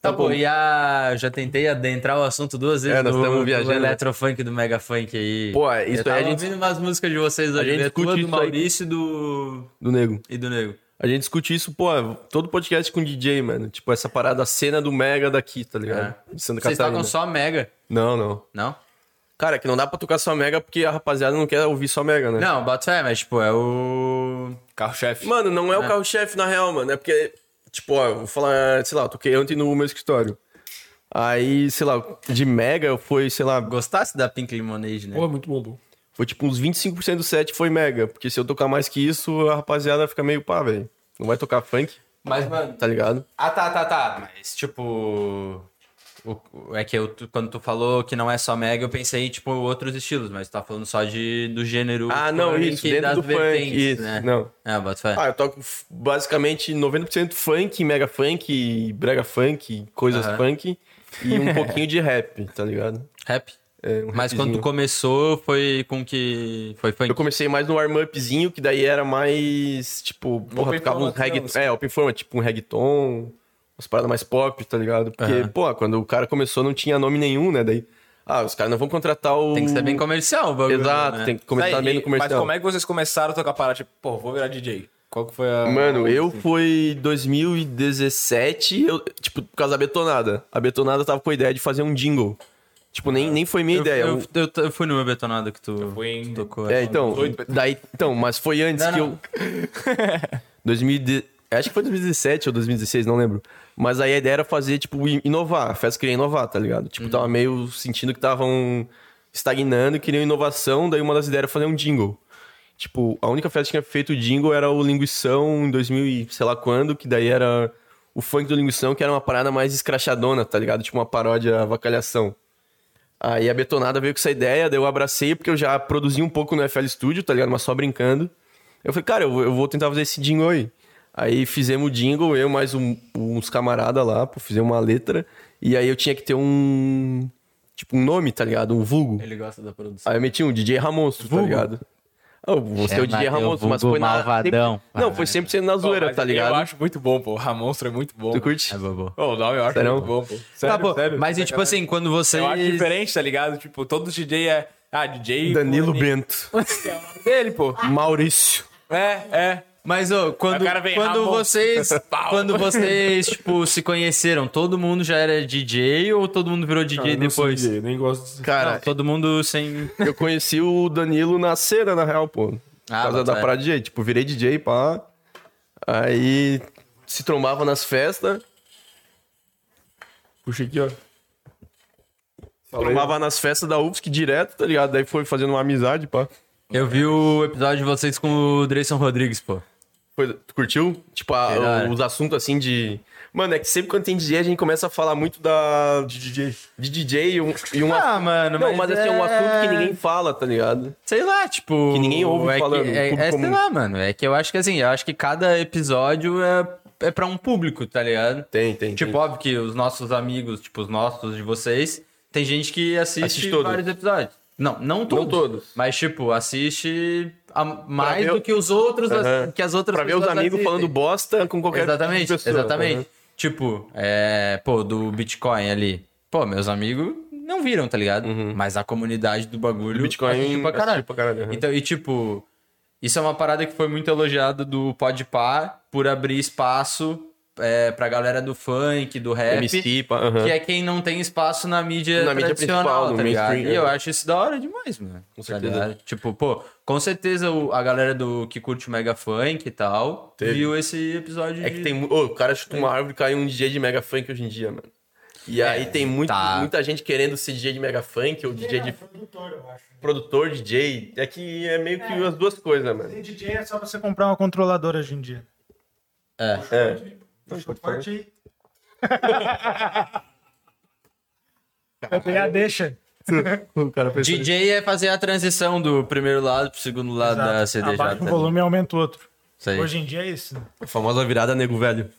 Speaker 1: Tá bom, e a... já tentei adentrar o assunto duas vezes
Speaker 4: É, nós
Speaker 1: do,
Speaker 4: tamo
Speaker 1: do
Speaker 4: viajando.
Speaker 1: eletrofunk do Mega Funk aí.
Speaker 4: Pô, isso
Speaker 1: Eu tava
Speaker 4: aí a gente-
Speaker 1: ouvindo umas músicas de vocês hoje,
Speaker 4: gente
Speaker 1: né?
Speaker 4: discute
Speaker 1: Tua, do
Speaker 4: isso aí.
Speaker 1: Maurício e do...
Speaker 4: Do nego.
Speaker 1: e do Nego.
Speaker 4: A gente discute isso, pô, todo podcast com DJ, mano. Tipo, essa parada, a cena do Mega daqui, tá ligado? De Santa
Speaker 1: Vocês
Speaker 4: Catarina.
Speaker 1: tocam só Mega,
Speaker 4: Não, não.
Speaker 1: não?
Speaker 4: Cara, que não dá pra tocar só Mega porque a rapaziada não quer ouvir só Mega, né?
Speaker 1: Não, bota fé, mas tipo, é o...
Speaker 3: Carro-chefe.
Speaker 4: Mano, não é o carro-chefe na real, mano. É porque, tipo, ó, eu vou falar, sei lá, eu toquei ontem no meu escritório. Aí, sei lá, de Mega foi, sei lá,
Speaker 1: Gostasse da Pink Lemonade, né?
Speaker 6: Pô, é muito bom, pô.
Speaker 4: foi tipo uns 25% do set foi Mega. Porque se eu tocar mais que isso, a rapaziada fica meio pá, velho. Não vai tocar funk,
Speaker 1: Mas, mano...
Speaker 4: tá ligado?
Speaker 1: Ah, tá, tá, tá. Mas, tipo... o- o- é que eu, tu- quando tu falou que não é só Mega, eu pensei, tipo, outros estilos. Mas tu tá falando só de, do gênero...
Speaker 4: Ah, não,
Speaker 1: meio
Speaker 4: isso,
Speaker 1: que
Speaker 4: dentro
Speaker 1: das
Speaker 4: do funk,
Speaker 1: vertentes,
Speaker 4: isso,
Speaker 1: né?
Speaker 4: não.
Speaker 1: Ah, bota fé.
Speaker 4: Ah, eu toco f- basicamente 90% funk, mega funk, brega funk, coisas
Speaker 1: Aham.
Speaker 4: funk e um pouquinho de rap, tá ligado?
Speaker 1: Rap?
Speaker 4: É, um
Speaker 1: Mas quando tu
Speaker 4: rapzinho.
Speaker 1: começou, foi com que. Foi funk.
Speaker 4: Eu comecei mais no warm-upzinho, que daí era mais, tipo, porra, ficava um
Speaker 3: formatão,
Speaker 4: reggaeton.
Speaker 3: assim.
Speaker 4: É, open format, tipo um reggaeton, umas paradas mais pop, tá ligado? Porque, pô, quando o cara começou não tinha nome nenhum, né? Daí, ah, os caras não vão contratar o.
Speaker 1: Tem que ser bem comercial, o bagulho,
Speaker 4: Exato,
Speaker 1: né?
Speaker 4: tem que começar
Speaker 3: Tá, e-
Speaker 4: bem no comercial.
Speaker 3: Mas como é que vocês começaram a tocar parada? Tipo, pô, vou virar DJ. Qual que foi a.
Speaker 4: Mano, eu fui 2017, eu, tipo, por causa da Betonada. A Betonada tava com a ideia de fazer um jingle. Tipo, nem, nem foi minha
Speaker 1: Eu,
Speaker 4: ideia. um
Speaker 1: eu, eu, eu fui no meu betonado que tu,
Speaker 3: fui em-
Speaker 1: tu tocou.
Speaker 4: É, então, daí, então, mas foi antes
Speaker 1: assim. Não,
Speaker 4: que
Speaker 1: não.
Speaker 4: eu 2010, acho que foi 2017 ou 2016, não lembro. Mas aí a ideia era fazer tipo i- inovar, a festa queria inovar, tá ligado? Tipo,
Speaker 1: Uhum.
Speaker 4: tava meio sentindo que estavam estagnando, queriam inovação, daí uma das ideias era fazer um jingle. Tipo, a única festa que tinha feito jingle era o Linguição em 2000 e sei lá quando, que daí era o funk do Linguição, que era uma parada mais escrachadona, tá ligado? Tipo uma paródia avacalhação. Aí a Betonada veio com essa ideia, daí eu abracei, porque eu já produzi um pouco no FL Studio, tá ligado? Mas só brincando. Eu falei, cara, eu, vou- eu vou tentar fazer esse jingle aí. Aí fizemos o jingle, eu mais um- uns camaradas lá, pô, fizemos uma letra. E aí eu tinha que ter um. Tipo, um nome, tá ligado? Um vulgo.
Speaker 1: Ele gosta da produção.
Speaker 4: Aí eu meti um DJ Ramonstro, tá ligado? Ah, eu vou ser o
Speaker 1: Chama
Speaker 4: DJ
Speaker 1: teu
Speaker 4: Ramonstro, mas
Speaker 1: vulgo
Speaker 4: foi na.
Speaker 1: malvadão.
Speaker 4: sempre- Não, foi sempre sendo na
Speaker 3: Pô,
Speaker 4: zoeira,
Speaker 3: mas
Speaker 4: tá ligado?
Speaker 3: Eu acho muito bom, pô. Ramonstro é muito bom.
Speaker 4: Tu curte?
Speaker 1: É, bobo.
Speaker 3: Pô, o nome eu acho
Speaker 4: Sério?
Speaker 3: muito bom, pô.
Speaker 1: tá, pô, mas e tipo assim, quando vocês.
Speaker 3: Eu acho diferente, tá ligado? Tipo, todo DJ é. Ah, DJ.
Speaker 4: Danilo
Speaker 3: fulani-
Speaker 4: Bento.
Speaker 3: é Dele, pô.
Speaker 4: Maurício.
Speaker 3: É, é.
Speaker 1: Mas, ô, quando,
Speaker 3: O cara vem
Speaker 1: quando
Speaker 3: Ramon.
Speaker 1: vocês.
Speaker 3: Pau.
Speaker 1: quando vocês, tipo, se conheceram, todo mundo já era DJ ou todo mundo virou DJ
Speaker 6: Eu não sou
Speaker 1: depois?
Speaker 6: DJ, nem gosto.
Speaker 4: Cara,
Speaker 1: Não, todo mundo sem.
Speaker 4: Eu conheci o Danilo na cena, na real, pô. Por
Speaker 1: Ah,
Speaker 4: causa
Speaker 1: bota
Speaker 4: da
Speaker 1: fé.
Speaker 4: parada de DJ. Tipo, virei DJ, pá. Aí se trombava nas festas.
Speaker 6: Puxa aqui, ó.
Speaker 4: Trombava nas festas da UFSC direto, tá ligado? Daí foi fazendo uma amizade, pá.
Speaker 1: Eu vi o episódio de vocês com o Dreyson Rodrigues, pô.
Speaker 4: Foi- tu curtiu? Tipo, a-
Speaker 1: Verdade.
Speaker 4: os assuntos assim de. Mano, é que sempre quando tem DJ a gente começa a falar muito da. De DJ. De DJ e um. E um
Speaker 1: Ah,
Speaker 4: assunto-
Speaker 1: mano,
Speaker 4: Não,
Speaker 1: mas,
Speaker 4: mas assim, é um assunto que ninguém fala, tá ligado?
Speaker 1: Sei lá, tipo.
Speaker 4: Que ninguém ouve
Speaker 1: é que-
Speaker 4: falando,
Speaker 1: é,
Speaker 4: público
Speaker 1: é, sei
Speaker 4: comum.
Speaker 1: lá, mano. É que eu acho que assim, eu acho que cada episódio é, é pra um público, tá ligado?
Speaker 4: Tem, tem.
Speaker 1: Tipo, óbvio que os nossos amigos, tipo, os nossos de vocês, tem gente que assiste,
Speaker 4: Assiste todos.
Speaker 1: vários episódios. Não, não todos.
Speaker 4: Não todos.
Speaker 1: Mas, tipo, assiste a- mais
Speaker 4: ver
Speaker 1: do
Speaker 4: o-
Speaker 1: que os outros,
Speaker 4: Aham.
Speaker 1: que as outras
Speaker 4: pra ver os
Speaker 1: pessoas
Speaker 4: amigos
Speaker 1: assistem.
Speaker 4: falando bosta com qualquer
Speaker 1: Exatamente,
Speaker 4: pessoa.
Speaker 1: exatamente.
Speaker 4: Uhum.
Speaker 1: Tipo, é, pô, do Bitcoin ali. Pô, meus amigos não viram, tá ligado? Mas a comunidade do bagulho
Speaker 4: Uhum. Bitcoin
Speaker 1: assistiu pra
Speaker 4: assistiu
Speaker 1: caralho.
Speaker 4: pra caralho, uhum.
Speaker 1: Então, e tipo, isso é uma parada que foi muito elogiada do Podpah por abrir espaço é, pra galera do funk, do rap.
Speaker 4: MC, pá. aham.
Speaker 1: Que é quem não tem espaço na mídia
Speaker 4: Na mídia
Speaker 1: tradicional,
Speaker 4: principal, no
Speaker 1: tá ligado?
Speaker 4: mainstream,
Speaker 1: E eu
Speaker 4: é.
Speaker 1: acho isso da hora demais, mano. Com
Speaker 4: certeza.
Speaker 1: Tipo, pô, com certeza o- a galera do que curte o Mega Funk e tal viu esse episódio
Speaker 4: É
Speaker 1: de-
Speaker 4: que tem. mu- Ô, o cara chuta uma árvore e cai um DJ de mega funk hoje em dia, mano. E aí tem muito,
Speaker 1: tá.
Speaker 4: muita gente querendo ser DJ de mega funk ou DJ de
Speaker 5: produtor, eu acho.
Speaker 4: produtor, DJ. É que é meio que as duas coisas, mano.
Speaker 5: Tem DJ é só você comprar uma controladora hoje em dia.
Speaker 4: É.
Speaker 5: Forte aí. Eu dei a deixa.
Speaker 4: O cara fez.
Speaker 1: DJ é fazer a transição do primeiro lado pro segundo lado da CDJ.
Speaker 5: Abaixa
Speaker 1: tá
Speaker 5: o
Speaker 1: ligado?
Speaker 5: volume e aumenta o outro.
Speaker 1: Isso aí.
Speaker 5: Hoje em dia é isso. né?
Speaker 4: A famosa virada nego velho.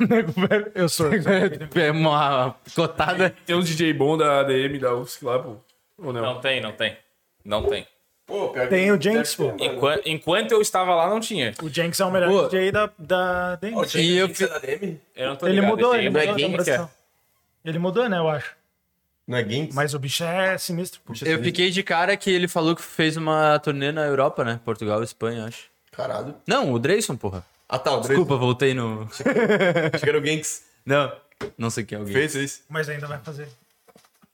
Speaker 5: Nego velho, eu sou.
Speaker 1: É uma cotada.
Speaker 6: Tem uns DJ bom da ADM, da UFSC lá, pô. Ou não?
Speaker 3: Não tem, não tem. Não tem.
Speaker 5: Tem o Jenks, pô.
Speaker 3: Enquanto, enquanto eu estava lá, não tinha.
Speaker 5: O Jenks é o melhor
Speaker 1: Pô.
Speaker 5: DJ da, da Dengue.
Speaker 1: E eu
Speaker 4: é
Speaker 1: fi-
Speaker 3: Eu não tô
Speaker 5: Ele
Speaker 3: ligado,
Speaker 5: mudou,
Speaker 3: esse aí
Speaker 5: ele
Speaker 3: não
Speaker 5: mudou.
Speaker 3: é
Speaker 5: essa
Speaker 3: quem que é.
Speaker 5: produção. Ele mudou, né, eu acho.
Speaker 4: Não é Gantz?
Speaker 5: Mas o bicho é sinistro, pô.
Speaker 1: eu fiquei de cara que ele falou que fez uma turnê na Europa, né? Portugal, Espanha, acho.
Speaker 4: Caralho.
Speaker 1: Não, o Dreyson, porra.
Speaker 4: Ah, tá. Desculpa.
Speaker 1: Desculpa, voltei no.
Speaker 4: Acho que era o Gantz.
Speaker 1: Não. Não sei quem é alguém.
Speaker 4: Fez isso.
Speaker 5: Mas ainda vai fazer.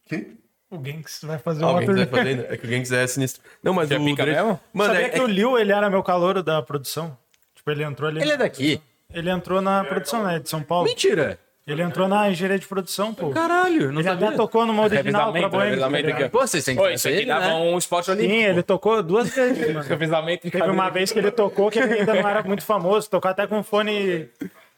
Speaker 4: Que?
Speaker 5: O Genks vai fazer
Speaker 4: Ah, o
Speaker 5: uma
Speaker 4: Gantz
Speaker 5: turnê.
Speaker 4: vai fazer ainda. É que o Gantz é sinistro. Não, mas
Speaker 3: Que é
Speaker 4: o.
Speaker 3: pica
Speaker 4: Dre-
Speaker 3: mesmo?
Speaker 4: Mano,
Speaker 5: Sabia
Speaker 4: é,
Speaker 5: que o Liu, ele era meu calouro da produção. Tipo, ele entrou ali.
Speaker 1: Ele é daqui.
Speaker 5: Ele entrou na produção, né, de São Paulo.
Speaker 1: Mentira!
Speaker 5: Ele entrou na engenharia de produção, pô.
Speaker 1: Caralho, não
Speaker 5: Ele até
Speaker 1: sabia.
Speaker 5: tocou numa original pra
Speaker 3: Revezamento,
Speaker 5: Boeing.
Speaker 3: revezamento
Speaker 5: tá ligado?
Speaker 3: aqui,
Speaker 1: Pô, vocês têm que
Speaker 3: ó. Ô, isso
Speaker 1: trazer
Speaker 3: aqui
Speaker 1: ele,
Speaker 3: dava
Speaker 1: né?
Speaker 3: um esporte
Speaker 5: Sim,
Speaker 3: olímpico.
Speaker 5: ele tocou duas vezes, mano.
Speaker 3: Revezamento de
Speaker 5: Teve
Speaker 3: cadeira.
Speaker 5: uma vez que ele tocou que ele ainda não era muito famoso. Tocou até com um fone...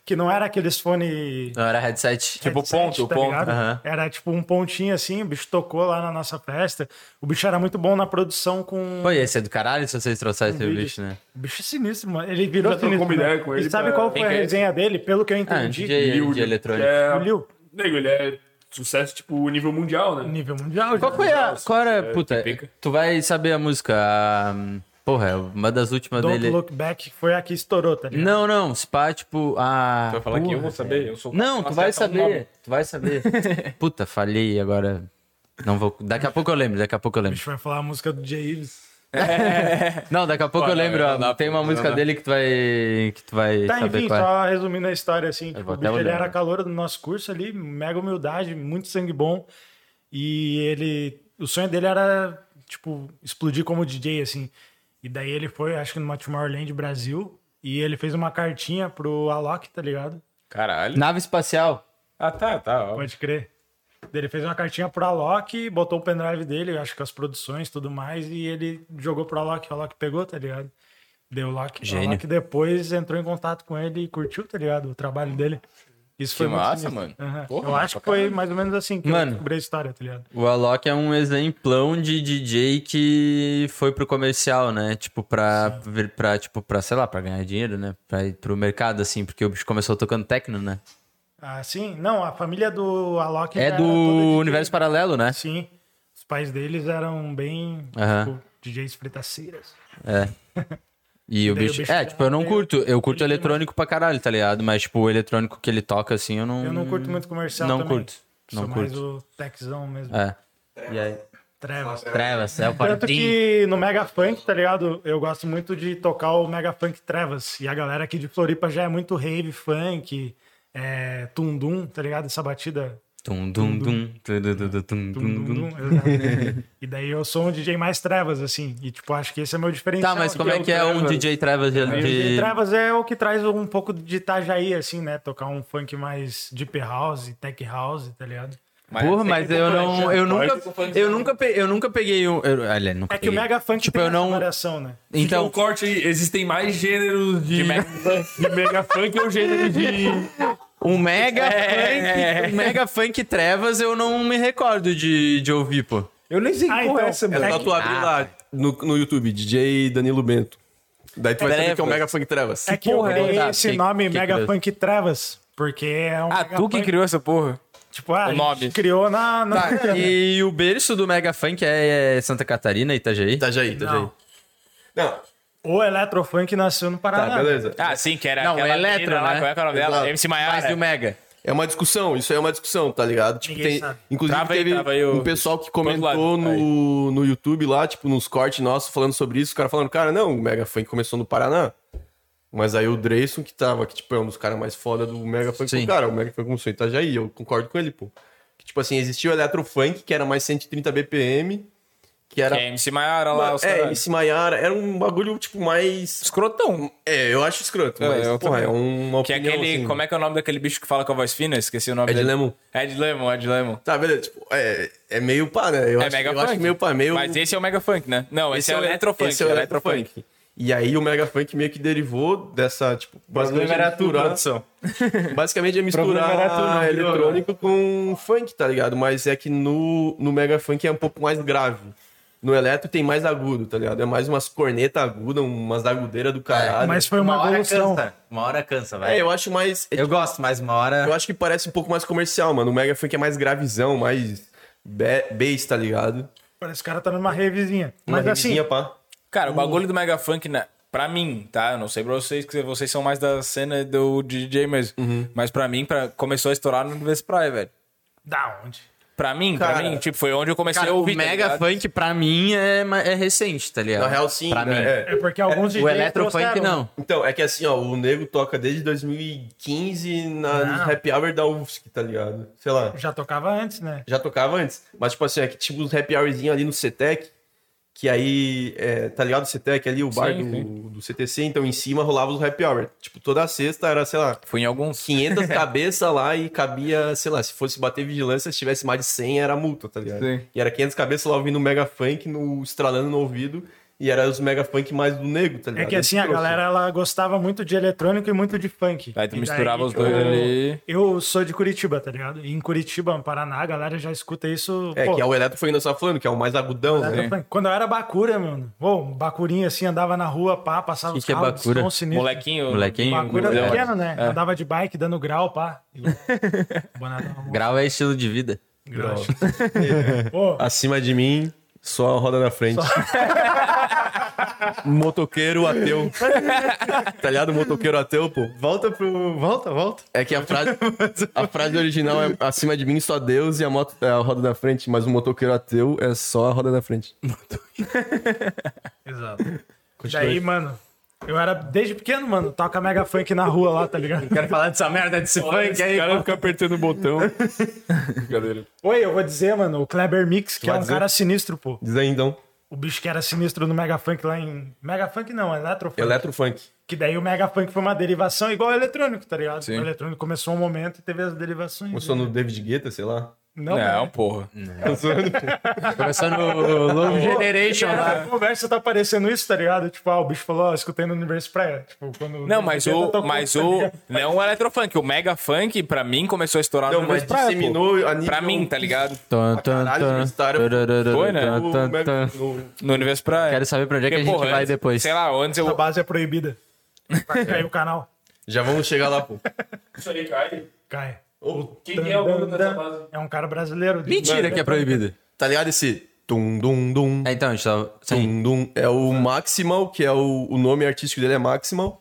Speaker 5: Que não era aqueles fone...
Speaker 1: Não, era headset.
Speaker 3: Tipo,
Speaker 5: headset,
Speaker 3: ponto,
Speaker 5: tá
Speaker 3: ponto.
Speaker 5: ligado?
Speaker 1: Aham.
Speaker 5: Era tipo um pontinho assim, o bicho tocou lá na nossa festa. O bicho era muito bom na produção com.
Speaker 1: Pô, ia ser do caralho se vocês trouxessem o
Speaker 5: vídeo.
Speaker 1: bicho, né?
Speaker 5: O bicho é sinistro, mano. Ele virou
Speaker 6: Já trocou
Speaker 5: sinistro.
Speaker 6: uma
Speaker 5: né?
Speaker 6: ideia com ele
Speaker 5: e sabe
Speaker 6: pra-
Speaker 5: qual foi a
Speaker 3: Quem que é
Speaker 5: resenha dele? Pelo que eu
Speaker 1: Ah,
Speaker 5: entendi.
Speaker 1: DJ,
Speaker 6: Liu,
Speaker 1: de
Speaker 6: Liu,
Speaker 1: eletrônico.
Speaker 6: que é-
Speaker 5: O Liu.
Speaker 6: Nego, ele é sucesso, tipo, nível mundial, né?
Speaker 5: Nível mundial.
Speaker 1: Qual
Speaker 5: já.
Speaker 1: foi a. Qual era.
Speaker 6: é,
Speaker 1: Puta,
Speaker 6: pica.
Speaker 1: tu vai saber a música. a- Porra, é uma das últimas
Speaker 5: Don't
Speaker 1: dele.
Speaker 5: Look Back foi a que estourou, tá ligado?
Speaker 1: Não, não, se pá, tipo. A...
Speaker 3: Tu vai falar que eu vou saber, eu sou o cara
Speaker 1: Não,
Speaker 3: que
Speaker 1: tu vai
Speaker 3: acerta um nome.
Speaker 1: saber. Tu vai saber. Puta, falhei agora. Não vou. Daqui a pouco eu lembro, daqui a pouco eu
Speaker 5: A
Speaker 1: lembro.
Speaker 5: gente vai falar a música do Jay Ives.
Speaker 1: Não, daqui a pouco
Speaker 3: Pô,
Speaker 1: eu
Speaker 3: não,
Speaker 1: lembro.
Speaker 3: não
Speaker 1: ó,
Speaker 3: dá,
Speaker 1: tem uma
Speaker 3: não
Speaker 1: música
Speaker 3: dá.
Speaker 1: dele que tu vai. que tu vai
Speaker 5: Tá,
Speaker 1: saber
Speaker 5: enfim,
Speaker 1: qual é.
Speaker 5: só resumindo a história, assim, tipo,
Speaker 1: vou
Speaker 5: o
Speaker 1: até
Speaker 5: bicho, ele
Speaker 1: olhar,
Speaker 5: era
Speaker 1: né?
Speaker 5: calor do nosso curso ali, mega humildade, muito sangue bom. E ele. O sonho dele era, tipo, explodir como DJ, assim. E daí ele foi, acho que numa Tomorrowland Brasil, e ele fez uma cartinha pro Alok, tá ligado?
Speaker 3: Caralho.
Speaker 1: Nave espacial.
Speaker 3: Ah, tá, tá. ó.
Speaker 5: Pode crer. Ele fez uma cartinha pro Alok, botou o pendrive dele, eu acho que as produções e tudo mais, e ele jogou pro Alok, o Alok pegou, tá ligado? Deu o Alok, o
Speaker 1: Gênio.
Speaker 5: Alok depois entrou em contato com ele e curtiu, tá ligado? O trabalho dele. Isso foi muito
Speaker 3: massa,
Speaker 5: sinistro.
Speaker 3: mano.
Speaker 5: Aham.
Speaker 3: Porra,
Speaker 5: eu
Speaker 3: mano,
Speaker 5: acho
Speaker 3: pra
Speaker 5: que foi mais ou menos assim que
Speaker 1: Mano.
Speaker 5: eu descobri a história, tá ligado?
Speaker 1: O Alok é um exemplão de DJ que foi pro comercial, né? Tipo, pra, vir- pra, tipo, pra sei lá, pra ganhar dinheiro, né? Pra ir pro mercado, assim, porque o bicho começou tocando techno, né?
Speaker 5: Ah, sim? Não, a família do Alok...
Speaker 1: É
Speaker 5: era toda
Speaker 1: do
Speaker 5: DJ.
Speaker 1: universo paralelo, né?
Speaker 5: Sim. Os pais deles eram bem,
Speaker 1: Aham.
Speaker 5: tipo, DJs fritaceiras.
Speaker 1: É. E o
Speaker 5: Daí o
Speaker 1: bicho.
Speaker 5: bicho
Speaker 1: É,
Speaker 5: já
Speaker 1: tipo, eu não
Speaker 5: veio-
Speaker 1: curto. Eu curto
Speaker 5: ele
Speaker 1: eletrônico pra caralho, tá ligado? Mas, tipo, o eletrônico que ele toca, assim, eu não.
Speaker 5: Eu não curto muito comercial
Speaker 1: Não
Speaker 5: também.
Speaker 1: curto. Não
Speaker 5: Sou mais
Speaker 1: curto.
Speaker 5: o techzão mesmo.
Speaker 1: É.
Speaker 5: Trevas.
Speaker 1: Trevas, é o
Speaker 5: Tanto
Speaker 1: Pardinho.
Speaker 5: que no Mega Funk, tá ligado? Eu gosto muito de tocar o Mega Funk Trevas. E a galera aqui de Floripa já é muito rave, funk, é, tundum, tá ligado? Essa batida.
Speaker 1: Tum, dum, dum, tum, dum, dum, dum, dum, dum.
Speaker 5: Tundum. exato. e daí eu sou um DJ mais Trevas, assim. E tipo, acho que esse é meu diferencial.
Speaker 1: Tá, mas como é que é
Speaker 6: o
Speaker 1: um
Speaker 6: Trevas?
Speaker 1: DJ Trevas de.
Speaker 5: O DJ
Speaker 1: de-
Speaker 5: Trevas é o que traz um pouco de Itajaí, assim, né? Tocar um funk mais deep house, tech house, tá ligado?
Speaker 3: é
Speaker 1: Porra, mas eu
Speaker 3: né?
Speaker 1: não. Eu nunca. Eu nunca, pe- eu nunca peguei um. Eu, olha, nunca
Speaker 5: É que o
Speaker 1: peguei.
Speaker 5: Mega Funk
Speaker 1: Tipo,
Speaker 5: tem
Speaker 1: eu
Speaker 5: essa
Speaker 1: não.
Speaker 5: variação, né?
Speaker 6: Então,
Speaker 1: Então.
Speaker 6: o
Speaker 3: Tipo,
Speaker 6: corte aí, existem mais gêneros de, de mega funk, ou gênero de.
Speaker 1: O Mega
Speaker 3: É.
Speaker 1: Funk. o Mega Funk Trevas eu não me recordo de, de ouvir, pô.
Speaker 4: Eu nem sei
Speaker 5: Ah,
Speaker 4: qual
Speaker 5: então,
Speaker 4: é essa, mano.
Speaker 5: é
Speaker 4: É só
Speaker 5: que-
Speaker 4: tu abrir lá no, no YouTube, DJ Danilo Bento. Daí tu vai saber que é o
Speaker 1: Trevas.
Speaker 4: Mega Funk Trevas.
Speaker 5: É que eu
Speaker 1: é
Speaker 5: criei
Speaker 1: essa?
Speaker 5: esse
Speaker 1: Que-
Speaker 5: nome
Speaker 1: que
Speaker 5: Mega
Speaker 1: curioso.
Speaker 5: Funk Trevas, porque é um.
Speaker 3: Ah,
Speaker 5: Mega
Speaker 3: tu que
Speaker 5: Funk,
Speaker 3: criou essa porra.
Speaker 5: Tipo, ah, a gente
Speaker 3: nome.
Speaker 5: criou na. na-
Speaker 1: Tá, e o berço do Mega Funk é é Santa Catarina, Itajaí?
Speaker 4: Itajaí, Itajaí. tá, Não,
Speaker 5: O Eletrofunk nasceu no
Speaker 4: tá,
Speaker 5: Paraná.
Speaker 4: beleza.
Speaker 3: Ah, sim, que era
Speaker 1: Não,
Speaker 3: aquela
Speaker 1: é Eletro,
Speaker 3: menina lá,
Speaker 1: né?
Speaker 3: qual é que é o nome dela?
Speaker 4: Exato.
Speaker 3: MC
Speaker 1: Mas do
Speaker 3: Maiara.
Speaker 1: Mega.
Speaker 4: É uma discussão, isso aí é uma discussão, tá ligado? Tipo,
Speaker 5: Ninguém
Speaker 4: tem,
Speaker 5: sabe.
Speaker 4: inclusive
Speaker 3: Trava aí,
Speaker 4: teve
Speaker 3: trava aí o-
Speaker 4: um pessoal que
Speaker 3: outro
Speaker 4: comentou
Speaker 3: lado.
Speaker 4: no, no YouTube lá, tipo, nos cortes nossos falando sobre isso, o cara falando, cara, não, o Mega Funk começou no Paraná. Mas aí o Dreyson, que tava, que tipo, é um dos caras mais foda do Mega Funk,
Speaker 1: Sim.
Speaker 4: falou, cara, o Mega Funk começou em Itajaí, eu concordo com ele, pô. Que, tipo assim, existia o Eletrofunk, que era mais 130 BPM, que
Speaker 3: Que
Speaker 4: era...
Speaker 3: é MC Maiara lá, os
Speaker 4: é,
Speaker 3: caras.
Speaker 4: esse Maiara era um bagulho, tipo, mais...
Speaker 3: Escrotão.
Speaker 4: É, eu acho escroto,
Speaker 3: É,
Speaker 4: mas,
Speaker 3: eu
Speaker 4: porra,
Speaker 3: também.
Speaker 4: é uma opinião,
Speaker 3: Que é aquele.
Speaker 4: assim.
Speaker 3: Como é que é o nome daquele bicho que fala com a voz fina? Esqueci o nome
Speaker 4: Ed
Speaker 3: dele.
Speaker 4: Lemon.
Speaker 3: Ed Lemon, Ed Lemon.
Speaker 4: Tá, beleza. Tipo, é, é meio pá, né? Eu,
Speaker 3: É
Speaker 4: acho,
Speaker 3: mega
Speaker 4: eu
Speaker 3: funk.
Speaker 4: acho que meio pá, meio.
Speaker 3: Mas esse é o Mega Funk, né? Não, esse, é o Eletrofunk.
Speaker 4: Esse é o Eletrofunk. E aí o Mega Funk meio que derivou dessa, tipo, basicamente é misturar.
Speaker 3: Produção.
Speaker 4: Basicamente é
Speaker 5: Problema
Speaker 4: misturar
Speaker 5: era tudo,
Speaker 4: eletrônico com funk, tá ligado? Mas é que no, no Mega Funk é um pouco mais grave. No eletro tem mais agudo, tá ligado? É mais umas cornetas agudas, umas agudeiras do caralho.
Speaker 5: Mas foi uma, evolução.
Speaker 1: Uma hora cansa,
Speaker 4: É, eu acho mais.
Speaker 1: Eu gosto, mas uma
Speaker 4: Eu
Speaker 1: hora.
Speaker 4: acho que parece um pouco mais comercial, mano. O Mega Funk é mais gravizão, mais ba- bass, tá ligado?
Speaker 5: Parece que o cara tá numa revisinha.
Speaker 4: Uma
Speaker 5: Mas assim,
Speaker 4: revisinha, pá.
Speaker 3: Cara, o
Speaker 4: Uhum.
Speaker 3: bagulho do Mega Funk, né? Pra mim, tá? Eu não sei pra vocês, que vocês são mais da cena do DJ mesmo.
Speaker 4: Uhum.
Speaker 3: Mas pra mim, pra... começou a estourar no Universo Praia, velho.
Speaker 5: da onde?
Speaker 3: Pra mim, pra
Speaker 4: Cara,
Speaker 3: mim, tipo, foi onde eu comecei
Speaker 1: Cara,
Speaker 3: a
Speaker 1: o
Speaker 3: ouvir. tá
Speaker 1: Mega
Speaker 3: ligado?
Speaker 1: Funk pra mim é, ma- é recente, tá ligado?
Speaker 4: Na real, sim.
Speaker 1: Pra
Speaker 4: né?
Speaker 1: mim.
Speaker 4: É.
Speaker 5: É porque alguns DJs.
Speaker 1: O Eletrofunk
Speaker 5: trouxeram.
Speaker 1: não.
Speaker 4: Então, é que assim, ó, o nego toca desde 2015 na nos happy hour da UFSC, tá ligado? Sei lá.
Speaker 5: Já tocava antes, né?
Speaker 4: Já tocava antes. Mas, tipo assim, é que tipo os happy hourzinho ali no CETEC, que aí, é, tá ligado? O CETEC ali, o bar do, do CTC, então em cima rolava os happy hour. Tipo, toda sexta era, sei lá,
Speaker 3: Fui em alguns.
Speaker 4: 500 cabeças lá e cabia, sei lá, se fosse bater vigilância, se tivesse mais de 100 era multa, tá ligado?
Speaker 3: Sim.
Speaker 4: E era 500 cabeças lá ouvindo o mega funk, no, estralando no ouvido. E era os mega funk mais do negro, tá
Speaker 5: É
Speaker 4: ligado?
Speaker 5: que assim, a
Speaker 4: Trouxe.
Speaker 5: galera ela gostava muito de eletrônico e muito de funk.
Speaker 3: Aí tu
Speaker 5: E
Speaker 3: misturava
Speaker 5: daí,
Speaker 3: os dois
Speaker 5: eu-
Speaker 3: ali.
Speaker 5: Eu sou de Curitiba, tá ligado? E em Curitiba, no Paraná, a galera já escuta isso.
Speaker 4: É,
Speaker 5: pô,
Speaker 4: que é o Eletro foi ainda só falando, que é o mais agudão,
Speaker 5: tá
Speaker 4: né?
Speaker 5: funk. Quando eu era Bacura, mano. Ô, um Bacurinha assim, andava na rua, pá, passava
Speaker 1: Que
Speaker 5: os
Speaker 1: que é
Speaker 5: carros,
Speaker 1: Bacura?
Speaker 5: som sinistro.
Speaker 3: Molequinho.
Speaker 1: Molequinho. É.
Speaker 5: Bacura
Speaker 3: Moleque.
Speaker 5: pequeno, né? Andava de bike, dando grau, pá. E- Bonadão, um
Speaker 1: Grau é estilo de vida.
Speaker 5: grau. Pô,
Speaker 4: Acima de mim, só a roda na frente. motoqueiro ateu. tá ligado? Motoqueiro ateu, pô.
Speaker 7: Volta pro. Volta, volta.
Speaker 4: É que a frase, a frase original é acima de mim só Deus e a, moto, é a roda da frente, mas o motoqueiro ateu é só a roda da frente.
Speaker 5: Exato. Daí, mano, eu era desde pequeno, mano, toca mega funk na rua lá, tá ligado?
Speaker 7: Quero falar dessa merda desse funk
Speaker 6: O
Speaker 7: aí.
Speaker 6: cara fica apertando o botão. Brincadeira.
Speaker 5: Oi, eu vou dizer, mano, o Kleber Mix, que é um cara sinistro, pô.
Speaker 4: Diz aí então,
Speaker 5: O bicho que era sinistro no Mega Funk lá em. Mega Funk não, Eletrofunk.
Speaker 4: É eletrofunk.
Speaker 5: Que daí o Mega Funk foi uma derivação igual ao eletrônico, tá ligado? O eletrônico começou um momento e teve as derivações.
Speaker 4: Começou no David Guetta, sei lá.
Speaker 5: Não,
Speaker 3: Não,
Speaker 5: não.
Speaker 3: porra.
Speaker 1: Começando o Love Generation né? lá.
Speaker 5: A conversa tá parecendo isso, tá ligado? Tipo, ah, o bicho falou, ó, escutei no Universo Praia. Tipo, quando.
Speaker 3: Não, mas
Speaker 5: eu
Speaker 3: o.
Speaker 5: tá
Speaker 3: Mas o não o eletrofunk, o mega funk, pra mim, começou a estourar
Speaker 4: Não,
Speaker 3: no
Speaker 4: mas
Speaker 3: Universo Praia, pô.
Speaker 4: disseminou a nível-
Speaker 3: Pra mim, tá ligado?
Speaker 1: Tum, tum,
Speaker 4: Caralho,
Speaker 1: tum.
Speaker 4: história
Speaker 3: Foi, né?
Speaker 7: Tá,
Speaker 1: Tum, tum,
Speaker 4: é
Speaker 1: tum.
Speaker 3: No Universo Praia.
Speaker 1: Quero saber pra onde é que a gente
Speaker 3: porra,
Speaker 1: vai
Speaker 3: antes-
Speaker 1: depois.
Speaker 3: Sei lá, antes
Speaker 5: A
Speaker 4: Tá
Speaker 3: eu. Tá,
Speaker 5: base é proibida. Vai
Speaker 6: é.
Speaker 5: cair o canal.
Speaker 4: Já vamos chegar lá, pô.
Speaker 6: Isso aí cai.
Speaker 5: Cai.
Speaker 6: Quem é o dono dessa base?
Speaker 5: É um cara brasileiro. Tipo, de-
Speaker 1: Mentira que é proibido.
Speaker 4: Tá ligado esse tum dum dum
Speaker 1: É, então, a gente tava. Sim.
Speaker 4: tum dum é o Maximal, que é o, o nome artístico dele é Maximal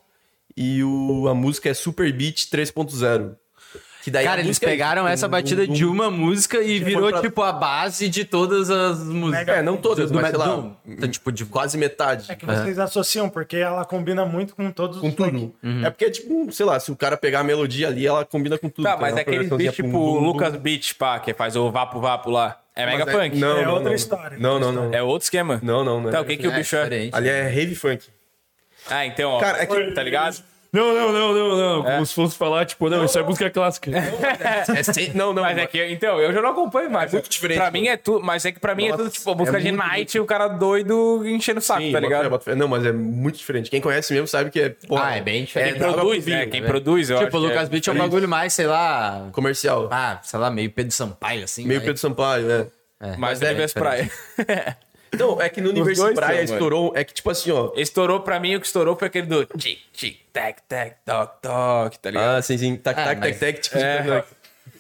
Speaker 4: e o, a música é Super Beat 3.0. Que daí
Speaker 1: Cara,
Speaker 4: a
Speaker 1: eles
Speaker 4: música é-
Speaker 1: pegaram essa
Speaker 4: Tum,
Speaker 1: batida
Speaker 4: dum, dum.
Speaker 1: de uma música e virou,
Speaker 4: pra-
Speaker 1: tipo, a base de todas as músicas.
Speaker 4: É, não todas,
Speaker 1: Do
Speaker 4: mas sei
Speaker 1: Mad
Speaker 4: lá, tá,
Speaker 1: Doom. Então, tipo, de
Speaker 4: quase metade.
Speaker 5: É que vocês associam, porque ela combina muito com todos
Speaker 4: com
Speaker 5: os funk.
Speaker 4: tudo. É porque, tipo, sei lá, se o cara pegar a melodia ali, ela combina com tudo.
Speaker 3: Tá, mas
Speaker 4: então, uma
Speaker 3: é aquele
Speaker 4: progressãozinha
Speaker 3: beat tipo
Speaker 4: pum, bum, bum.
Speaker 3: Lucas Beat, pá, que faz o Vapo Vapo lá. É
Speaker 4: Mas
Speaker 3: mega funk.
Speaker 4: Não,
Speaker 5: É
Speaker 4: não,
Speaker 5: outra
Speaker 4: não.
Speaker 5: história,
Speaker 4: Não,
Speaker 5: outra
Speaker 4: não, não.
Speaker 3: É outro esquema.
Speaker 4: Não, não, não.
Speaker 3: Tá, o que que o
Speaker 1: É,
Speaker 3: bicho é?
Speaker 1: diferente.
Speaker 4: Ali é rave funk.
Speaker 3: Ah, então, ó.
Speaker 4: Cara, é que-
Speaker 3: Tá ligado?
Speaker 6: Não, não, não, não, não.
Speaker 1: É.
Speaker 6: Como se fosse falar, tipo, não, isso é música clássica.
Speaker 4: Não, não.
Speaker 3: Mas é que, então, eu já não acompanho mais.
Speaker 4: muito diferente,
Speaker 3: Pra mim
Speaker 4: mano.
Speaker 3: é tudo, mas é que pra mim é
Speaker 4: Nossa,
Speaker 3: tudo tipo música
Speaker 4: é
Speaker 3: de
Speaker 4: muito
Speaker 3: night e o cara doido enchendo o saco,
Speaker 4: Sim,
Speaker 3: tá
Speaker 4: bota fé,
Speaker 3: ligado?
Speaker 4: bota fé. Não, mas é muito diferente. Quem conhece mesmo sabe que é. porra,
Speaker 1: Ah, é bem diferente.
Speaker 3: Quem
Speaker 4: É, dá pra
Speaker 3: produz,
Speaker 4: ouvir,
Speaker 3: né? Quem
Speaker 1: É.
Speaker 3: produz, eu acho.
Speaker 1: Tipo, o
Speaker 3: que
Speaker 1: Lucas
Speaker 3: é.
Speaker 1: Beat é um bagulho mais, sei lá.
Speaker 4: Comercial.
Speaker 1: Ah, sei lá, meio Pedro Sampaio, assim.
Speaker 4: meio
Speaker 1: né?
Speaker 4: Pedro Sampaio, né?
Speaker 3: Mas
Speaker 1: é
Speaker 3: é Universo
Speaker 1: diferente.
Speaker 3: Praia.
Speaker 4: Não, é que no Universo
Speaker 3: dois
Speaker 4: Praia
Speaker 3: são, mano.
Speaker 4: estourou. É que, tipo assim, ó.
Speaker 3: Estourou pra mim, o que estourou foi aquele do tic, tic, tac, tac, toc, toc, tá ligado?
Speaker 4: Ah, sim, sim. Tac,
Speaker 1: Ah,
Speaker 4: tac,
Speaker 1: mas-
Speaker 4: tac, tac. Tipo,
Speaker 3: É.
Speaker 4: tac,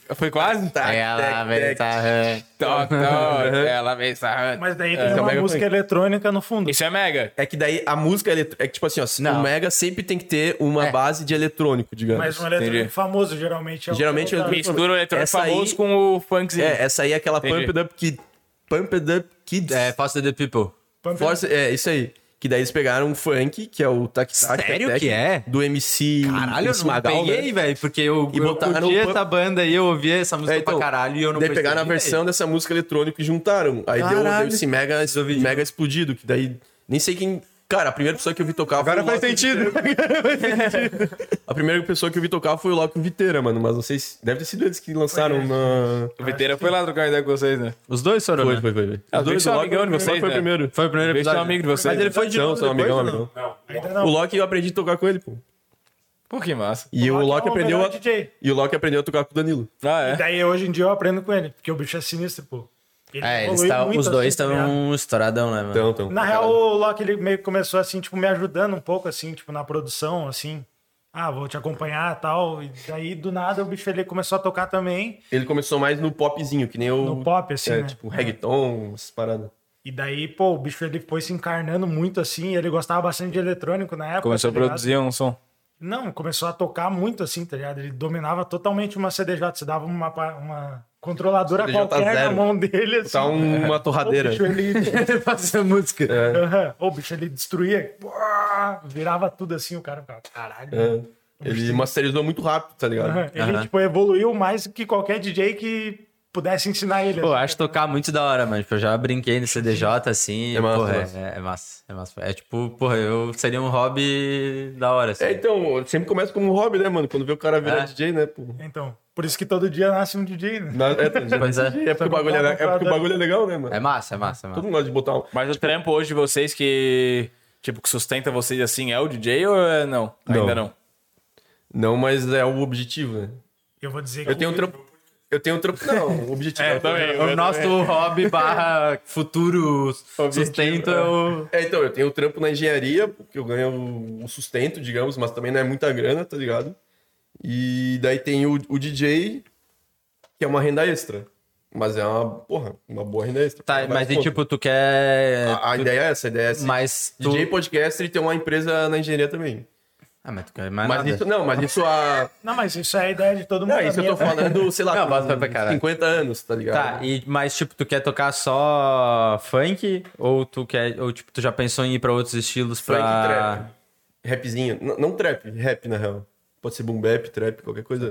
Speaker 4: Ah,
Speaker 3: Foi quase? Tá.
Speaker 1: Aí assim, É, ela tá,
Speaker 4: tac,
Speaker 1: vai
Speaker 4: tac.
Speaker 3: Toc, toc, ela vem sarrando.
Speaker 5: Mas daí tem
Speaker 4: é o
Speaker 5: uma
Speaker 4: Mega
Speaker 5: música
Speaker 4: Funk.
Speaker 5: eletrônica no fundo.
Speaker 3: Isso é mega.
Speaker 4: É que daí a música eletro- é que, tipo assim, ó,
Speaker 1: Não.
Speaker 4: o Mega sempre tem que ter uma
Speaker 1: É.
Speaker 4: base de eletrônico, digamos.
Speaker 5: Mas um eletrônico
Speaker 3: Entendi.
Speaker 5: famoso, geralmente. É o
Speaker 4: é Geralmente
Speaker 5: que eu-
Speaker 4: eu-
Speaker 3: Mistura o eletrônico
Speaker 4: Essa aí-
Speaker 3: famoso com o funkzinho.
Speaker 4: É, essa aí é aquela
Speaker 3: Entendi.
Speaker 4: Pumped Up Kid. Pumped Up Kids.
Speaker 1: É, Foster the People.
Speaker 5: Pump-
Speaker 4: Force, é, isso aí. Que daí eles pegaram o funk, que é o tac tac
Speaker 1: Sério
Speaker 4: Tac,
Speaker 1: que é?
Speaker 4: Do MC
Speaker 1: Caralho, eu
Speaker 4: MC
Speaker 1: não
Speaker 4: Magal,
Speaker 1: peguei,
Speaker 4: né?
Speaker 1: velho, porque eu,
Speaker 4: E
Speaker 1: eu
Speaker 4: botaram
Speaker 1: curti
Speaker 4: o-
Speaker 1: essa banda aí, eu ouvi essa música
Speaker 4: É, então,
Speaker 1: pra caralho e eu não né?
Speaker 4: Daí pegaram a versão dessa música eletrônica e juntaram. Aí deu, deu
Speaker 1: Caralho.
Speaker 4: esse mega, mega explodido, que daí nem sei quem... Cara, a primeira pessoa que eu vi tocar foi o Loki Viteira. A primeira pessoa que eu vi tocar foi o Loki Viteira, mano. Mas não sei se... Deve ter sido eles que lançaram
Speaker 5: é.
Speaker 4: na...
Speaker 3: O Viteira foi lá trocar ideia com vocês, né?
Speaker 1: Os dois foram,
Speaker 4: Foi,
Speaker 1: né?
Speaker 4: foi, foi. foi.
Speaker 3: Ah,
Speaker 4: Os dois,
Speaker 3: deixa eu
Speaker 4: o
Speaker 3: amigão de
Speaker 4: o
Speaker 3: vocês,
Speaker 4: foi o
Speaker 3: né?
Speaker 4: primeiro.
Speaker 1: Foi o primeiro
Speaker 3: Deixa um
Speaker 1: episódio.
Speaker 3: amigo de vocês.
Speaker 1: Mas ele foi de
Speaker 4: Não,
Speaker 1: novo
Speaker 4: são
Speaker 1: depois,
Speaker 4: amigão,
Speaker 1: ou não?
Speaker 4: amigão.
Speaker 5: Ainda
Speaker 4: O
Speaker 5: não.
Speaker 4: Loki eu aprendi a tocar com ele, pô.
Speaker 3: Pô, que massa.
Speaker 4: E o
Speaker 5: Loki é
Speaker 4: Loki
Speaker 5: o
Speaker 4: aprendeu
Speaker 5: melhor Tá.
Speaker 4: a...
Speaker 5: DJ.
Speaker 4: E o Loki aprendeu a tocar com o Danilo.
Speaker 3: Ah, é.
Speaker 5: Daí hoje em dia eu aprendo com ele, porque o bicho é sinistro, pô. Ele
Speaker 1: É, eles
Speaker 5: evoluiu
Speaker 1: tavam-
Speaker 5: muito,
Speaker 1: os dois
Speaker 5: assim, tá ligado?
Speaker 1: estavam estouradão, né, mano?
Speaker 4: Então, então.
Speaker 5: Na real, o Loki ele meio que começou assim, tipo, me ajudando um pouco, assim, tipo, na produção, assim. Ah, vou te acompanhar tal. E daí, do nada, o bicho ele começou a tocar também
Speaker 4: Ele começou mais no popzinho, que nem o.
Speaker 5: no pop, assim,
Speaker 4: é,
Speaker 5: né?
Speaker 4: tipo, reggaeton, essas paradas.
Speaker 5: E daí, pô, o bicho ele foi se encarnando muito assim, ele gostava bastante de eletrônico na época.
Speaker 3: Começou a
Speaker 5: tá ligado?
Speaker 3: produzir um som.
Speaker 5: Não, começou a tocar muito assim, tá ligado? Ele dominava totalmente uma CDJ, você dava uma, pa- uma controladora
Speaker 4: CDJ
Speaker 5: qualquer na
Speaker 4: zero.
Speaker 5: mão dele, assim.
Speaker 4: Tá um- É. uma
Speaker 5: o
Speaker 4: torradeira.
Speaker 5: bicho, ele,
Speaker 1: Fazer música.
Speaker 5: Aham. o bicho, ele destruía, Uá! virava tudo assim, o cara ficava, caralho.
Speaker 4: É. Ele masterizou muito rápido, tá ligado?
Speaker 5: Aham. Ele, tipo, evoluiu mais que qualquer DJ que pudesse ensinar ele.
Speaker 1: Pô,
Speaker 5: assim.
Speaker 1: acho tocar muito da hora, mano. Tipo, eu já brinquei no CDJ, assim.
Speaker 4: É massa,
Speaker 1: porra,
Speaker 4: massa.
Speaker 1: É, é massa, é massa. É tipo, porra, eu seria um hobby da hora, assim.
Speaker 4: É, então, sempre começa como um hobby, né, mano? Quando vê o cara virar
Speaker 1: É.
Speaker 4: DJ, né, pô?
Speaker 5: Então, Por isso que todo dia nasce um DJ, né?
Speaker 4: Na- é, tá,
Speaker 1: Pois é.
Speaker 4: é porque o bagulho é, le- é porque o bagulho é legal, né, mano?
Speaker 1: É massa, é massa, é
Speaker 4: Todo
Speaker 1: massa.
Speaker 4: mundo gosta de botar um.
Speaker 3: Mas o trampo hoje de vocês que. Tipo, que sustenta vocês assim é o DJ ou é não? Ainda não.
Speaker 4: Não, mas é o objetivo, né?
Speaker 5: Eu vou dizer
Speaker 4: Eu tenho um trampo. Eu tenho um trampo. Não, o objetivo é,
Speaker 1: O nosso hobby barra futuro sustento é o...
Speaker 4: É, então, eu tenho um trampo na engenharia, porque eu ganho o- o sustento, digamos, mas também não é muita grana, tá ligado? E daí tem o, o DJ, que é uma renda extra. Mas é uma, porra, uma boa renda extra.
Speaker 1: Tá,
Speaker 4: Vários
Speaker 1: mas e
Speaker 4: pontos.
Speaker 1: tipo, tu quer...
Speaker 4: É A, a ideia é essa, a ideia é essa.
Speaker 1: Mas tu...
Speaker 4: DJ podcaster e tem uma empresa na engenharia também.
Speaker 1: Ah, mas tu quer mais
Speaker 4: Mas
Speaker 1: nada.
Speaker 4: isso, não, mas isso há.
Speaker 5: Não, mas isso é a ideia de todo mundo.
Speaker 4: Não, isso eu tô falando, sei lá,
Speaker 1: Não,
Speaker 4: com
Speaker 1: bota pra caralho.
Speaker 4: 50 anos, tá ligado?
Speaker 1: Tá, e, mas tipo, tu quer tocar só funk? Ou tu quer. Ou tipo, tu já pensou em ir pra outros estilos
Speaker 4: Funk,
Speaker 1: pra.
Speaker 4: trap. Rapzinho. N- não trap, rap, na real. Pode ser boom bap, trap, qualquer coisa.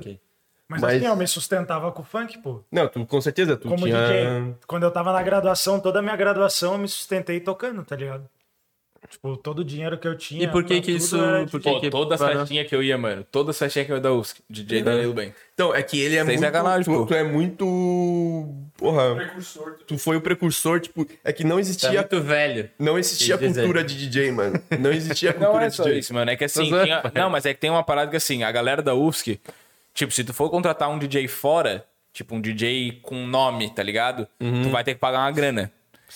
Speaker 5: Mas,
Speaker 4: Mas-
Speaker 5: assim, eu me sustentava com o funk, pô.
Speaker 4: Não, tu com certeza, tu
Speaker 5: Como
Speaker 4: tinha...
Speaker 5: DJ. Quando eu tava na graduação, toda a minha graduação eu me sustentei tocando, tá ligado? Tipo, todo o dinheiro que eu tinha.
Speaker 1: E por que
Speaker 5: pra
Speaker 1: que
Speaker 5: tudo
Speaker 1: isso.
Speaker 5: era de-
Speaker 1: Por que
Speaker 3: Pô,
Speaker 1: que
Speaker 3: todas as
Speaker 1: parou?
Speaker 3: festinhas que eu ia, mano. Todas as festinhas que eu ia da USC. DJ Danilo Bem.
Speaker 4: Então, é que ele é
Speaker 3: Sem
Speaker 4: muito...
Speaker 3: sacanagem,
Speaker 4: tu,
Speaker 3: pô.
Speaker 4: tu é muito... Porra, tu foi o precursor, tipo... É que não
Speaker 1: Tu é
Speaker 3: Tá
Speaker 4: existia...
Speaker 1: muito velho.
Speaker 4: Não existia
Speaker 1: Quer dizer-
Speaker 4: cultura de DJ, mano. Não existia cultura
Speaker 3: Não é
Speaker 4: de
Speaker 3: só
Speaker 4: DJ.
Speaker 3: isso, mano. É que assim,
Speaker 1: Mas é,
Speaker 3: tinha- não, mas é que tem uma parada que assim, a galera da UFSC, tipo, se tu for contratar um DJ fora, tipo um DJ com nome, tá ligado? Tu vai ter que pagar uma grana.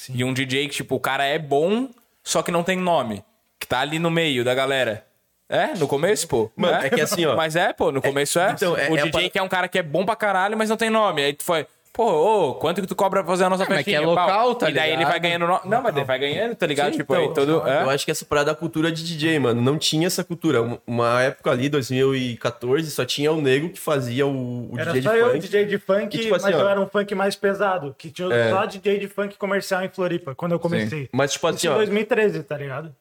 Speaker 3: E um DJ que, tipo, o cara é bom, só que não tem nome. Que tá ali no meio da galera. É, no começo, pô.
Speaker 4: Mano, é que assim, ó.
Speaker 3: Mas é, pô, no começo é.
Speaker 4: então, é-
Speaker 3: o
Speaker 4: é a
Speaker 3: DJ
Speaker 4: parada-
Speaker 3: que é um cara que é bom pra caralho, mas não tem nome. Aí tu foi, pô, ô, quanto que tu cobra pra fazer a nossa
Speaker 1: mas que
Speaker 3: festinha?
Speaker 1: é
Speaker 3: pau?
Speaker 1: local, tá
Speaker 3: E daí ele
Speaker 1: ligado?
Speaker 3: vai ganhando... No... Não, mas ele vai ganhando, tá ligado? tipo, aí todo... é.
Speaker 4: Eu acho que essa parada da cultura de DJ, mano. Não tinha essa cultura. Um- Uma época ali, 2014, só tinha o nego que fazia o, o
Speaker 5: Era
Speaker 4: DJ
Speaker 5: só
Speaker 4: de
Speaker 5: eu,
Speaker 4: funk.
Speaker 5: DJ de funk,
Speaker 4: E, tipo, assim,
Speaker 5: mas eu
Speaker 4: ó.
Speaker 5: era um funk mais pesado. Que tinha
Speaker 4: É.
Speaker 5: só DJ de funk comercial em Floripa, quando eu comecei.
Speaker 4: Mas, tipo
Speaker 5: Isso
Speaker 4: assim,
Speaker 5: em
Speaker 4: ó.
Speaker 5: 2013, tá ligado?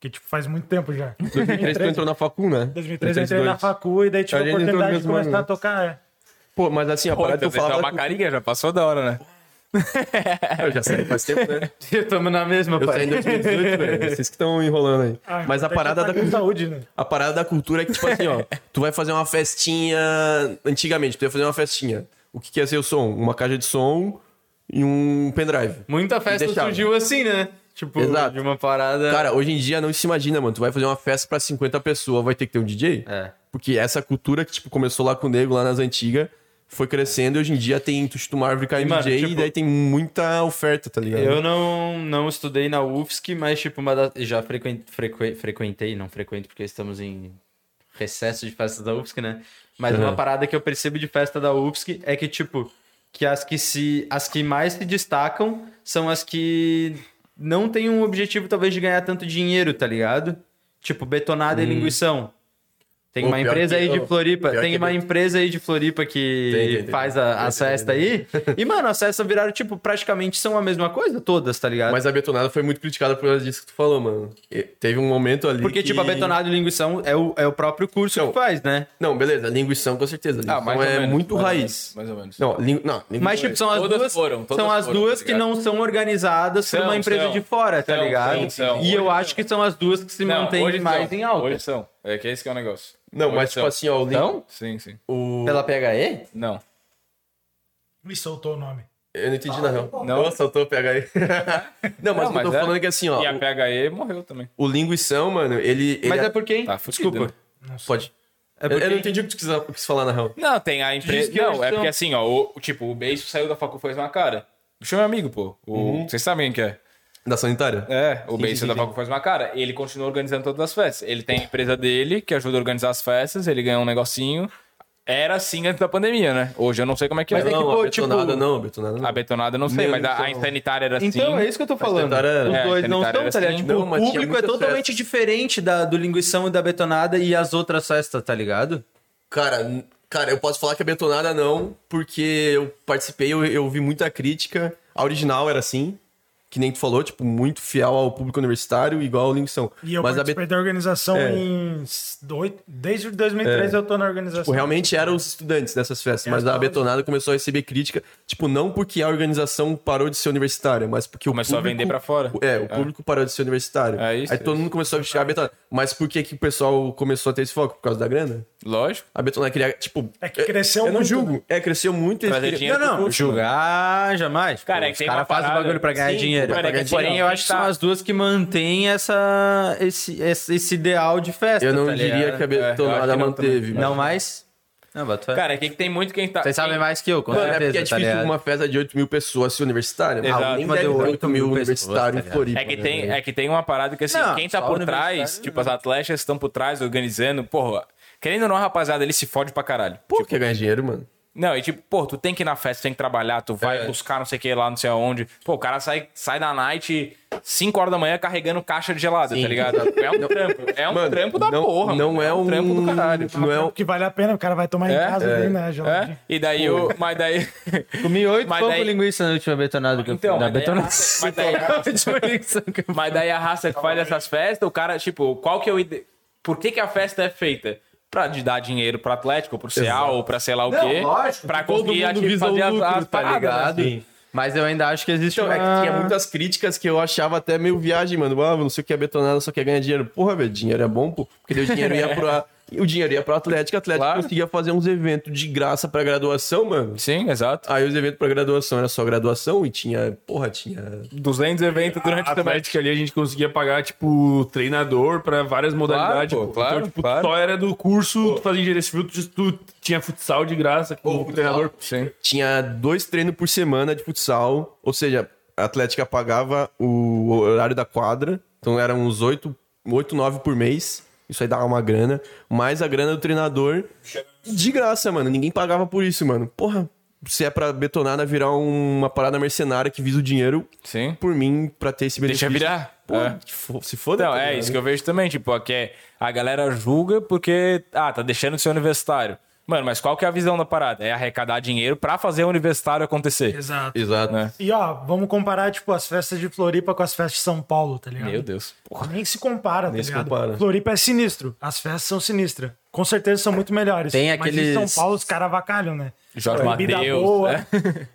Speaker 5: Que, tipo, faz muito tempo já.
Speaker 4: 2003 tu entrou na facul, né?
Speaker 5: 2013 eu entrei na
Speaker 4: 2002.
Speaker 5: facu e daí tive
Speaker 4: A
Speaker 5: a
Speaker 4: gente entrou no
Speaker 5: oportunidade de
Speaker 4: mesmo
Speaker 5: começar
Speaker 4: ano.
Speaker 5: a tocar. É.
Speaker 4: Pô, mas assim, a
Speaker 3: Pô,
Speaker 4: parada
Speaker 3: então
Speaker 4: que eu
Speaker 3: você é
Speaker 4: falava...
Speaker 3: uma carinha, já passou da hora, né?
Speaker 4: Eu já saí faz tempo, né?
Speaker 1: Tamo na mesma,
Speaker 4: Eu saí em 2018, velho. Vocês que estão enrolando aí.
Speaker 5: Ah,
Speaker 4: mas a
Speaker 5: até
Speaker 4: parada,
Speaker 5: que tá
Speaker 4: da,
Speaker 5: com saúde, né?
Speaker 4: a parada da cultura é que, tipo assim, ó. Tu vai fazer uma festinha... Antigamente, tu ia fazer uma festinha. O que, que ia ser o som? Uma caixa de som e um pendrive.
Speaker 1: Muita festa
Speaker 4: Deixava.
Speaker 1: surgiu assim, né? Tipo,
Speaker 4: Exato.
Speaker 1: de uma parada.
Speaker 4: Cara, hoje em dia não se imagina, mano. Tu vai fazer uma festa pra 50 pessoas, vai ter que ter um DJ?
Speaker 1: É.
Speaker 4: Porque essa cultura que, tipo, começou lá com o nego, lá nas antigas, foi crescendo e hoje em dia tem tu chuta uma árvore cai um
Speaker 1: mano,
Speaker 4: DJ e
Speaker 1: tipo,
Speaker 4: daí tem muita oferta, tá ligado?
Speaker 1: Eu não, não estudei na UFSC, mas tipo, uma da... já frequen... frequen- frequentei, não frequento porque estamos em recesso de festas da UFSC, né? Mas uma parada que eu percebo de festa da UFSC é que tipo, que as que se as que mais se destacam são as que não têm um objetivo talvez de ganhar tanto dinheiro, tá ligado? Tipo, betonada e linguição. Tem
Speaker 4: Ô,
Speaker 1: uma
Speaker 4: Hum. pior
Speaker 1: empresa
Speaker 4: que-
Speaker 1: aí de
Speaker 4: ô,
Speaker 1: Floripa,
Speaker 4: pior
Speaker 1: tem
Speaker 4: que-
Speaker 1: uma empresa aí de Floripa que
Speaker 4: Tem, tem, tem.
Speaker 1: faz a, as festas aí. E, mano, as festas viraram, tipo, praticamente são a mesma coisa todas, tá ligado?
Speaker 4: Mas a betonada foi muito criticada por causa disso que tu falou, mano. E teve um momento ali.
Speaker 1: Porque,
Speaker 4: que-
Speaker 1: tipo, a betonada e linguição é o, é o próprio curso
Speaker 4: Então,
Speaker 1: que faz, né?
Speaker 4: Não, beleza, linguição com certeza. Linguição
Speaker 3: ou
Speaker 4: é
Speaker 3: menos,
Speaker 4: muito
Speaker 3: Ah, mais ou
Speaker 4: raiz.
Speaker 3: menos, Mais ou menos.
Speaker 4: Não, lin... não linguição é
Speaker 1: Mas, tipo, são as
Speaker 3: Todas
Speaker 1: duas,
Speaker 3: foram, todas
Speaker 1: são as
Speaker 3: foram,
Speaker 1: duas
Speaker 3: tá
Speaker 1: que
Speaker 3: ligado?
Speaker 1: não são organizadas por
Speaker 3: São,
Speaker 1: uma empresa
Speaker 3: são.
Speaker 1: de fora, tá
Speaker 3: São,
Speaker 1: ligado?
Speaker 3: são, são.
Speaker 1: E eu acho que são as duas que se
Speaker 3: Não,
Speaker 1: mantêm
Speaker 3: hoje
Speaker 1: mais
Speaker 3: são.
Speaker 1: em alta.
Speaker 3: Hoje são. É que esse que é o negócio.
Speaker 4: Não,
Speaker 3: Hoje
Speaker 4: mas, tipo
Speaker 3: são.
Speaker 4: assim, ó, o lin...
Speaker 1: Então,
Speaker 3: Sim, sim.
Speaker 4: o...
Speaker 1: pela PHE?
Speaker 3: Não.
Speaker 5: Me soltou o nome.
Speaker 4: Eu não entendi, na real.
Speaker 3: Não.
Speaker 4: Nossa, eu tô PH aí. não,
Speaker 3: Não,
Speaker 4: mas o que eu tô
Speaker 3: mas é.
Speaker 4: falando é que assim, ó,
Speaker 3: E a PHE morreu também.
Speaker 4: o, o linguição, mano, ele. ele
Speaker 1: Mas é por quem?
Speaker 3: Tá fudido,
Speaker 1: Desculpa.
Speaker 3: né?
Speaker 4: Pode.
Speaker 1: É
Speaker 4: Eu-
Speaker 1: porque...
Speaker 4: Eu não entendi o que tu quis, quis falar, na real.
Speaker 3: Não, tem a
Speaker 1: Diz
Speaker 3: empresa.
Speaker 1: que hoje
Speaker 3: Não, é
Speaker 1: são.
Speaker 3: porque assim, ó, o, o tipo, o Beijo saiu da facu faz uma cara. Bicho é meu amigo, pô. O, Vocês sabem quem que é.
Speaker 4: Da sanitária?
Speaker 3: É, o Beijo saiu da facu faz uma cara. Ele continua organizando todas as festas. Ele tem a empresa dele, que ajuda a organizar as festas, ele ganha um negocinho. Era assim antes da pandemia, né? Hoje eu não sei como é que é.
Speaker 4: Não,
Speaker 1: que, pô,
Speaker 4: a betonada
Speaker 1: tipo-
Speaker 4: não, a betonada não.
Speaker 3: A betonada eu não sei,
Speaker 4: Meu
Speaker 3: mas a, a
Speaker 4: Deus.
Speaker 3: sanitária era assim.
Speaker 1: Então, é isso que eu tô falando.
Speaker 4: sanitária era-
Speaker 1: Os
Speaker 3: É,
Speaker 1: dois
Speaker 3: a
Speaker 1: não
Speaker 3: sanitária
Speaker 1: estão, tá ligado?
Speaker 3: era assim.
Speaker 1: Tipo,
Speaker 4: Não,
Speaker 1: o
Speaker 4: mas tinha
Speaker 1: público é
Speaker 4: muita
Speaker 1: totalmente diferente da, do linguição e da betonada e as outras festas, tá ligado?
Speaker 4: Cara, n- cara, eu posso falar que a betonada não, porque eu participei, eu, eu vi muita crítica. A original era assim. que nem tu falou, tipo, muito fiel ao público universitário, igual o Link são.
Speaker 5: E eu
Speaker 4: Mas a
Speaker 5: participei da organização
Speaker 4: É.
Speaker 5: em... oito- Desde 2013 eu tô na organização.
Speaker 4: Tipo, realmente eram os estudantes dessas festas, mas a Betonada começou a receber crítica, tipo, não porque a organização parou de ser universitária, mas porque
Speaker 3: Começou
Speaker 4: o
Speaker 3: a
Speaker 4: público...
Speaker 3: vender pra fora.
Speaker 4: É, o público parou de ser universitário.
Speaker 3: É isso,
Speaker 4: Aí
Speaker 3: é
Speaker 4: todo mundo começou a criticar a Betonada. Mas por que, que o pessoal começou a ter esse foco? Por causa da grana?
Speaker 3: Lógico.
Speaker 4: A Betonada queria, tipo...
Speaker 5: É que cresceu
Speaker 4: eu, eu não
Speaker 5: muito, né?
Speaker 4: julgo. É, cresceu muito. eles
Speaker 3: Trazer
Speaker 4: queriam-
Speaker 3: dinheiro pro
Speaker 4: Não, não.
Speaker 3: curso.
Speaker 1: Julgar jamais.
Speaker 11: Cara,
Speaker 1: Pô,
Speaker 11: é que
Speaker 1: os
Speaker 11: tem
Speaker 1: caras
Speaker 11: uma
Speaker 1: fazem
Speaker 11: parada.
Speaker 1: bagulho pra ganhar
Speaker 11: Sim,
Speaker 1: dinheiro.
Speaker 11: cara, é que
Speaker 1: Porém,
Speaker 11: assim,
Speaker 1: eu
Speaker 11: ó,
Speaker 1: acho que
Speaker 11: quem
Speaker 1: são
Speaker 11: tá-
Speaker 1: as duas que mantêm essa, esse, esse, esse ideal de festa.
Speaker 4: Eu não
Speaker 1: tá
Speaker 4: diria
Speaker 1: ligado?
Speaker 4: que é a
Speaker 3: eu acho
Speaker 4: Betonada
Speaker 3: que não
Speaker 4: manteve.
Speaker 1: Não mais? Não, boto fé.
Speaker 11: Cara, é que tem muito quem tá.
Speaker 1: Vocês sabem mais que eu, com
Speaker 4: Mano, é
Speaker 1: certeza,
Speaker 4: porque é
Speaker 1: tá
Speaker 4: difícil
Speaker 1: ligado?
Speaker 4: uma festa de 8 mil pessoas ser universitária.
Speaker 3: Exato.
Speaker 4: Ah, nem
Speaker 1: Mas
Speaker 4: deve
Speaker 1: deu
Speaker 4: ter
Speaker 1: 8
Speaker 4: 8 mil
Speaker 1: mil pessoas,
Speaker 4: universitário
Speaker 1: tá
Speaker 4: em
Speaker 1: ligado?
Speaker 4: Floripa.
Speaker 3: É que, tem, é que tem uma parada que, assim,
Speaker 1: Não,
Speaker 3: quem tá
Speaker 1: só
Speaker 3: por
Speaker 1: universitário,
Speaker 3: trás, tipo, as atletas estão por trás organizando, porra. Querendo ou não, rapaziada, ele se fode pra caralho.
Speaker 4: Pô, quer ganhar dinheiro, mano.
Speaker 3: Não, e tipo, pô, tu tem que ir na festa, tem que trabalhar, tu vai
Speaker 1: É.
Speaker 3: buscar não sei o que lá, não sei aonde. Pô, o cara sai, sai da night 5 horas da manhã carregando caixa de gelada, tá ligado? É um trampo. É um
Speaker 4: Mano,
Speaker 3: trampo da
Speaker 4: não-
Speaker 3: porra.
Speaker 4: não
Speaker 3: mano.
Speaker 4: é um-
Speaker 3: trampo do caralho.
Speaker 4: Não é um-
Speaker 5: Que vale a pena, o cara vai tomar em
Speaker 3: É,
Speaker 5: casa,
Speaker 3: é,
Speaker 5: daí, né,
Speaker 3: É?
Speaker 5: geladinho.
Speaker 3: E daí o. Mas daí.
Speaker 1: Comi oito
Speaker 3: Mas
Speaker 1: pão
Speaker 3: daí-
Speaker 1: com linguiça na última betonada que eu
Speaker 3: Então,
Speaker 1: fui. Na
Speaker 3: mas daí-
Speaker 1: betonada.
Speaker 3: mas daí- Mas daí a raça que faz essas festas, o cara, tipo, qual que é o ide... Por que, que a festa é feita? Pra de dar dinheiro pro Atlético, pro CA ou pra sei lá o quê.
Speaker 4: lógico,
Speaker 3: pra
Speaker 4: todo
Speaker 3: conseguir
Speaker 4: mundo
Speaker 3: ati-
Speaker 4: visa
Speaker 3: fazer
Speaker 4: o
Speaker 3: as,
Speaker 4: lucro,
Speaker 3: as
Speaker 4: tá
Speaker 3: paradas,
Speaker 4: ligado?
Speaker 1: assim.
Speaker 3: né?
Speaker 4: Sim.
Speaker 1: Mas eu ainda acho que existe
Speaker 4: Então,
Speaker 1: uma...
Speaker 4: é que tinha muitas críticas que eu achava até meio viagem, mano. Ah, não sei o que é betonada, só quer ganhar dinheiro. Porra, velho, dinheiro é bom, pô. Porque daí o dinheiro ia pra. O dinheiro ia pro Atlético, o Atlético conseguia fazer uns eventos de graça pra graduação, mano.
Speaker 3: Sim, exato.
Speaker 4: Aí os eventos pra graduação era só graduação e tinha. Porra, tinha.
Speaker 3: 200
Speaker 4: Ah,
Speaker 3: eventos durante
Speaker 6: A
Speaker 3: o semestre.
Speaker 6: Atlética ali a gente conseguia pagar, tipo, treinador pra várias modalidades.
Speaker 3: pô,
Speaker 6: pô.
Speaker 3: claro,
Speaker 6: então, tipo,
Speaker 3: claro.
Speaker 6: só era do curso, tu fazia engenharia civil, tu, tu tinha futsal de graça com o treinador.
Speaker 3: Sim.
Speaker 4: Tinha dois treinos por semana de futsal. Ou seja, a Atlética pagava o horário da quadra. Então eram uns 8, 8 9 por mês. Isso aí dava uma grana. Mais a grana do treinador. De graça, mano. Ninguém pagava por isso, mano. Porra, se é pra betonada virar um, uma parada mercenária que visa o dinheiro,
Speaker 3: Sim.
Speaker 4: por mim, pra ter esse benefício.
Speaker 3: Deixa virar.
Speaker 4: Pô,
Speaker 3: É.
Speaker 4: que fo- se foda.
Speaker 3: Então,
Speaker 4: tá
Speaker 3: é
Speaker 4: ligado?
Speaker 3: isso que eu vejo também, tipo, que é- a galera julga porque, ah, tá deixando de ser universitário. Mano, mas qual que é a visão da parada? É arrecadar dinheiro pra fazer o universitário acontecer.
Speaker 5: Exato.
Speaker 4: Exato.
Speaker 3: Né?
Speaker 5: E ó, vamos comparar, tipo, as festas de Floripa com as festas de São Paulo, tá ligado?
Speaker 3: Meu Deus.
Speaker 5: Nem se compara, tá
Speaker 4: Nem se
Speaker 5: ligado?
Speaker 4: compara.
Speaker 5: Floripa é sinistro, as festas são sinistras. Com certeza são muito melhores.
Speaker 1: Tem
Speaker 5: Mas em
Speaker 1: aqueles-
Speaker 5: São Paulo os caras avacalham, né?
Speaker 3: Jorge
Speaker 5: Bebida
Speaker 3: Mateus,
Speaker 5: boa,
Speaker 3: né?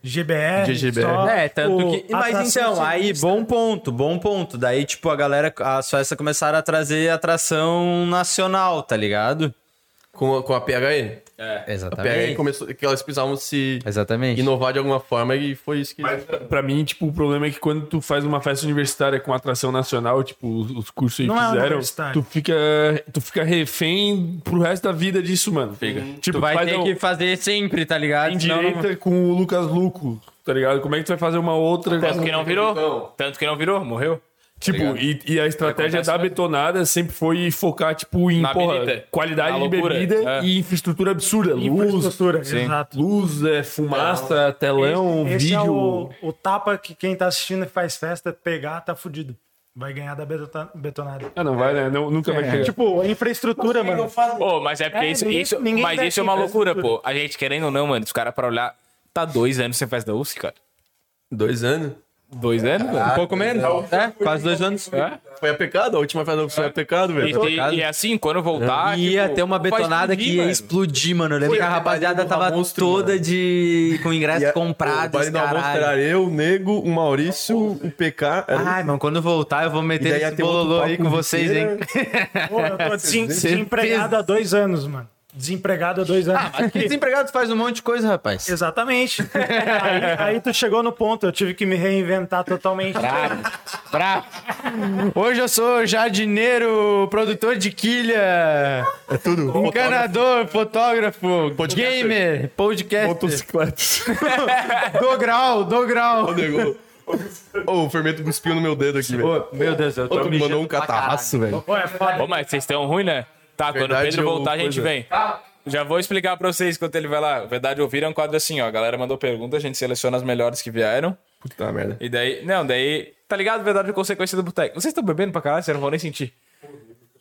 Speaker 5: GBR,
Speaker 4: GBR.
Speaker 5: só,
Speaker 1: É, tanto
Speaker 5: pô,
Speaker 1: que. Mas
Speaker 5: atração
Speaker 1: então, aí,
Speaker 5: sinistra.
Speaker 1: bom ponto, bom ponto. Daí, tipo, a galera, as festas começaram a trazer atração nacional, tá ligado?
Speaker 4: Com, a- com a PHE. A PHE
Speaker 1: Exatamente.
Speaker 4: começou. Que elas precisavam se
Speaker 1: É. Exatamente.
Speaker 4: inovar de alguma forma e foi isso que.
Speaker 6: Pra mim, tipo, o problema é que quando tu faz uma festa universitária com atração nacional, tipo, os, os cursos aí
Speaker 5: Não é
Speaker 6: fizeram,
Speaker 5: universitário.
Speaker 6: tu, fica, tu fica refém pro resto da vida disso, mano. Fica. Tipo,
Speaker 1: Tu vai
Speaker 6: faz
Speaker 1: ter
Speaker 6: um-
Speaker 1: que fazer sempre, tá ligado?
Speaker 6: em
Speaker 1: Senão não-
Speaker 6: direita com o Lucas Luco, tá ligado? Como é que tu vai fazer uma outra...
Speaker 3: Tanto que não virou. Tanto que não virou,
Speaker 5: Tá
Speaker 3: morreu. né?
Speaker 6: Tipo, e, e a estratégia da betonada sempre foi focar, tipo, em
Speaker 3: Na
Speaker 6: porra,
Speaker 3: bebida.
Speaker 6: qualidade
Speaker 3: Na
Speaker 6: de
Speaker 3: loucura.
Speaker 6: bebida
Speaker 3: É.
Speaker 6: e infraestrutura absurda. Luz,
Speaker 5: Infraestrutura, exato.
Speaker 6: luz é, fumaça, telão,
Speaker 5: esse
Speaker 6: vídeo.
Speaker 5: é o, o tapa que quem tá assistindo e faz festa pegar, tá fudido. Vai ganhar da betota- betonada.
Speaker 6: Ah, não vai, né? Não- nunca vai
Speaker 4: É.
Speaker 6: chegar.
Speaker 5: Tipo, a infraestrutura, mano.
Speaker 3: Ô, mas é porque
Speaker 5: É,
Speaker 3: isso,
Speaker 5: ninguém-
Speaker 3: isso-
Speaker 5: ninguém
Speaker 3: mas
Speaker 5: dá
Speaker 3: isso é uma
Speaker 5: aqui,
Speaker 3: loucura,
Speaker 5: faz
Speaker 3: pô. A gente querendo ou não, mano, os caras pra olhar, tá dois anos sem festa da USC, cara.
Speaker 4: Dois anos.
Speaker 3: Dois anos,
Speaker 1: Um
Speaker 3: velho.
Speaker 1: pouco menos. É, quase dois anos.
Speaker 4: Foi a pecado, a última festa da foi a pecado, velho.
Speaker 3: E, e- e assim, quando voltar.
Speaker 1: Ah, Ia
Speaker 3: tipo,
Speaker 1: ter uma
Speaker 3: vai
Speaker 1: betonada que
Speaker 3: explodir,
Speaker 1: ia
Speaker 3: mano.
Speaker 1: explodir, mano. Eu lembro
Speaker 4: Foi,
Speaker 1: que a
Speaker 4: aquele
Speaker 1: rapaziada
Speaker 4: baile do
Speaker 1: tava
Speaker 4: Ramonstro,
Speaker 1: toda
Speaker 4: mano.
Speaker 1: de. com ingresso
Speaker 4: E a-
Speaker 1: comprado.
Speaker 4: O baile do
Speaker 1: caralho.
Speaker 4: Almoço era eu, o Nego, o Maurício, o PK. Era...
Speaker 1: Ai, mano, quando voltar eu vou
Speaker 4: E daí
Speaker 1: meter
Speaker 4: ia
Speaker 1: esse
Speaker 4: ter um outro
Speaker 1: bololô
Speaker 4: palco
Speaker 1: aí com
Speaker 4: com
Speaker 1: vocês, hein?
Speaker 5: Pô, eu tô desem- desempregado há dois anos, mano. Desempregado há dois anos.
Speaker 1: Porque desempregado faz um monte de coisa, rapaz.
Speaker 5: Exatamente. aí, aí tu chegou no ponto, eu tive que me reinventar totalmente.
Speaker 1: Hoje eu sou jardineiro, produtor de quilha,
Speaker 4: É tudo.
Speaker 1: encanador, fotógrafo,
Speaker 4: Podcaster.
Speaker 1: gamer, podcast.
Speaker 4: Motocicletas.
Speaker 1: Do grau, do grau.
Speaker 4: Ô, Nego. ô, o fermento cuspiu no meu dedo aqui, velho.
Speaker 1: Ô, meu Deus, eu
Speaker 4: Ô,
Speaker 1: tô
Speaker 4: tu me mandou um catarraço, velho.
Speaker 5: Pô, é foda.
Speaker 3: Ô, mas vocês estão ruim, né? Tá, quando o
Speaker 4: Verdade
Speaker 3: Pedro
Speaker 4: ou
Speaker 3: voltar, a gente
Speaker 4: coisa?
Speaker 3: vem. Já vou explicar pra vocês quando ele vai lá. Verdade ouvir é um quadro assim, ó. A galera mandou pergunta, a gente seleciona as melhores que vieram.
Speaker 4: Puta merda.
Speaker 3: E daí. Não, daí. Tá ligado? Verdade ou consequência do boteco. Vocês estão bebendo pra caralho, vocês não vão nem sentir.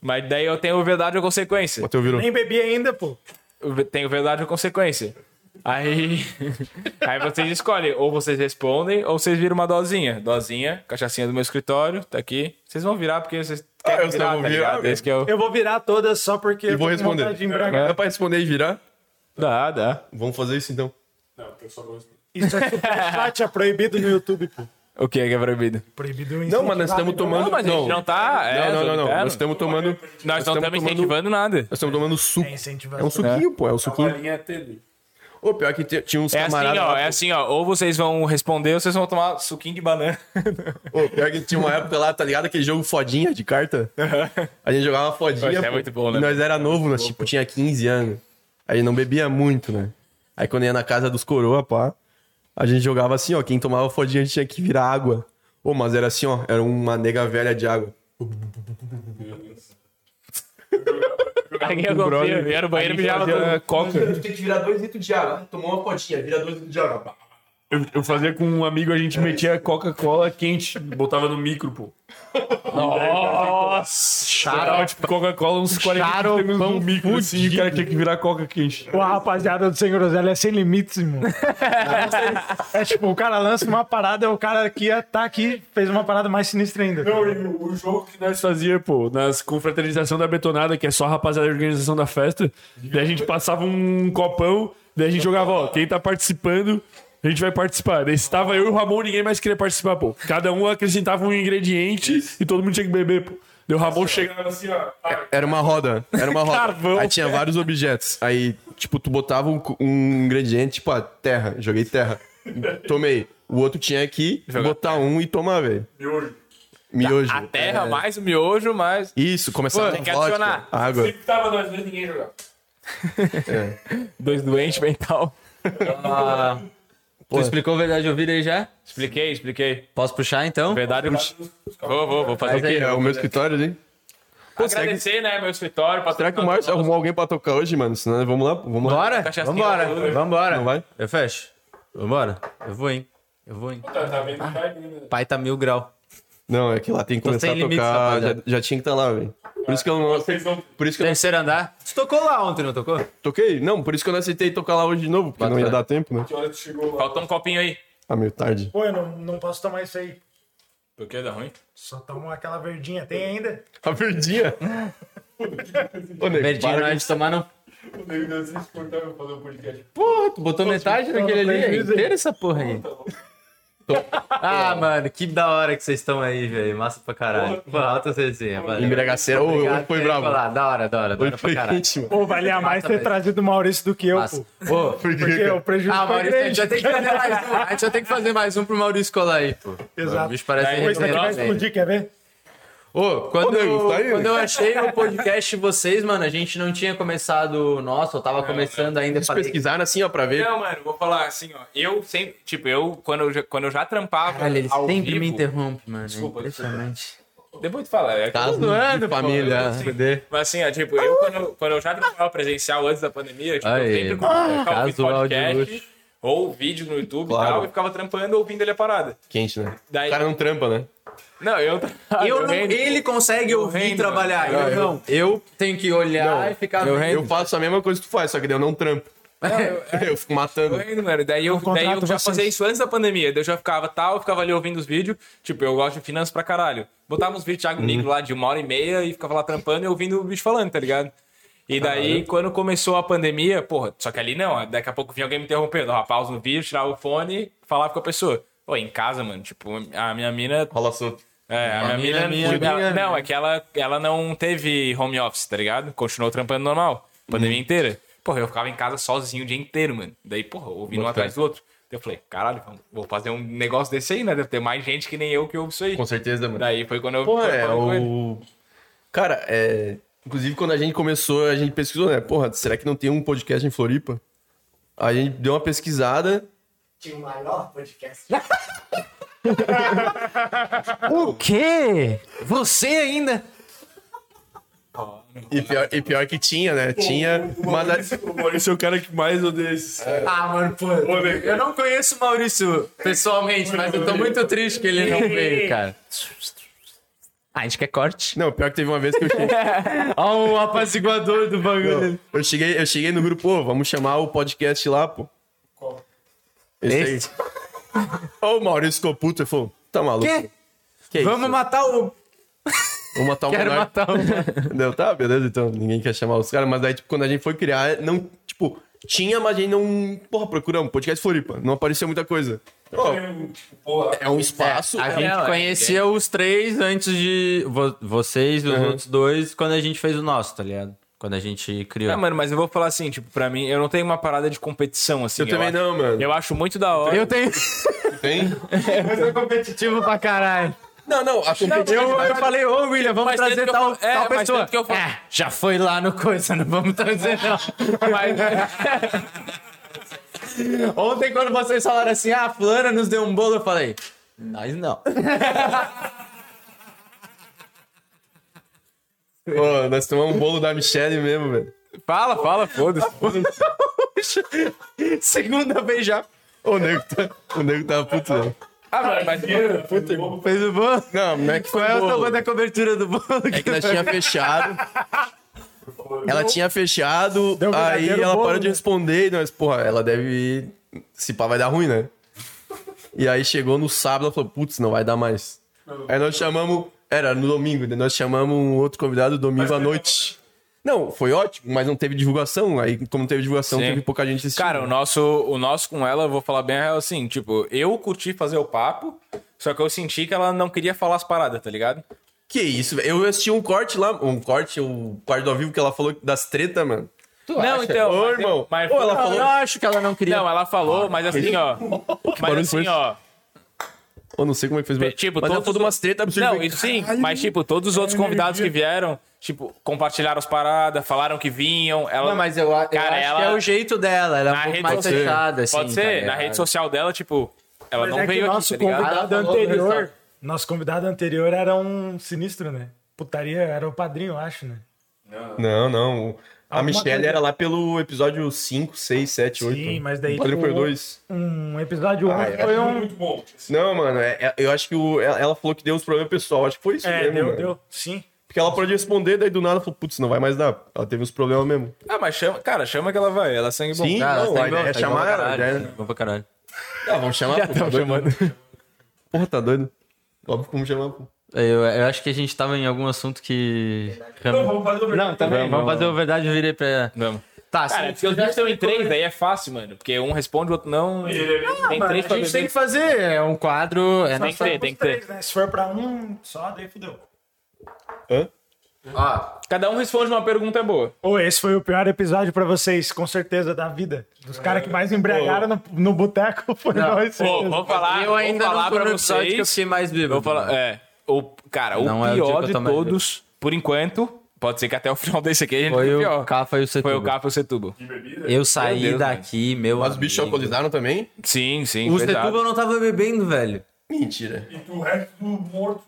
Speaker 3: Mas daí eu tenho verdade ou consequência.
Speaker 4: Tu ouviu?
Speaker 5: Nem bebi ainda, pô.
Speaker 3: Eu ve- Tenho verdade ou consequência. Aí, aí vocês escolhem, ou vocês respondem, ou vocês viram uma dosinha. Dosinha, cachaçinha do meu escritório, tá aqui. Vocês vão virar porque vocês querem
Speaker 4: Ah, eu só
Speaker 3: virar,
Speaker 4: vou
Speaker 3: tá
Speaker 4: virar,
Speaker 3: ligado?
Speaker 4: velho.
Speaker 3: Esse que é o...
Speaker 5: Eu vou virar todas só porque.
Speaker 4: E vou responder. É pra responder e virar?
Speaker 3: Dá, dá.
Speaker 4: Vamos fazer isso então.
Speaker 5: Isso é superchat, é proibido no YouTube, pô.
Speaker 3: O que é que é proibido?
Speaker 5: Proibido em
Speaker 4: Não, mas nós estamos tomando.
Speaker 3: Não, mas a gente não tá... é,
Speaker 4: não, não, não, não.
Speaker 3: é,
Speaker 4: Nós estamos tomando. Nós,
Speaker 3: Nós não estamos incentivando nada.
Speaker 4: Nós estamos tomando suco.
Speaker 5: É
Speaker 4: É um
Speaker 5: incentivação.
Speaker 4: suquinho, pô. É um suquinho. Ô, pior que te- tinha uns
Speaker 3: É assim,
Speaker 4: camaradas.
Speaker 3: ó,
Speaker 4: lá,
Speaker 3: é
Speaker 4: pô.
Speaker 3: assim, ó. Ou vocês vão responder ou vocês vão tomar suquinho de banana.
Speaker 4: Ô, pior que tinha uma época lá, tá ligado? Aquele jogo fodinha de carta. A gente jogava fodinha.
Speaker 3: Isso é
Speaker 4: pô.
Speaker 3: muito bom, né?
Speaker 4: E nós era novo, nós tipo, tinha 15 anos. Aí não bebia muito, né? Aí quando ia na casa dos coroa, pá, a gente jogava assim, ó. Quem tomava fodinha a gente tinha que virar água. Ô, mas era assim, ó. Era uma nega velha de água.
Speaker 3: Aí eu confio, ia no banheiro e mijava todo
Speaker 6: fazia coca.
Speaker 4: Tu tem que virar dois litros de água. Tomou uma fodinha, vira dois litros de água. pá.
Speaker 6: Eu, eu fazia com um amigo, a
Speaker 5: É
Speaker 6: gente metia Coca-Cola quente, botava no micro, pô.
Speaker 3: Nossa!
Speaker 6: Tava, tipo, Coca-Cola uns 40 segundos no micro, assim, e o cara tinha que virar Coca quente.
Speaker 5: Pô, a rapaziada do Sem Groselha é sem limites, irmão. é tipo, o cara lança uma parada, o cara que ia tá aqui fez uma parada mais sinistra ainda.
Speaker 6: Não, e o, o jogo que nós fazia, pô, nas confraternização da Betonada, que é só a rapaziada de organização da festa, daí a gente passava um copão, daí a gente jogava, ó, quem tá participando, a gente vai participar. Daí estava eu e o Ramon, ninguém mais queria participar, pô. Cada um acrescentava um ingrediente e todo mundo tinha que beber, pô. Daí o Ramon chegava assim, ó. "Ah,
Speaker 4: Era uma roda. Era uma roda.
Speaker 6: Carvão.
Speaker 4: Aí tinha vários objetos. Aí, tipo, tu botava um, cu- um ingrediente, tipo, ah, terra. Joguei terra. Tomei. O outro tinha que botar um e tomar, velho.
Speaker 6: miojo."
Speaker 4: Miojo. É.
Speaker 3: A terra, mais o miojo, mais...
Speaker 4: Isso, começava
Speaker 3: Pô,
Speaker 4: com
Speaker 3: tem que
Speaker 4: vodka,
Speaker 3: adicionar.
Speaker 4: água.
Speaker 6: Sempre tava nós dois, ninguém jogava.
Speaker 3: Dois doentes mental.
Speaker 1: Tu explicou verdade ouvir aí já?
Speaker 3: Expliquei, expliquei.
Speaker 1: Posso puxar então?
Speaker 3: Verdade, eu... Vou, vou, vou fazer
Speaker 1: Faz
Speaker 3: aqui.
Speaker 1: aí.
Speaker 4: É o meu escritório ali. Pô, será que,
Speaker 3: Agradecer, né, meu escritório.
Speaker 4: será que o Márcio arrumou alguém pra tocar hoje, mano? Senão, vamos lá, vamos lá.
Speaker 1: Bora?
Speaker 3: Cachaça
Speaker 1: Vambora,
Speaker 3: tem valor, né?
Speaker 1: vambora.
Speaker 4: Não vai?
Speaker 1: Eu fecho. Vambora. Eu vou, hein? Eu vou, hein?
Speaker 6: Tá vendo?
Speaker 4: Ah,
Speaker 6: Tá vendo?
Speaker 1: Pai tá mil grau.
Speaker 4: Não, é que lá tem que começar
Speaker 1: sem
Speaker 4: a
Speaker 1: limites,
Speaker 4: tocar. Já,
Speaker 1: rapaziada.
Speaker 4: já tinha que estar lá, velho. Por isso que eu não.
Speaker 6: Vocês vão-
Speaker 4: Por isso que eu não
Speaker 1: Terceiro andar. Tu tocou lá ontem, não tocou?
Speaker 4: toquei. Não, por isso que eu não aceitei tocar lá hoje de novo, porque
Speaker 1: Bota
Speaker 4: não ia
Speaker 1: fé.
Speaker 4: dar tempo, né?
Speaker 3: Faltou um copinho aí.
Speaker 4: Ah, meio tarde.
Speaker 5: Pô, eu não, não posso tomar isso aí.
Speaker 3: Por que dá ruim?
Speaker 5: Só tomo aquela verdinha. Tem ainda?
Speaker 4: A verdinha. Ô, nego,
Speaker 1: Verdinho não
Speaker 4: para
Speaker 1: é
Speaker 4: que-
Speaker 1: de tomar, não.
Speaker 6: um
Speaker 1: Porra, tu botou metade daquele ali? É inteira essa porra aí.
Speaker 6: Tá
Speaker 1: Ah, mano, que da hora que vocês estão aí, velho. Massa pra caralho. Pô, alta resenha, valeu.
Speaker 4: Embregaceira. Ô,
Speaker 1: Obrigado
Speaker 4: ô, foi
Speaker 1: por
Speaker 4: bravo.
Speaker 1: falar. Da hora, da hora, da hora
Speaker 4: Foi
Speaker 1: pra caralho.
Speaker 4: íntimo.
Speaker 5: Pô, valia mais ter trazido o Maurício do que eu,
Speaker 1: Massa.
Speaker 5: pô.
Speaker 1: Ô,
Speaker 5: Porque o prejuízo
Speaker 1: Ah, Maurício,
Speaker 5: foi
Speaker 1: a gente
Speaker 5: grande.
Speaker 1: já tem que fazer mais um. A gente já tem que fazer mais um pro Maurício colar aí, pô.
Speaker 5: Exato.
Speaker 1: O bicho parece
Speaker 3: Aí,
Speaker 5: Pô, isso aqui vai
Speaker 1: regenerado, velho.
Speaker 5: explodir, quer ver?
Speaker 4: Ô,
Speaker 1: Quando,
Speaker 4: ô, nego,
Speaker 1: eu,
Speaker 4: tá aí?
Speaker 1: quando eu achei o podcast de vocês, mano, a gente não tinha começado o nosso, eu tava começando ainda.
Speaker 4: Eles
Speaker 1: falei,
Speaker 4: pesquisaram assim, ó, pra ver.
Speaker 3: Não, mano, vou falar assim, ó. Eu sempre, tipo, eu, quando eu já, quando eu já trampava.
Speaker 1: Caralho, ele
Speaker 3: ao
Speaker 1: sempre
Speaker 3: vivo,
Speaker 1: me interrompe, Tá, mano.
Speaker 3: Desculpa,
Speaker 1: é impressionante.
Speaker 3: Depois tu fala, é que
Speaker 4: Caso de família. né?
Speaker 3: Mas assim, ó, tipo, eu quando, quando eu já trabalhava presencial antes da pandemia, tipo,
Speaker 1: Aí. Ah,
Speaker 3: eu sempre colocava um
Speaker 1: casual de
Speaker 3: podcast ou vídeo no YouTube e
Speaker 4: Claro.
Speaker 3: tal, e ficava trampando ouvindo ele a parada.
Speaker 4: Quente, né?
Speaker 3: Daí-
Speaker 4: O cara não trampa, né?
Speaker 3: Não, eu.
Speaker 1: Tá, Eu não-
Speaker 3: reino.
Speaker 1: ele consegue ouvir
Speaker 3: reino,
Speaker 1: e trabalhar.
Speaker 3: mano.
Speaker 1: Eu não. Eu tenho que olhar e ficar. assim. vendo.
Speaker 4: Eu faço a mesma coisa que tu faz, só que daí eu não trampo. eu fico matando.
Speaker 3: Eu reino, mano. Daí eu, daí eu
Speaker 5: contrato
Speaker 3: já
Speaker 5: vocês.
Speaker 3: fazia isso antes da pandemia. Daí eu já ficava tal, eu ficava ali ouvindo os vídeos. Tipo, eu gosto de finanças pra caralho. Botava uns vídeos do Thiago Negro lá de uma hora e meia e ficava lá trampando e ouvindo o bicho falando, tá ligado? E daí, quando começou a pandemia, porra, só que ali não, daqui a pouco vinha alguém me interrompendo, ó, pausa no vídeo, tirava o fone, falava com a pessoa. Ô, em casa, mano, tipo, a minha mina
Speaker 4: Rola solto.
Speaker 3: É, a, minha mina,
Speaker 1: mina- minha
Speaker 3: tipo, ela-
Speaker 1: amiga-
Speaker 3: não, é que ela, ela não teve home office, tá ligado? Continuou trampando normal,
Speaker 4: Uhum.
Speaker 3: pandemia inteira. Porra, eu ficava em casa sozinho o dia inteiro, mano. Daí, porra, ouvindo um atrás do outro. Daí Eu falei, caralho, vamos- vou fazer um negócio desse aí, né? Deve ter mais gente que nem eu que ouve isso aí.
Speaker 4: Com certeza, mano.
Speaker 3: Daí foi quando eu.
Speaker 4: Porra,
Speaker 3: foi
Speaker 4: é
Speaker 3: quando eu-
Speaker 4: o. Cara, é. Inclusive, quando a gente começou, a gente pesquisou, né? Porra, será que não tem um podcast em Floripa? A gente deu uma pesquisada.
Speaker 8: Tinha o maior podcast.
Speaker 1: O quê? Você ainda?
Speaker 4: E pior, e pior que tinha, né? Tinha. Mas a-
Speaker 6: O Maurício é o cara que mais odeia esses.
Speaker 1: Ah, mano, pô. Eu não conheço o Maurício pessoalmente, mas eu tô muito triste que ele não veio, cara. Ah, a gente quer corte.
Speaker 4: Não, pior que teve uma vez que eu cheguei.
Speaker 1: Ó, o apaziguador do bagulho.
Speaker 4: Eu cheguei, eu cheguei no grupo, pô, vamos chamar o podcast lá, pô. Esse aí. Ó, o Maurício ficou puto e falou: tá maluco.
Speaker 7: Quê?
Speaker 4: Que isso?
Speaker 7: Vamos matar o.
Speaker 4: Vamos matar o
Speaker 7: Quero
Speaker 4: monarca.
Speaker 7: matar o.
Speaker 4: Deu, tá, beleza, então ninguém quer chamar os caras, mas daí, tipo, quando a gente foi criar, não, tipo, tinha, mas a gente não, porra, procuramos, um podcast Floripa, não apareceu muita coisa. Ó, é um espaço,
Speaker 1: A
Speaker 4: é,
Speaker 1: gente conhecia os três antes de. vo- vocês e os outros dois quando a gente fez o nosso, tá ligado? Quando a gente criou.
Speaker 3: Ah, mano, mas eu vou falar assim, tipo, pra mim, eu não tenho uma parada de competição, assim.
Speaker 4: eu também
Speaker 3: acho-
Speaker 4: não, mano.
Speaker 3: Eu acho muito da hora.
Speaker 7: Eu tenho.
Speaker 4: Tem?
Speaker 7: Eu
Speaker 5: é
Speaker 7: sou competitivo pra caralho.
Speaker 4: Não, não, a
Speaker 7: Eu,
Speaker 4: competitividade...
Speaker 7: eu falei, ô William, vamos
Speaker 3: Mas
Speaker 7: trazer
Speaker 3: tanto que eu
Speaker 7: tal,
Speaker 3: falo- é,
Speaker 7: tal
Speaker 3: mas
Speaker 7: pessoa.
Speaker 3: tanto que eu falo-
Speaker 7: É, já foi lá no coisa, não vamos trazer não. Mas- Ontem quando vocês falaram assim, ah, a fulana nos deu um bolo, eu falei, nós não.
Speaker 4: Pô, nós tomamos um bolo da Michelle mesmo, velho.
Speaker 3: Fala, fala, foda-se.
Speaker 7: Segunda vez já.
Speaker 4: Ô, O nego, tá, o nego tava puto, né?
Speaker 3: Ah, mano, mas
Speaker 7: Fez o bolo?
Speaker 4: Não, não é que foi
Speaker 7: Qual é o
Speaker 4: bolo.
Speaker 7: tamanho da cobertura do bolo?
Speaker 4: É que nós tinha fechado. Ela tinha fechado,
Speaker 5: Deu um
Speaker 4: aí
Speaker 5: brigadeiro
Speaker 4: ela
Speaker 5: bolo,
Speaker 4: parou de
Speaker 5: né?
Speaker 4: responder e nós, porra, ela deve. Se pá, vai dar ruim, né? E aí chegou no sábado, ela falou, putz, não vai dar mais. Aí nós chamamos. Era no domingo, né? nós chamamos um outro convidado domingo à noite. Não, foi ótimo, mas não teve divulgação. Aí, como não teve divulgação,
Speaker 3: Sim.
Speaker 4: teve pouca gente assistindo.
Speaker 3: Cara, o nosso, o nosso com ela, eu vou falar bem a real assim, tipo, eu curti fazer o papo, só que eu senti que ela não queria falar as paradas, tá ligado?
Speaker 4: Que isso, velho? Eu assisti um corte lá, um corte, o quarto ao vivo que ela falou das tretas, mano.
Speaker 3: não, então.
Speaker 4: Ô,
Speaker 3: mas-
Speaker 4: irmão.
Speaker 3: Mas,
Speaker 4: Ô, ela
Speaker 3: não,
Speaker 4: falou-
Speaker 3: não,
Speaker 1: acho que ela não queria.
Speaker 3: Não, ela falou, mas assim, ó. Mas
Speaker 4: barulho
Speaker 3: assim,
Speaker 4: foi esse?
Speaker 3: ó.
Speaker 4: Eu não sei como é que fez,
Speaker 3: pe- Tipo,
Speaker 4: mas ela
Speaker 3: todos
Speaker 4: falou de umas tretas absurdas.
Speaker 3: Não, isso sim, mas tipo, todos os outros convidados que vieram, tipo, compartilharam as paradas, falaram que vinham. Ela...
Speaker 1: Não, mas eu, eu
Speaker 3: Cara,
Speaker 1: acho
Speaker 3: ela-
Speaker 1: que é o jeito dela. Ela é um pouco mais
Speaker 3: social-
Speaker 1: fechada, assim.
Speaker 3: Pode
Speaker 1: tá
Speaker 3: ser,
Speaker 1: ligado?
Speaker 3: na rede social dela, tipo, ela
Speaker 5: Mas
Speaker 3: não
Speaker 5: é que
Speaker 3: veio aqui,
Speaker 5: nosso
Speaker 3: tá ligado?
Speaker 5: convidado
Speaker 1: Ah, ela falou,
Speaker 5: anterior.
Speaker 1: pessoal.
Speaker 5: Nosso convidado anterior era um sinistro, né? Putaria, era o padrinho, eu acho, né?
Speaker 4: Não, não. A
Speaker 5: Alguma
Speaker 4: Michelle
Speaker 5: coisa-
Speaker 4: era lá pelo episódio 5, 6, 7, 8.
Speaker 5: Sim, mas daí,
Speaker 4: Padrinho
Speaker 5: tipo,
Speaker 4: por 2.
Speaker 5: Um episódio
Speaker 4: Ah,
Speaker 5: 1
Speaker 4: é.
Speaker 5: foi um.
Speaker 4: Não, mano, é- é- eu acho que o- ela ela falou que deu uns problemas pessoal. Acho que foi isso
Speaker 5: É,
Speaker 4: mesmo.
Speaker 5: deu,
Speaker 4: mano.
Speaker 5: deu. Sim.
Speaker 4: Porque ela parou de responder, daí do nada falou, putz, não vai mais dar. Ela teve uns problemas mesmo.
Speaker 3: Ah, mas chama, cara, chama que ela vai, ela é sangue bom.
Speaker 4: Sim,
Speaker 1: Ah,
Speaker 4: não,
Speaker 1: tá igual,
Speaker 4: a ideia é
Speaker 1: tá
Speaker 4: chamar
Speaker 1: igual pra
Speaker 4: ela. a
Speaker 1: caralho,
Speaker 4: ideia-
Speaker 1: igual pra caralho.
Speaker 4: Ah, vamos chamar, pô, tá doido? Porra, tá doido? Óbvio, como chamar, pô.
Speaker 1: Eu, eu acho que a gente tava em algum assunto que. Não,
Speaker 7: Não, tá
Speaker 1: vamos fazer o verdade, eu virei pra.
Speaker 3: Vamos.
Speaker 1: Tá,
Speaker 3: Cara, é
Speaker 1: sim.
Speaker 3: porque os bichos estão em três, daí é fácil, mano. Porque um responde, o outro não. e- tem três
Speaker 7: A
Speaker 3: pra
Speaker 7: gente
Speaker 3: beber.
Speaker 7: tem que fazer é um quadro. É
Speaker 3: Tem que ter, tem que ter.
Speaker 5: Três, né? Se for pra um só, daí fudeu.
Speaker 3: Cada um responde uma pergunta boa.
Speaker 5: Ô, esse foi o pior episódio pra vocês, com certeza, da vida. Dos caras que mais embriagaram no, no boteco foi nós.
Speaker 3: Pô, vou falar,
Speaker 1: eu ainda
Speaker 3: vou falar
Speaker 1: não tô
Speaker 3: pra
Speaker 1: no episódio que eu
Speaker 3: vocês.
Speaker 1: fiquei mais bêbado.
Speaker 3: Vou falar, é. O, cara, o
Speaker 1: Não é o dia
Speaker 3: pior
Speaker 1: que eu
Speaker 3: de
Speaker 1: tô mais
Speaker 3: todos, por enquanto, pode ser que até o final desse aqui a gente
Speaker 1: Foi
Speaker 3: fique
Speaker 1: o
Speaker 3: pior.
Speaker 1: Cafa e o Setuba.
Speaker 3: Foi o Capa e o Setuba.
Speaker 1: Eu saí
Speaker 3: Meu Deus,
Speaker 1: daqui, meu.
Speaker 4: Mas é os bichos
Speaker 1: amigo.
Speaker 4: alcoolizaram também?
Speaker 3: Sim, sim.
Speaker 1: O
Speaker 3: pesado.
Speaker 1: Setuba eu não tava bebendo, velho.
Speaker 4: Mentira.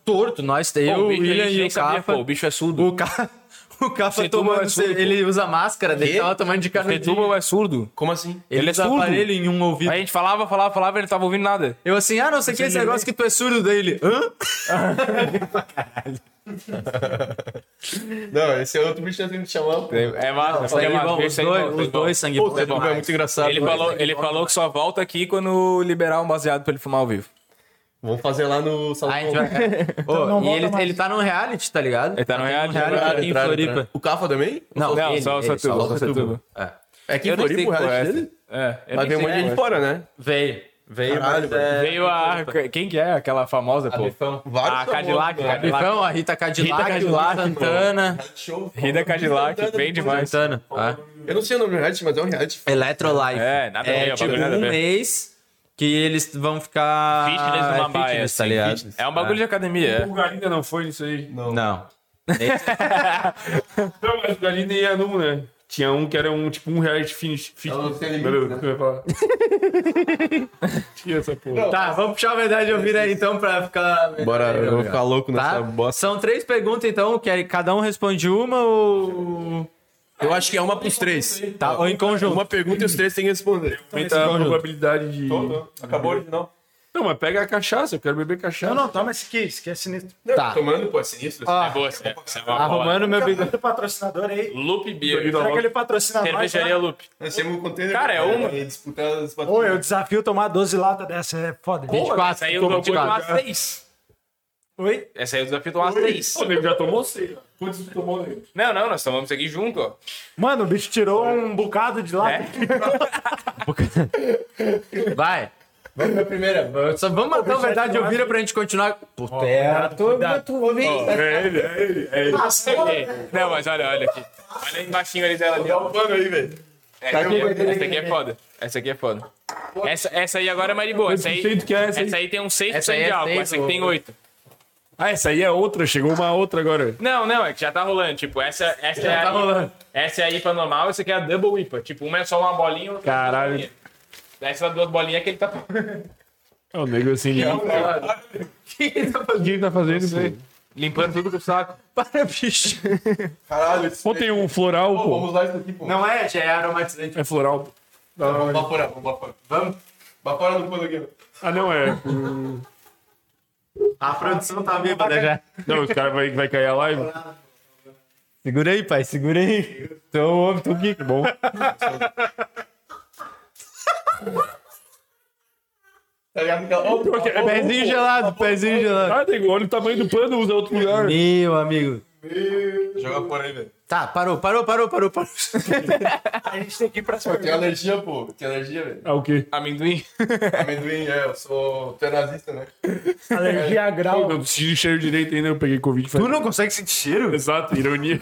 Speaker 1: Torto, nós, eu,
Speaker 3: Pô,
Speaker 1: o
Speaker 3: bicho, a
Speaker 1: William
Speaker 3: gente
Speaker 1: e
Speaker 3: nem
Speaker 1: o
Speaker 3: sabia, pô,
Speaker 1: Cafa.
Speaker 3: o bicho é surdo.
Speaker 1: O Cafa, o Cafa
Speaker 3: Setuba é
Speaker 1: tomando.
Speaker 3: surdo,
Speaker 1: Ele usa máscara, daí
Speaker 4: Quê?
Speaker 1: tava tomando de
Speaker 3: Setuba
Speaker 1: canudinho.
Speaker 3: é surdo.
Speaker 4: Como assim?
Speaker 3: ele é
Speaker 1: usa
Speaker 3: surdo.
Speaker 1: aparelho em um ouvido.
Speaker 3: Aí a gente falava, falava, falava, ele não tava ouvindo nada.
Speaker 1: Eu assim, ah, não sei o que, esse negócio que tu é surdo dele. Hã?
Speaker 4: Não, esse é outro bicho que nós temos que chamar, pô.
Speaker 3: É massa,
Speaker 1: Sangue
Speaker 3: é massa,
Speaker 1: bom,
Speaker 3: bicho
Speaker 1: os
Speaker 3: sangue bom,
Speaker 1: dois,
Speaker 3: sangue
Speaker 1: os
Speaker 3: bom.
Speaker 1: dois sangue
Speaker 4: Pô,
Speaker 1: bom.
Speaker 4: você é muito engraçado.
Speaker 3: Ele
Speaker 4: mano.
Speaker 3: falou, ele falou que só volta aqui quando liberar um baseado pra ele fumar ao vivo.
Speaker 4: Vamos fazer lá no
Speaker 3: Ah,
Speaker 4: salão.
Speaker 1: Aí a gente vai- Ô,
Speaker 5: Então não
Speaker 1: e
Speaker 5: volta
Speaker 1: ele,
Speaker 5: mais.
Speaker 1: ele tá num reality, tá ligado?
Speaker 3: Ele tá no
Speaker 1: num
Speaker 3: reality,
Speaker 4: Entraram,
Speaker 1: aqui em
Speaker 4: entraram,
Speaker 1: Floripa.
Speaker 4: entraram. O Cafa também?
Speaker 1: Não,
Speaker 3: Não,
Speaker 1: ele,
Speaker 3: só o
Speaker 1: ele,
Speaker 3: Setuba,
Speaker 1: só
Speaker 3: só o
Speaker 1: o
Speaker 3: Setuba.
Speaker 4: É que
Speaker 3: Eu
Speaker 4: em
Speaker 3: nem sei
Speaker 4: Floripa o
Speaker 3: qual é
Speaker 4: reality
Speaker 3: essa.
Speaker 4: dele?
Speaker 3: É, eu nem
Speaker 4: Mas vem um monte
Speaker 3: sei
Speaker 4: de gente
Speaker 3: qual
Speaker 4: fora, né?
Speaker 1: Veio, veio.
Speaker 4: Caralho,
Speaker 1: mas, é,
Speaker 3: é. Veio a... Quem que é aquela famosa, pô?
Speaker 1: Bifão.
Speaker 3: A Cadillac,
Speaker 4: famosos, mano.
Speaker 3: Cadillac.
Speaker 1: É, Bifão, a Rita Cadillac,
Speaker 3: Rita
Speaker 1: Rita
Speaker 3: Cadillac,
Speaker 1: Santana.
Speaker 4: Show.
Speaker 3: Rida Cadillac, bem demais.
Speaker 1: Santana. Ah.
Speaker 4: Eu não sei o nome do reality, mas é um reality.
Speaker 1: Electrolife.
Speaker 3: É, nada a ver,
Speaker 1: é,
Speaker 3: o
Speaker 1: tipo,
Speaker 3: bagulho nada a
Speaker 1: um
Speaker 3: ver.
Speaker 1: mês que eles vão ficar...
Speaker 3: Fitness numa
Speaker 1: é,
Speaker 3: baia,
Speaker 1: fitness, tá
Speaker 3: assim,
Speaker 1: ligado?
Speaker 3: É um bagulho de academia.
Speaker 6: O Galinda não foi nisso aí. Não,
Speaker 1: Não.
Speaker 6: mas o Galinda ia num, né? Tinha um que era um tipo um reality finish. finish.
Speaker 4: não tem limite,
Speaker 6: Valeu,
Speaker 4: né?
Speaker 6: o que eu ia falar. Tinha essa porra.
Speaker 1: Tá, vamos puxar a verdade ouvir aí então pra ficar...
Speaker 4: Bora, eu vou
Speaker 1: Obrigado.
Speaker 4: ficar louco nessa
Speaker 1: Tá?
Speaker 4: bosta.
Speaker 1: São três perguntas, então, que aí cada um responde uma ou.
Speaker 4: Eu acho que é uma pros três.
Speaker 1: Tá, ou em conjunto.
Speaker 3: Então,
Speaker 4: Uma pergunta e os três têm que responder.
Speaker 6: Aumenta a é probabilidade de.
Speaker 4: Acabou o original.
Speaker 6: Não, mas pega a cachaça, eu quero beber cachaça.
Speaker 5: Não, não, toma esse aqui, esse aqui é sinistro.
Speaker 7: Tá.
Speaker 3: Tomando, pô, é sinistro.
Speaker 7: Ó,
Speaker 4: Ah.
Speaker 3: é boa, sim. Isso é uma
Speaker 7: Arrumando meu bigode.
Speaker 5: Tem patrocinador aí.
Speaker 3: Loop Beer.
Speaker 5: Será que ele patrocina nós?
Speaker 3: Cervejaria
Speaker 5: Né?
Speaker 3: Loop.
Speaker 4: Nós temos um container.
Speaker 3: Cara, é uma.
Speaker 4: E disputar as
Speaker 5: Pô, eu desafio tomar 12 latas dessa, é foda.
Speaker 3: Essa aí eu dou
Speaker 7: ficou
Speaker 3: tomar
Speaker 7: complicado.
Speaker 3: 6.
Speaker 5: Oi?
Speaker 3: Essa aí eu desafio tomar
Speaker 6: O
Speaker 3: 6.
Speaker 6: nego já tomou seis. Quantos tu tomou, nego?
Speaker 3: Não, não, nós tomamos isso aqui junto, ó.
Speaker 5: Mano, o bicho tirou um bocado de
Speaker 3: É?
Speaker 5: lata.
Speaker 1: Vai. Vamos pra primeira. Eu Só vamos matar o Então, verdade eu vira pra gente continuar. Por terra.
Speaker 6: É ele, é ele, é ele.
Speaker 3: Não, mas olha, olha aqui. Olha aí embaixinho ali dela ali, ó.
Speaker 4: o um pano aí, velho.
Speaker 3: Essa aqui, essa aqui é foda. Essa aqui é foda. Essa, essa aí agora é mais de boa. Essa aí,
Speaker 6: Quanto que é essa aí?
Speaker 3: essa aí tem um 6%
Speaker 1: Essa aí é
Speaker 3: de álcool,
Speaker 1: seis,
Speaker 3: essa aqui tem
Speaker 1: ô.
Speaker 3: 8.
Speaker 6: Ah, essa aí é outra, chegou uma outra agora.
Speaker 3: Não, não, é que já tá rolando. Tipo, essa, essa é
Speaker 6: tá
Speaker 3: a,
Speaker 6: rolando.
Speaker 3: Essa é a IPA normal, essa aqui é a Double IPA. Tipo, uma é só uma bolinha, outra
Speaker 6: Caralho.
Speaker 3: é duas bolinhas. Essa duas bolinhas que ele tá
Speaker 6: É o nego assim. Que O que ele tá fazendo isso aí?
Speaker 3: limpando tudo com o saco.
Speaker 1: Para, bicho.
Speaker 4: Caralho.
Speaker 6: Pô, tem um floral, pô.
Speaker 4: Vamos lá isso aqui, pô.
Speaker 1: Não é, já é aromatizante.
Speaker 6: É floral.
Speaker 4: Vamos vaporar, vamos vaporar. Vamos? Vapora no pano aqui, ó.
Speaker 6: Ah, não, é.
Speaker 1: A produção tá bêbada já.
Speaker 6: Não, os caras vai, vai cair a live.
Speaker 7: Segura aí, pai, segura aí. Então, homem, tu que bom.
Speaker 4: Tá ligado? Aquela- Ó,
Speaker 6: Pior que é bem-
Speaker 7: Pezinho gelado, pezinho gelado.
Speaker 6: Ah, nego, olha o tamanho do pano, usa outro lugar.
Speaker 7: Meu amigo.
Speaker 4: Joga fora aí, velho.
Speaker 1: Tá, parou, parou, parou, parou, parou.
Speaker 5: A gente tem que ir pra cima.
Speaker 4: Tem alergia, pô. Tem alergia, velho.
Speaker 6: Ah, o quê?
Speaker 3: Amendoim.
Speaker 4: Amendoim, é. Eu sou. Tu é nazista, né?
Speaker 5: Alergia a grau.
Speaker 6: Eu não senti cheiro direito ainda, eu peguei Covid.
Speaker 7: Tu não consegue sentir cheiro?
Speaker 6: Exato, ironia.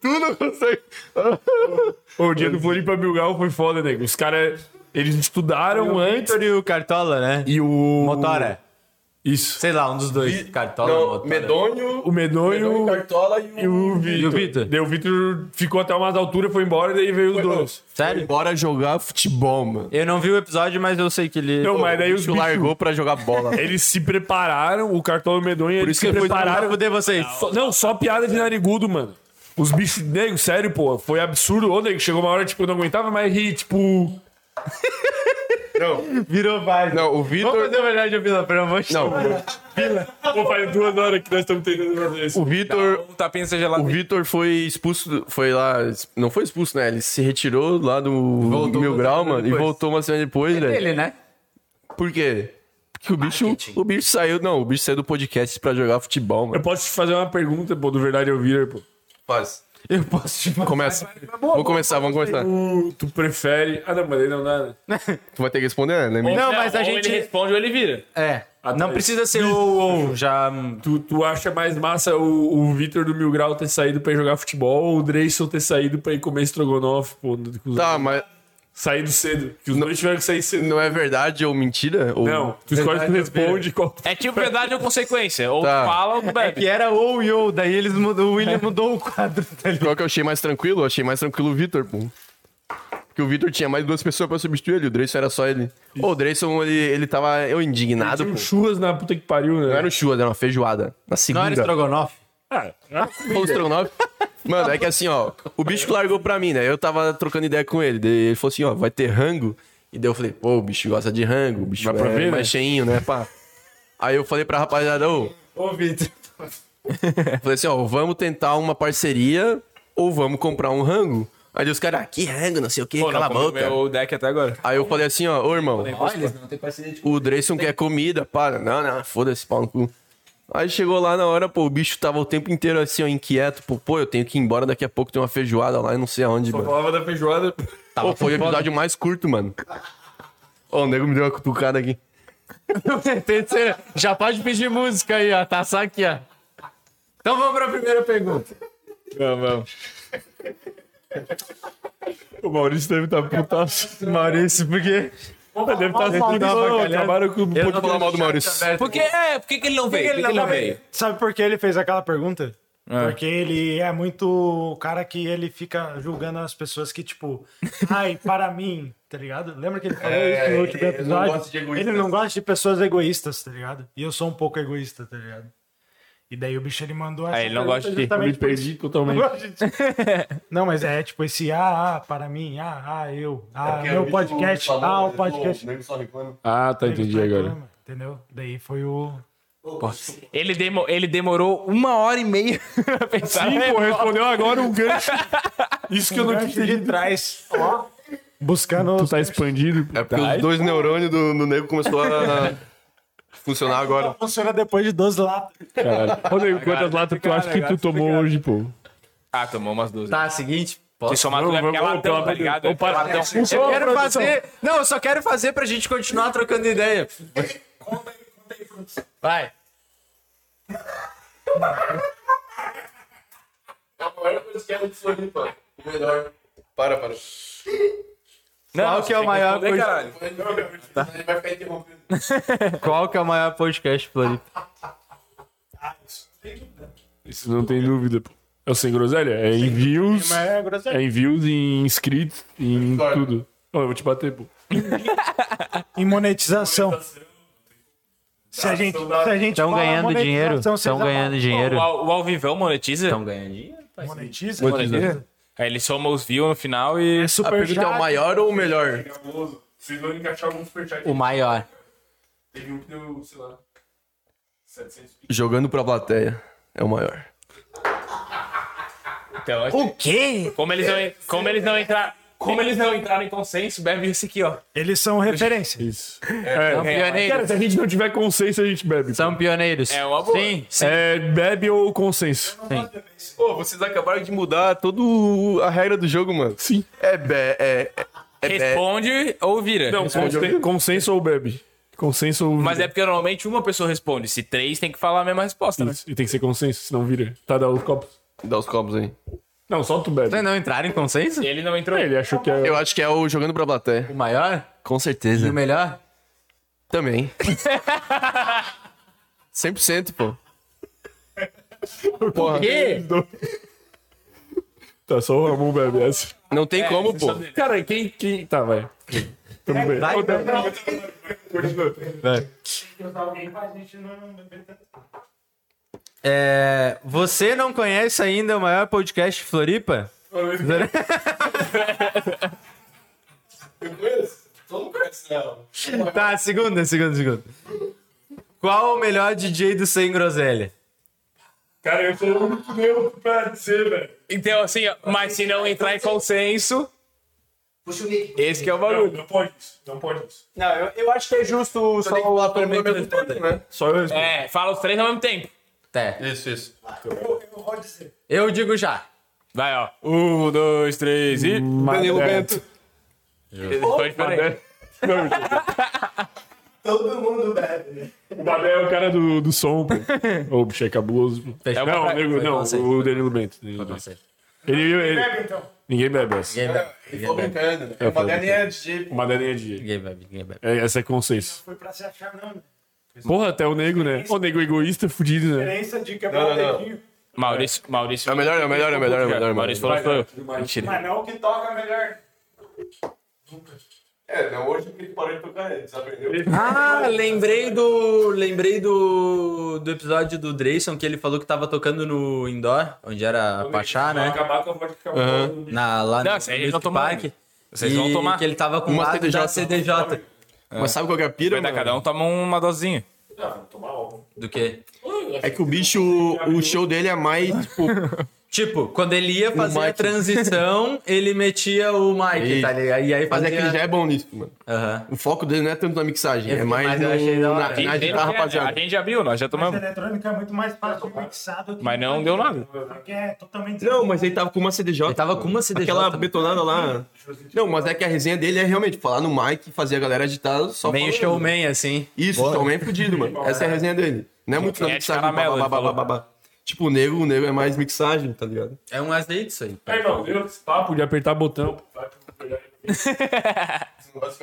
Speaker 6: tu não consegue. o dia do Floripa Bilgal foi foda, nego. Os caras, eles estudaram antes.
Speaker 7: Vitor e o Cartola, né?
Speaker 6: E o.
Speaker 7: Motora.
Speaker 6: Isso.
Speaker 7: Sei lá, um dos dois.
Speaker 6: Tá
Speaker 7: Cartola ou
Speaker 4: Não,
Speaker 7: Motora?
Speaker 4: medonho.
Speaker 6: O Medonho
Speaker 4: Medonho, cartola e
Speaker 6: e
Speaker 4: o.
Speaker 6: o
Speaker 7: E o
Speaker 6: Vitor.
Speaker 7: Vitor?
Speaker 6: Daí o Vitor ficou até umas alturas, foi embora e daí veio os dois.
Speaker 7: Sério?
Speaker 4: Bora jogar futebol, mano.
Speaker 7: Eu não vi o episódio, mas eu sei que ele.
Speaker 6: Não, mas daí os
Speaker 4: bicho
Speaker 6: bicho-
Speaker 4: largou pra jogar bola.
Speaker 6: Eles se prepararam, o Cartola e o Medonho, eles
Speaker 7: isso que
Speaker 6: se
Speaker 7: ele foi
Speaker 6: prepararam.
Speaker 7: pra fuder vocês.
Speaker 6: Só- não, só piada de narigudo, mano. Os bichos, nego, sério, pô. Foi absurdo. Ô, nego, chegou uma hora, tipo, eu não aguentava mais rir, tipo.
Speaker 7: Virou vai.
Speaker 4: Não, o
Speaker 7: Vamos
Speaker 4: Vitor.
Speaker 7: fazer uma olhada de Vila, pelo amor
Speaker 6: um
Speaker 7: de
Speaker 4: Não,
Speaker 6: né? Pô, faz duas horas que nós estamos tentando fazer isso.
Speaker 4: o Vitor.
Speaker 3: Um tapinha seja lá.
Speaker 4: O Vitor foi expulso, do- foi lá, não foi expulso, né? Ele se retirou lá do Mil Grau, mano, e voltou uma semana depois, velho.
Speaker 1: Ele, né?
Speaker 4: Por quê? Porque o bicho, o bicho saiu, não, o bicho saiu do podcast pra jogar futebol,
Speaker 6: Eu
Speaker 4: mano.
Speaker 6: posso te fazer uma pergunta, pô, do Verdade Eu Vira, pô.
Speaker 4: Faz.
Speaker 7: Eu posso te falar.
Speaker 4: Começa. Vamos começar, vamos começar.
Speaker 6: Tu, tu prefere. Ah, não, mas aí não dá, né?
Speaker 4: Tu vai ter que responder, né? Lembra?
Speaker 7: Não, mas a
Speaker 3: ou
Speaker 7: gente.
Speaker 3: ele responde ou ele vira.
Speaker 7: É. Não
Speaker 6: tá.
Speaker 7: precisa ser o. o já.
Speaker 6: Tu, tu acha mais massa o, o Vitor do Mil Grau ter saído pra ir jogar futebol ou o Dreyson ter saído pra ir comer estrogonofe, pô? no- com os-
Speaker 4: Tá, mas
Speaker 6: Saído cedo. Que os dois tiveram que sair cedo.
Speaker 4: não é verdade ou mentira? Ou...
Speaker 6: Não, tu escolhe, tu responde qual.
Speaker 3: É tipo verdade ou consequência. Ou
Speaker 4: Tá.
Speaker 3: fala ou bebe.
Speaker 7: Que era ou e ou, daí eles mudou, o William mudou o quadro. Tá ligado?
Speaker 4: Qual que eu achei mais tranquilo? Eu achei mais tranquilo o Vitor, pô. Porque o Vitor tinha mais duas pessoas pra substituir ele, o Dreyson era só ele. Ô, o Dreyson, ele, ele tava eu indignado, pô.
Speaker 6: Um churras na puta que pariu, né?
Speaker 4: Não era um churras, era uma feijoada. Na
Speaker 7: Não
Speaker 4: segunda.
Speaker 7: era estrogonofe.
Speaker 6: Ah, ah,
Speaker 4: Pô, estrogonofe. Mano, é que assim, ó, o bicho que largou pra mim, né? Eu tava trocando ideia com ele. daí ele falou assim, ó, vai ter rango. E daí eu falei, pô, o bicho gosta de rango, o bicho vai
Speaker 6: pra
Speaker 4: é
Speaker 6: ver, né?
Speaker 4: mais cheinho, né, pá? Aí eu falei pra rapaziada, ô,
Speaker 7: Ô, Vitor.
Speaker 4: eu falei assim, ó, vamos tentar uma parceria ou vamos comprar um rango. Aí os caras, ah, que rango, não sei o que,
Speaker 3: Pô,
Speaker 4: cala a
Speaker 3: não, como é
Speaker 4: boca.
Speaker 3: Meu deck até agora.
Speaker 4: Aí eu falei assim, ó, ô irmão, o Dreyson quer comida, para. Não, não, foda-se, pau no cu. Aí chegou lá na hora, pô, o bicho tava o tempo inteiro assim, ó, inquieto. Pô, pô, eu tenho que ir embora daqui a pouco, tem uma feijoada lá e não sei aonde, mano.
Speaker 6: falava da feijoada.
Speaker 4: Pô, foi o episódio mais curto, mano. Ó, o nego me deu uma cutucada aqui.
Speaker 7: Terceira. Já pode pedir música aí, ó. Tá só aqui, ó. Então vamos pra primeira pergunta.
Speaker 6: O Maurício deve tá estar putaço.
Speaker 7: Maurício, por quê?
Speaker 6: Deve tá estar puto. Não, acabaram com o
Speaker 4: Pode falar mal do Maurício.
Speaker 3: Por que, é, por que, que ele não veio? Por que ele não veio?
Speaker 5: Sabe por que ele fez aquela pergunta?
Speaker 1: Ah.
Speaker 5: Porque ele é muito o cara que ele fica julgando as pessoas que, tipo, ai, para mim, tá ligado? Lembra que ele
Speaker 1: É,
Speaker 5: falou isso no último
Speaker 4: ele não
Speaker 5: episódio?
Speaker 4: gosta de egoístas.
Speaker 5: ele não gosta de pessoas egoístas, tá ligado? E eu sou um pouco egoísta, tá ligado? E daí o bicho ele mandou
Speaker 3: Aí ele não
Speaker 5: pergunta
Speaker 3: gosta de ti.
Speaker 6: Eu me
Speaker 5: justamente por isso.
Speaker 6: perdi totalmente.
Speaker 5: Não, mas é tipo esse ah, ah, para mim, ah, ah, eu, ah,
Speaker 10: Porque é
Speaker 5: meu
Speaker 10: muito
Speaker 5: podcast,
Speaker 10: famoso,
Speaker 5: ah,
Speaker 10: né?
Speaker 5: o
Speaker 10: Pô,
Speaker 5: podcast.
Speaker 10: nego só reclama.
Speaker 6: Ah, tá, entendi agora.
Speaker 5: Reclama, Entendeu? Daí foi o.
Speaker 3: Ele, demo- ele demorou uma hora e meia pra pensar.
Speaker 6: Sim, pô, respondeu agora um gancho. Isso que eu não tinha
Speaker 5: de trás. Ó. Buscando.
Speaker 6: Tu tá então. expandido.
Speaker 4: É porque os dois neurônios do, do nego começou a funcionar agora.
Speaker 5: Funciona depois de 12 latas.
Speaker 6: Caralho. Rodrigo, quantas latas tu acha que tu tomou hoje, pô?
Speaker 3: Ah, tomou umas 12.
Speaker 1: Tá, seguinte.
Speaker 3: Que somar tudo é porque é
Speaker 6: vamos,
Speaker 3: latão,
Speaker 6: vamos,
Speaker 3: tá ligado?
Speaker 6: vamos, para.
Speaker 3: Latão.
Speaker 6: Expulsou.
Speaker 1: Eu
Speaker 6: Ô,
Speaker 1: quero
Speaker 6: produção.
Speaker 1: fazer. Não, eu só quero fazer pra gente continuar trocando ideia. Vai.
Speaker 10: A maior coisa que é o de Floripa. O melhor.
Speaker 4: Para, para.
Speaker 3: Não,
Speaker 1: Qual que é o
Speaker 3: tem
Speaker 1: maior
Speaker 3: responder,
Speaker 1: coisa-
Speaker 3: caralho.
Speaker 10: O melhor. Ele vai ficar interrompendo.
Speaker 1: Qual que é o maior podcast, Floripa?
Speaker 7: Tipo,
Speaker 6: Isso não tem dúvida, pô. É o sem groselha? É em views.
Speaker 5: Mas é grosseiro.
Speaker 6: É em views, em inscritos, em tudo. Ó, eu vou te bater, pô. É.
Speaker 5: Em monetização. Se a gente. Se a gente
Speaker 1: Estão
Speaker 5: fala
Speaker 1: ganhando
Speaker 5: monetização,
Speaker 1: dinheiro.
Speaker 5: vocês
Speaker 1: Estão
Speaker 5: já
Speaker 1: ganhando
Speaker 3: O,
Speaker 1: dinheiro.
Speaker 3: Al- o Alvivão monetiza?
Speaker 1: Estão ganhando dinheiro.
Speaker 5: falam. Monetiza?
Speaker 6: Monetiza.
Speaker 3: Aí ele soma os views no final e.
Speaker 5: É super
Speaker 4: Pergunta é o maior ou o melhor?
Speaker 10: Famoso. Vocês vão encaixar algum superchat.
Speaker 1: O maior.
Speaker 10: Teve um que deu, sei lá, 700 piques.
Speaker 4: Jogando pra plateia. É o maior.
Speaker 3: Então, assim,
Speaker 1: O quê?
Speaker 3: como, eles não, en- como eles não entraram. Como eles não entraram em consenso, bebe esse aqui, ó.
Speaker 5: Eles são referência.
Speaker 6: Isso.
Speaker 1: São
Speaker 6: É. Cara,
Speaker 1: pioneiros.
Speaker 6: se a gente não tiver consenso, a gente bebe. pô.
Speaker 1: São pioneiros.
Speaker 3: É uma boa.
Speaker 1: Sim, sim.
Speaker 6: É bebe ou consenso?
Speaker 4: Pô, vocês acabaram de mudar toda a regra do jogo, mano.
Speaker 6: Sim.
Speaker 4: É bé, é. é bé.
Speaker 3: Responde ou vira.
Speaker 6: Não, consen- consenso ou bebe. Consenso ou.
Speaker 3: Mas é
Speaker 6: vira.
Speaker 3: porque normalmente uma pessoa responde. Se três, tem que falar a mesma resposta, né?
Speaker 6: Isso. E tem que ser consenso, senão vira. Tá, dá os copos.
Speaker 4: Dá os copos aí.
Speaker 6: Não, só tu bebe.
Speaker 1: Vocês não entraram em consenso?
Speaker 3: Ele não entrou.
Speaker 6: Ele achou que é.
Speaker 4: Eu acho que é o jogando pra plateia.
Speaker 1: O maior?
Speaker 4: Com
Speaker 1: E
Speaker 4: certeza.
Speaker 1: o melhor?
Speaker 4: Também. 100%, pô. Porra,
Speaker 6: um Tá, só o Ramon bebe essa.
Speaker 4: não tem como, pô.
Speaker 6: Cara, quem. quem... Tá, vai. Tamo bem.
Speaker 1: É, você não conhece ainda o maior podcast de Floripa?
Speaker 10: Eu conheço? Todo mundo conhece, né?
Speaker 1: Tá, segunda, segunda, segunda. Qual o melhor DJ do Sem Groselha?
Speaker 6: Cara, eu sou o único meu pra dizer, velho.
Speaker 3: Então, assim, ó, mas se não entrar em consenso,
Speaker 8: Puxa o nick.
Speaker 3: esse que é o bagulho.
Speaker 6: Não pode isso, não pode isso.
Speaker 1: Não, eu, eu acho que é justo só o tá
Speaker 6: Só eu respondo.
Speaker 3: É, fala os três ao mesmo tempo.
Speaker 4: Isso, isso.
Speaker 1: Eu digo já.
Speaker 3: Vai, ó. Um, dois, três e.
Speaker 6: Danilo Bento.
Speaker 3: Foi diferente.
Speaker 8: Todo mundo bebe. né?
Speaker 6: O Babel é o cara do, do som, pô. Ô, bicho, é cabuloso. pô.
Speaker 1: Fechou.
Speaker 6: Não,
Speaker 1: Foi
Speaker 6: amigo, não,
Speaker 1: consenso,
Speaker 6: o Danilo Bento. Danilo Bento. Ele, ele, Ninguém bebe essa.
Speaker 1: Ninguém bebe,
Speaker 10: Ele ficou brincando, né?
Speaker 6: Eu
Speaker 10: Uma
Speaker 6: tô
Speaker 10: galinha é DJ.
Speaker 6: Uma daninha de.
Speaker 1: ninguém bebe, ninguém bebe.
Speaker 6: É, essa é consenso.
Speaker 5: Foi pra se achar, não.
Speaker 6: Porra, até o nego, né? O nego egoísta, fudido, né?
Speaker 5: Referência de
Speaker 4: Não,
Speaker 5: quebrar o
Speaker 4: não, não.
Speaker 5: dedinho.
Speaker 3: Maurício, Maurício.
Speaker 4: É o melhor, é o melhor, é o melhor, é o melhor.
Speaker 3: Maurício falou que foi eu. Mentira.
Speaker 5: Mas não é o que toca melhor.
Speaker 10: É, não, hoje que ele parou de tocar, ele desaprendeu.
Speaker 1: Ah, lembrei do. Lembrei do. Do episódio do Drayson que ele falou que tava tocando no indoor, onde era Pachá, né?
Speaker 6: Acabar com a vodka que
Speaker 4: Aham.
Speaker 1: Na, lá
Speaker 3: Não,
Speaker 1: no,
Speaker 3: vocês
Speaker 1: no
Speaker 3: vão tomar,
Speaker 1: Park.
Speaker 3: né? Vocês vão tomar. Um
Speaker 1: Que ele tava com
Speaker 4: Uma
Speaker 1: uma CDJ. da
Speaker 4: CDJ.
Speaker 1: CDJ.
Speaker 4: Mas sabe qual que é a pira,
Speaker 3: Vai dar,
Speaker 4: mano?
Speaker 3: cada um toma uma
Speaker 4: Tá,
Speaker 3: dosinha.
Speaker 1: Do quê?
Speaker 4: É que o bicho, o show dele é mais, tipo...
Speaker 1: Tipo, quando ele ia fazer a
Speaker 4: Mike.
Speaker 1: transição, ele metia o Mike,
Speaker 4: Isso.
Speaker 1: tá ligado? E aí
Speaker 4: Mas
Speaker 1: fazia...
Speaker 4: é que ele já é bom nisso, mano.
Speaker 1: Aham.
Speaker 4: O foco dele não é tanto na mixagem,
Speaker 1: Eu
Speaker 4: é
Speaker 1: fiquei
Speaker 4: mais
Speaker 1: mais- eu
Speaker 4: no,
Speaker 1: achei da hora.
Speaker 4: na, na
Speaker 3: Tem-
Speaker 4: guitarra,
Speaker 3: tem- A
Speaker 4: tá, rapaziada.
Speaker 3: gente já viu, nós já
Speaker 5: Mas
Speaker 3: tomamos.
Speaker 5: eletrônica é muito mais fácil mixado que.
Speaker 3: Mas não deu nada.
Speaker 5: Porque é totalmente.
Speaker 4: Não, mas ele tá- tava com uma CDJ.
Speaker 1: Ele tava com uma CDJ.
Speaker 4: Aquela betonada lá. Não, mas é que a resenha dele é realmente falar no mic e fazer a galera agitar só
Speaker 1: Meio
Speaker 4: falando.
Speaker 1: showman, assim.
Speaker 4: Isso, showman fudido, mano. Essa é a resenha dele. Não é muito na
Speaker 3: É de
Speaker 4: mixagem.
Speaker 3: caramelo,
Speaker 4: babá,
Speaker 3: ele falou.
Speaker 4: babá, babá. Tipo, o nego, o nego é mais mixagem, tá ligado?
Speaker 1: É um asdate isso aí.
Speaker 6: Aí, não, deu esse papo de apertar botão. pô. Vai pro melhor.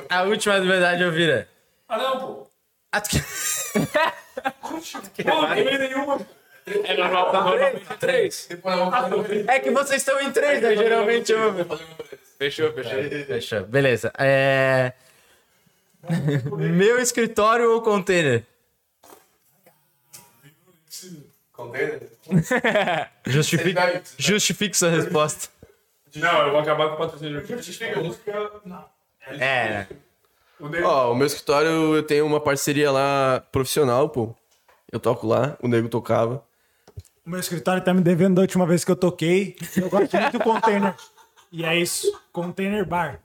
Speaker 1: A última de verdade eu vira.
Speaker 6: Ah, não, pô.
Speaker 1: Ah, tu quer-
Speaker 6: Pô, não tem nenhuma.
Speaker 3: É normal, normalmente três.
Speaker 1: É que vocês estão em três, né? Geralmente eu.
Speaker 3: Fechou, fechou.
Speaker 1: Fecha, beleza. É. Meu escritório ou container?
Speaker 10: Container?
Speaker 7: Justifique, justifique sua resposta.
Speaker 6: Não, eu vou acabar com o patrocínio.
Speaker 10: Justifica a música.
Speaker 1: É,
Speaker 4: Ó, o meu escritório eu tenho uma parceria lá profissional, pô. Eu toco lá, o nego tocava.
Speaker 5: O meu escritório tá me devendo da última vez que eu toquei. Eu gosto muito do container. E é isso. Container bar.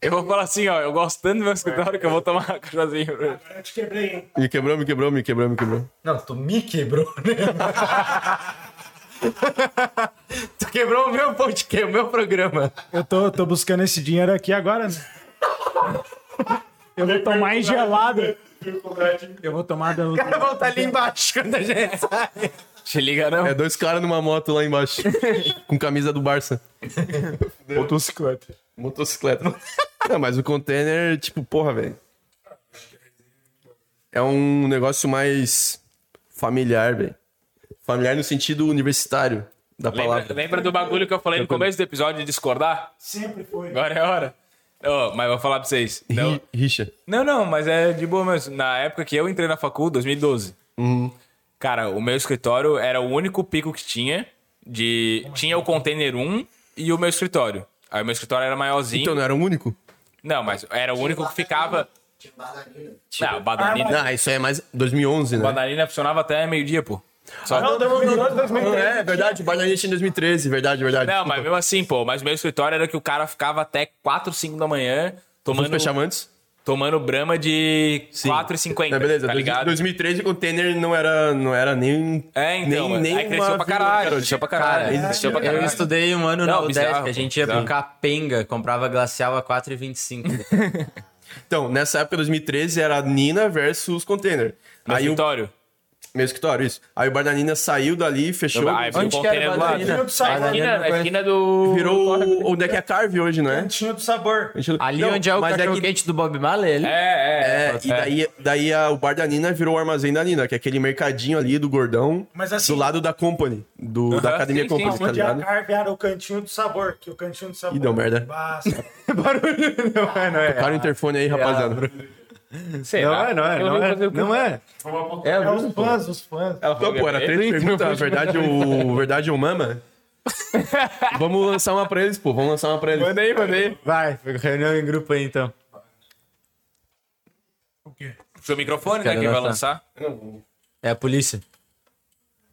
Speaker 3: Eu vou falar assim, ó, eu gosto tanto do meu escritório que eu vou tomar um cachazinho. pra ele.
Speaker 5: Eu te quebrei, hein?
Speaker 4: Me quebrou, me quebrou, me quebrou, me quebrou.
Speaker 7: Não, tu me quebrou, né? tu quebrou o meu podcast, o meu programa.
Speaker 5: Eu tô, tô buscando esse dinheiro aqui agora, né? Eu vou tomar engelado. Eu vou tomar da
Speaker 7: Vai voltar ali embaixo quando a gente sai.
Speaker 3: Te liga, não.
Speaker 4: É dois caras numa moto lá embaixo. com camisa do Barça.
Speaker 6: É. Motocicleta.
Speaker 4: Motocicleta. Não, mas o container, tipo, porra, velho. É um negócio mais familiar, velho. Familiar no sentido universitário da palavra.
Speaker 3: Lembra, lembra do bagulho que eu falei no começo do episódio de discordar?
Speaker 5: Sempre foi.
Speaker 3: Agora é a hora. Ô, mas vou falar pra vocês. Não,
Speaker 4: Ri- Rixa.
Speaker 3: não, não, mas é de boa mesmo. Na época que eu entrei na facul, 2012.
Speaker 4: Uhum.
Speaker 3: Cara, o meu escritório era o único pico que tinha. De... Tinha o container 1 e o meu escritório. Aí o meu escritório era maiorzinho.
Speaker 4: Então não era o único?
Speaker 3: Não, mas era o único que ficava.
Speaker 8: Tinha bananina.
Speaker 3: Não, bananina.
Speaker 4: Ah, isso aí é mais 2011, né?
Speaker 3: Bananina funcionava até meio-dia, pô. Só...
Speaker 5: Não, 2012, 2013.
Speaker 4: É, verdade, Bananinha tinha em 2013, verdade, verdade.
Speaker 3: Não, mas mesmo assim, pô. Mas meu escritório era que o cara ficava até 4, 5 da manhã
Speaker 4: Vamos
Speaker 3: tomando,
Speaker 4: fechar antes?
Speaker 3: tomando brama de 4,50.
Speaker 4: Tá, beleza,
Speaker 3: tá
Speaker 4: dois-
Speaker 3: ligado?
Speaker 4: 2013 o container não era, não era nem.
Speaker 3: É, então.
Speaker 4: Nem- nem
Speaker 3: aí cresceu pra
Speaker 4: uma vírgula,
Speaker 3: caralho.
Speaker 4: cara.
Speaker 3: Cresceu pra
Speaker 1: Cara,
Speaker 3: caralho. Cresceu pra
Speaker 1: eu
Speaker 3: caralho.
Speaker 1: estudei um ano na
Speaker 3: Não,
Speaker 1: UDESC,
Speaker 3: bizarro,
Speaker 1: a gente ia pro Capenga, comprava glacial a 4,25.
Speaker 4: Então, nessa época, 2013, era Nina versus container.
Speaker 3: Meu
Speaker 4: aí o
Speaker 3: escritório.
Speaker 4: Meu escritório, isso. Aí o Bardanina saiu dali, fechou,
Speaker 3: Aí ficou o
Speaker 1: Onde que era
Speaker 3: container
Speaker 1: a
Speaker 3: do lado.
Speaker 1: Bananina?
Speaker 5: Tinha do sabor.
Speaker 3: Esquina- a esquina do.
Speaker 4: virou o- onde é que é a Carve hoje, né?
Speaker 5: Tinha do sabor.
Speaker 1: Ali
Speaker 4: Não,
Speaker 1: onde é o
Speaker 4: mas
Speaker 1: cachorro
Speaker 4: que-
Speaker 1: quente do Bob Marley, ali.
Speaker 3: É, é.
Speaker 4: É, e daí, daí a- o Bar da Nina virou o Armazém da Nina, que é aquele mercadinho ali do gordão,
Speaker 5: Mas assim-
Speaker 4: do lado da Company, do, da
Speaker 3: Aham,
Speaker 4: Academia
Speaker 3: sim, sim,
Speaker 4: Company,
Speaker 3: sim. é
Speaker 4: tá
Speaker 5: Onde a
Speaker 4: ligado?
Speaker 5: carve era o cantinho do sabor. Que o cantinho do sabor.
Speaker 4: Ih, deu merda.
Speaker 5: Basta.
Speaker 4: Para o interfone
Speaker 3: É,
Speaker 4: aí, rapaziada.
Speaker 3: Sei lá. Eu vou fazer o quê?
Speaker 6: é.
Speaker 5: É, os fãs, os fãs.
Speaker 4: Então, pô, era três perguntas, a verdade ou, verdade ou mama? Vamos lançar uma pra eles, pô, vamos lançar uma pra eles.
Speaker 3: Manda aí, manda aí.
Speaker 7: Vai, reunião em grupo aí então.
Speaker 3: Seu microfone, né?
Speaker 1: Quero
Speaker 3: Quem vai
Speaker 1: lançar.
Speaker 3: lançar?
Speaker 1: É a polícia.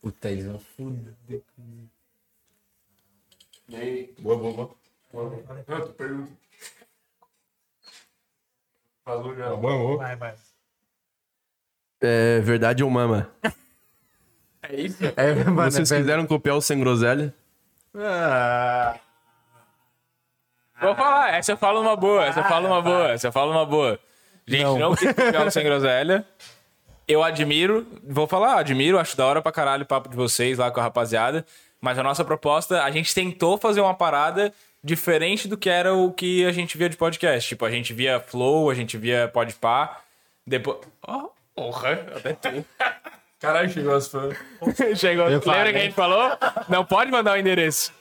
Speaker 1: Puta, eles vão
Speaker 4: Boa, boa, boa.
Speaker 6: Ah,
Speaker 10: Não, tu pergunta. Falou já.
Speaker 5: Vai, vai.
Speaker 4: É, verdade ou mama?
Speaker 7: É, mano,
Speaker 4: Vocês
Speaker 7: é-
Speaker 4: quiseram copiar o Sem Groselha?
Speaker 7: Ah,
Speaker 3: Vou falar. Essa eu falo uma boa. Essa eu falo uma boa. Essa eu falo uma boa. Gente, não, não quis copiar o Sem Groselha. Eu admiro, vou falar, admiro, acho da hora pra caralho o papo de vocês lá com a rapaziada. Mas a nossa proposta, a gente tentou fazer uma parada diferente do que era o que a gente via de podcast. Tipo, a gente via Flow, a gente via Podpah. Depois. Oh, porra, eu até tenho.
Speaker 10: Caralho, chegou as fãs.
Speaker 3: Chegou. Lembra que
Speaker 1: né?
Speaker 3: a gente falou? Não pode mandar o endereço.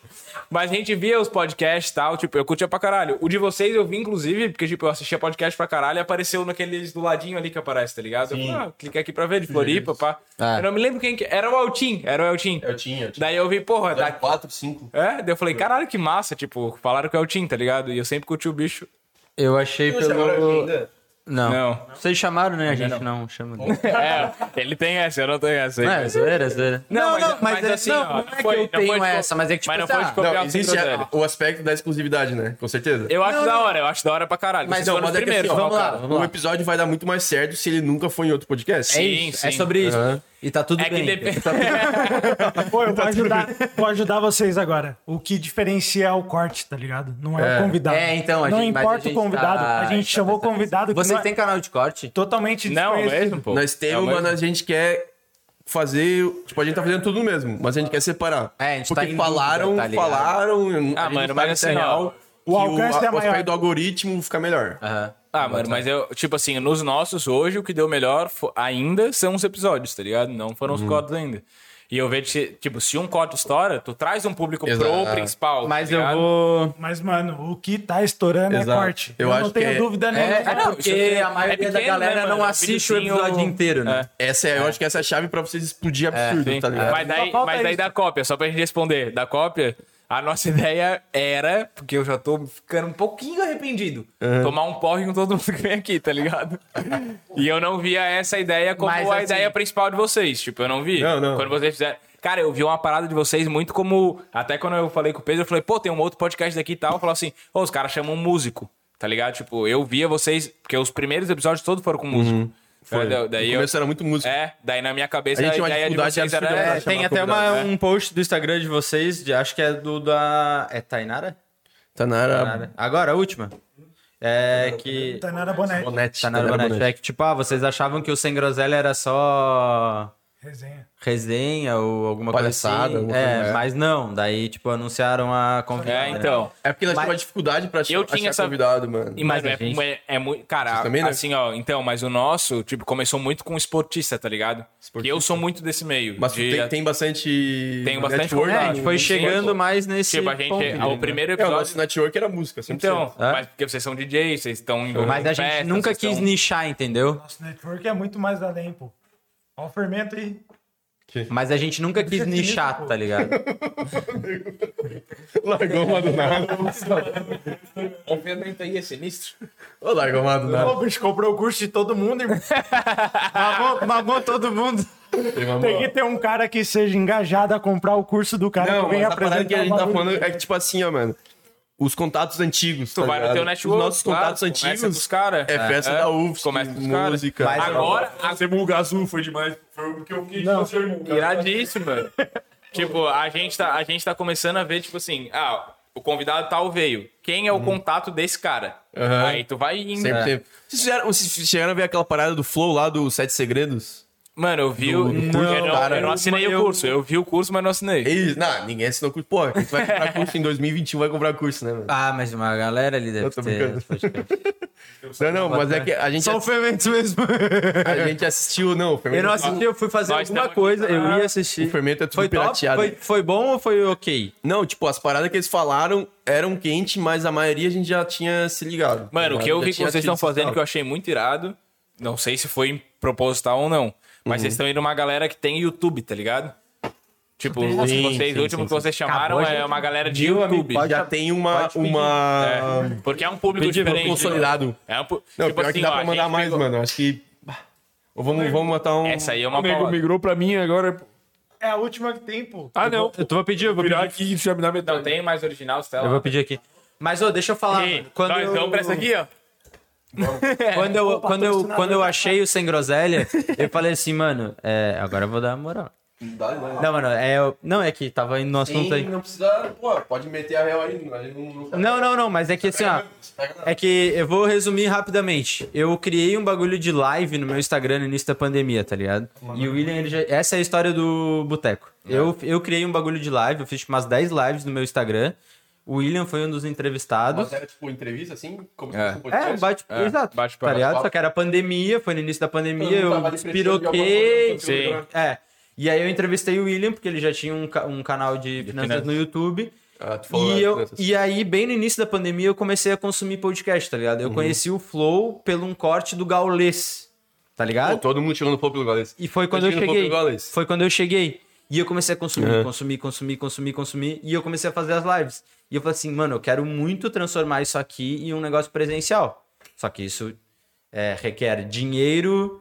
Speaker 3: Mas a gente via os podcasts e tal, tipo, eu curtia pra caralho. O de vocês eu vi, inclusive, porque, tipo, eu assistia podcast pra caralho e apareceu naqueles do ladinho ali que aparece, tá ligado? Eu falei, ah, clica aqui pra ver, de Floripa, pá.
Speaker 1: Ah. É
Speaker 3: Eu não me lembro quem que... Era o Altin, era o Altin.
Speaker 4: Eu tinha, eu tinha.
Speaker 3: Daí eu vi, porra, da...
Speaker 4: 4, 5.
Speaker 3: É, daí eu falei, caralho, que massa, tipo, falaram que é o Altin, tá ligado? E eu sempre curti o bicho.
Speaker 1: Eu achei pelo...
Speaker 3: né?
Speaker 1: Não.
Speaker 3: Não.
Speaker 1: Vocês chamaram, né? A gente não, chama.
Speaker 3: É, ele tem essa, eu não tenho essa aí.
Speaker 1: Não, é zoeira, é zoeira.
Speaker 3: Não,
Speaker 1: não,
Speaker 3: mas-
Speaker 1: mas,
Speaker 3: mas
Speaker 1: é-
Speaker 3: assim,
Speaker 1: não,
Speaker 3: ó,
Speaker 1: não é que
Speaker 3: foi-
Speaker 1: eu
Speaker 3: não foi
Speaker 1: tenho
Speaker 3: de-
Speaker 1: essa, mas é que tipo,
Speaker 3: mas não
Speaker 1: tá,
Speaker 3: foi de copiar
Speaker 4: Não,
Speaker 3: o Sem
Speaker 4: existe
Speaker 3: Groselha.
Speaker 4: a- o aspecto da exclusividade, né? Com certeza.
Speaker 3: Eu acho da hora, eu acho da hora pra caralho. Mas
Speaker 4: não,
Speaker 3: foram os
Speaker 4: mas é que assim,
Speaker 3: primeiros,
Speaker 4: ó,
Speaker 3: vamos
Speaker 1: vamos lá,
Speaker 3: lá.
Speaker 1: vamos
Speaker 4: O
Speaker 1: lá.
Speaker 4: episódio vai dar muito mais certo se ele nunca foi em outro podcast.
Speaker 1: é
Speaker 3: Sim,
Speaker 1: isso,
Speaker 3: sim.
Speaker 1: é sobre isso.
Speaker 4: Aham.
Speaker 1: E tá tudo
Speaker 3: É que
Speaker 1: bem.
Speaker 3: depende.
Speaker 5: Pô, eu vou ajudar, vou ajudar vocês agora. O que diferencia é o corte, tá ligado? Não é, o convidado.
Speaker 1: É, então, a
Speaker 5: Não
Speaker 1: gente- mas a
Speaker 5: importa
Speaker 1: gente
Speaker 5: o convidado.
Speaker 1: tá-
Speaker 5: a gente
Speaker 1: tá
Speaker 5: chamou o
Speaker 1: pensando
Speaker 5: convidado que
Speaker 1: Vocês
Speaker 5: não é
Speaker 1: têm canal de corte?
Speaker 5: totalmente
Speaker 3: Não,
Speaker 5: desconhecido.
Speaker 3: mesmo, pô.
Speaker 4: Nós
Speaker 3: É o
Speaker 4: temos,
Speaker 3: mesmo.
Speaker 4: mas a gente quer fazer. Tipo, a gente tá fazendo tudo mesmo, mas a gente quer separar.
Speaker 1: É, a gente tá
Speaker 4: Porque
Speaker 1: em dúvida,
Speaker 4: falaram,
Speaker 1: tá ligado?
Speaker 4: falaram.
Speaker 3: Ah,
Speaker 4: a
Speaker 3: mano,
Speaker 4: gente sabe
Speaker 3: mas
Speaker 4: que é
Speaker 3: assim, ó,
Speaker 4: que
Speaker 5: O alcance
Speaker 4: a-
Speaker 5: é
Speaker 4: o
Speaker 5: maior.
Speaker 4: aspecto do algoritmo fica melhor.
Speaker 1: Aham.
Speaker 3: Ah, mano, mas eu, tipo assim, nos nossos hoje, o que deu melhor fo- ainda são os episódios, tá ligado? Não foram os cortes ainda. E eu vejo, se- tipo, se um corte estoura, tu traz um público pro
Speaker 4: Exato.
Speaker 3: principal. tá
Speaker 1: Mas eu
Speaker 3: ligado?
Speaker 1: vou.
Speaker 5: Mas, mano, o que tá estourando é
Speaker 4: Exato.
Speaker 5: corte.
Speaker 4: Eu
Speaker 5: Eu, não
Speaker 4: acho
Speaker 5: tenho
Speaker 4: que é-
Speaker 5: dúvida
Speaker 12: É,
Speaker 5: nenhuma.
Speaker 12: é porque
Speaker 3: isso-
Speaker 12: a maioria
Speaker 3: é pequeno,
Speaker 12: da galera
Speaker 3: né, mano?
Speaker 12: não
Speaker 3: É
Speaker 12: assiste o
Speaker 3: videozinho-
Speaker 12: episódio inteiro, né?
Speaker 4: Essa é, eu acho que essa é a chave pra vocês explodir absurdo,
Speaker 3: É, Sim.
Speaker 4: tá ligado?
Speaker 3: Mas daí,
Speaker 5: Só falta
Speaker 3: mas daí
Speaker 5: isso.
Speaker 3: da cópia, só pra gente responder, da cópia, a nossa ideia era, porque eu já tô ficando um pouquinho arrependido, tomar um porre com todo mundo que vem aqui, tá ligado? e eu não via essa ideia como
Speaker 1: Mas,
Speaker 3: a
Speaker 1: assim-
Speaker 3: ideia principal de vocês, tipo, eu não vi.
Speaker 4: Não, não.
Speaker 3: Quando vocês fizeram... Cara, eu vi uma parada de vocês muito como... Até quando eu falei com o Pedro, eu falei, pô, tem um outro podcast daqui e tal. Eu falei assim, ô, os caras chamam um músico, tá ligado? Tipo, eu via vocês... Porque os primeiros episódios todos foram com um músico.
Speaker 4: Foi.
Speaker 3: Daí- Daí
Speaker 4: no
Speaker 3: eu...
Speaker 4: começo era muito música.
Speaker 3: É, daí na minha cabeça
Speaker 4: A
Speaker 3: a,
Speaker 4: gente tinha uma
Speaker 3: ideia de
Speaker 4: dificuldade
Speaker 3: vocês era...
Speaker 4: absurda pra
Speaker 3: é,
Speaker 4: chamar
Speaker 1: Tem até uma-
Speaker 4: convidado,
Speaker 1: um post do Instagram de vocês, de- acho que é do da. É Tainara?
Speaker 4: Tá
Speaker 3: é
Speaker 4: Tanara
Speaker 1: Tainara. Agora, a última. É que.
Speaker 5: Não tá nada boné.
Speaker 4: Bonetti.
Speaker 1: Tainara Bonetti. É que, tipo, ah, vocês achavam que o Sem Groselha era só.
Speaker 5: Resenha.
Speaker 1: resenha ou alguma
Speaker 4: Palhaçada,
Speaker 1: coisa assim.
Speaker 4: alguma
Speaker 1: É,
Speaker 4: coisa, é.
Speaker 1: mas não. Daí, tipo, anunciaram a convidada.
Speaker 3: É, então.
Speaker 4: É porque ela tinha uma dificuldade pra achar,
Speaker 3: Eu tinha
Speaker 4: achar
Speaker 3: essa-
Speaker 4: convidado, mano.
Speaker 3: E, Mas
Speaker 1: Mas a
Speaker 3: é,
Speaker 1: gente-
Speaker 3: é- é muito. Cara,
Speaker 4: Vocês também, né?
Speaker 3: assim, ó. Então, mas o nosso, tipo, começou muito com esportista, tá ligado? Porque eu sou muito desse meio.
Speaker 4: Mas
Speaker 3: de-
Speaker 4: tem, tem bastante.
Speaker 3: Tem bastante
Speaker 4: network.
Speaker 3: contato.
Speaker 1: A gente foi
Speaker 3: Sim,
Speaker 1: chegando
Speaker 3: pô.
Speaker 1: mais nesse
Speaker 3: Tipo, a gente.
Speaker 1: ponto,
Speaker 3: ao
Speaker 1: né?
Speaker 3: primeiro
Speaker 4: É, o
Speaker 3: episódio.
Speaker 4: nosso network era música, 100%.
Speaker 3: então,
Speaker 1: É?
Speaker 3: mas porque vocês são DJ, vocês estão envolvidos.
Speaker 1: Mas a
Speaker 3: em
Speaker 1: gente
Speaker 3: festa,
Speaker 1: nunca
Speaker 3: vocês um-
Speaker 1: quis
Speaker 3: estão-
Speaker 1: nichar, entendeu?
Speaker 5: Nosso network é muito mais além, pô. Ó o fermento aí.
Speaker 1: Mas a gente nunca quis nichar, tá ligado?
Speaker 4: Largou uma do nada.
Speaker 3: O movimento aí é sinistro.
Speaker 4: Ô, largou uma do nada.
Speaker 5: Ô, bicho, comprou o curso de todo mundo, irmão.
Speaker 1: mamou, mamou todo mundo.
Speaker 5: Tem que ter um cara que seja engajado a comprar o curso do cara
Speaker 4: Não,
Speaker 5: que vem
Speaker 4: mas a parada
Speaker 5: apresentar.
Speaker 4: que a gente tá
Speaker 5: o bagulho.
Speaker 4: falando é que, tipo assim, ó, mano. Os contatos antigos.
Speaker 3: Tu
Speaker 4: tá
Speaker 3: vai no
Speaker 4: ligado?
Speaker 3: teu network.
Speaker 4: Os nossos
Speaker 3: claro,
Speaker 4: contatos
Speaker 3: começa com
Speaker 4: antigos
Speaker 3: os caras.
Speaker 4: é festa da UFS,
Speaker 3: Começa com os caras.
Speaker 4: música.
Speaker 1: Mas
Speaker 3: Agora, a-
Speaker 6: Ah, Você vulga azul foi demais. Foi o que eu fiz com seu irmão.
Speaker 3: Iradíssimo. mano. tipo, a gente, tá, a gente tá começando a ver, tipo assim, ah, o convidado tal veio. Quem é o contato desse cara?
Speaker 4: Hum. Aham.
Speaker 3: Aí tu vai indo.
Speaker 4: Sempre
Speaker 3: É.
Speaker 4: teve. Vocês, chegaram, vocês chegaram a ver aquela parada do Flow lá do Sete Segredos?
Speaker 3: Mano, eu vi o.
Speaker 4: Do- do
Speaker 3: eu,
Speaker 4: curso,
Speaker 3: não,
Speaker 4: cara. né?
Speaker 3: eu não assinei o curso. Eu vi o curso, mas não assinei.
Speaker 4: Eles, não, ninguém assinou curso. Pô, quem vai comprar curso em 2021 vai comprar curso, né, mano?
Speaker 1: Ah, mas uma galera ali deve
Speaker 4: Eu tô
Speaker 1: ter.
Speaker 4: brincando. Não, não, mas é que a gente,
Speaker 1: São fermentos mesmo.
Speaker 4: a gente assistiu, não. o
Speaker 1: Eu
Speaker 4: Fermento-
Speaker 1: não assisti, eu fui fazer
Speaker 3: Nós
Speaker 1: alguma
Speaker 3: temos-
Speaker 1: coisa, eu ia
Speaker 4: O
Speaker 1: assistir.
Speaker 4: fermento é tudo
Speaker 1: Foi top?
Speaker 4: pirateado.
Speaker 1: Foi, foi bom ou foi ok?
Speaker 4: Não, tipo, as paradas que eles falaram eram quente, mas a maioria a gente já tinha se ligado.
Speaker 3: Mano, o que
Speaker 4: Já
Speaker 3: eu vi que
Speaker 4: tinha
Speaker 3: vocês estão
Speaker 4: tido esse
Speaker 3: fazendo
Speaker 4: sinal.
Speaker 3: que eu achei muito irado. Não sei se foi proposital ou não. Mas
Speaker 4: Uhum.
Speaker 3: vocês estão indo uma galera que tem YouTube, tá ligado? Tipo, os que vocês, o último que vocês chamaram
Speaker 1: Acabou,
Speaker 3: é
Speaker 1: gente.
Speaker 3: uma galera de
Speaker 1: Viu, amigo?
Speaker 3: YouTube.
Speaker 1: Pode-
Speaker 4: Já tem uma. uma...
Speaker 3: É, porque é um público
Speaker 4: Pedido
Speaker 3: diferente.
Speaker 4: consolidado.
Speaker 3: É um, pu-
Speaker 4: Não,
Speaker 3: tipo
Speaker 4: pior
Speaker 3: assim,
Speaker 4: que dá
Speaker 3: ó, a
Speaker 4: pra mandar
Speaker 3: gente
Speaker 4: mais,
Speaker 3: pegou-
Speaker 4: mano. Acho que. Ou vamos, vamos matar um.
Speaker 3: Essa aí é
Speaker 6: O
Speaker 3: uma
Speaker 6: nego
Speaker 3: paulada.
Speaker 6: migrou pra mim agora.
Speaker 5: É a última que tem, pô.
Speaker 6: Ah, não.
Speaker 1: Eu tô- vou pedir, eu vou
Speaker 6: Virar
Speaker 1: pedir.
Speaker 6: aqui e já me dá
Speaker 3: Não
Speaker 6: metade.
Speaker 3: tem mais original, tá Stella.
Speaker 1: Eu vou pedir aqui. Mas, ô, deixa eu falar.
Speaker 3: Ei,
Speaker 1: mano, quando
Speaker 3: nós
Speaker 1: eu-
Speaker 6: então
Speaker 3: vamos pra essa aqui, ó.
Speaker 1: Quando eu, quando eu, quando eu achei o Sem Groselha, eu falei assim, mano, é, agora eu vou dar uma moral. Não, mano, é, eu- não é que tava indo no assunto aí.
Speaker 4: Não precisa. Pô, pode meter a real aí. a gente Não, não,
Speaker 1: Não, não, não, mas é que assim, ó. É que eu vou resumir rapidamente. Eu criei um bagulho de live no meu Instagram no início da pandemia, tá ligado? E o William, ele já... essa é a história do Boteco. Eu, eu criei um bagulho de live, eu fiz tipo, umas 10 lives no meu Instagram. O William foi um dos entrevistados.
Speaker 4: Mas era tipo entrevista assim? Como
Speaker 3: É.
Speaker 4: se fosse um
Speaker 1: É,
Speaker 4: podcast?
Speaker 1: bate,
Speaker 3: É,
Speaker 1: exato.
Speaker 3: bate
Speaker 1: tá
Speaker 3: papo.
Speaker 1: ligado? Só que era pandemia, foi no início da pandemia,
Speaker 4: Todo mundo
Speaker 1: eu
Speaker 4: tava ali precisando de alguma
Speaker 1: despiroquei.
Speaker 4: coisa, conteúdo,
Speaker 3: Sim.
Speaker 4: né?
Speaker 1: É. E aí eu entrevistei o William, porque ele já tinha um, ca- um canal de finanças no YouTube.
Speaker 4: Ah, tu falou
Speaker 1: E,
Speaker 4: das
Speaker 1: eu,
Speaker 4: crianças.
Speaker 1: e aí, bem no início da pandemia, eu comecei a consumir podcast, tá ligado? Eu
Speaker 3: Uhum.
Speaker 1: conheci o Flow pelo um corte do Gaules, tá ligado?
Speaker 4: Pô, Ah, todo mundo tirando pau pelo Gaules.
Speaker 1: E foi quando eu
Speaker 4: Imagina o
Speaker 1: cheguei.
Speaker 4: Pop é Goles.
Speaker 1: Foi quando eu cheguei. E eu comecei a consumir,
Speaker 4: Uhum.
Speaker 1: consumir, consumir, consumir, consumir. E eu comecei a fazer as lives. E eu falei assim, mano, eu quero muito transformar isso aqui em um negócio presencial. Só que isso é, requer dinheiro.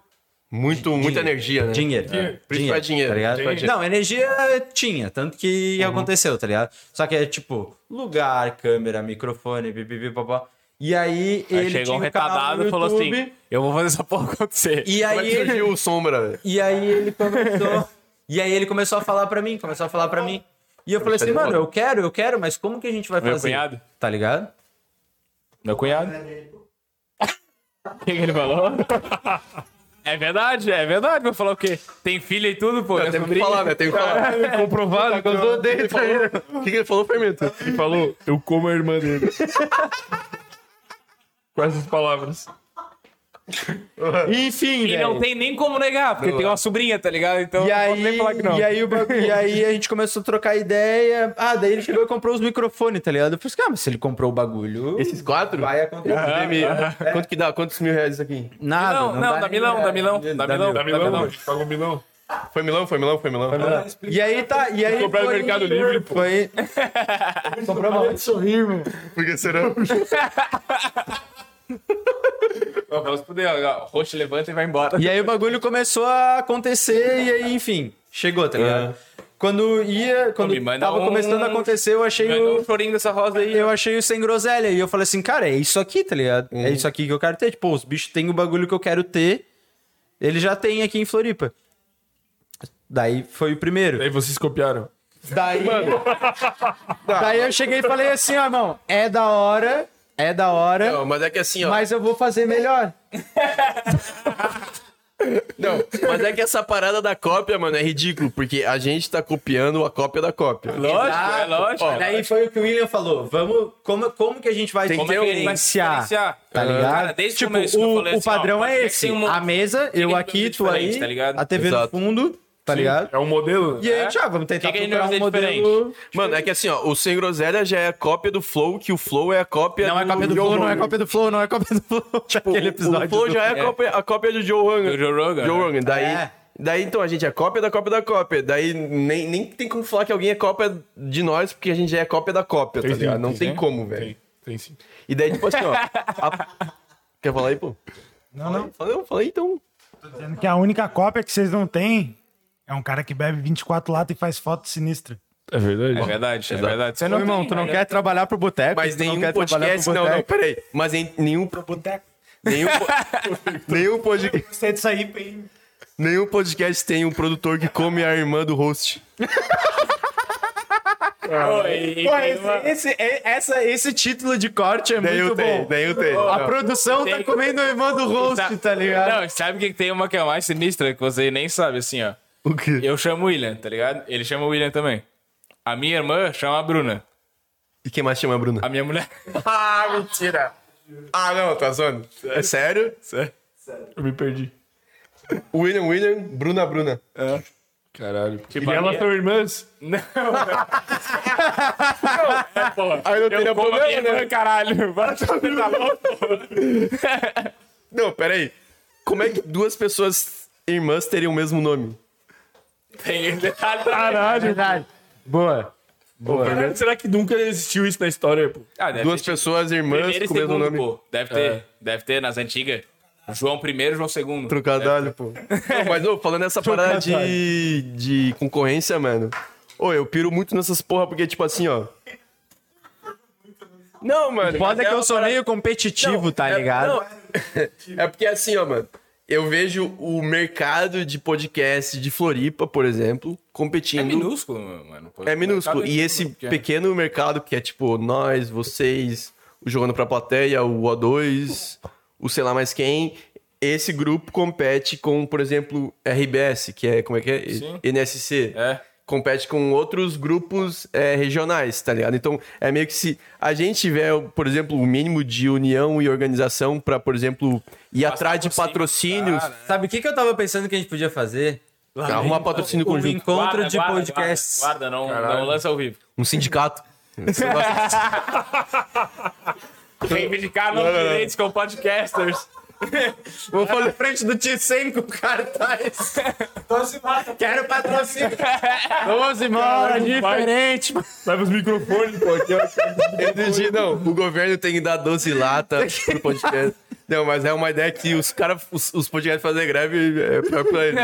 Speaker 4: Muito, muita energia, né?
Speaker 1: Dinheiro.
Speaker 4: Dinheiro. Principal dinheiro. Uhum.
Speaker 1: tá ligado?
Speaker 4: Principal dinheiro.
Speaker 1: Não, energia tinha, tanto que aconteceu, tá ligado? Só que é tipo, lugar, câmera, microfone, bibibi, papá. E aí
Speaker 3: Aí
Speaker 1: ele.
Speaker 3: chegou um
Speaker 1: tinha o canal
Speaker 3: retardado
Speaker 1: no
Speaker 3: e falou assim:
Speaker 1: YouTube,
Speaker 3: Eu vou fazer essa porra acontecer.
Speaker 1: E
Speaker 4: Como é
Speaker 1: aí
Speaker 4: que
Speaker 1: ele
Speaker 4: surgiu o Sombra, velho?
Speaker 1: e aí ele começou. e aí ele começou a falar pra mim, começou a falar pra mim. E eu falei assim, mano, eu quero, eu quero, mas como que a gente vai
Speaker 3: Meu
Speaker 1: fazer?
Speaker 3: cunhado.
Speaker 1: Tá ligado?
Speaker 3: Meu cunhado.
Speaker 7: é
Speaker 3: O que, que ele falou? é verdade, é verdade. Vou falar o quê? Tem É, filha e tudo, pô. minha
Speaker 4: Tem que
Speaker 3: sobrinha.
Speaker 4: falar, né? Tem que falar.
Speaker 6: Comprovado.
Speaker 4: Gostou dele, O que que ele falou, Fermento?
Speaker 6: Ele falou, eu como a irmã dele. Com essas palavras.
Speaker 7: Enfim,
Speaker 3: E não
Speaker 7: velho.
Speaker 3: tem nem como negar, porque tem uma sobrinha, tá ligado? Então
Speaker 7: E
Speaker 3: não
Speaker 7: aí,
Speaker 3: pode nem falar que não.
Speaker 7: e, aí, o bagulho- e aí a gente começou a trocar ideia. Ah, daí ele chegou e comprou os microfones, tá ligado? Eu falei assim, ah, mas se ele comprou o bagulho,
Speaker 4: Esses quatro?
Speaker 7: vai acontecer.
Speaker 4: Demi, Quanto que dá? Quantos mil reais isso aqui?
Speaker 7: Nada.
Speaker 3: Não, não,
Speaker 7: dá
Speaker 3: da
Speaker 7: nem-
Speaker 3: Milão, da Milão, da Milão,
Speaker 6: Dá
Speaker 3: da
Speaker 6: milão,
Speaker 3: Milão.
Speaker 6: mano. Paga um milão.
Speaker 4: Foi Milão, foi Milão, foi Milão.
Speaker 7: E aí tá. E aí
Speaker 6: Comprar no
Speaker 7: foi-
Speaker 6: Mercado Livre, pô.
Speaker 7: Foi.
Speaker 4: Porque será?
Speaker 3: Ó, Vamos poder, ó, ó, roxo levanta e vai embora.
Speaker 7: E aí o bagulho começou a acontecer e aí, enfim, chegou, tá ligado? Quando ia, quando
Speaker 3: É. me manda
Speaker 7: tava
Speaker 3: um-
Speaker 7: começando a acontecer, eu achei
Speaker 3: Ganhou
Speaker 7: o,
Speaker 3: um chorinho dessa rosa aí.
Speaker 7: eu achei o sem groselha e eu falei assim, cara, é isso aqui, tá ligado?
Speaker 3: Uhum.
Speaker 7: É isso aqui que eu quero ter. Tipo, os bichos têm o bagulho que eu quero ter. Ele já tem aqui em Floripa. Daí foi o primeiro.
Speaker 6: Daí vocês copiaram.
Speaker 7: Daí, daí eu cheguei e falei assim, ó, irmão, é da hora, é da hora,
Speaker 4: Não, mas é que assim, ó.
Speaker 7: mas eu vou fazer melhor.
Speaker 4: Não, mas é que essa parada da cópia, mano, é ridículo, porque a gente tá copiando a cópia da cópia.
Speaker 3: Lógico, é lógico.
Speaker 4: Ó,
Speaker 7: Daí foi o que o William falou. Vamos. Como, como que a gente vai
Speaker 4: Tem que
Speaker 3: é
Speaker 4: ter um-
Speaker 7: diferenciar? Tá ligado?
Speaker 3: Cara, desde
Speaker 7: tipo,
Speaker 3: o começo que eu
Speaker 7: o,
Speaker 3: falei
Speaker 7: o
Speaker 3: assim, ó,
Speaker 7: padrão é
Speaker 3: podcast
Speaker 7: esse.
Speaker 3: tem um-
Speaker 7: A mesa, eu
Speaker 3: que
Speaker 7: aqui,
Speaker 3: fazer
Speaker 7: tu aí,
Speaker 3: diferente, tá ligado?
Speaker 7: a TV
Speaker 4: Exato.
Speaker 7: no fundo, tá ligado?
Speaker 6: É um modelo?
Speaker 7: E aí, Thiago, vamos tentar
Speaker 3: Que que a gente
Speaker 7: procurar
Speaker 3: vai
Speaker 7: um
Speaker 3: fazer
Speaker 7: modelo...
Speaker 4: Mano, é que assim, ó, o Sem Groselha já é a cópia do Flow, que o Flow é a cópia
Speaker 7: Não é cópia do
Speaker 4: Joe
Speaker 7: Flow, não é
Speaker 4: Rogan. Tipo,
Speaker 7: cópia do Flow, não é cópia do Flow. Aquele
Speaker 4: O Flow
Speaker 7: episódio.
Speaker 4: já é a cópia, a cópia do Joe Rogan.
Speaker 3: Do Joe Rogan,
Speaker 4: Joe
Speaker 3: né?
Speaker 4: Rogan. Daí,
Speaker 7: É.
Speaker 4: daí, então, a gente é cópia da cópia da cópia. Daí, nem, nem tem como falar que alguém é cópia de nós, porque a gente já é cópia da cópia, tá
Speaker 6: Tem sim,
Speaker 4: ligado? Não
Speaker 6: tem
Speaker 4: tem
Speaker 6: sim.
Speaker 4: como, velho.
Speaker 6: né? Tem, tem sim.
Speaker 4: E daí, tipo assim, ó... a- Quer falar aí, pô?
Speaker 5: Não, não.
Speaker 4: Fala, não, fala aí, então.
Speaker 5: Dizendo que é a única cópia que vocês não têm é um cara que bebe 24 latas e faz foto sinistra.
Speaker 6: É verdade.
Speaker 3: É verdade, é verdade. Você
Speaker 7: Não,
Speaker 3: não
Speaker 7: irmão, tu não quer trabalhar pro boteco?
Speaker 4: Mas
Speaker 7: tu não
Speaker 4: nenhum
Speaker 7: quer
Speaker 4: podcast...
Speaker 7: trabalhar
Speaker 4: É, Não,
Speaker 7: pro
Speaker 4: não,
Speaker 7: boteco.
Speaker 4: peraí. Mas em nenhum...
Speaker 5: Boteco.
Speaker 4: Nenhum, po- nenhum, pod-
Speaker 5: Gostei disso aí, bem.
Speaker 4: nenhum podcast tem um produtor que come a irmã do host.
Speaker 7: Pô, esse, esse- é- essa- esse título de corte é
Speaker 4: Nenhum
Speaker 7: muito
Speaker 4: tem,
Speaker 7: bom.
Speaker 4: nenhum tem.
Speaker 7: A produção tá
Speaker 3: Tem.
Speaker 7: comendo o irmão do host, tá ligado?
Speaker 3: Não, sabe o que que tem uma que é mais sinistra que você nem sabe, assim, ó.
Speaker 4: O quê?
Speaker 3: Eu chamo o William, tá ligado? Ele chama o William também. A minha irmã chama a Bruna.
Speaker 4: E quem mais chama a Bruna?
Speaker 3: A minha mulher.
Speaker 4: Ah, mentira! Ah, não, tá zoando. É sério? Sério.
Speaker 6: Eu me perdi.
Speaker 4: William, William, Bruna, Bruna.
Speaker 6: Caralho. Porque e é elas são irmãs?
Speaker 4: Aí não teria
Speaker 3: Como a minha
Speaker 4: problema, né?
Speaker 3: irmã, caralho. Vai tomar na mão.
Speaker 4: Não, peraí. Como é que duas pessoas irmãs teriam o mesmo nome?
Speaker 3: Tem esse detalhe também.
Speaker 6: Caralho.
Speaker 7: Verdade. Boa.
Speaker 6: Caralho, Será que nunca existiu isso na história, pô?
Speaker 3: Ah, deve
Speaker 4: Duas
Speaker 3: ter,
Speaker 4: pessoas irmãs
Speaker 3: primeiro e
Speaker 4: com o mesmo
Speaker 3: segundo,
Speaker 4: nome.
Speaker 3: pô. Deve ter,
Speaker 7: É.
Speaker 3: deve ter nas antigas. João primeiro, João segundo.
Speaker 4: Trocadalho, pô. Não, mas, ô, falando nessa parada de, de concorrência, mano. Ô, eu piro muito nessas porra, porque, tipo assim, ó. Não, mano.
Speaker 7: Foda é que
Speaker 4: uma
Speaker 7: eu sou
Speaker 4: parada-
Speaker 7: meio competitivo,
Speaker 4: Não,
Speaker 7: tá
Speaker 4: é-
Speaker 7: ligado?
Speaker 4: não, é- é porque assim, ó, mano. Eu vejo o mercado de podcast de Floripa, por exemplo, competindo.
Speaker 3: É minúsculo, mano. Pô,
Speaker 4: É minúsculo.
Speaker 3: cada
Speaker 4: E esse
Speaker 7: é.
Speaker 3: pequeno.
Speaker 4: pequeno mercado que é tipo nós, vocês, o Jogando Pra Plateia, o O2, o sei lá mais quem, esse grupo compete com, por exemplo, RBS, que é, como é que é? NSC.
Speaker 3: É.
Speaker 4: Compete com outros grupos é, regionais, tá ligado? Então, é meio que se a gente tiver, por exemplo, o mínimo de união e organização pra, por exemplo, ir atrás de
Speaker 3: por cima do
Speaker 4: patrocínios,
Speaker 1: Sabe o que, que eu tava pensando que a gente podia fazer?
Speaker 4: arrumar patrocínio
Speaker 1: Um
Speaker 4: conjunto,
Speaker 1: encontro
Speaker 3: Guarda,
Speaker 1: de
Speaker 3: guarda,
Speaker 1: podcasts.
Speaker 3: Guarda, guarda, não, não lança ao vivo.
Speaker 4: um sindicato.
Speaker 3: Reivindicar não, direitos com podcasters.
Speaker 7: Vou falar na frente do T100 com cartaz. Quero patrocínio. Vamos embora, diferente.
Speaker 6: Leva os microfones, pô. Aqui, ó.
Speaker 4: Entendi, não. O governo tem que dar 12 lata pro podcast. Não, mas é uma ideia que os caras, os, os podcasts fazem greve é pior pra eles.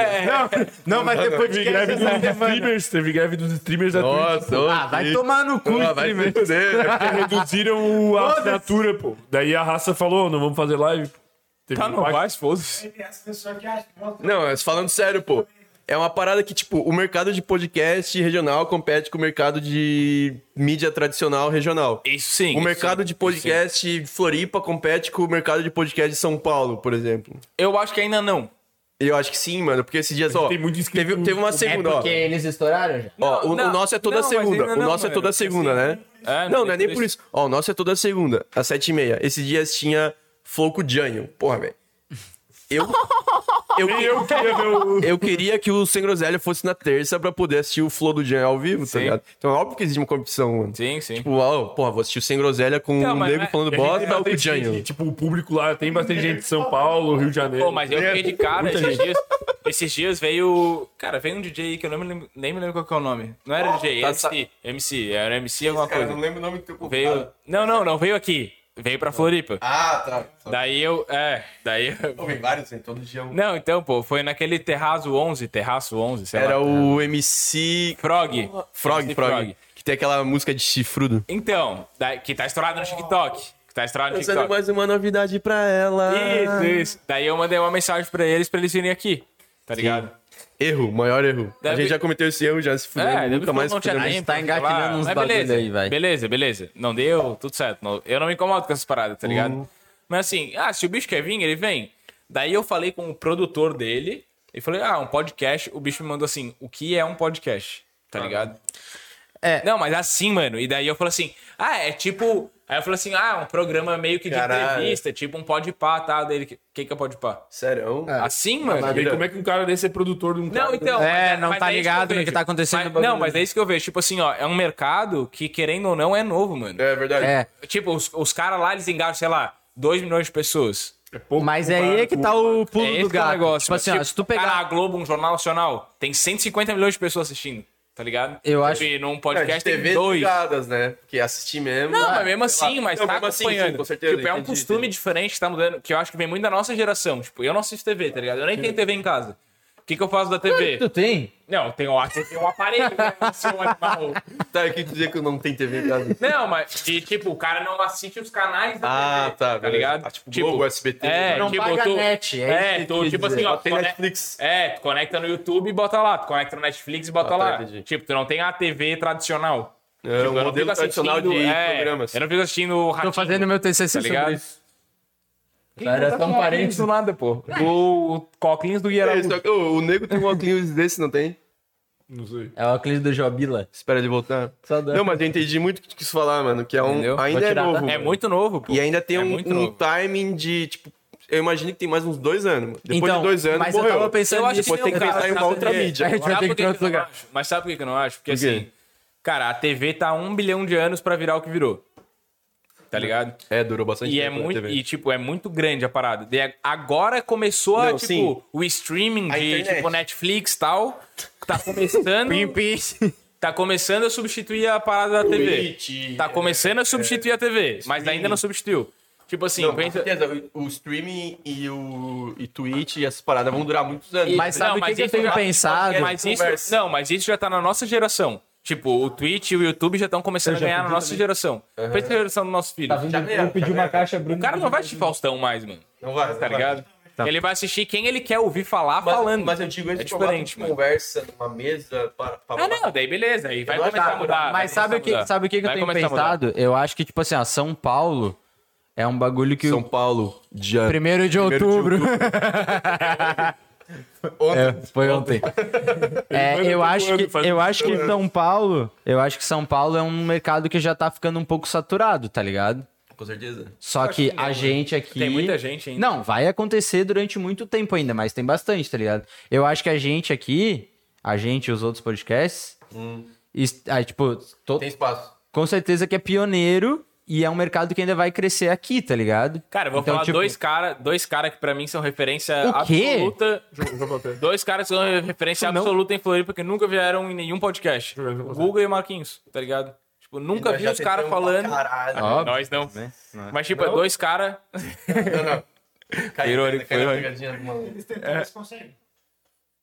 Speaker 7: Não vai ter
Speaker 6: Teve greve
Speaker 7: podcast
Speaker 6: dos
Speaker 7: essa semana.
Speaker 6: streamers. Teve greve dos streamers da Twitch.
Speaker 4: Nossa,
Speaker 7: Ah, vai tomar no cu,
Speaker 4: Ah, vai
Speaker 7: streamer.
Speaker 4: perder.
Speaker 6: Porque reduziram o- a assinatura, pô. Daí a raça falou, não vamos fazer live. Teve um
Speaker 3: Tá, não
Speaker 6: impacto.
Speaker 3: vai, foda-se.
Speaker 4: Não, mas falando sério, pô. É uma parada que, tipo, o mercado de podcast regional compete com o mercado de mídia tradicional regional.
Speaker 3: Isso sim.
Speaker 4: O
Speaker 3: isso
Speaker 4: mercado
Speaker 3: sim,
Speaker 4: de
Speaker 3: isso
Speaker 4: podcast de Floripa compete com o mercado de podcast de São Paulo, por exemplo.
Speaker 3: sim. Eu acho que ainda não.
Speaker 4: Eu acho que sim, mano, porque esses dias, ó.
Speaker 6: tem muito inscrito.
Speaker 4: teve, teve uma
Speaker 8: É
Speaker 4: segunda, ó.
Speaker 1: eles estouraram já.
Speaker 4: Ó,
Speaker 3: Não,
Speaker 4: o, o
Speaker 3: não,
Speaker 4: nosso é toda
Speaker 3: não, mas
Speaker 4: segunda.
Speaker 3: ainda
Speaker 4: O
Speaker 3: não,
Speaker 4: nosso é
Speaker 3: mano,
Speaker 4: toda
Speaker 3: porque
Speaker 4: segunda, né?
Speaker 3: É,
Speaker 4: não, não é nem por isso. Ó, o nosso é toda segunda, às sete e meia. Esse dias tinha Floco Janho. Porra, velho. Eu. Eu,
Speaker 6: Eu queria ver o.
Speaker 4: eu queria que o Sem Groselha fosse na terça pra poder assistir o Flow do Jean ao vivo, tá
Speaker 3: Sim.
Speaker 4: ligado? Então é óbvio que existe uma competição, mano.
Speaker 3: Sim, sim.
Speaker 4: Tipo, ó, porra, vou assistir o Sem Groselha com
Speaker 3: Não,
Speaker 4: um
Speaker 3: mas
Speaker 4: nego
Speaker 3: é-
Speaker 4: falando
Speaker 6: E a gente tem
Speaker 4: bosta ou com o
Speaker 6: bastante
Speaker 4: Jean.
Speaker 6: gente, Tipo, o público lá tem bastante gente de São Paulo, Rio de Janeiro.
Speaker 3: Pô, mas eu fiquei de cara esses dias. Esses dias veio. Cara, veio um DJ aí que eu não me lembro, nem me lembro qual que é o nome. Não era é DJ,
Speaker 4: tá
Speaker 3: MC. MC, era MC alguma
Speaker 10: Cara, eu
Speaker 3: coisa.
Speaker 10: não lembro o nome do teu convidado.
Speaker 3: Veio. Não, não, não veio aqui. Veio pra Floripa.
Speaker 10: Ah, tá. Só
Speaker 3: Daí eu. É, daí eu.
Speaker 10: que tem vários, hein? Todo dia um.
Speaker 3: Não, então, pô, foi naquele Terraço 11, Terraço 11, sei
Speaker 4: Era
Speaker 3: lá.
Speaker 4: o MC.
Speaker 3: Frog.
Speaker 4: Frog,
Speaker 3: MC
Speaker 4: Frog. Que tem aquela música de chifrudo.
Speaker 3: Então, daí- que tá estourado no TikTok. Que tá estourado no
Speaker 4: Lançando
Speaker 3: TikTok.
Speaker 4: mais uma novidade pra ela.
Speaker 3: Isso, isso. Daí eu mandei uma mensagem pra eles pra eles virem aqui. Tá ligado?
Speaker 4: Erro, maior erro. A
Speaker 3: Deve-
Speaker 4: gente já cometeu esse erro, já se fudeu.
Speaker 3: É,
Speaker 4: nunca mais
Speaker 3: não tinha
Speaker 4: fudemos.
Speaker 3: tempo,
Speaker 1: tá
Speaker 3: sei lá.
Speaker 1: engatilhando uns
Speaker 3: Mas
Speaker 1: bagulho
Speaker 3: beleza,
Speaker 1: aí, vai.
Speaker 3: Beleza, beleza. Não deu, tudo certo. Não- eu não me incomodo com essas paradas, tá ligado?
Speaker 1: Uhum.
Speaker 3: Mas assim, ah, se o bicho quer vir, ele vem. Daí eu falei com o produtor dele e falei, ah, um podcast. O bicho me mandou assim, o que é um podcast? Tá ligado?
Speaker 1: É.
Speaker 3: Não, mas assim, mano. E daí eu falei assim, ah, é tipo... Aí eu falei assim, ah, um programa meio que de
Speaker 4: Caralho.
Speaker 3: entrevista, tipo um podpá, tá? Daí ele, o que que é podpá?
Speaker 4: Sério?
Speaker 3: Assim, mano?
Speaker 6: Mas daí como é que um cara desse é produtor de um cara?
Speaker 3: Não, então.
Speaker 1: É,
Speaker 3: mas
Speaker 1: não
Speaker 3: mas
Speaker 1: tá
Speaker 3: é isso
Speaker 1: ligado
Speaker 3: eu
Speaker 1: no que
Speaker 3: vejo.
Speaker 1: tá acontecendo no
Speaker 3: Mas,
Speaker 1: bagulho.
Speaker 3: não, mas é isso que eu vejo. Tipo assim, ó, é um mercado que, querendo ou não, é novo, mano.
Speaker 4: É verdade.
Speaker 1: É.
Speaker 3: Tipo, os, os caras lá, eles engajam, sei lá, 2 milhões de pessoas.
Speaker 1: Mas é aí é que tá o pulo
Speaker 3: é
Speaker 1: do
Speaker 3: esse que é o
Speaker 1: gato.
Speaker 3: negócio.
Speaker 1: tipo assim,
Speaker 3: mano.
Speaker 1: ó, se tu
Speaker 3: Cara,
Speaker 1: pegar.
Speaker 3: a Globo, um jornal nacional, tem 150 milhões de pessoas assistindo, tá ligado?
Speaker 1: Eu
Speaker 3: Tipo,
Speaker 1: acho-
Speaker 3: E num
Speaker 4: É,
Speaker 3: podcast
Speaker 4: de TV
Speaker 3: tem dois.
Speaker 4: ligadas, né? Porque assistir mesmo.
Speaker 3: Não,
Speaker 4: ah,
Speaker 3: mas mesmo
Speaker 4: sei
Speaker 3: assim,
Speaker 4: lá.
Speaker 3: mas
Speaker 4: Não,
Speaker 3: tá
Speaker 4: mesmo assim, sim,
Speaker 3: acompanhando.
Speaker 4: com certeza,
Speaker 3: tipo, é um
Speaker 4: entendi,
Speaker 3: costume
Speaker 4: entendi.
Speaker 3: diferente que tá mudando, que eu acho que vem muito da nossa geração. Tipo, eu não assisto TV, tá ligado? Eu nem tenho TV em casa. O que, que eu faço da TV?
Speaker 1: Tu tem?
Speaker 3: Não, tem um, tem um aparelho, né, seu animal.
Speaker 4: Tá, eu quis dizer que eu não tenho TV em casa.
Speaker 3: Não, mas de tipo, o cara não assiste os canais da
Speaker 4: Ah,
Speaker 3: TV,
Speaker 4: tá,
Speaker 3: tá
Speaker 4: beleza.
Speaker 3: ligado?
Speaker 4: Ah, tipo, Globo, SBT,
Speaker 3: É,
Speaker 1: não
Speaker 3: tipo,
Speaker 1: paga
Speaker 3: tu,
Speaker 1: net, é isso
Speaker 3: é,
Speaker 1: que
Speaker 3: tu,
Speaker 1: eu quis
Speaker 3: tipo
Speaker 1: dizer.
Speaker 3: assim, ó,
Speaker 4: Só né? tem
Speaker 3: tu, né,
Speaker 4: Netflix.
Speaker 3: é, tu conecta no YouTube e bota lá, tu conecta no Netflix e bota
Speaker 4: Ah, tá,
Speaker 3: lá.
Speaker 4: entendi.
Speaker 3: tipo, tu não tem a TV tradicional.
Speaker 4: É,
Speaker 3: Tipo,
Speaker 4: o
Speaker 3: eu não
Speaker 4: modelo
Speaker 3: fico
Speaker 4: tradicional de
Speaker 3: assistindo, é,
Speaker 4: programas.
Speaker 3: Eu não fico assistindo
Speaker 1: Tô
Speaker 3: Ratinho,
Speaker 1: fazendo meu TCC
Speaker 3: tá
Speaker 1: sobre
Speaker 3: ligado?
Speaker 1: isso. Era tão parente.
Speaker 3: do nada, pô. O Coquinhos do
Speaker 4: É,
Speaker 3: Guiarabu.
Speaker 4: só que, ô, o nego tem um óculos desse, não tem?
Speaker 6: Não sei.
Speaker 1: É o Aclis do Jobila.
Speaker 4: Espera ele voltar.
Speaker 1: Saudade.
Speaker 4: Não, mas eu entendi muito o que tu quis falar, mano. Que é um.
Speaker 1: Entendeu?
Speaker 4: Ainda
Speaker 1: Vou
Speaker 4: é
Speaker 1: tirar, tá?
Speaker 4: novo.
Speaker 3: É muito novo, pô.
Speaker 4: E ainda tem
Speaker 3: É
Speaker 4: um,
Speaker 3: muito
Speaker 4: um
Speaker 3: novo.
Speaker 4: timing de, tipo, eu imagino que tem mais uns dois anos. mano. Depois
Speaker 1: então,
Speaker 4: de dois anos,
Speaker 1: mas
Speaker 4: morreu.
Speaker 1: eu tava pensando
Speaker 3: Eu acho
Speaker 1: nisso.
Speaker 4: Depois tem que
Speaker 3: Não,
Speaker 4: pensar em
Speaker 3: cara,
Speaker 4: uma
Speaker 3: sabe
Speaker 4: outra
Speaker 3: por quê?
Speaker 4: mídia.
Speaker 1: A gente vai
Speaker 3: Sabe
Speaker 1: ter
Speaker 3: por
Speaker 1: que
Speaker 3: que
Speaker 1: ir pra
Speaker 3: que
Speaker 1: outro
Speaker 3: eu não
Speaker 1: lugar.
Speaker 3: acho? Mas sabe por que que eu não acho? Porque
Speaker 4: Por quê?
Speaker 3: assim, cara, a TV tá há um bilhão de anos pra virar o que virou. Tá ligado?
Speaker 4: É, durou bastante
Speaker 3: E é
Speaker 4: tempo. né,
Speaker 3: muito,
Speaker 4: TV.
Speaker 3: e tipo, é muito grande a parada. De- agora começou a,
Speaker 4: Não,
Speaker 3: tipo,
Speaker 4: sim.
Speaker 3: o streaming
Speaker 4: A
Speaker 3: de,
Speaker 4: internet.
Speaker 3: tipo, Netflix e tal, tá começando... Tá começando a substituir a parada da TV.
Speaker 4: Twitch,
Speaker 3: Tá começando a substituir a TV, mas ainda não substituiu. Tipo assim,
Speaker 4: é, Não,
Speaker 10: é-
Speaker 4: com
Speaker 3: pensa...
Speaker 4: certeza, o o streaming e o e Twitch e essas paradas vão durar muitos anos.
Speaker 1: Mas sabe o que que eu
Speaker 3: isso
Speaker 1: tenho
Speaker 3: já-
Speaker 1: pensado?
Speaker 3: Mas isso,
Speaker 4: Conversa.
Speaker 3: não, mas isso já tá na nossa geração. Tipo, o Twitch e o YouTube já estão começando a ganhar na nossa geração. Pensa na geração do nosso filho.
Speaker 4: Tá eu pedi uma caixa
Speaker 3: O cara não vai assistir Faustão mais, mano.
Speaker 4: Não vai,
Speaker 3: Tá ligado? Ele vai assistir quem ele quer ouvir falar falando.
Speaker 4: Mas eu digo, esse
Speaker 3: é diferente, mano.
Speaker 4: conversa numa mesa para, para
Speaker 3: Ah, não, daí beleza, aí vai
Speaker 4: Eu acho
Speaker 3: começar
Speaker 4: que-
Speaker 3: a mudar. vai
Speaker 1: Mas sabe
Speaker 3: começar
Speaker 1: o que,
Speaker 3: a mudar.
Speaker 1: sabe o que, que eu
Speaker 3: Vai
Speaker 1: tenho
Speaker 3: começar a mudar.
Speaker 1: pensado? Eu acho que, tipo assim, ó, São Paulo é um bagulho que.
Speaker 4: São Paulo, dia...
Speaker 1: Primeiro de outubro. É, foi ontem. É, eu, acho que, eu acho que São Paulo. Eu acho que São Paulo é um mercado que já tá ficando um pouco saturado, tá ligado?
Speaker 4: Com certeza.
Speaker 1: Só que, a gente aqui.
Speaker 3: Tem muita gente ainda.
Speaker 1: Não, vai acontecer durante muito tempo ainda, mas tem bastante, tá ligado? Eu acho que a gente aqui, a gente e os outros podcasts, est- ah, tipo, to-
Speaker 4: Tem espaço.
Speaker 1: com certeza que é pioneiro e é um mercado que ainda vai crescer aqui, tá ligado?
Speaker 3: Cara, eu vou
Speaker 1: Então,
Speaker 3: falar
Speaker 1: tipo,
Speaker 3: dois caras dois cara que pra mim são referência
Speaker 1: O quê?
Speaker 3: absoluta. dois caras que são referência absoluta em Floripa que nunca vieram em nenhum podcast. O Guga e o Marquinhos, tá ligado? Tipo, nunca vi os caras falando.
Speaker 4: Caralho.
Speaker 1: Ó,
Speaker 3: Nós não.
Speaker 1: Né?
Speaker 3: Mas, tipo, é dois caras. Irônico,
Speaker 4: Caiu na
Speaker 3: irônico.
Speaker 4: pegadinha do maluco.
Speaker 8: Eles conseguem.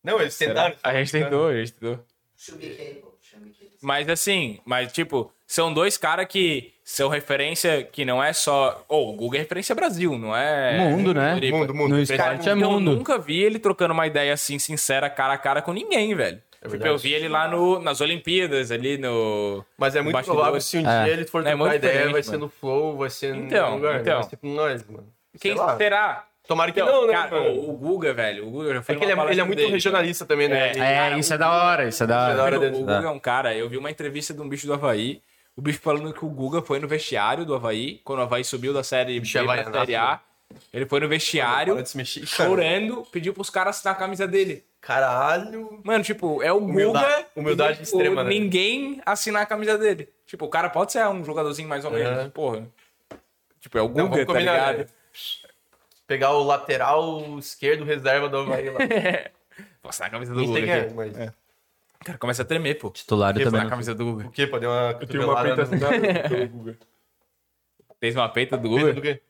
Speaker 4: Não, eles tentaram.
Speaker 3: A gente tentou, a gente tentou.
Speaker 8: Deixa eu ver quem, pô. Deixa eu ver quem.
Speaker 3: Mas assim, mas tipo, são dois caras que são referência que não é só. Ou o Guga é referência Brasil, não é.
Speaker 1: Mundo, né?
Speaker 3: Floripa.
Speaker 4: Mundo, mundo.
Speaker 1: no
Speaker 3: Cara,
Speaker 1: esporte é
Speaker 3: eu
Speaker 1: mundo.
Speaker 3: nunca vi ele trocando uma ideia assim, sincera, cara a cara com ninguém,
Speaker 4: É
Speaker 3: velho. tipo, eu vi ele lá no, nas Olimpíadas, ali no.
Speaker 4: Mas é muito
Speaker 3: Bastidores.
Speaker 4: provável se um
Speaker 1: É.
Speaker 4: dia ele for
Speaker 3: É muito
Speaker 4: trocar ideia,
Speaker 3: diferente,
Speaker 4: vai ser
Speaker 3: mano.
Speaker 4: no Flow, vai ser no
Speaker 3: Então,
Speaker 4: lugar.
Speaker 3: então.
Speaker 4: Vai ser com nós, mano.
Speaker 3: Quem
Speaker 4: Sei lá.
Speaker 3: será?
Speaker 4: Tomara que
Speaker 3: Então,
Speaker 4: não, né,
Speaker 3: cara,
Speaker 4: mano?
Speaker 3: o o Guga, velho. O Guga já foi
Speaker 4: É que ele é, ele é muito regionalista também, né?
Speaker 3: É.
Speaker 4: Ele-
Speaker 1: É, isso é da hora, isso é da
Speaker 4: da hora.
Speaker 1: hora.
Speaker 3: O,
Speaker 4: dele. né?
Speaker 3: o Guga é um cara, eu vi uma entrevista de um bicho do Havaí, o bicho falando que o Guga foi no vestiário do Havaí, quando o Havaí subiu da série B pra
Speaker 4: é havaianaço,
Speaker 3: série A.
Speaker 4: né?
Speaker 3: Ele foi no vestiário,
Speaker 4: Para de se mexer.
Speaker 3: chorando, pediu pros caras assinar a camisa dele.
Speaker 4: um Caralho.
Speaker 3: Mano, tipo, é o
Speaker 4: Humildade-
Speaker 3: Guga.
Speaker 4: humildade
Speaker 3: e, tipo,
Speaker 4: extrema, né?
Speaker 3: Ninguém assinar a camisa dele. Tipo, o cara pode ser um jogadorzinho mais ou menos, porra. Tipo, é o
Speaker 4: Não,
Speaker 3: Guga,
Speaker 4: vamos
Speaker 3: tá
Speaker 4: combinar,
Speaker 3: ligado?
Speaker 4: né? Pegar o lateral esquerdo reserva do Havaí lá.
Speaker 3: Vou assinar a camisa do
Speaker 4: Nem
Speaker 3: Guga.
Speaker 4: sei quem é,
Speaker 3: aqui.
Speaker 4: mas...
Speaker 3: O cara começa a tremer, pô.
Speaker 1: Titular eu
Speaker 3: Vou assinar
Speaker 1: também.
Speaker 3: a
Speaker 1: não-
Speaker 3: camisa do Guga.
Speaker 4: O quê? Pra dar uma
Speaker 10: Tem uma
Speaker 4: cotovelada
Speaker 10: peita
Speaker 4: no...
Speaker 10: assinada pelo
Speaker 1: tá.
Speaker 10: Guga.
Speaker 3: Fez uma peita do
Speaker 4: Peita do
Speaker 3: Guga.
Speaker 4: quê?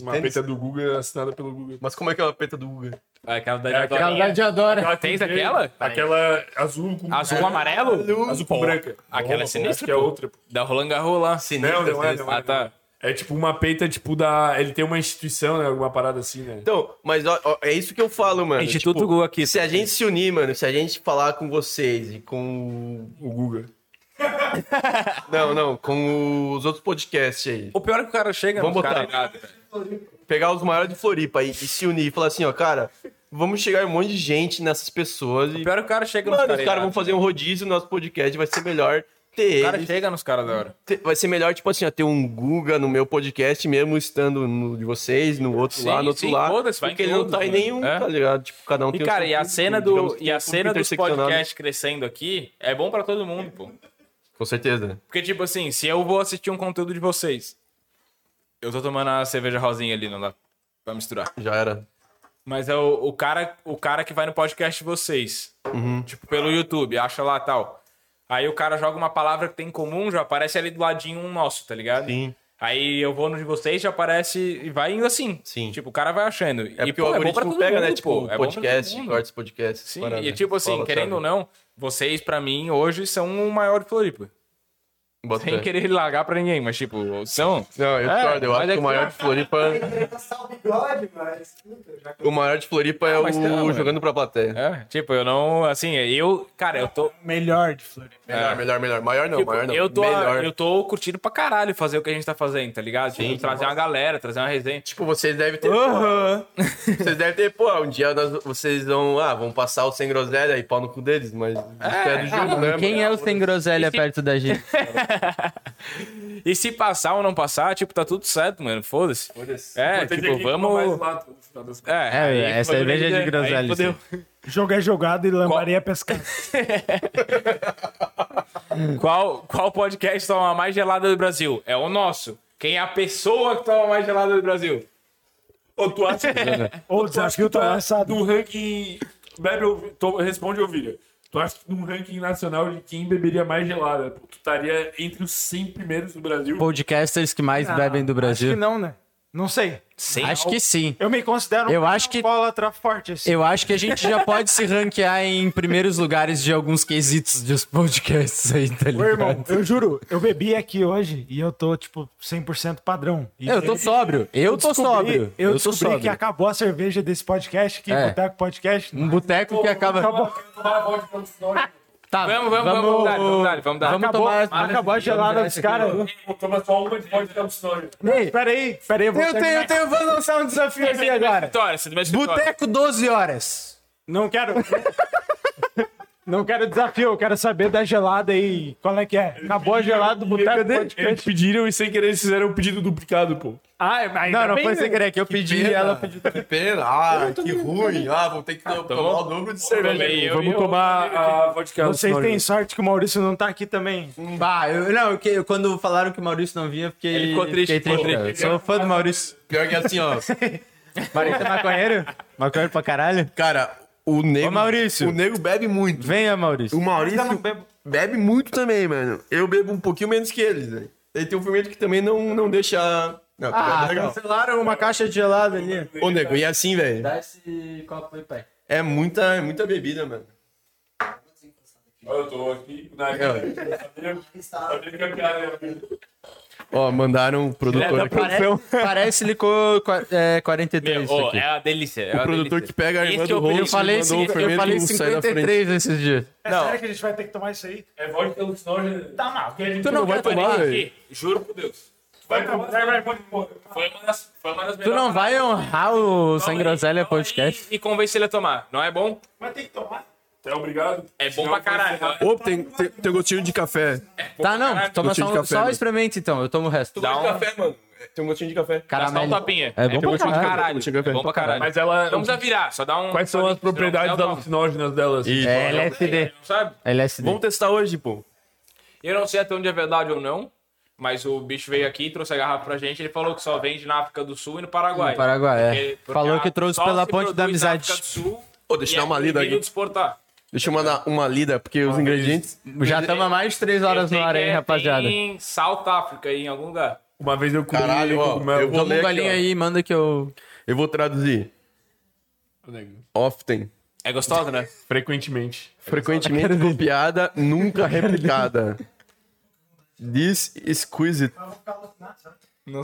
Speaker 10: Uma
Speaker 4: tênis?
Speaker 10: peita do Guga assinada pelo Guga.
Speaker 4: Mas como é que é uma peta do Guga?
Speaker 3: Ah, Aquela da
Speaker 10: aquela
Speaker 3: Jodorinha.
Speaker 11: te adora.
Speaker 10: Aquela que
Speaker 3: Tens
Speaker 10: veio-
Speaker 3: aquela?
Speaker 10: Aquela azul com...
Speaker 3: Ah, Azul com amarelo?
Speaker 10: Azul com branca.
Speaker 3: Aquela é
Speaker 10: Acho
Speaker 3: sinistra,
Speaker 10: que é
Speaker 3: pô.
Speaker 10: outra. pô.
Speaker 3: Da Roland Garros lá.
Speaker 10: Não, não é, não é.
Speaker 3: Ah, tá.
Speaker 6: É tipo uma peita, tipo, da. Ele tem uma instituição, né? Alguma parada assim, né?
Speaker 4: Então, mas ó, ó, é isso que eu falo, mano.
Speaker 1: Instituto
Speaker 4: Tipo,
Speaker 1: Guga aqui.
Speaker 4: Se a gente se unir, mano, se a gente falar com vocês e com o...
Speaker 10: O Guga.
Speaker 4: Não, não, com os outros podcasts aí.
Speaker 3: O pior é que o cara chega
Speaker 4: Vamos
Speaker 3: nos
Speaker 4: botar.
Speaker 3: caras irado, velho.
Speaker 4: Pegar os maiores de Floripa e, e se unir e falar assim, ó, cara, vamos chegar em um monte de gente nessas pessoas
Speaker 3: O
Speaker 4: e...
Speaker 3: pior é que o cara chega nos
Speaker 4: Mano,
Speaker 3: caras
Speaker 4: os caras
Speaker 3: irado.
Speaker 4: vão fazer um rodízio, nosso podcast vai ser melhor ter
Speaker 3: O cara
Speaker 4: eles.
Speaker 3: chega nos caras da hora.
Speaker 4: Te- Vai ser melhor, tipo assim, ó, ter um Guga no meu podcast, mesmo estando no de vocês, no outro
Speaker 3: Sim,
Speaker 4: lá, no outro
Speaker 3: sim,
Speaker 4: lá.
Speaker 3: foda-se, vai em
Speaker 4: Porque ele não
Speaker 3: todos,
Speaker 4: tá em
Speaker 3: mano.
Speaker 4: nenhum,
Speaker 3: É.
Speaker 4: tá ligado? Tipo, cada um
Speaker 3: E
Speaker 4: tem o
Speaker 3: cara,
Speaker 4: seu
Speaker 3: e a
Speaker 4: público,
Speaker 3: cena
Speaker 4: digamos
Speaker 3: do
Speaker 4: que
Speaker 3: e
Speaker 4: tem um
Speaker 3: a
Speaker 4: público
Speaker 3: cena dos
Speaker 4: interseccional, né?
Speaker 3: podcasts crescendo aqui é bom pra todo mundo, pô.
Speaker 4: Com certeza.
Speaker 3: Porque tipo assim, se eu vou assistir um conteúdo de vocês, eu tô tomando a cerveja rosinha ali, não dá pra misturar.
Speaker 4: Já era.
Speaker 3: Mas é o, o cara, o cara que vai no podcast de vocês,
Speaker 4: Uhum.
Speaker 3: tipo pelo YouTube, acha lá tal. Aí o cara joga uma palavra que tem em comum, já aparece ali do ladinho um nosso, tá ligado?
Speaker 4: Sim.
Speaker 3: Aí eu vou no de vocês, já aparece e vai indo assim.
Speaker 4: Sim.
Speaker 3: Tipo, o cara vai achando.
Speaker 4: É porque
Speaker 3: pô,
Speaker 4: o
Speaker 3: bom pra
Speaker 4: algoritmo
Speaker 3: todo
Speaker 4: pega,
Speaker 3: mundo,
Speaker 4: né?
Speaker 3: pô.
Speaker 4: Tipo,
Speaker 3: É bom pra todo
Speaker 4: podcast,
Speaker 3: mundo.
Speaker 4: cortes, podcasts.
Speaker 3: Sim,
Speaker 4: parada.
Speaker 3: e tipo assim,
Speaker 4: Fala,
Speaker 3: querendo
Speaker 4: sabe?
Speaker 3: ou não, vocês pra mim hoje são o maior de Floripa.
Speaker 4: Bota
Speaker 3: Sem
Speaker 4: fé.
Speaker 3: querer largar pra ninguém, mas tipo, são.
Speaker 4: Não, eu discordo. Eu
Speaker 3: mas
Speaker 4: acho
Speaker 3: é
Speaker 4: que o
Speaker 3: que-
Speaker 4: maior de Floripa...
Speaker 8: Ele vai passar o bigode, mas. Puta, já
Speaker 4: O maior de Floripa é
Speaker 3: mas não,
Speaker 4: o
Speaker 3: mano.
Speaker 4: jogando pra plateia.
Speaker 3: É, tipo, eu não. Assim, eu. Cara, eu tô.
Speaker 5: Melhor de Floripa.
Speaker 4: Melhor, melhor, melhor. Maior não,
Speaker 3: É. tipo,
Speaker 4: maior não.
Speaker 3: eu, tô
Speaker 4: melhor.
Speaker 3: eu tô curtindo pra caralho fazer o que a gente tá fazendo, tá ligado? Tipo, trazer uma galera, trazer uma resenha.
Speaker 4: Tipo, vocês devem ter. Vocês devem ter, pô, um dia nós- vocês vão, ah, vão passar o sem groselha e pau no cu deles, mas isso é do jogo, né?
Speaker 1: Quem
Speaker 4: mano?
Speaker 1: é o sem groselha perto da gente?
Speaker 3: E se passar ou não passar, tipo, tá tudo certo, mano. Foda-se. É,
Speaker 10: Tem
Speaker 3: tipo,
Speaker 10: que
Speaker 3: vamos.
Speaker 10: tomar mais lá, no final das contas.
Speaker 3: É, aí
Speaker 1: É, é
Speaker 3: fodeu,
Speaker 1: cerveja
Speaker 3: né?
Speaker 1: de
Speaker 3: Aí
Speaker 1: groselha.
Speaker 3: fodeu.
Speaker 5: Jogo é jogado e lambaria é pescado.
Speaker 3: Qual, qual podcast toma a mais gelada do Brasil? É o nosso. Quem é a pessoa que toma a mais gelada do Brasil?
Speaker 10: Ô, tu acha
Speaker 3: é?
Speaker 10: que
Speaker 5: Ou o
Speaker 10: tu acha
Speaker 5: desafio
Speaker 10: que tu
Speaker 5: tá
Speaker 10: é
Speaker 5: lançado.
Speaker 10: do ranking... Bebe, ou- to- responde, ovelha. Tu acha que num ranking nacional de quem beberia mais gelada, pô, tu estaria entre os 100 primeiros do Brasil?
Speaker 1: Podcasters que mais bebem do
Speaker 5: Acho
Speaker 1: Brasil.
Speaker 5: que não, né? Não sei.
Speaker 1: Acho que, sim.
Speaker 5: Eu me considero um
Speaker 1: Eu acho que-
Speaker 5: alcoólatra forte. Assim.
Speaker 1: Eu acho que a gente já pode se ranquear em primeiros lugares de alguns quesitos dos podcasts aí, tá
Speaker 5: Ô, irmão,
Speaker 1: ligado?
Speaker 5: eu juro, eu bebi aqui hoje e eu tô, tipo, 100% padrão. E
Speaker 1: Eu tô sóbrio. Eu tô
Speaker 5: descobri-
Speaker 1: sóbrio.
Speaker 5: Eu,
Speaker 1: Eu tô
Speaker 5: descobri que
Speaker 1: sóbrio.
Speaker 5: acabou a cerveja desse podcast, que
Speaker 1: É.
Speaker 5: Boteco Podcast.
Speaker 1: Um boteco que acaba.
Speaker 5: Acabou,
Speaker 1: Tá,
Speaker 3: Vamos, vamos, vamos, vamos, dar, vamos dar, vamos dar.
Speaker 1: Vamos
Speaker 5: acabou,
Speaker 1: tomar-
Speaker 5: acabou a gelada dos caras.
Speaker 10: Pô, Toma só uma de vodka abstinência.
Speaker 1: Ei,
Speaker 5: Pera aí, pera aí. Eu, vou
Speaker 1: eu tenho,
Speaker 5: terminar.
Speaker 1: eu tenho, vou lançar um desafio aqui agora.
Speaker 3: Vitória, você também vitória.
Speaker 1: Boteco 12 horas.
Speaker 5: Não quero... Não quero desafio, eu quero saber da gelada aí. Qual é que é? Acabou a gelada do Boteco
Speaker 10: Eles
Speaker 5: Podcast.
Speaker 10: pediram e sem querer eles fizeram um pedido duplicado, pô.
Speaker 5: Ah, ainda
Speaker 1: Não, não
Speaker 5: bem,
Speaker 1: foi
Speaker 5: né?
Speaker 1: sem querer, que eu pedi e ela pediu.
Speaker 4: Que pena, ah, que ruim, ah, vou ter que
Speaker 1: Tá
Speaker 4: to- tomar o dobro de cerveja.
Speaker 3: Tomei eu
Speaker 10: Vamos
Speaker 3: e eu.
Speaker 10: tomar a Ah, vodka
Speaker 5: Vocês
Speaker 10: abstinência.
Speaker 5: têm sorte que o Maurício não tá aqui também.
Speaker 1: Bah, eu, não, eu que- eu- quando falaram que o Maurício não vinha, eu fiquei,
Speaker 3: Ele ficou triste,
Speaker 1: fiquei
Speaker 3: ficou
Speaker 1: Eu sou um fã do Maurício.
Speaker 4: Pior que assim, ó,
Speaker 1: Maurício é maconheiro? Maconheiro pra caralho?
Speaker 4: cara, o nego,
Speaker 1: Ô, Maurício.
Speaker 4: o nego bebe muito.
Speaker 1: Venha, Maurício.
Speaker 4: O Maurício bebe muito também, mano. Eu bebo um pouquinho menos que eles, velho. Ele tem um fermento que também não, não deixa... Não,
Speaker 1: Ah,
Speaker 4: é legal.
Speaker 1: cancelaram uma caixa de gelada ali.
Speaker 4: Ô, nego, e assim, velho,
Speaker 1: Dá esse copo aí, pai.
Speaker 4: é muita, é muita bebida, mano.
Speaker 10: Olha, eu tô aqui na
Speaker 4: É,
Speaker 10: sabia
Speaker 4: ó.
Speaker 10: sabia que a piada era minha.
Speaker 4: Ó, mandaram o produtor aqui.
Speaker 1: Parece, parece licor qua- é, 43
Speaker 3: Ô,
Speaker 1: isso aqui.
Speaker 3: é uma delícia. é
Speaker 4: O
Speaker 3: uma
Speaker 4: produtor que
Speaker 3: delícia.
Speaker 4: pega a irmã
Speaker 3: Esse
Speaker 4: do
Speaker 3: eu
Speaker 4: Rony
Speaker 3: vi,
Speaker 1: Eu falei,
Speaker 4: mandou
Speaker 1: cin-
Speaker 4: é o fermento
Speaker 1: eu falei
Speaker 4: e um sai na frente.
Speaker 1: 53 esses dias.
Speaker 5: É sério que a gente vai ter que tomar isso aí?
Speaker 10: É vodka alucinógena.
Speaker 5: Tá mal.
Speaker 1: Tu não vai tomar,
Speaker 3: Aqui, Juro por Deus.
Speaker 10: Vai tomar, vai, vai, pode pôr.
Speaker 3: Foi uma das, foi uma das
Speaker 1: Tu não vai honrar o Sem Groselha Podcast?
Speaker 3: E, e convence ele a tomar. Não é bom?
Speaker 5: Mas tem que tomar.
Speaker 10: Até né? obrigado.
Speaker 3: É bom pra caralho.
Speaker 4: Ô, tem, tem, tem gostinho de café.
Speaker 1: Tá, não. Toma só,
Speaker 4: gostei de
Speaker 1: um-
Speaker 4: café,
Speaker 1: só
Speaker 4: mano.
Speaker 1: experimenta então, eu tomo o resto.
Speaker 3: Dá um...
Speaker 4: mano. Tem um gostinho de café.
Speaker 3: Dá só um
Speaker 1: Caramelo.
Speaker 3: tapinha.
Speaker 1: É bom pra
Speaker 3: bom pra
Speaker 1: caralho.
Speaker 3: caralho.
Speaker 4: Chega,
Speaker 3: É bom pra caralho.
Speaker 6: Mas ela.
Speaker 3: Não precisa virar, só dá um.
Speaker 6: Quais são as propriedades
Speaker 3: da
Speaker 6: alucinógenas delas?
Speaker 1: É LSD.
Speaker 3: Sabe?
Speaker 1: LSD.
Speaker 4: Vamos testar hoje, pô.
Speaker 3: Eu não sei até onde é verdade ou não, mas o bicho veio aqui, trouxe a garrafa pra gente, ele falou que só vende na África do Sul e no Paraguai.
Speaker 1: No Paraguai, é.
Speaker 3: porque
Speaker 1: Falou
Speaker 3: a-
Speaker 1: que trouxe
Speaker 3: só
Speaker 1: pela
Speaker 3: se
Speaker 1: ponte da
Speaker 3: produz na
Speaker 1: amizade.
Speaker 3: África do Sul
Speaker 4: Pô, deixa
Speaker 3: e
Speaker 4: eu dar
Speaker 3: é
Speaker 4: uma lida
Speaker 3: proibido
Speaker 4: aqui.
Speaker 3: de exportar.
Speaker 4: Deixa eu mandar uma lida, porque os ingredientes.
Speaker 1: Já estamos há mais de três horas
Speaker 3: Eu
Speaker 1: no
Speaker 3: sei
Speaker 1: ar
Speaker 3: que
Speaker 1: aí,
Speaker 3: é-
Speaker 1: rapaziada.
Speaker 3: tem Em South África, aí, em algum lugar.
Speaker 6: Uma vez eu comi
Speaker 4: Caralho, ó,
Speaker 6: cogumelo.
Speaker 4: eu vou-
Speaker 1: Toma
Speaker 4: Moleque,
Speaker 1: um galinho
Speaker 4: ó.
Speaker 1: aí, manda que eu.
Speaker 4: Eu vou traduzir. Often.
Speaker 3: É gostoso, né?
Speaker 6: Frequentemente.
Speaker 4: Frequentemente copiada, nunca replicada. This exquisite.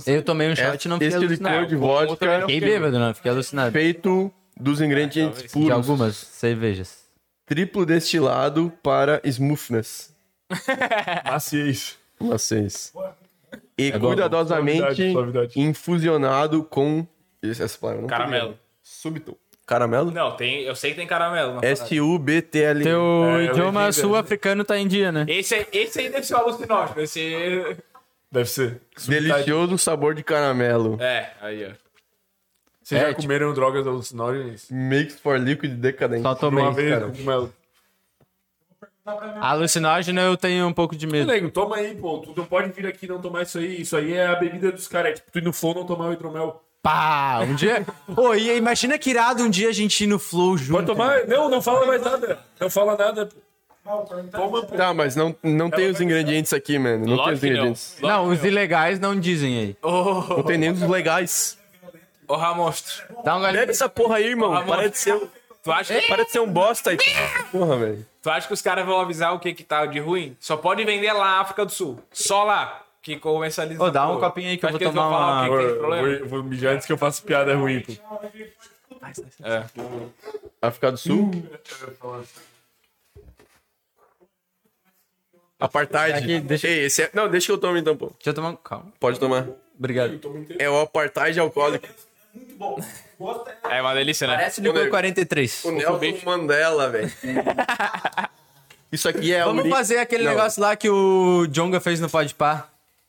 Speaker 1: Eu tomei um shot e não fiquei
Speaker 4: Este licor
Speaker 1: alucinado.
Speaker 4: de vodka
Speaker 1: Fiquei bêbado, não. Fiquei alucinado.
Speaker 4: feito dos ingredientes
Speaker 1: De
Speaker 4: puros.
Speaker 1: algumas cervejas.
Speaker 4: Triplo destilado para smoothness.
Speaker 6: Maciez.
Speaker 4: Maciez. E
Speaker 6: bom,
Speaker 4: cuidadosamente
Speaker 6: É suavidade, suavidade.
Speaker 4: infusionado com... Esse- Essa palavra eu não tô
Speaker 3: Caramelo.
Speaker 4: vendo. Súbito. Caramelo?
Speaker 3: Não, tem, eu sei que tem caramelo. na parada.
Speaker 4: S-U-B-T-L.
Speaker 1: Teu
Speaker 6: É, eu
Speaker 1: idioma
Speaker 6: entendi,
Speaker 1: sul-africano tá em dia, né?
Speaker 3: Esse, aí- esse aí deve ser o alucinógeno. Esse.
Speaker 6: Deve ser.
Speaker 4: Delicioso sabor de caramelo.
Speaker 3: É, aí, ó.
Speaker 6: Vocês
Speaker 1: É,
Speaker 6: já
Speaker 1: tipo-
Speaker 6: comeram drogas alucinógenas?
Speaker 4: Makes for liquid decadente.
Speaker 1: Só tomei.
Speaker 6: Uma vez
Speaker 4: cara.
Speaker 6: cogumelo.
Speaker 1: Alucinógeno eu tenho um pouco de
Speaker 6: Ô,
Speaker 1: medo.
Speaker 6: Nego, toma aí, pô. Tu não pode vir aqui não tomar isso aí. Isso aí é a bebida dos caras. É tipo tu ir no flow não tomar o hidromel.
Speaker 1: Pá, um dia. Ô, e aí, imagina que irado um dia a gente ir no Flow junto.
Speaker 6: Pode tomar? Não, não fala mais nada. Não fala nada. pô. Toma, pô.
Speaker 4: Tá, mas não, não tem os ingredientes aqui, mano. Não tem os
Speaker 3: Lógico que não.
Speaker 4: ingredientes.
Speaker 1: Não, os ilegais não dizem aí.
Speaker 4: Não, tem nem os legais.
Speaker 3: Ô, Ramostro.
Speaker 1: Dá um
Speaker 4: Bebe
Speaker 1: galinho.
Speaker 4: essa porra aí, irmão. Para de ser, um-
Speaker 3: Tu acha que
Speaker 4: para de ser um bosta aí. Porra, velho.
Speaker 3: Tu acha que os caras vão avisar o que que tá de ruim? Só pode vender lá na África do Sul. Só lá. Que comercializa.
Speaker 1: Ô, dá um
Speaker 3: Pô,
Speaker 1: copinho aí que eu
Speaker 3: acho
Speaker 1: vou
Speaker 3: eles
Speaker 1: tomar
Speaker 3: vão falar
Speaker 1: uma-
Speaker 3: o
Speaker 6: Pô,
Speaker 3: que que tem
Speaker 6: eu Vou,
Speaker 3: problema.
Speaker 6: eu vou mijar antes que eu faça
Speaker 4: é
Speaker 6: piada ruim, pô.
Speaker 4: África do Sul? Apartheid.
Speaker 1: Aqui, deixa-
Speaker 4: Ei, esse é- Não, deixa que eu tome então, pô.
Speaker 1: Deixa eu tomar um. Calma.
Speaker 4: Pode tomar.
Speaker 1: Obrigado.
Speaker 4: É o apartheid alcoólico.
Speaker 3: É uma delícia, né?
Speaker 1: Parece nível 43.
Speaker 4: O Nelson Mandela, velho. Isso aqui é
Speaker 1: Vamos
Speaker 4: ori-
Speaker 1: fazer aquele
Speaker 4: Não.
Speaker 1: negócio lá que o Jonga fez no Podpah.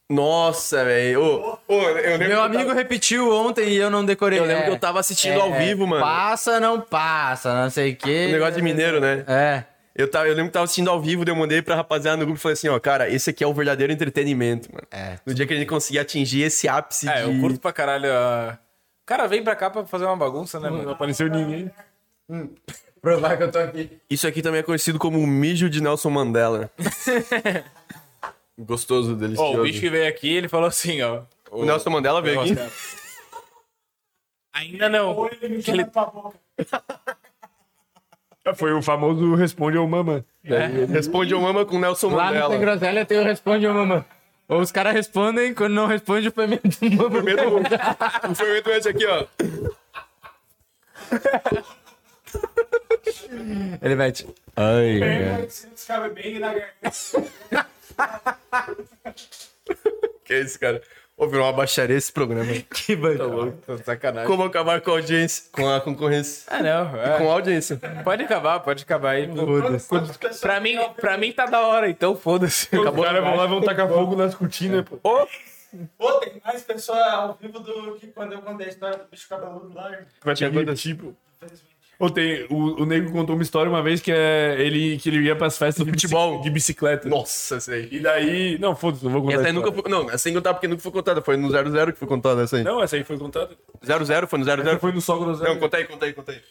Speaker 4: Nossa, velho. Ô, ô, eu lembro,
Speaker 1: Meu
Speaker 4: que eu tava-
Speaker 1: amigo repetiu ontem e eu não decorei. É,
Speaker 4: eu lembro que eu tava assistindo ao vivo, mano.
Speaker 1: Passa, não passa, não sei o quê.
Speaker 4: O negócio de mineiro, né?
Speaker 1: É.
Speaker 4: Eu, tava, eu lembro que tava assistindo ao vivo, daí eu mandei pra rapaziada no grupo e falei assim, ó, cara, esse aqui é o verdadeiro entretenimento, mano.
Speaker 1: É.
Speaker 4: No dia que a gente conseguir atingir esse ápice
Speaker 3: É,
Speaker 4: de...
Speaker 3: eu curto pra caralho. a- O cara vem pra cá pra fazer uma bagunça, né,
Speaker 6: Não
Speaker 3: mano?
Speaker 6: apareceu ninguém.
Speaker 1: Provar que eu tô aqui.
Speaker 4: Isso aqui também é conhecido como o mijo de Nelson Mandela. Gostoso,
Speaker 3: Ó,
Speaker 4: delicioso.
Speaker 3: o bicho que veio aqui, ele falou assim, ó.
Speaker 4: O Nelson Mandela veio aqui.
Speaker 3: Ainda não.
Speaker 6: Foi o famoso responde ao mama.
Speaker 4: É. Responde o mama com Nelson
Speaker 1: Lá no Sem
Speaker 4: Mandela.
Speaker 1: Groselha tem o Responde ô Mamãe. Ou os caras respondem, quando não responde, o fermento mama.
Speaker 4: O fermento é esse aqui, ó.
Speaker 1: Ele mete.
Speaker 5: é
Speaker 4: Que isso, cara. Ô, virou uma baixaria esse programa. Tá
Speaker 1: Que banho.
Speaker 3: Sacanagem.
Speaker 4: Como acabar com a audiência, com a concorrência.
Speaker 3: Ah, não. é.
Speaker 4: Com a audiência.
Speaker 3: Pode acabar, pode acabar aí. Foda-se. Pra mim, pra mim tá da hora, então foda-se.
Speaker 6: Os caras vão lá e vão tacar fogo nas cortinas, pô.
Speaker 8: Pô, tem mais pessoa é ao vivo do que quando eu contei a história do bicho cabeludo lá.
Speaker 6: Vai ter que repetir, pô. Ou tem, o, o Nego contou uma história uma vez que, é, ele, que ele ia pras festas de
Speaker 4: futebol.
Speaker 6: bici- de bicicleta.
Speaker 4: Nossa, essa aí.
Speaker 6: E daí... Não, foda-se, não vou
Speaker 4: E
Speaker 6: contar
Speaker 4: essa
Speaker 6: a
Speaker 4: aí nunca
Speaker 6: história.
Speaker 4: foi... Não, essa sem contar porque nunca foi contada. Foi no 00 que foi contada essa aí.
Speaker 6: Não, essa aí foi contada.
Speaker 4: 00? Foi no 00?
Speaker 6: Foi no Sol Groselha.
Speaker 4: Não, conta aí, conta aí, conta aí.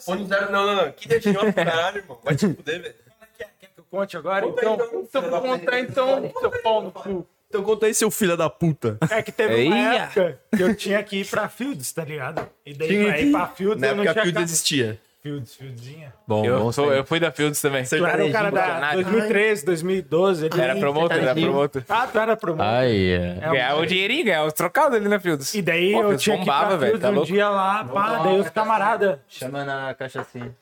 Speaker 4: Foi no 00... Não, não, não. Que deixinho do caralho, irmão. Vai te fuder, velho.
Speaker 3: Conte agora,
Speaker 4: Conta aí, então,
Speaker 3: Se eu contar, então, seu pau no cu.
Speaker 4: Então conta aí, seu filho da puta.
Speaker 5: É que teve uma época que eu tinha que ir pra Fields, tá ligado? E daí
Speaker 4: Tinha
Speaker 5: pra
Speaker 4: que-
Speaker 5: ir pra Fields
Speaker 4: Na
Speaker 5: eu não
Speaker 4: época a
Speaker 5: tinha
Speaker 4: Fields
Speaker 5: carro.
Speaker 4: existia.
Speaker 5: Fields, Fieldzinha.
Speaker 1: Bom,
Speaker 3: Eu,
Speaker 1: bom.
Speaker 3: sou, eu fui da Fields também.
Speaker 5: Tu era um cara da 2013, 2012. ele-
Speaker 3: Era promotor, era promotor.
Speaker 5: Ah, tu era promotor.
Speaker 1: Ai, é.
Speaker 3: Ganhar o dinheirinho, ganhar os trocados ali na Fields.
Speaker 5: E daí
Speaker 3: Pô,
Speaker 5: eu
Speaker 3: Fields
Speaker 5: tinha que ir pra
Speaker 3: bombava, velho,
Speaker 5: Fields
Speaker 3: tá
Speaker 5: um
Speaker 3: louco?
Speaker 5: dia lá, pá, daí os camarada.
Speaker 1: Chama na caixa assim.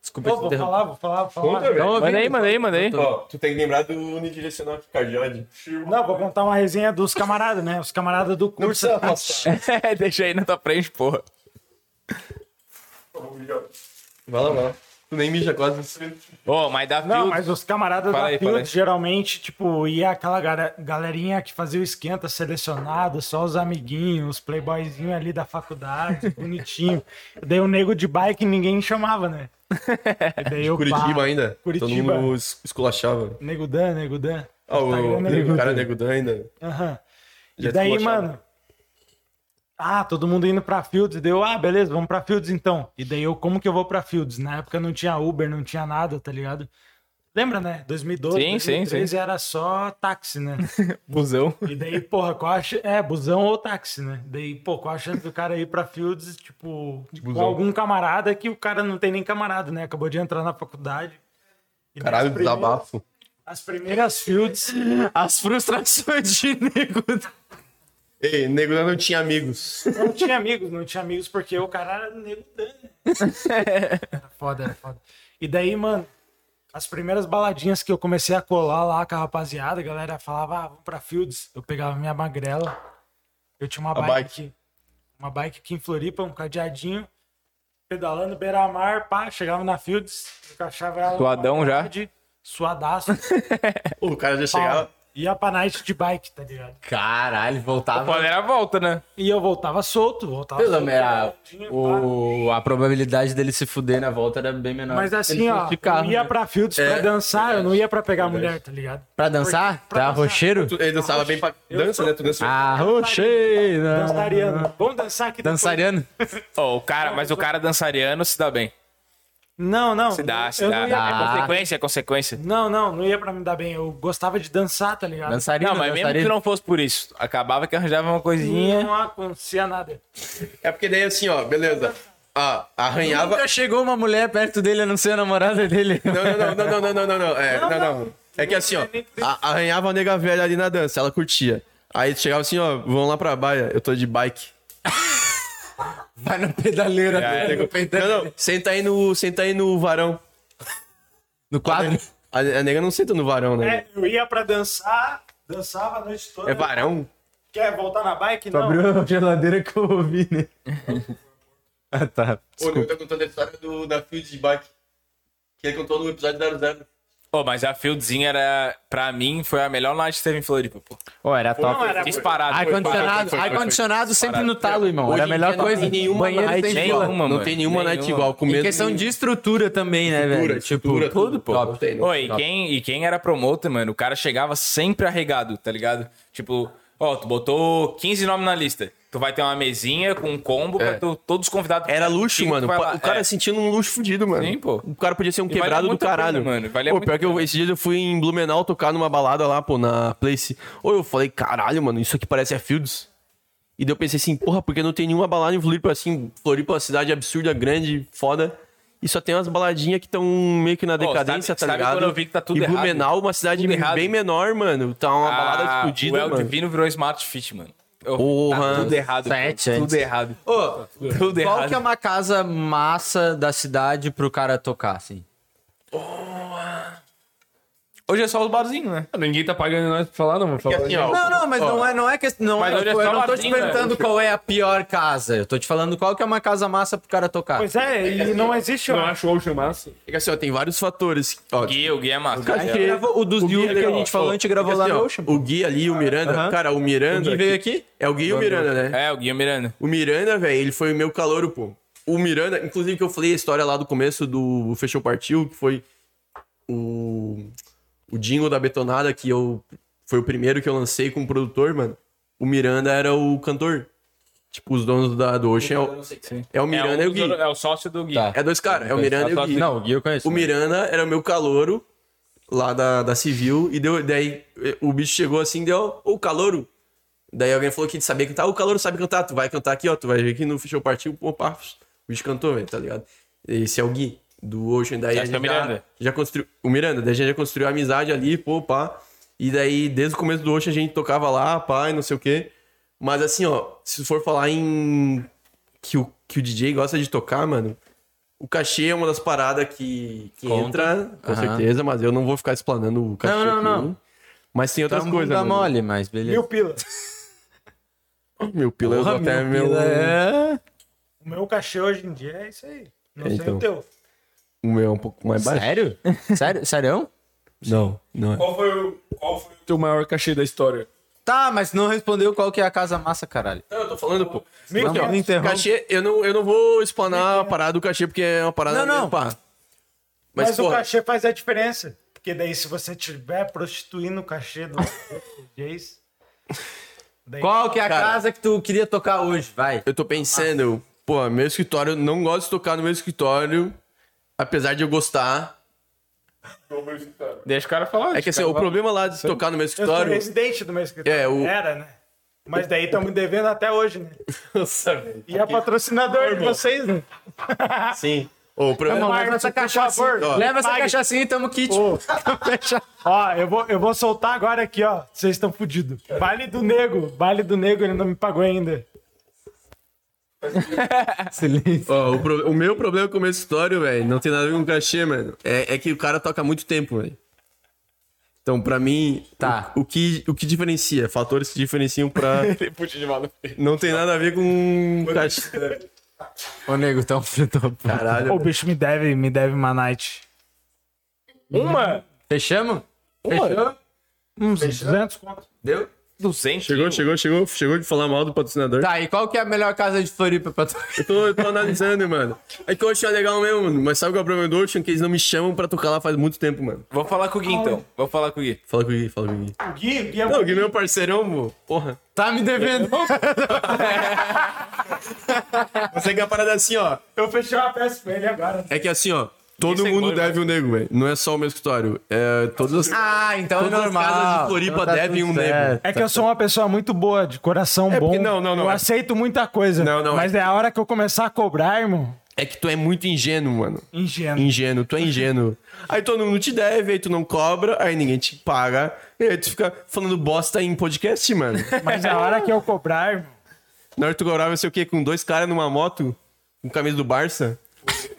Speaker 1: Desculpa
Speaker 5: Pô,
Speaker 1: te
Speaker 5: vou
Speaker 1: interromper.
Speaker 5: falar, vou falar, vou falar.
Speaker 3: Manda aí, manda aí, manda aí.
Speaker 4: Ó, tu tem que lembrar do unidirecional aqui, cardiode.
Speaker 5: Não, vou contar uma resenha dos camaradas, né? Os camaradas do curso.
Speaker 3: É, Deixa aí na tua frente, porra.
Speaker 4: Vai lá, vai lá. Tu nem mija quase.
Speaker 3: Ô, mas da
Speaker 5: Não,
Speaker 3: Field-
Speaker 5: mas os camaradas
Speaker 3: Fala
Speaker 5: da
Speaker 3: aí,
Speaker 5: Field,
Speaker 3: fala aí.
Speaker 5: geralmente, tipo, ia aquela gara- galerinha que fazia o esquenta selecionado, só os amiguinhos, os playboyzinhos ali da faculdade, bonitinho. Daí o nego de bike ninguém chamava, né? E daí eu,
Speaker 4: Curitiba
Speaker 5: pá,
Speaker 4: ainda.
Speaker 5: Curitiba.
Speaker 4: Todo mundo es- esculachava.
Speaker 5: Nego Dan, Nego Dan.
Speaker 4: Ah, o,
Speaker 5: Instagram é Nego
Speaker 4: o cara
Speaker 5: Dan.
Speaker 4: negudão ainda.
Speaker 5: Aham.
Speaker 4: Já
Speaker 3: é
Speaker 5: E daí,
Speaker 4: esculachava.
Speaker 5: mano. Ah, todo mundo indo pra Fields. Deu, ah, beleza, vamos pra Fields então. E daí eu, como que eu vou pra Fields? Na época não tinha Uber, não tinha nada, tá ligado? Lembra, né? 2012,
Speaker 3: Sim, sim,
Speaker 5: 2013 era só táxi, né?
Speaker 3: Busão.
Speaker 5: E daí, porra, qual a chance... É, busão ou táxi, né? Daí, pô, qual a chance do cara ir pra Fields, tipo, com algum camarada que o cara não tem nem camarada, né? Acabou de entrar na faculdade. E daí
Speaker 4: Caralho,
Speaker 5: as primeiras-
Speaker 4: desabafo.
Speaker 5: As primeiras Fields...
Speaker 1: As frustrações de nego.
Speaker 4: Ei, negudão não tinha amigos.
Speaker 5: Não tinha amigos, não tinha amigos, porque o cara era nego Dan. Era foda, era foda. E daí, mano, as primeiras baladinhas que eu comecei a colar lá com a rapaziada, a galera falava, ah, vamos pra Fields. Eu pegava minha magrela, eu tinha uma bike,
Speaker 4: bike.
Speaker 5: aqui, uma bike aqui em Floripa, um cadeadinho, pedalando beira-mar, pá, chegava na Fields, encaixava ela. numa
Speaker 3: Suadão já?
Speaker 5: grade, Suadaço,
Speaker 4: O cara já chegava.
Speaker 5: pá, ia pra night de bike, tá ligado?
Speaker 1: Caralho, voltava.
Speaker 5: é
Speaker 3: Quando era a volta, né?
Speaker 5: E eu voltava solto, voltava
Speaker 1: Pelo
Speaker 5: solto.
Speaker 1: menos a,
Speaker 5: pedaladinho, pá.
Speaker 1: o- a probabilidade dele se fuder na volta era bem menor.
Speaker 5: Mas
Speaker 1: Ele
Speaker 5: assim,
Speaker 1: fosse
Speaker 5: ó,
Speaker 1: de carro,
Speaker 5: eu ia
Speaker 1: né?
Speaker 5: pra Fields
Speaker 3: É.
Speaker 5: pra dançar, eu não ia pra pegar mulher, tá ligado?
Speaker 1: Pra dançar?
Speaker 5: pra
Speaker 1: tá
Speaker 5: dançar.
Speaker 1: rocheiro?
Speaker 4: Tu- Ele dançava bem pra. Dança, né? Tu dança.
Speaker 1: Ah,
Speaker 3: Ah.
Speaker 1: rocheira.
Speaker 5: Dançariano. Vamos dançar aqui depois.
Speaker 1: Dançariano?
Speaker 3: Ô, o cara, mas o cara dançariano se dá bem.
Speaker 5: Não, não.
Speaker 3: Se dá, se
Speaker 5: eu
Speaker 3: dá.
Speaker 5: Não, ia,
Speaker 3: É consequência, é consequência.
Speaker 5: não, não, não ia pra me dar bem. Eu gostava de dançar, tá ligado?
Speaker 1: Dançarino,
Speaker 3: Não, mas mesmo que
Speaker 1: dançarino.
Speaker 3: não fosse por isso, acabava que arranjava uma coisinha.
Speaker 5: Não acontecia nada.
Speaker 4: É porque daí assim, ó, beleza. Ah, arranhava.
Speaker 1: Nunca chegou uma mulher perto dele a não ser a namorada dele.
Speaker 4: Não, não, não, não, não, não, não, não, não. É, não, não. É que assim, ó, a- arranhava a nega velha ali na dança, ela curtia. Aí chegava assim, ó, vamos lá pra baia, eu tô de bike. É,
Speaker 1: Vai na pedaleira dele.
Speaker 4: Não, não, senta aí no, senta aí no varão.
Speaker 1: No quadro?
Speaker 4: A, a nega não senta no varão, né?
Speaker 5: É, eu ia pra dançar, dançava a noite toda.
Speaker 4: É varão?
Speaker 5: Quer voltar na bike?
Speaker 3: Tá
Speaker 5: Não.
Speaker 1: Abriu a geladeira que eu ouvi, né? ah, tá.
Speaker 4: Pô, eu tô contando a história do, da Fields de bike. Que ele contou no episódio da Zero.
Speaker 3: Ô, mas a Fieldzinha era, pra mim, foi a melhor night que teve em Floripa, pô.
Speaker 1: Ó, era top.
Speaker 5: era-
Speaker 3: Disparado.
Speaker 1: Ar-condicionado, ar-condicionado sempre no talo, irmão. Era a melhor coisa.
Speaker 4: Não tem nenhuma
Speaker 1: Banheiro
Speaker 4: night
Speaker 1: sem
Speaker 4: igual.
Speaker 1: fila.
Speaker 3: mano.
Speaker 4: Não tem nenhuma night
Speaker 3: Nenhuma.
Speaker 4: igual. Com
Speaker 1: Em
Speaker 4: medo
Speaker 1: questão de estrutura também, né, velho?
Speaker 4: estrutura,
Speaker 1: Tipo, tudo, pô.
Speaker 4: Top, tem, né?
Speaker 3: Oi, e quem, e quem era promoter, mano, o cara chegava sempre arregado, tá ligado? Tipo, ó, tu botou 15 nomes na lista. Tu vai ter uma mesinha com um combo pra tu, todos os convidados.
Speaker 4: É. Era luxo,
Speaker 3: Tu
Speaker 4: mano.
Speaker 3: vai lá,
Speaker 4: O cara
Speaker 3: é.
Speaker 4: sentindo um luxo fudido, mano.
Speaker 3: Sim, pô.
Speaker 4: O cara podia ser um
Speaker 3: valia
Speaker 4: quebrado do
Speaker 3: muito a
Speaker 4: caralho.
Speaker 3: pena, mano. Valia
Speaker 4: pô,
Speaker 3: muito
Speaker 4: pior
Speaker 3: a
Speaker 4: que eu, esses dias eu fui em Blumenau tocar numa balada lá, pô, na Place. Ou eu falei, caralho, mano, isso aqui parece a Fields. E daí eu pensei assim, porra, porque não tem nenhuma balada em Floripa assim. Floripa é uma cidade absurda, grande, foda. E só tem umas baladinhas que estão meio que na decadência,
Speaker 3: sabe-
Speaker 4: tá
Speaker 3: sabe
Speaker 4: ligado?
Speaker 3: quando eu vi que tá tudo
Speaker 4: e
Speaker 3: errado?
Speaker 4: Blumenau, é uma cidade
Speaker 3: Tudo
Speaker 4: bem
Speaker 3: errado.
Speaker 4: menor, mano. Tá uma balada
Speaker 3: Ah,
Speaker 4: explodida,
Speaker 3: O El
Speaker 4: mano.
Speaker 3: Divino virou Smart Fit, mano. Eu-
Speaker 4: Porra.
Speaker 3: Tá tudo errado.
Speaker 1: Sete
Speaker 3: tudo
Speaker 1: antes.
Speaker 3: errado. tudo
Speaker 1: Qual
Speaker 3: errado.
Speaker 1: que é uma casa massa da cidade pro cara tocar, assim?
Speaker 3: Hoje é só os barzinhos, né?
Speaker 6: Ninguém tá pagando nós pra falar, não. Vou falar.
Speaker 4: Assim, ó,
Speaker 1: Não, não, mas não é, não é que não
Speaker 3: Mas
Speaker 1: é,
Speaker 3: olha
Speaker 1: eu
Speaker 3: só,
Speaker 1: não tô te
Speaker 3: Martinho,
Speaker 1: perguntando qual é a pior casa. Eu tô te falando qual que é uma casa massa pro cara tocar.
Speaker 5: Pois é, e não existe.
Speaker 6: Não
Speaker 5: ó.
Speaker 6: acho o Ocean massa.
Speaker 4: é que assim, ó, tem vários fatores. Ó,
Speaker 3: Gui, o Gui é massa.
Speaker 1: A gente gravou- o dos Yuri que a gente falou, a gente gravou lá
Speaker 4: é Assim,
Speaker 1: no
Speaker 4: ó,
Speaker 1: Ocean.
Speaker 4: O Gui ali, o Miranda. Cara, o Miranda.
Speaker 1: Quem veio aqui?
Speaker 4: É o Gui e o Miranda, né?
Speaker 3: É, o Gui é o Miranda.
Speaker 4: O Miranda, velho, ele foi o meu calouro, pô. O Miranda, inclusive que eu falei a história lá do começo do Fechou Partiu, que foi o, o jingle da Betonada, que eu foi o primeiro que eu lancei com o produtor, mano. O Miranda era o cantor. Tipo, os donos da, do Ocean é o, é o Miranda
Speaker 3: é,
Speaker 4: e
Speaker 3: um
Speaker 4: o Gui.
Speaker 3: dos- é o sócio do Gui.
Speaker 1: Tá.
Speaker 4: É dois caras, é o Miranda e o Gui.
Speaker 1: Não, o Gui eu conheço. né?
Speaker 3: né?
Speaker 4: O Miranda era o meu calouro lá da, da Civil e deu, daí eh, o bicho chegou assim, deu, ô calouro. Daí alguém falou que sabia cantar, o calouro sabe cantar, tu vai cantar aqui, ó, tu vai ver aqui no Fechou Partiu, pô, pá, o bicho cantou, velho, tá ligado? Esse é o Gui do Ocean, daí a
Speaker 3: Esse é
Speaker 4: gente
Speaker 3: o
Speaker 4: já,
Speaker 3: Miranda.
Speaker 4: já construiu, o Miranda, daí a gente já construiu amizade ali, pô, pá. E daí desde o começo do Ocean a gente tocava lá, pá, e não sei o quê. Mas assim, ó, se for falar em que o, que o DJ gosta de tocar, mano, o cachê é uma das paradas que, que entra, com certeza, mas eu não vou ficar explanando o cachê.
Speaker 1: Não, não,
Speaker 4: aqui.
Speaker 1: não.
Speaker 4: Mas tem outras
Speaker 1: Tá
Speaker 4: coisas.
Speaker 1: bunda
Speaker 4: mano.
Speaker 1: mole, mas beleza.
Speaker 5: Mil pila.
Speaker 4: Meu pila, eu dou
Speaker 1: Porra,
Speaker 4: até
Speaker 1: meu
Speaker 4: meu.
Speaker 1: pila é-
Speaker 5: O meu cachê hoje em dia é isso aí. Não
Speaker 4: É,
Speaker 5: sei
Speaker 4: então.
Speaker 5: o teu.
Speaker 4: O meu é um pouco mais baixo.
Speaker 1: Sério? Sério? Sério?
Speaker 4: Não, não é.
Speaker 6: Qual foi o, qual foi o teu maior cachê da história?
Speaker 1: Tá, mas não respondeu qual que é a casa massa, caralho.
Speaker 4: Não, eu tô falando, pô.
Speaker 1: Não, não me interrompa.
Speaker 4: Cachê, eu não, eu não vou explanar a parada do cachê, porque é uma
Speaker 1: Não,
Speaker 4: parada...
Speaker 1: não.
Speaker 4: Pá. Mas,
Speaker 5: Mas
Speaker 4: pô,
Speaker 5: o cachê faz a diferença. Porque daí, se você estiver prostituindo o cachê do Jace,
Speaker 1: Qual que é a
Speaker 4: Cara.
Speaker 1: casa que tu queria tocar hoje? Vai.
Speaker 4: eu tô pensando... Pô, meu escritório, eu não gosto de tocar no meu escritório, apesar de eu gostar.
Speaker 3: Deixa o cara falar.
Speaker 4: É que assim, o problema lá de tocar no meu
Speaker 5: eu sou
Speaker 4: escritório...
Speaker 5: residente do meu escritório.
Speaker 4: É, o-
Speaker 5: Era, né? Mas daí estão me devendo até hoje, né? E é patrocinador de vocês, né? assim.
Speaker 4: Sim. O
Speaker 3: É
Speaker 4: problema...
Speaker 5: Marcos, por favor,
Speaker 4: ó.
Speaker 1: Leva essa
Speaker 5: pague.
Speaker 1: cachaçinha e tamo kit.
Speaker 5: Ó, eu vou, eu vou soltar agora aqui, ó. Vocês estão fodidos. Vale do Nego. Vale do Nego, ele não me pagou ainda.
Speaker 4: Ó, o, pro- o meu problema com o meu escritório, velho, não tem nada a ver com cachê, mano. É, é que o cara toca há muito tempo, velho. Então, pra mim,
Speaker 1: Tá.
Speaker 4: o, o que, o que diferencia? Fatores que diferenciam pra. não tem nada a ver com cachê.
Speaker 1: Ô, nego, tá um filho da puta.
Speaker 4: Caralho.
Speaker 5: O bicho me deve, me deve uma night.
Speaker 6: Uma?
Speaker 1: Fechamos? Fechou?
Speaker 5: Uns 200 conto.
Speaker 4: Chegou, chegou, chegou. Chegou de falar mal do patrocinador.
Speaker 1: Tá, e qual que é a melhor casa de Floripa pra tu?
Speaker 4: Eu, tô, eu tô analisando, mano. É que o Ocean é legal mesmo, mano. Mas sabe qual é o problema do Ocean? Que eles não me chamam pra tocar lá faz muito tempo, mano.
Speaker 3: Vou falar com o Gui, então. Vou falar com o Gui.
Speaker 4: Fala com o Gui, fala com o Gui.
Speaker 5: O Gui, o Gui é
Speaker 4: Não, o Gui é meu parceirão, pô. Porra.
Speaker 1: Tá me devendo.
Speaker 4: Você que é a parada assim, ó.
Speaker 5: Eu fechei uma peça pra ele agora.
Speaker 4: É que assim, ó, todo mundo deve um nego, velho. Não é só o meu escritório. É, todas as,
Speaker 1: Ah, então é
Speaker 4: todas as
Speaker 1: normal.
Speaker 4: casas de Floripa
Speaker 1: Então tá
Speaker 4: devem
Speaker 1: tudo
Speaker 4: um
Speaker 1: certo.
Speaker 4: nego.
Speaker 5: É que eu sou uma pessoa muito boa, de coração bom.
Speaker 4: porque- não, não, não,
Speaker 5: Eu
Speaker 4: é-
Speaker 5: aceito muita coisa.
Speaker 4: Não, não,
Speaker 5: Mas é a hora que eu começar a cobrar, irmão.
Speaker 4: É que tu é muito ingênuo, mano.
Speaker 5: Ingênuo.
Speaker 4: Ingênuo, tu é ingênuo. Aí todo mundo te deve, aí tu não cobra, aí ninguém te paga. E aí tu fica falando bosta em podcast, mano.
Speaker 5: Mas é a hora que eu cobrar, irmão.
Speaker 4: Na hora que tu cobrar, vai ser o quê? Com dois caras numa moto? Com camisa do Barça?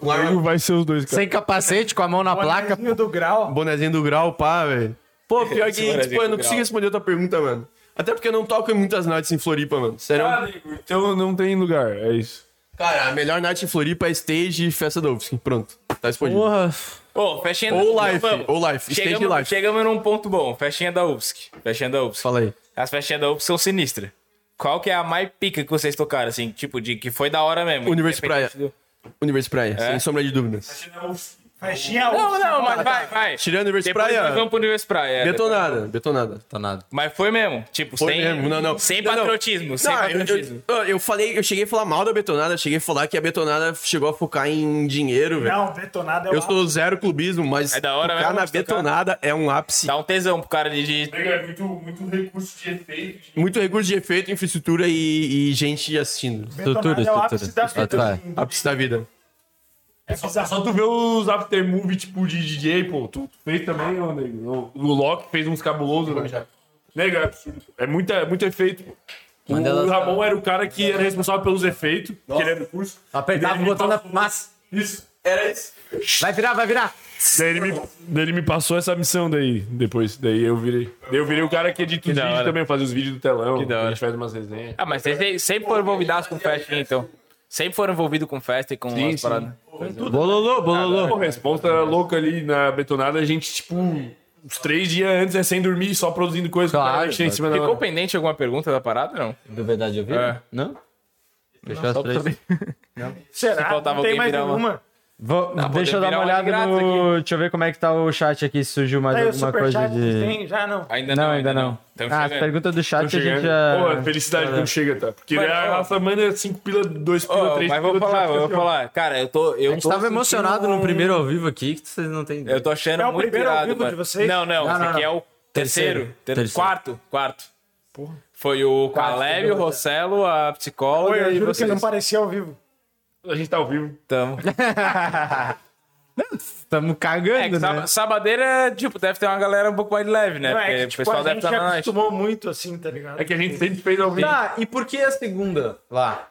Speaker 4: Um arma-
Speaker 13: Vai ser os dois, cara.
Speaker 1: Sem capacete, com a mão na placa.
Speaker 5: Bonezinho do grau.
Speaker 4: é bonezinho do grau, pá, velho. Pô, pior
Speaker 3: Esse
Speaker 4: que,
Speaker 3: bonezinho
Speaker 4: tipo, eu
Speaker 3: do
Speaker 4: não consigo
Speaker 3: grau.
Speaker 4: responder a tua pergunta, mano. Até porque eu não toco em muitas nights em Floripa, mano. Sério,
Speaker 6: Ah, nego,
Speaker 13: Então não tem lugar, é isso.
Speaker 4: Cara, a melhor night em Floripa é Stage e Festa Dolphin. Pronto, tá respondido.
Speaker 3: Ô, festinha
Speaker 4: Ou
Speaker 3: Não,
Speaker 4: life,
Speaker 3: vamos.
Speaker 4: ou life, stage
Speaker 3: Chegamos,
Speaker 4: life.
Speaker 3: chegamos num ponto bom. Festinha da UFSC. Festinha da UFSC.
Speaker 4: Fala aí.
Speaker 3: As festinhas da UFSC são sinistras. Qual que é a mais pica que vocês tocaram, assim? Tipo, de que foi da hora mesmo.
Speaker 4: Universo
Speaker 3: independente
Speaker 4: Praia. Universo Praia,
Speaker 3: É?
Speaker 4: sem sombra de dúvidas.
Speaker 5: Festinha
Speaker 3: Não, não, mas vai, vai.
Speaker 4: tá. Tirando Universo
Speaker 3: Depois
Speaker 4: Praia.
Speaker 3: nós vamos pro Universo Praia. é.
Speaker 4: Betonada, betonada.
Speaker 1: Tá nada.
Speaker 3: Mas foi mesmo. Tipo,
Speaker 4: Foi
Speaker 3: sem,
Speaker 4: mesmo, não, não.
Speaker 3: sem
Speaker 4: Não, não.
Speaker 3: patriotismo. Sem
Speaker 4: Não, eu,
Speaker 3: patriotismo.
Speaker 4: eu, eu falei, eu cheguei a falar mal da betonada, cheguei a falar que a betonada chegou a focar em dinheiro, velho.
Speaker 5: Não, detonado é o
Speaker 4: Eu sou zero clubismo, mas
Speaker 3: É da hora
Speaker 4: focar
Speaker 3: mesmo,
Speaker 4: na
Speaker 3: mas tocar.
Speaker 4: betonada é um ápice.
Speaker 3: Dá um tesão pro cara de. de-
Speaker 6: Nego, é muito, muito recurso de efeito. de-
Speaker 4: Muito recurso de efeito, infraestrutura e, e gente assistindo.
Speaker 5: detonado é o ápice da vida.
Speaker 1: Vai.
Speaker 4: Ápice da vida.
Speaker 5: É bizarro.
Speaker 6: Só tu vê os after movie, tipo, de DJ, pô. Tu tu fez também, ô, nego. O, o Loki fez uns cabulosos, né? Nego, é absurdo. É muita, muito efeito. pô. O,
Speaker 1: Mandela-
Speaker 6: o Ramon era o cara que era responsável pelos efeitos, que ele era do curso.
Speaker 1: Apertava o botão da massa.
Speaker 6: Isso.
Speaker 1: Vai virar, vai virar.
Speaker 6: Daí ele, me, daí ele me passou essa missão daí, depois. Daí eu virei. Daí eu virei o cara que edita os
Speaker 3: da
Speaker 6: vídeos
Speaker 3: hora.
Speaker 6: também, faz os vídeos do telão.
Speaker 3: da
Speaker 6: A
Speaker 3: hora.
Speaker 6: gente faz umas resenhas.
Speaker 3: Ah, mas vocês sempre foram envolvidos com festinha, então. Sempre foram envolvidos com festa e com
Speaker 6: Sim,
Speaker 3: as
Speaker 6: sim.
Speaker 3: paradas.
Speaker 1: Bololô, bololô.
Speaker 6: Pô, resposta louca ali na betonada, a gente, tipo, uns três dias antes é sem dormir, só produzindo coisa
Speaker 1: Claro,
Speaker 6: que a gente tem em cima da
Speaker 3: Ficou
Speaker 6: hora.
Speaker 3: pendente alguma pergunta da parada, não?
Speaker 1: Do verdade eu vi?
Speaker 3: É.
Speaker 1: Não? Fechou as três.
Speaker 5: Será?
Speaker 3: faltava
Speaker 5: Não tem
Speaker 3: alguém
Speaker 5: mais
Speaker 3: virar uma-
Speaker 5: nenhuma.
Speaker 14: Vou- deixa eu dar uma
Speaker 1: um
Speaker 3: virar uma de
Speaker 14: olhada
Speaker 3: graça
Speaker 14: no. Deixa eu ver como é que tá o chat aqui, se surgiu mais
Speaker 5: Aí o
Speaker 14: alguma coisa
Speaker 5: superchat
Speaker 14: de.
Speaker 5: tem? Já não.
Speaker 3: Ainda
Speaker 14: Não, ainda não.
Speaker 3: Tamo
Speaker 14: Ah, as
Speaker 3: chegando.
Speaker 14: perguntas do chat a
Speaker 6: Tô
Speaker 14: gente
Speaker 6: chegando. né?
Speaker 1: é-
Speaker 6: Pô,
Speaker 14: já.
Speaker 6: felicidade quando chega, tá? Porque
Speaker 3: Mas,
Speaker 6: a
Speaker 3: ó.
Speaker 6: nossa semana é 5 pila, 2
Speaker 3: Ô,
Speaker 6: pila, 3
Speaker 3: mas
Speaker 6: pila.
Speaker 3: vou falar,
Speaker 6: tu já
Speaker 3: eu vou
Speaker 6: fica assim, ó.
Speaker 3: falar. Cara, eu tô. Eu
Speaker 1: A gente
Speaker 3: tô
Speaker 1: tava
Speaker 3: sentindo
Speaker 1: emocionado
Speaker 3: um-
Speaker 1: no primeiro ao vivo aqui, que vocês não têm ideia.
Speaker 3: Eu tô achando
Speaker 5: É o
Speaker 3: muito
Speaker 5: primeiro ao
Speaker 3: irado,
Speaker 5: vivo
Speaker 3: mano.
Speaker 5: de vocês?
Speaker 3: Não, não,
Speaker 1: Não,
Speaker 3: esse
Speaker 1: não,
Speaker 3: aqui
Speaker 1: não.
Speaker 3: é o terceiro.
Speaker 1: Terceiro,
Speaker 3: ter-
Speaker 1: terceiro.
Speaker 3: Quarto, quarto. Foi o Caleb, o Rossello, a psicóloga
Speaker 5: Eu
Speaker 3: e
Speaker 5: juro que
Speaker 3: vocês.
Speaker 5: não parecia ao vivo.
Speaker 6: A gente tá ao vivo.
Speaker 3: Então,
Speaker 1: Tamo
Speaker 3: é
Speaker 14: né?
Speaker 1: cagando,
Speaker 3: que sab- sabadeira, tipo, deve ter uma galera um pouco mais leve, né?
Speaker 5: Não,
Speaker 3: Porque
Speaker 5: é que,
Speaker 3: o
Speaker 5: tipo,
Speaker 3: pessoal
Speaker 5: a
Speaker 3: deve
Speaker 5: gente
Speaker 3: estar na noite.
Speaker 5: acostumou muito assim, tá ligado?
Speaker 6: É que a gente sempre fez ao vivo.
Speaker 1: Tá, e por que a segunda lá?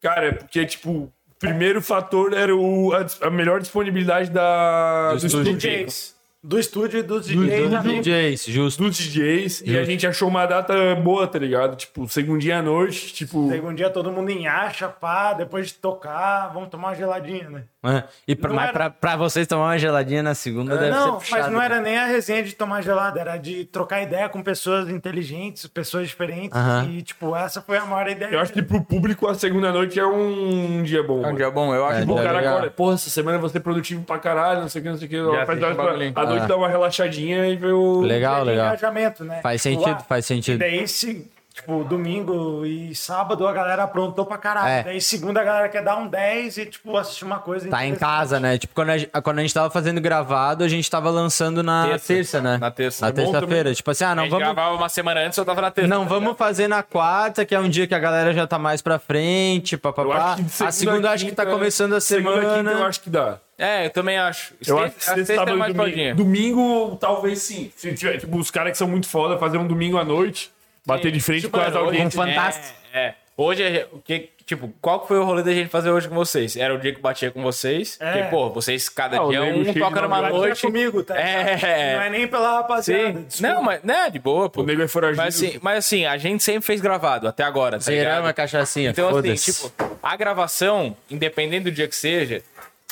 Speaker 6: Cara, é porque, tipo, o primeiro fator era o, a, dis- a melhor disponibilidade da, dos, DJs.
Speaker 5: Do estúdio e dos DJs. né?
Speaker 1: DJs, justo.
Speaker 6: Dos DJs. E a gente achou uma data boa, tá ligado? Tipo, segundinha à noite, tipo...
Speaker 5: um Segundo dia todo mundo em acha, pá, depois de tocar, vamos tomar uma geladinha, né?
Speaker 1: É. E pra,
Speaker 5: Não
Speaker 1: mas
Speaker 5: era- É,
Speaker 1: pra, pra vocês tomar uma geladinha na segunda deve
Speaker 5: não,
Speaker 1: ser puxado. né?
Speaker 5: mas não era nem a resenha de tomar gelada, era de trocar ideia com pessoas inteligentes, pessoas diferentes.
Speaker 1: Aham.
Speaker 5: E, tipo, essa foi a maior ideia.
Speaker 6: Eu acho que pro público a segunda noite é um dia
Speaker 3: É
Speaker 6: bom.
Speaker 3: um
Speaker 6: mano.
Speaker 3: dia bom, eu acho.
Speaker 1: É,
Speaker 6: Pô, o
Speaker 1: dá
Speaker 6: cara
Speaker 1: legal.
Speaker 6: acorda, porra, essa semana eu vou ser produtivo pra caralho, não sei o que, não sei o que.
Speaker 3: Já
Speaker 6: Faz
Speaker 3: tem
Speaker 6: horas
Speaker 3: um
Speaker 6: pra-
Speaker 3: bagulhinho.
Speaker 6: A noite
Speaker 1: Ah.
Speaker 6: dá uma relaxadinha e vê o.
Speaker 1: Legal,
Speaker 5: de
Speaker 1: legal.
Speaker 5: engajamento, né?
Speaker 1: Faz
Speaker 5: Tipo,
Speaker 1: sentido,
Speaker 5: ah,
Speaker 1: faz sentido.
Speaker 5: Daí, se, tipo, domingo e sábado a galera aprontou pra caralho.
Speaker 1: É.
Speaker 5: Daí, segunda a galera quer dar um 10 e, tipo, assistir uma coisa.
Speaker 1: Tá em
Speaker 5: interessante.
Speaker 1: casa, né? Tipo, quando a, gente- quando a gente tava fazendo gravado, a gente tava lançando na terça,
Speaker 3: Terça.
Speaker 1: né?
Speaker 3: Na terça.
Speaker 1: Na
Speaker 3: É bom
Speaker 1: terça-feira. Tipo assim, ah,
Speaker 3: A
Speaker 1: não
Speaker 3: gente
Speaker 1: vamos
Speaker 3: gravava uma semana antes, eu tava na terça. tá
Speaker 1: Não, vamos fazer na quarta, que é um dia que a galera já tá mais pra frente, papapá.
Speaker 6: de segunda
Speaker 1: A segunda
Speaker 6: a
Speaker 1: acho que
Speaker 6: quinta-
Speaker 1: tá
Speaker 3: né?
Speaker 1: começando a
Speaker 6: Segunda, quinta, eu
Speaker 1: semana.
Speaker 6: acho que dá.
Speaker 3: É, eu também acho.
Speaker 6: Eu
Speaker 3: Sexta-
Speaker 6: acho que
Speaker 3: a
Speaker 6: sexta,
Speaker 3: sexta é
Speaker 6: sábado e
Speaker 3: mais
Speaker 6: domingo.
Speaker 3: podinha.
Speaker 6: Domingo, talvez sim. Se tiver, tipo, os caras que são muito foda, fazer um domingo à noite, bater de frente com as
Speaker 3: Mano, Tipo, hoje-
Speaker 1: Um
Speaker 6: audiências.
Speaker 3: É, é. Hoje, é- o que, tipo, qual que foi o rolê da gente fazer hoje com vocês? Era o dia que eu batia com vocês.
Speaker 5: É.
Speaker 3: Porque, pô, vocês, cada
Speaker 6: Ah, o
Speaker 3: dia,
Speaker 6: nego
Speaker 3: um
Speaker 6: cheio de
Speaker 3: toca numa
Speaker 6: novidade.
Speaker 5: Não é
Speaker 3: noite.
Speaker 5: comigo, tá?
Speaker 1: né?
Speaker 3: É.
Speaker 5: Não é nem pela rapaziada.
Speaker 3: Sim.
Speaker 5: desculpa.
Speaker 3: Não, mas, né, de boa, pô.
Speaker 6: O nego é foragido.
Speaker 3: Mas assim, mas assim, a gente sempre fez gravado, até agora, tá
Speaker 1: Zeramos a
Speaker 3: ligado?
Speaker 1: cachaçinha,
Speaker 3: Então, assim,
Speaker 1: foda-se.
Speaker 3: tipo, a gravação, independente do dia que seja,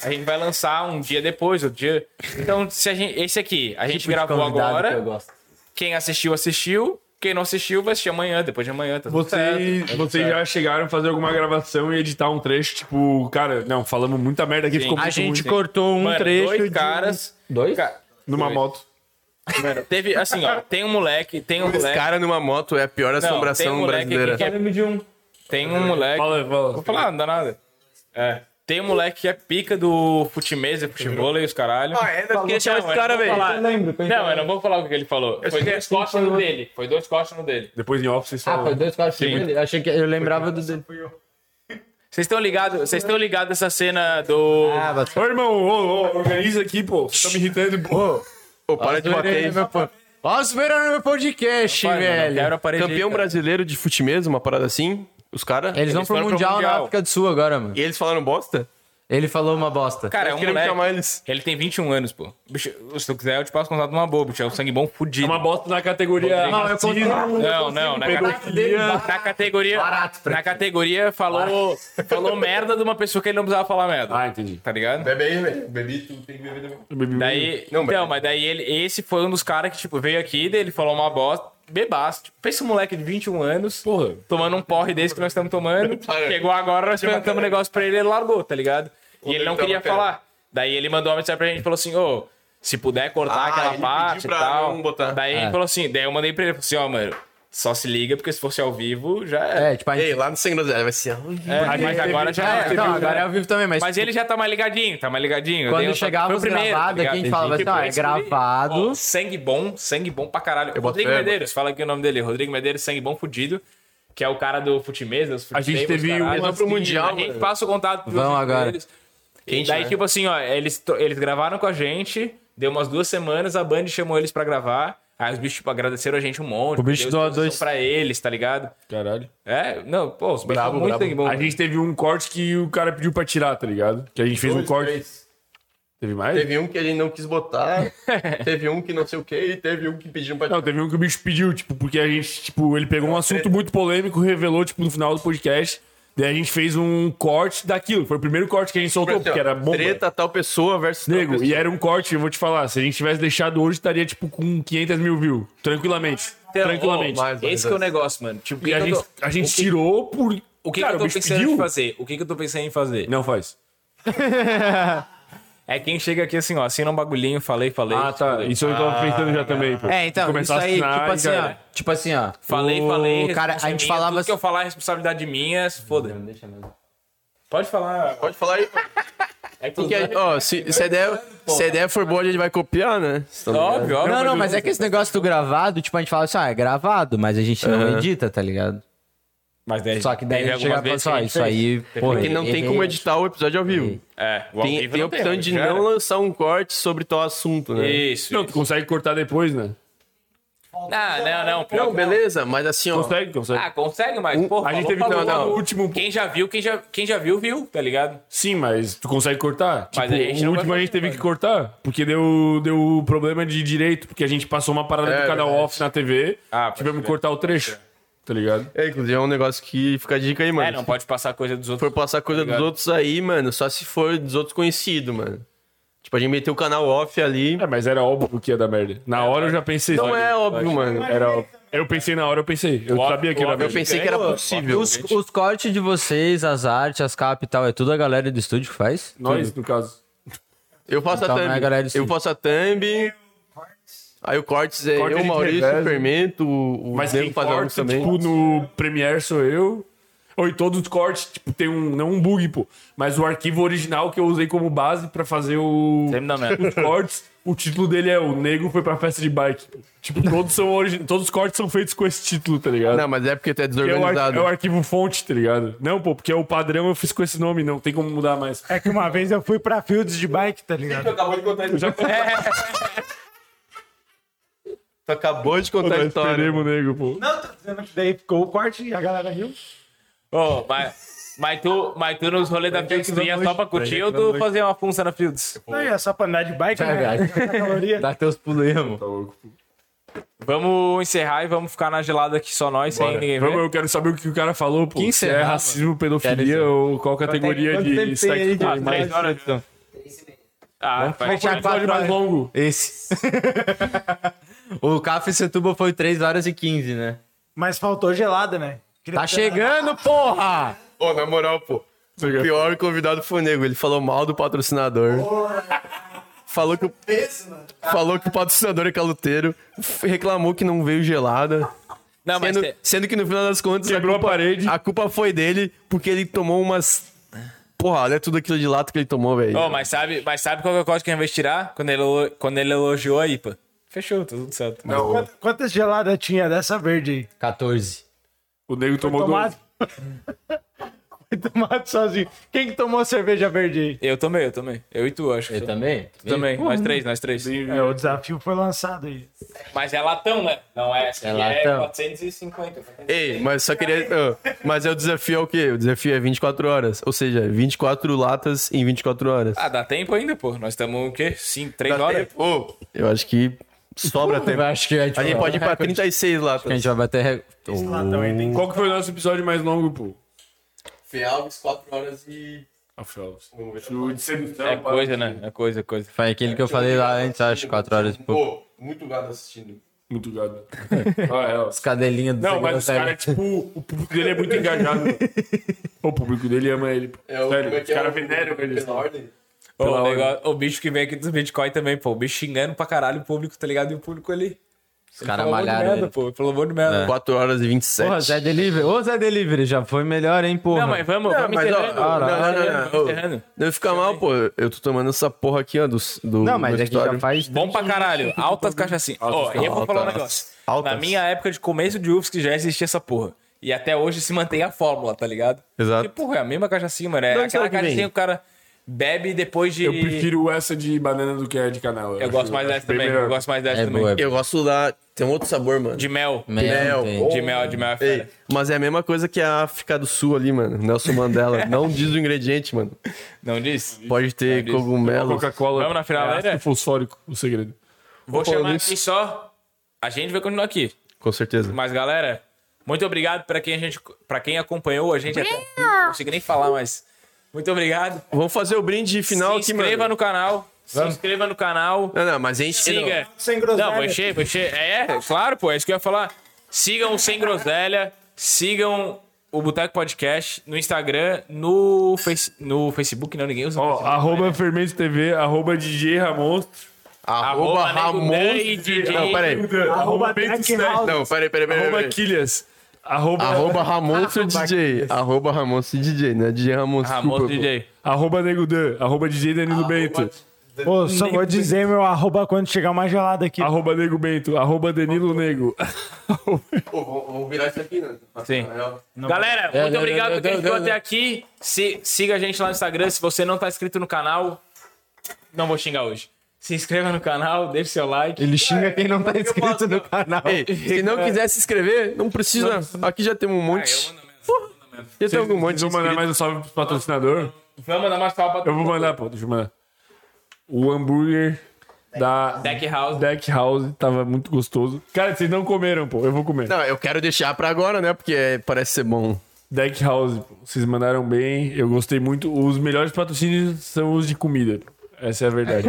Speaker 3: a gente vai lançar um dia depois, outro dia. Então, se a gente, esse aqui, a gente
Speaker 1: Tipo de
Speaker 3: gravou
Speaker 1: convidado que eu
Speaker 3: agora.
Speaker 1: gosto.
Speaker 3: Quem assistiu, assistiu. Quem não assistiu, vai assistir amanhã, depois de amanhã. Tá tudo certo, tá
Speaker 6: Vocês,
Speaker 3: tudo
Speaker 6: vocês
Speaker 3: certo.
Speaker 6: já chegaram a fazer alguma gravação e editar um trecho, tipo, cara, não, falamos muita merda aqui, ficou
Speaker 1: A
Speaker 6: muito
Speaker 1: gente
Speaker 6: ruim.
Speaker 1: cortou um
Speaker 3: Mano,
Speaker 1: trecho
Speaker 3: dois
Speaker 1: de... um-
Speaker 3: caras.
Speaker 1: Dois?
Speaker 3: Ca-
Speaker 6: numa
Speaker 3: Foi.
Speaker 6: moto.
Speaker 3: Mano, teve, assim, ó, tem um moleque, tem um
Speaker 4: Esse
Speaker 3: moleque.
Speaker 4: cara numa moto é a pior
Speaker 3: não,
Speaker 4: assombração
Speaker 3: tem um moleque aqui
Speaker 4: brasileira.
Speaker 3: que é- Tem um moleque.
Speaker 6: Fala, fala.
Speaker 3: Vou falar, não dá nada. É. Tem um moleque que é pica do futimesa, futebol e os caralho. Ah, é? Eu queria chamar esse cara, velho. Não,
Speaker 15: lembro,
Speaker 3: eu não vou falar o que ele falou. Foi dois coxas no dele. Foi dois coxas no dele.
Speaker 6: Depois em office vocês
Speaker 1: Ah,
Speaker 6: falam.
Speaker 1: foi dois caras. Eu Achei que eu lembrava do... dele.
Speaker 3: Vocês estão ligados? Vocês estão ligados dessa cena do.
Speaker 1: Ah, mas-
Speaker 6: Ô, irmão, ô, ô, organiza aqui, pô. Vocês estão me irritando, pô.
Speaker 4: Pô, para de bater aí.
Speaker 1: Ó, zoeira no meu podcast,
Speaker 3: Pai, mano,
Speaker 1: velho.
Speaker 3: eu quero a parede,
Speaker 4: Campeão
Speaker 3: cara.
Speaker 4: brasileiro de futimesa, uma parada assim. Os caras.
Speaker 1: Eles vão
Speaker 3: Eles
Speaker 1: pro
Speaker 3: foram pro
Speaker 1: mundial na
Speaker 3: Mundial.
Speaker 1: África do Sul agora, mano.
Speaker 4: E eles falaram bosta?
Speaker 1: Ele falou uma bosta.
Speaker 3: Cara, é
Speaker 4: Nós
Speaker 3: um
Speaker 4: queremos
Speaker 3: moleque.
Speaker 4: chamar eles.
Speaker 3: Ele tem 21 anos, pô. Bicho, se tu quiser, eu te passo o contato de uma boa, bicho. É um sangue bom fudido.
Speaker 6: Uma bosta na
Speaker 3: Não,
Speaker 6: categoria. eu
Speaker 3: Não, não, na, categoria, na categoria.
Speaker 1: Barato pra
Speaker 3: na categoria falou, falou merda de uma pessoa que ele não precisava falar merda.
Speaker 6: Ah, entendi.
Speaker 3: Tá ligado?
Speaker 4: Bebe aí, velho. Bebi, tu tem que beber também.
Speaker 3: Daí,
Speaker 4: Não,
Speaker 3: então,
Speaker 4: mas-
Speaker 3: mas daí ele, esse foi um dos caras que, tipo, veio aqui, daí ele falou uma bosta, bebaço. Tipo, pensa um moleque de 21 anos,
Speaker 6: Porra.
Speaker 3: tomando um porre desse que nós estamos tomando. Chegou agora, nós perguntamos um negócio pra ele, ele largou, tá ligado? E ele não queria falar. Daí ele mandou uma mensagem pra gente e falou assim, ô, se puder cortar
Speaker 4: Ah,
Speaker 3: aquela
Speaker 4: ele
Speaker 3: parte e
Speaker 4: pediu pra
Speaker 3: tal.
Speaker 4: não botar.
Speaker 3: Daí ele falou assim, daí eu mandei pra ele, falei assim, ó, mano, só se liga, porque se fosse ao vivo, já é.
Speaker 1: É, tipo, a gente...
Speaker 4: Ei, lá no Sem Groselha vai ser.
Speaker 3: É, mas agora já
Speaker 1: É,
Speaker 3: é.
Speaker 1: então, agora é ao vivo também, mas...
Speaker 3: Mas ele já tá mais ligadinho, tá mais ligadinho. Eu dei um
Speaker 1: Quando
Speaker 3: toque- foi o
Speaker 1: chegávamos
Speaker 3: primeiro, tá
Speaker 1: gravado aqui, a
Speaker 3: ligado?
Speaker 1: gente falava assim,
Speaker 3: Tipo,
Speaker 1: ó, é
Speaker 3: esse guri-
Speaker 1: gravado.
Speaker 3: Ó, sangue bom, sangue bom pra caralho.
Speaker 4: boto
Speaker 3: Rodrigo
Speaker 4: fé,
Speaker 3: Medeiros, fala aqui o nome dele. Rodrigo Medeiros, sangue bom fudido. Que é o cara do Futimesa. dos
Speaker 6: A gente
Speaker 3: Futimeiros,
Speaker 6: teve
Speaker 3: caralho.
Speaker 6: uma
Speaker 3: Eles vão
Speaker 6: pro Mundial,
Speaker 3: A gente
Speaker 6: mano. né?
Speaker 3: passa o contato pro
Speaker 1: Vão
Speaker 3: Rodrigo
Speaker 1: agora.
Speaker 3: Medeiros. E daí, tipo assim, ó, eles, to- eles gravaram com a gente, deu umas duas semanas, a Band chamou eles pra gravar. Aí os bichos, tipo, agradeceram a gente um monte.
Speaker 1: O bicho
Speaker 3: deu
Speaker 1: doa
Speaker 3: exposição
Speaker 1: dois-
Speaker 3: pra eles, tá ligado?
Speaker 6: Caralho.
Speaker 3: É, não, pô, os bichos
Speaker 6: Brabo,
Speaker 3: são muito
Speaker 6: brabo.
Speaker 3: sangue bom.
Speaker 6: A gente teve um corte que o cara pediu pra tirar, tá ligado? Que a gente fez um corte. Teve mais?
Speaker 4: Teve um que a gente não quis botar, teve um que não sei o que, e teve um que pediram pra.
Speaker 6: Não, teve um que o bicho pediu, tipo, porque a gente, tipo, ele pegou um assunto muito polêmico, revelou, tipo, no final do podcast. Daí a gente fez um corte daquilo. Foi o primeiro corte que a gente
Speaker 3: Tipo assim,
Speaker 6: soltou, porque era bomba.
Speaker 4: Treta tal pessoa versus. tal
Speaker 6: Nego,
Speaker 4: pessoa.
Speaker 6: e era um corte, eu vou te falar, se a gente tivesse deixado hoje, estaria, tipo, com 500 mil views. Tranquilamente.
Speaker 3: Então,
Speaker 6: tranquilamente.
Speaker 3: ó, esse que é o negócio, mano. Tipo,
Speaker 6: E a
Speaker 3: que eu
Speaker 6: gente,
Speaker 3: tô-
Speaker 6: a gente
Speaker 3: o que-
Speaker 6: tirou por...
Speaker 3: O que,
Speaker 6: Cara,
Speaker 3: que eu
Speaker 6: o
Speaker 3: tô
Speaker 6: bicho
Speaker 3: pensando
Speaker 6: pediu.
Speaker 3: em fazer? O que, que eu tô pensando em fazer?
Speaker 6: Não faz.
Speaker 3: É quem chega aqui assim, ó, assina um bagulhinho, falei, falei.
Speaker 6: Ah, tá. Isso eu tava pensando já também,
Speaker 3: Ah,
Speaker 6: pô.
Speaker 1: É, então,
Speaker 6: Começar
Speaker 1: isso
Speaker 6: a
Speaker 1: aí,
Speaker 6: assinar
Speaker 1: tipo
Speaker 6: e
Speaker 1: assim,
Speaker 6: já
Speaker 1: ó.
Speaker 6: era.
Speaker 1: Tipo assim, ó.
Speaker 3: Falei,
Speaker 1: o
Speaker 3: falei.
Speaker 1: Cara, a gente
Speaker 3: responsabilidade
Speaker 1: falava.
Speaker 3: Tudo que eu falar é responsabilidade minha, se foda. Pode falar.
Speaker 4: Pode falar aí.
Speaker 3: É que
Speaker 4: Porque,
Speaker 3: tu-
Speaker 4: ó, se, se, a ideia, se a ideia for boa, a gente vai copiar, né?
Speaker 3: Óbvio, óbvio.
Speaker 1: Não, não, mas é que esse negócio do gravado, tipo, a gente fala assim, ah, é gravado, mas a gente não edita, tá ligado?
Speaker 3: Mas daí,
Speaker 1: Só que daí a
Speaker 3: teve
Speaker 1: gente chega e
Speaker 3: algumas
Speaker 1: fala
Speaker 3: vezes
Speaker 1: assim, ó,
Speaker 3: que a gente
Speaker 1: isso aí, porra.
Speaker 4: Porque não tem
Speaker 1: errei.
Speaker 4: como editar o episódio ao vivo.
Speaker 3: É, o ao
Speaker 4: Tem,
Speaker 3: vivo
Speaker 4: tem a
Speaker 3: não tem,
Speaker 4: opção
Speaker 3: né?
Speaker 4: de
Speaker 3: Já era.
Speaker 4: não lançar um corte sobre tal assunto, né?
Speaker 3: Isso.
Speaker 6: Não, tu consegue cortar depois, né?
Speaker 3: Ah, não, não. pior
Speaker 4: Não,
Speaker 3: que-
Speaker 4: beleza, mas assim, ó.
Speaker 6: Consegue, consegue.
Speaker 3: Ah, consegue, mas, porra,
Speaker 6: a gente
Speaker 3: falou,
Speaker 6: teve
Speaker 3: falou,
Speaker 6: não, não,
Speaker 3: falou.
Speaker 6: o último.
Speaker 3: Quem já viu, quem já, quem já viu, viu, tá ligado?
Speaker 6: Sim, mas tu consegue cortar? Tipo,
Speaker 3: Mas a gente
Speaker 6: o
Speaker 3: não vai
Speaker 6: último a
Speaker 3: fazer,
Speaker 6: gente teve
Speaker 3: mano.
Speaker 6: que cortar, porque deu, deu problema de direito, porque a gente passou uma parada
Speaker 4: É,
Speaker 6: do canal
Speaker 4: verdade.
Speaker 6: off na TV,
Speaker 3: Ah, pode
Speaker 6: tivemos que
Speaker 3: crer.
Speaker 6: cortar o trecho. tá ligado?
Speaker 4: É, inclusive é um negócio que fica a dica aí, mano.
Speaker 3: É, não pode passar coisa dos
Speaker 4: Se for
Speaker 3: outros.
Speaker 4: passar
Speaker 6: tá
Speaker 4: coisa dos outros aí, mano, só se for dos outros conhecidos, mano. Tipo, a gente meteu o canal off ali.
Speaker 6: É, mas era óbvio que ia dar merda.
Speaker 3: É,
Speaker 6: Na hora eu já pensei.
Speaker 4: Não
Speaker 6: sabe?
Speaker 4: é óbvio, mano.
Speaker 6: Era óbvio. Eu pensei na hora, eu pensei. Eu sabia que era
Speaker 4: Eu
Speaker 6: merda.
Speaker 4: pensei que era possível.
Speaker 1: Os, os cortes de vocês, as artes, as capas e tal, é tudo a galera do estúdio que faz?
Speaker 6: Nós, no caso.
Speaker 4: Eu faço
Speaker 1: Então,
Speaker 4: a
Speaker 1: né,
Speaker 4: thumb.
Speaker 1: galera, isso.
Speaker 4: eu faço a thumb. Aí o Cortes é
Speaker 6: Corte
Speaker 4: eu,
Speaker 6: de
Speaker 4: Maurício,
Speaker 6: reverso.
Speaker 4: o Fermento, o o
Speaker 6: Mas
Speaker 4: Nego
Speaker 6: quem
Speaker 4: faz alguns
Speaker 6: corta,
Speaker 4: também.
Speaker 6: tipo, no Premiere sou eu. Ou em todos os cortes, tipo, tem um... Não um bug, pô. Mas o arquivo original que eu usei como base pra fazer o...
Speaker 3: Sempre dá merda.
Speaker 6: Os cortes, o título dele é O Nego Foi Pra Festa de Bike. Tipo, todos são origi... Todos os cortes são feitos com esse título, tá ligado?
Speaker 4: Não, mas é porque tu é
Speaker 6: Que é o, ar-
Speaker 4: desorganizado.
Speaker 6: é o arquivo fonte, tá ligado? Não, pô, porque é o padrão eu fiz com esse nome, não tem como mudar mais.
Speaker 5: É que uma vez eu fui pra Fields de bike, tá ligado?
Speaker 8: Acabou de contar isso.
Speaker 6: Já
Speaker 4: Tu acabou de contar a
Speaker 6: nós
Speaker 4: história.
Speaker 6: perdemos, nego, pô.
Speaker 5: Não, tô dizendo que daí ficou o corte e a galera riu.
Speaker 3: Ô, mas, mas, tu, mas tu nos rolês da Fields tu ia só pra curtir ou tu fazia uma função na Fields?
Speaker 5: Não, e é só pra andar de bike, né?
Speaker 1: verdade.
Speaker 5: Gasta caloria.
Speaker 1: Dá teus pulos aí, amor.
Speaker 3: Vamos encerrar e vamos ficar na gelada aqui só nós, sem ninguém
Speaker 6: Vamos,
Speaker 3: ver.
Speaker 6: eu quero saber o que o cara falou, pô.
Speaker 1: Que
Speaker 6: Se
Speaker 1: encerrar,
Speaker 6: é
Speaker 1: mano.
Speaker 6: racismo,
Speaker 1: Quero dizer.
Speaker 6: pedofilia ou qual categoria
Speaker 5: Quanto tempo tem
Speaker 6: de
Speaker 5: aí
Speaker 6: sexo.
Speaker 5: de-
Speaker 6: Ah,
Speaker 3: Ah, três horas então. Ah, faz
Speaker 6: foi um episódio mais longo.
Speaker 1: Esse. o Café Setúbal foi 3 horas e 15, né?
Speaker 5: Mas faltou gelada, né? Queria
Speaker 1: Tá
Speaker 5: ter-
Speaker 1: chegando, porra!
Speaker 4: Pô, na moral, pô. O pior convidado foi o Nego. Ele falou mal do patrocinador. Falou que, o- falou que o patrocinador é caluteiro. F- Reclamou que não veio gelada.
Speaker 3: Não, mas
Speaker 4: Sendo,
Speaker 3: te-
Speaker 4: sendo que no final das contas, a
Speaker 6: Quebrou a
Speaker 4: culpa,
Speaker 6: parede.
Speaker 4: a culpa foi dele, porque ele tomou umas. Porra, olha tudo aquilo de lata que ele tomou, velho.
Speaker 3: Ô, mas sabe, mas sabe qual que é o código que a gente vai tirar? Quando ele, elo- quando ele elogiou a IPA. Fechou, tá tudo certo.
Speaker 5: Quantas, quantas geladas tinha dessa verde aí?
Speaker 1: 14.
Speaker 6: O nego tomou
Speaker 5: Tomado.
Speaker 6: dois.
Speaker 5: Foi tomado sozinho. Quem que tomou a cerveja verde aí?
Speaker 3: Eu também, eu também. Eu e tu, acho.
Speaker 1: Eu
Speaker 3: Eu
Speaker 1: também?
Speaker 3: também, nós três, nós três.
Speaker 5: É, o desafio foi lançado aí.
Speaker 3: Mas é latão, né? Não é essa.
Speaker 1: É
Speaker 3: aqui
Speaker 1: latão.
Speaker 3: 450.
Speaker 4: Ei, mas só queria. ô, mas é o desafio é o quê? O desafio é 24 horas. Ou seja, 24 latas em 24 horas.
Speaker 3: Ah, dá tempo ainda, pô. Nós estamos o quê? 5, 3
Speaker 4: Dá
Speaker 6: é.
Speaker 3: horas?
Speaker 4: tempo? Ô, eu acho que sobra
Speaker 1: Eu
Speaker 4: tempo.
Speaker 1: acho que a gente,
Speaker 4: A gente
Speaker 1: vai-
Speaker 4: pode ir pra 36
Speaker 1: A
Speaker 4: latas.
Speaker 1: gente vai bater recorde.
Speaker 5: tá
Speaker 6: Qual que foi o nosso episódio mais longo, pô?
Speaker 4: Fialves, 4 horas e.
Speaker 6: Rafael. assim. O de sedução.
Speaker 3: É coisa, né? É coisa, coisa.
Speaker 1: Foi aquele que eu falei lá antes, acho, 4 horas e pouco.
Speaker 4: Pô, muito gado assistindo.
Speaker 6: Muito gado. Ah, é, ó.
Speaker 1: As cadelinhas do
Speaker 6: Não, mas os
Speaker 1: Segrosselli.
Speaker 6: caras, tipo, o público dele é muito engajado. mano. o público dele ama ele. pô.
Speaker 3: É,
Speaker 4: É
Speaker 6: Sério, os caras veneram ele.
Speaker 3: né?
Speaker 4: ordem.
Speaker 3: Ô,
Speaker 6: Pela
Speaker 3: o,
Speaker 6: hora.
Speaker 3: negócio- o bicho que vem aqui dos Bitcoin também, pô. O bicho xingando pra caralho o público, tá ligado? E o público ali.
Speaker 1: Os né? caras
Speaker 3: Pelo amor de
Speaker 1: malharam
Speaker 3: merda,
Speaker 1: ele.
Speaker 3: pô. Pelo amor de merda.
Speaker 4: 4 horas e 27.
Speaker 1: Porra, Zé tá Delivery. Ô, Zé Delivery, já foi melhor, hein, porra.
Speaker 3: Não, mas vamos, vamos
Speaker 4: mas, ó,
Speaker 3: encerrando.
Speaker 4: não, não,
Speaker 3: Vamos
Speaker 4: não,
Speaker 3: encerrando,
Speaker 4: não,
Speaker 3: vamos
Speaker 4: ô.
Speaker 3: encerrando.
Speaker 4: Não fica mal, pô. Eu tô tomando essa porra aqui, ó, do. do
Speaker 1: Não, mas
Speaker 4: do
Speaker 1: é que já
Speaker 4: escritório.
Speaker 1: faz.
Speaker 3: Bom pra caralho. Altas cachaçinhas. Ó, e eu vou falar um
Speaker 4: altas.
Speaker 3: negócio.
Speaker 4: Altas.
Speaker 3: Na minha época de começo de UFSC já existia essa porra. E até hoje se mantém a fórmula, tá ligado?
Speaker 4: Exato.
Speaker 3: Porque, porra, é a mesma cachaçinha, mano. É
Speaker 4: onde
Speaker 3: aquela
Speaker 4: será que
Speaker 3: cachaçinha que
Speaker 4: vem?
Speaker 3: o cara bebe depois de...
Speaker 6: Eu prefiro essa de banana do que a de canela.
Speaker 3: Eu gosto mais dessa também. Eu gosto mais dessa
Speaker 1: É
Speaker 3: também.
Speaker 1: boa.
Speaker 4: Eu gosto da. Tem um outro sabor, mano.
Speaker 3: De mel.
Speaker 1: Mel,
Speaker 4: Mel.
Speaker 1: tem.
Speaker 3: De mel, de mel é fera.
Speaker 4: Ei, mas é a mesma coisa que a África do Sul ali, mano. Nelson Mandela. Não diz o ingrediente, mano.
Speaker 3: Não disse?
Speaker 4: Pode ter
Speaker 3: diz.
Speaker 4: cogumelo.
Speaker 6: Coca-Cola.
Speaker 3: Vamos na finaleira?
Speaker 6: É ácido fosfórico, o segredo.
Speaker 3: Vou
Speaker 4: falando
Speaker 3: chamar
Speaker 4: isso.
Speaker 3: aqui só... A gente vai continuar aqui.
Speaker 4: Com certeza.
Speaker 3: Mas, galera, muito obrigado pra quem, a gente, pra quem acompanhou a gente até... aqui. Não consigo nem falar, mas... Muito obrigado.
Speaker 4: Vamos fazer o brinde final
Speaker 3: se
Speaker 4: aqui,
Speaker 3: inscreva
Speaker 4: mano.
Speaker 3: no canal. Se inscreva no canal.
Speaker 4: Não, não, mas enche.
Speaker 3: Siga.
Speaker 5: Sem
Speaker 3: Não,
Speaker 5: groselha.
Speaker 3: vou encher, vou encher. É, é, claro, pô, é isso que eu ia falar. Sigam o Sem Groselha, sigam o Boteco Podcast no Instagram, no, face... no Facebook, não, ninguém usa.
Speaker 6: Ó, arroba Fermento TV, arroba DJ Ramonstro.
Speaker 4: Arroba Ramon. Não, peraí.
Speaker 5: Arroba
Speaker 6: Bento
Speaker 5: Tech
Speaker 6: Snack.
Speaker 5: House.
Speaker 4: Não, peraí, peraí, peraí.
Speaker 6: Arroba
Speaker 4: peraí.
Speaker 6: Quilhas. Arroba,
Speaker 4: Arroba Ramon seu DJ. Arroba Ramon seu DJ, né? DJ Ramon
Speaker 3: Ramon
Speaker 4: desculpa, pô.
Speaker 3: DJ.
Speaker 6: arroba Nego Dan. Arroba DJ Danilo Bento.
Speaker 5: Pô, só vou dizer meu arroba quando chegar uma gelada aqui.
Speaker 6: Arroba Nego Bento. Arroba Danilo Nego.
Speaker 4: Pô, vamos- vamos virar isso aqui, né?
Speaker 3: Sim.
Speaker 4: Rafael.
Speaker 3: Galera, muito
Speaker 1: não,
Speaker 3: obrigado
Speaker 1: não,
Speaker 3: por quem
Speaker 1: não,
Speaker 3: ficou
Speaker 1: não,
Speaker 3: até aqui. Se, siga a gente lá no Instagram. Se você não tá inscrito no canal, não vou xingar hoje. Se inscreva no canal, deixe seu like.
Speaker 1: Ele xinga quem não tá inscrito no canal.
Speaker 4: Ei, se não quiser se inscrever, não precisa. Aqui já temos um monte. Já tem algum monte. de
Speaker 6: Vou mandar
Speaker 4: inscrito.
Speaker 6: mais um salve pro patrocinador.
Speaker 3: Vamos mandar mais palpa.
Speaker 6: Eu vou mandar, pô. Deixa eu mandar. O hambúrguer da
Speaker 3: Deck House.
Speaker 6: Deck House, tava muito gostoso. Cara, vocês não comeram, pô, eu vou comer.
Speaker 4: Não, eu quero deixar pra agora, né? Porque é- parece ser bom.
Speaker 6: Deck House, pô, vocês mandaram bem, eu gostei muito. Os melhores patrocínios são os de comida. Essa é a verdade.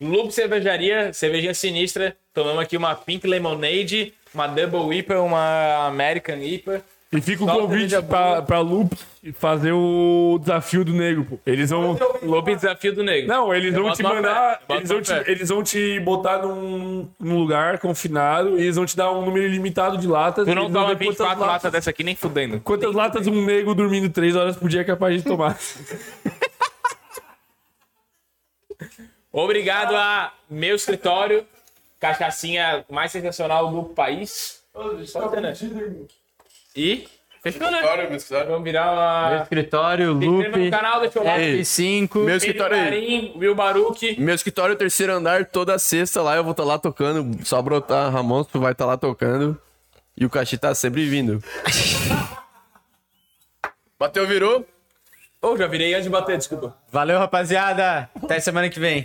Speaker 3: Loop Cervejaria, cervejinha sinistra. Tomamos aqui uma Pink Lemonade, uma Double IPA, uma American IPA.
Speaker 6: E fica o
Speaker 3: Só
Speaker 6: convite
Speaker 3: cerveja
Speaker 6: pra,
Speaker 3: boa.
Speaker 6: pra Loop fazer o desafio do negro, pô. Eles vão.
Speaker 3: Loop Desafio do Negro.
Speaker 6: Não, eles vão
Speaker 3: boto
Speaker 6: te
Speaker 3: uma
Speaker 6: mandar.
Speaker 3: fé, eu boto
Speaker 6: Eles vão
Speaker 3: uma
Speaker 6: te,
Speaker 3: fé.
Speaker 6: eles vão te botar num, num lugar confinado e eles vão te dar um número ilimitado de latas.
Speaker 3: Tu
Speaker 6: e
Speaker 3: não
Speaker 6: eles vão
Speaker 3: toma
Speaker 6: ver quantas
Speaker 3: 24
Speaker 6: latas-
Speaker 3: latas dessa aqui nem fudendo.
Speaker 6: Quantas latas um nego dormindo três horas por dia é capaz de tomar?
Speaker 3: Obrigado a meu escritório, cachaçinha mais sensacional do país. um né? E fechou, né? Vamos virar uma.
Speaker 1: Escritório,
Speaker 3: Se inscreva no
Speaker 1: loop,
Speaker 3: canal, deixa o like.
Speaker 1: F5.
Speaker 4: Meu
Speaker 3: Pedro
Speaker 4: escritório aí.
Speaker 3: Marim, Will Baruque.
Speaker 4: Meu escritório, terceiro andar, toda sexta lá eu vou estar lá tocando. Só brotar, Ramon, tu vai estar lá tocando. E o Caxi tá sempre vindo. Bateu, virou?
Speaker 3: Ô, já virei antes de bater, desculpa.
Speaker 7: Valeu, rapaziada. Até semana que vem.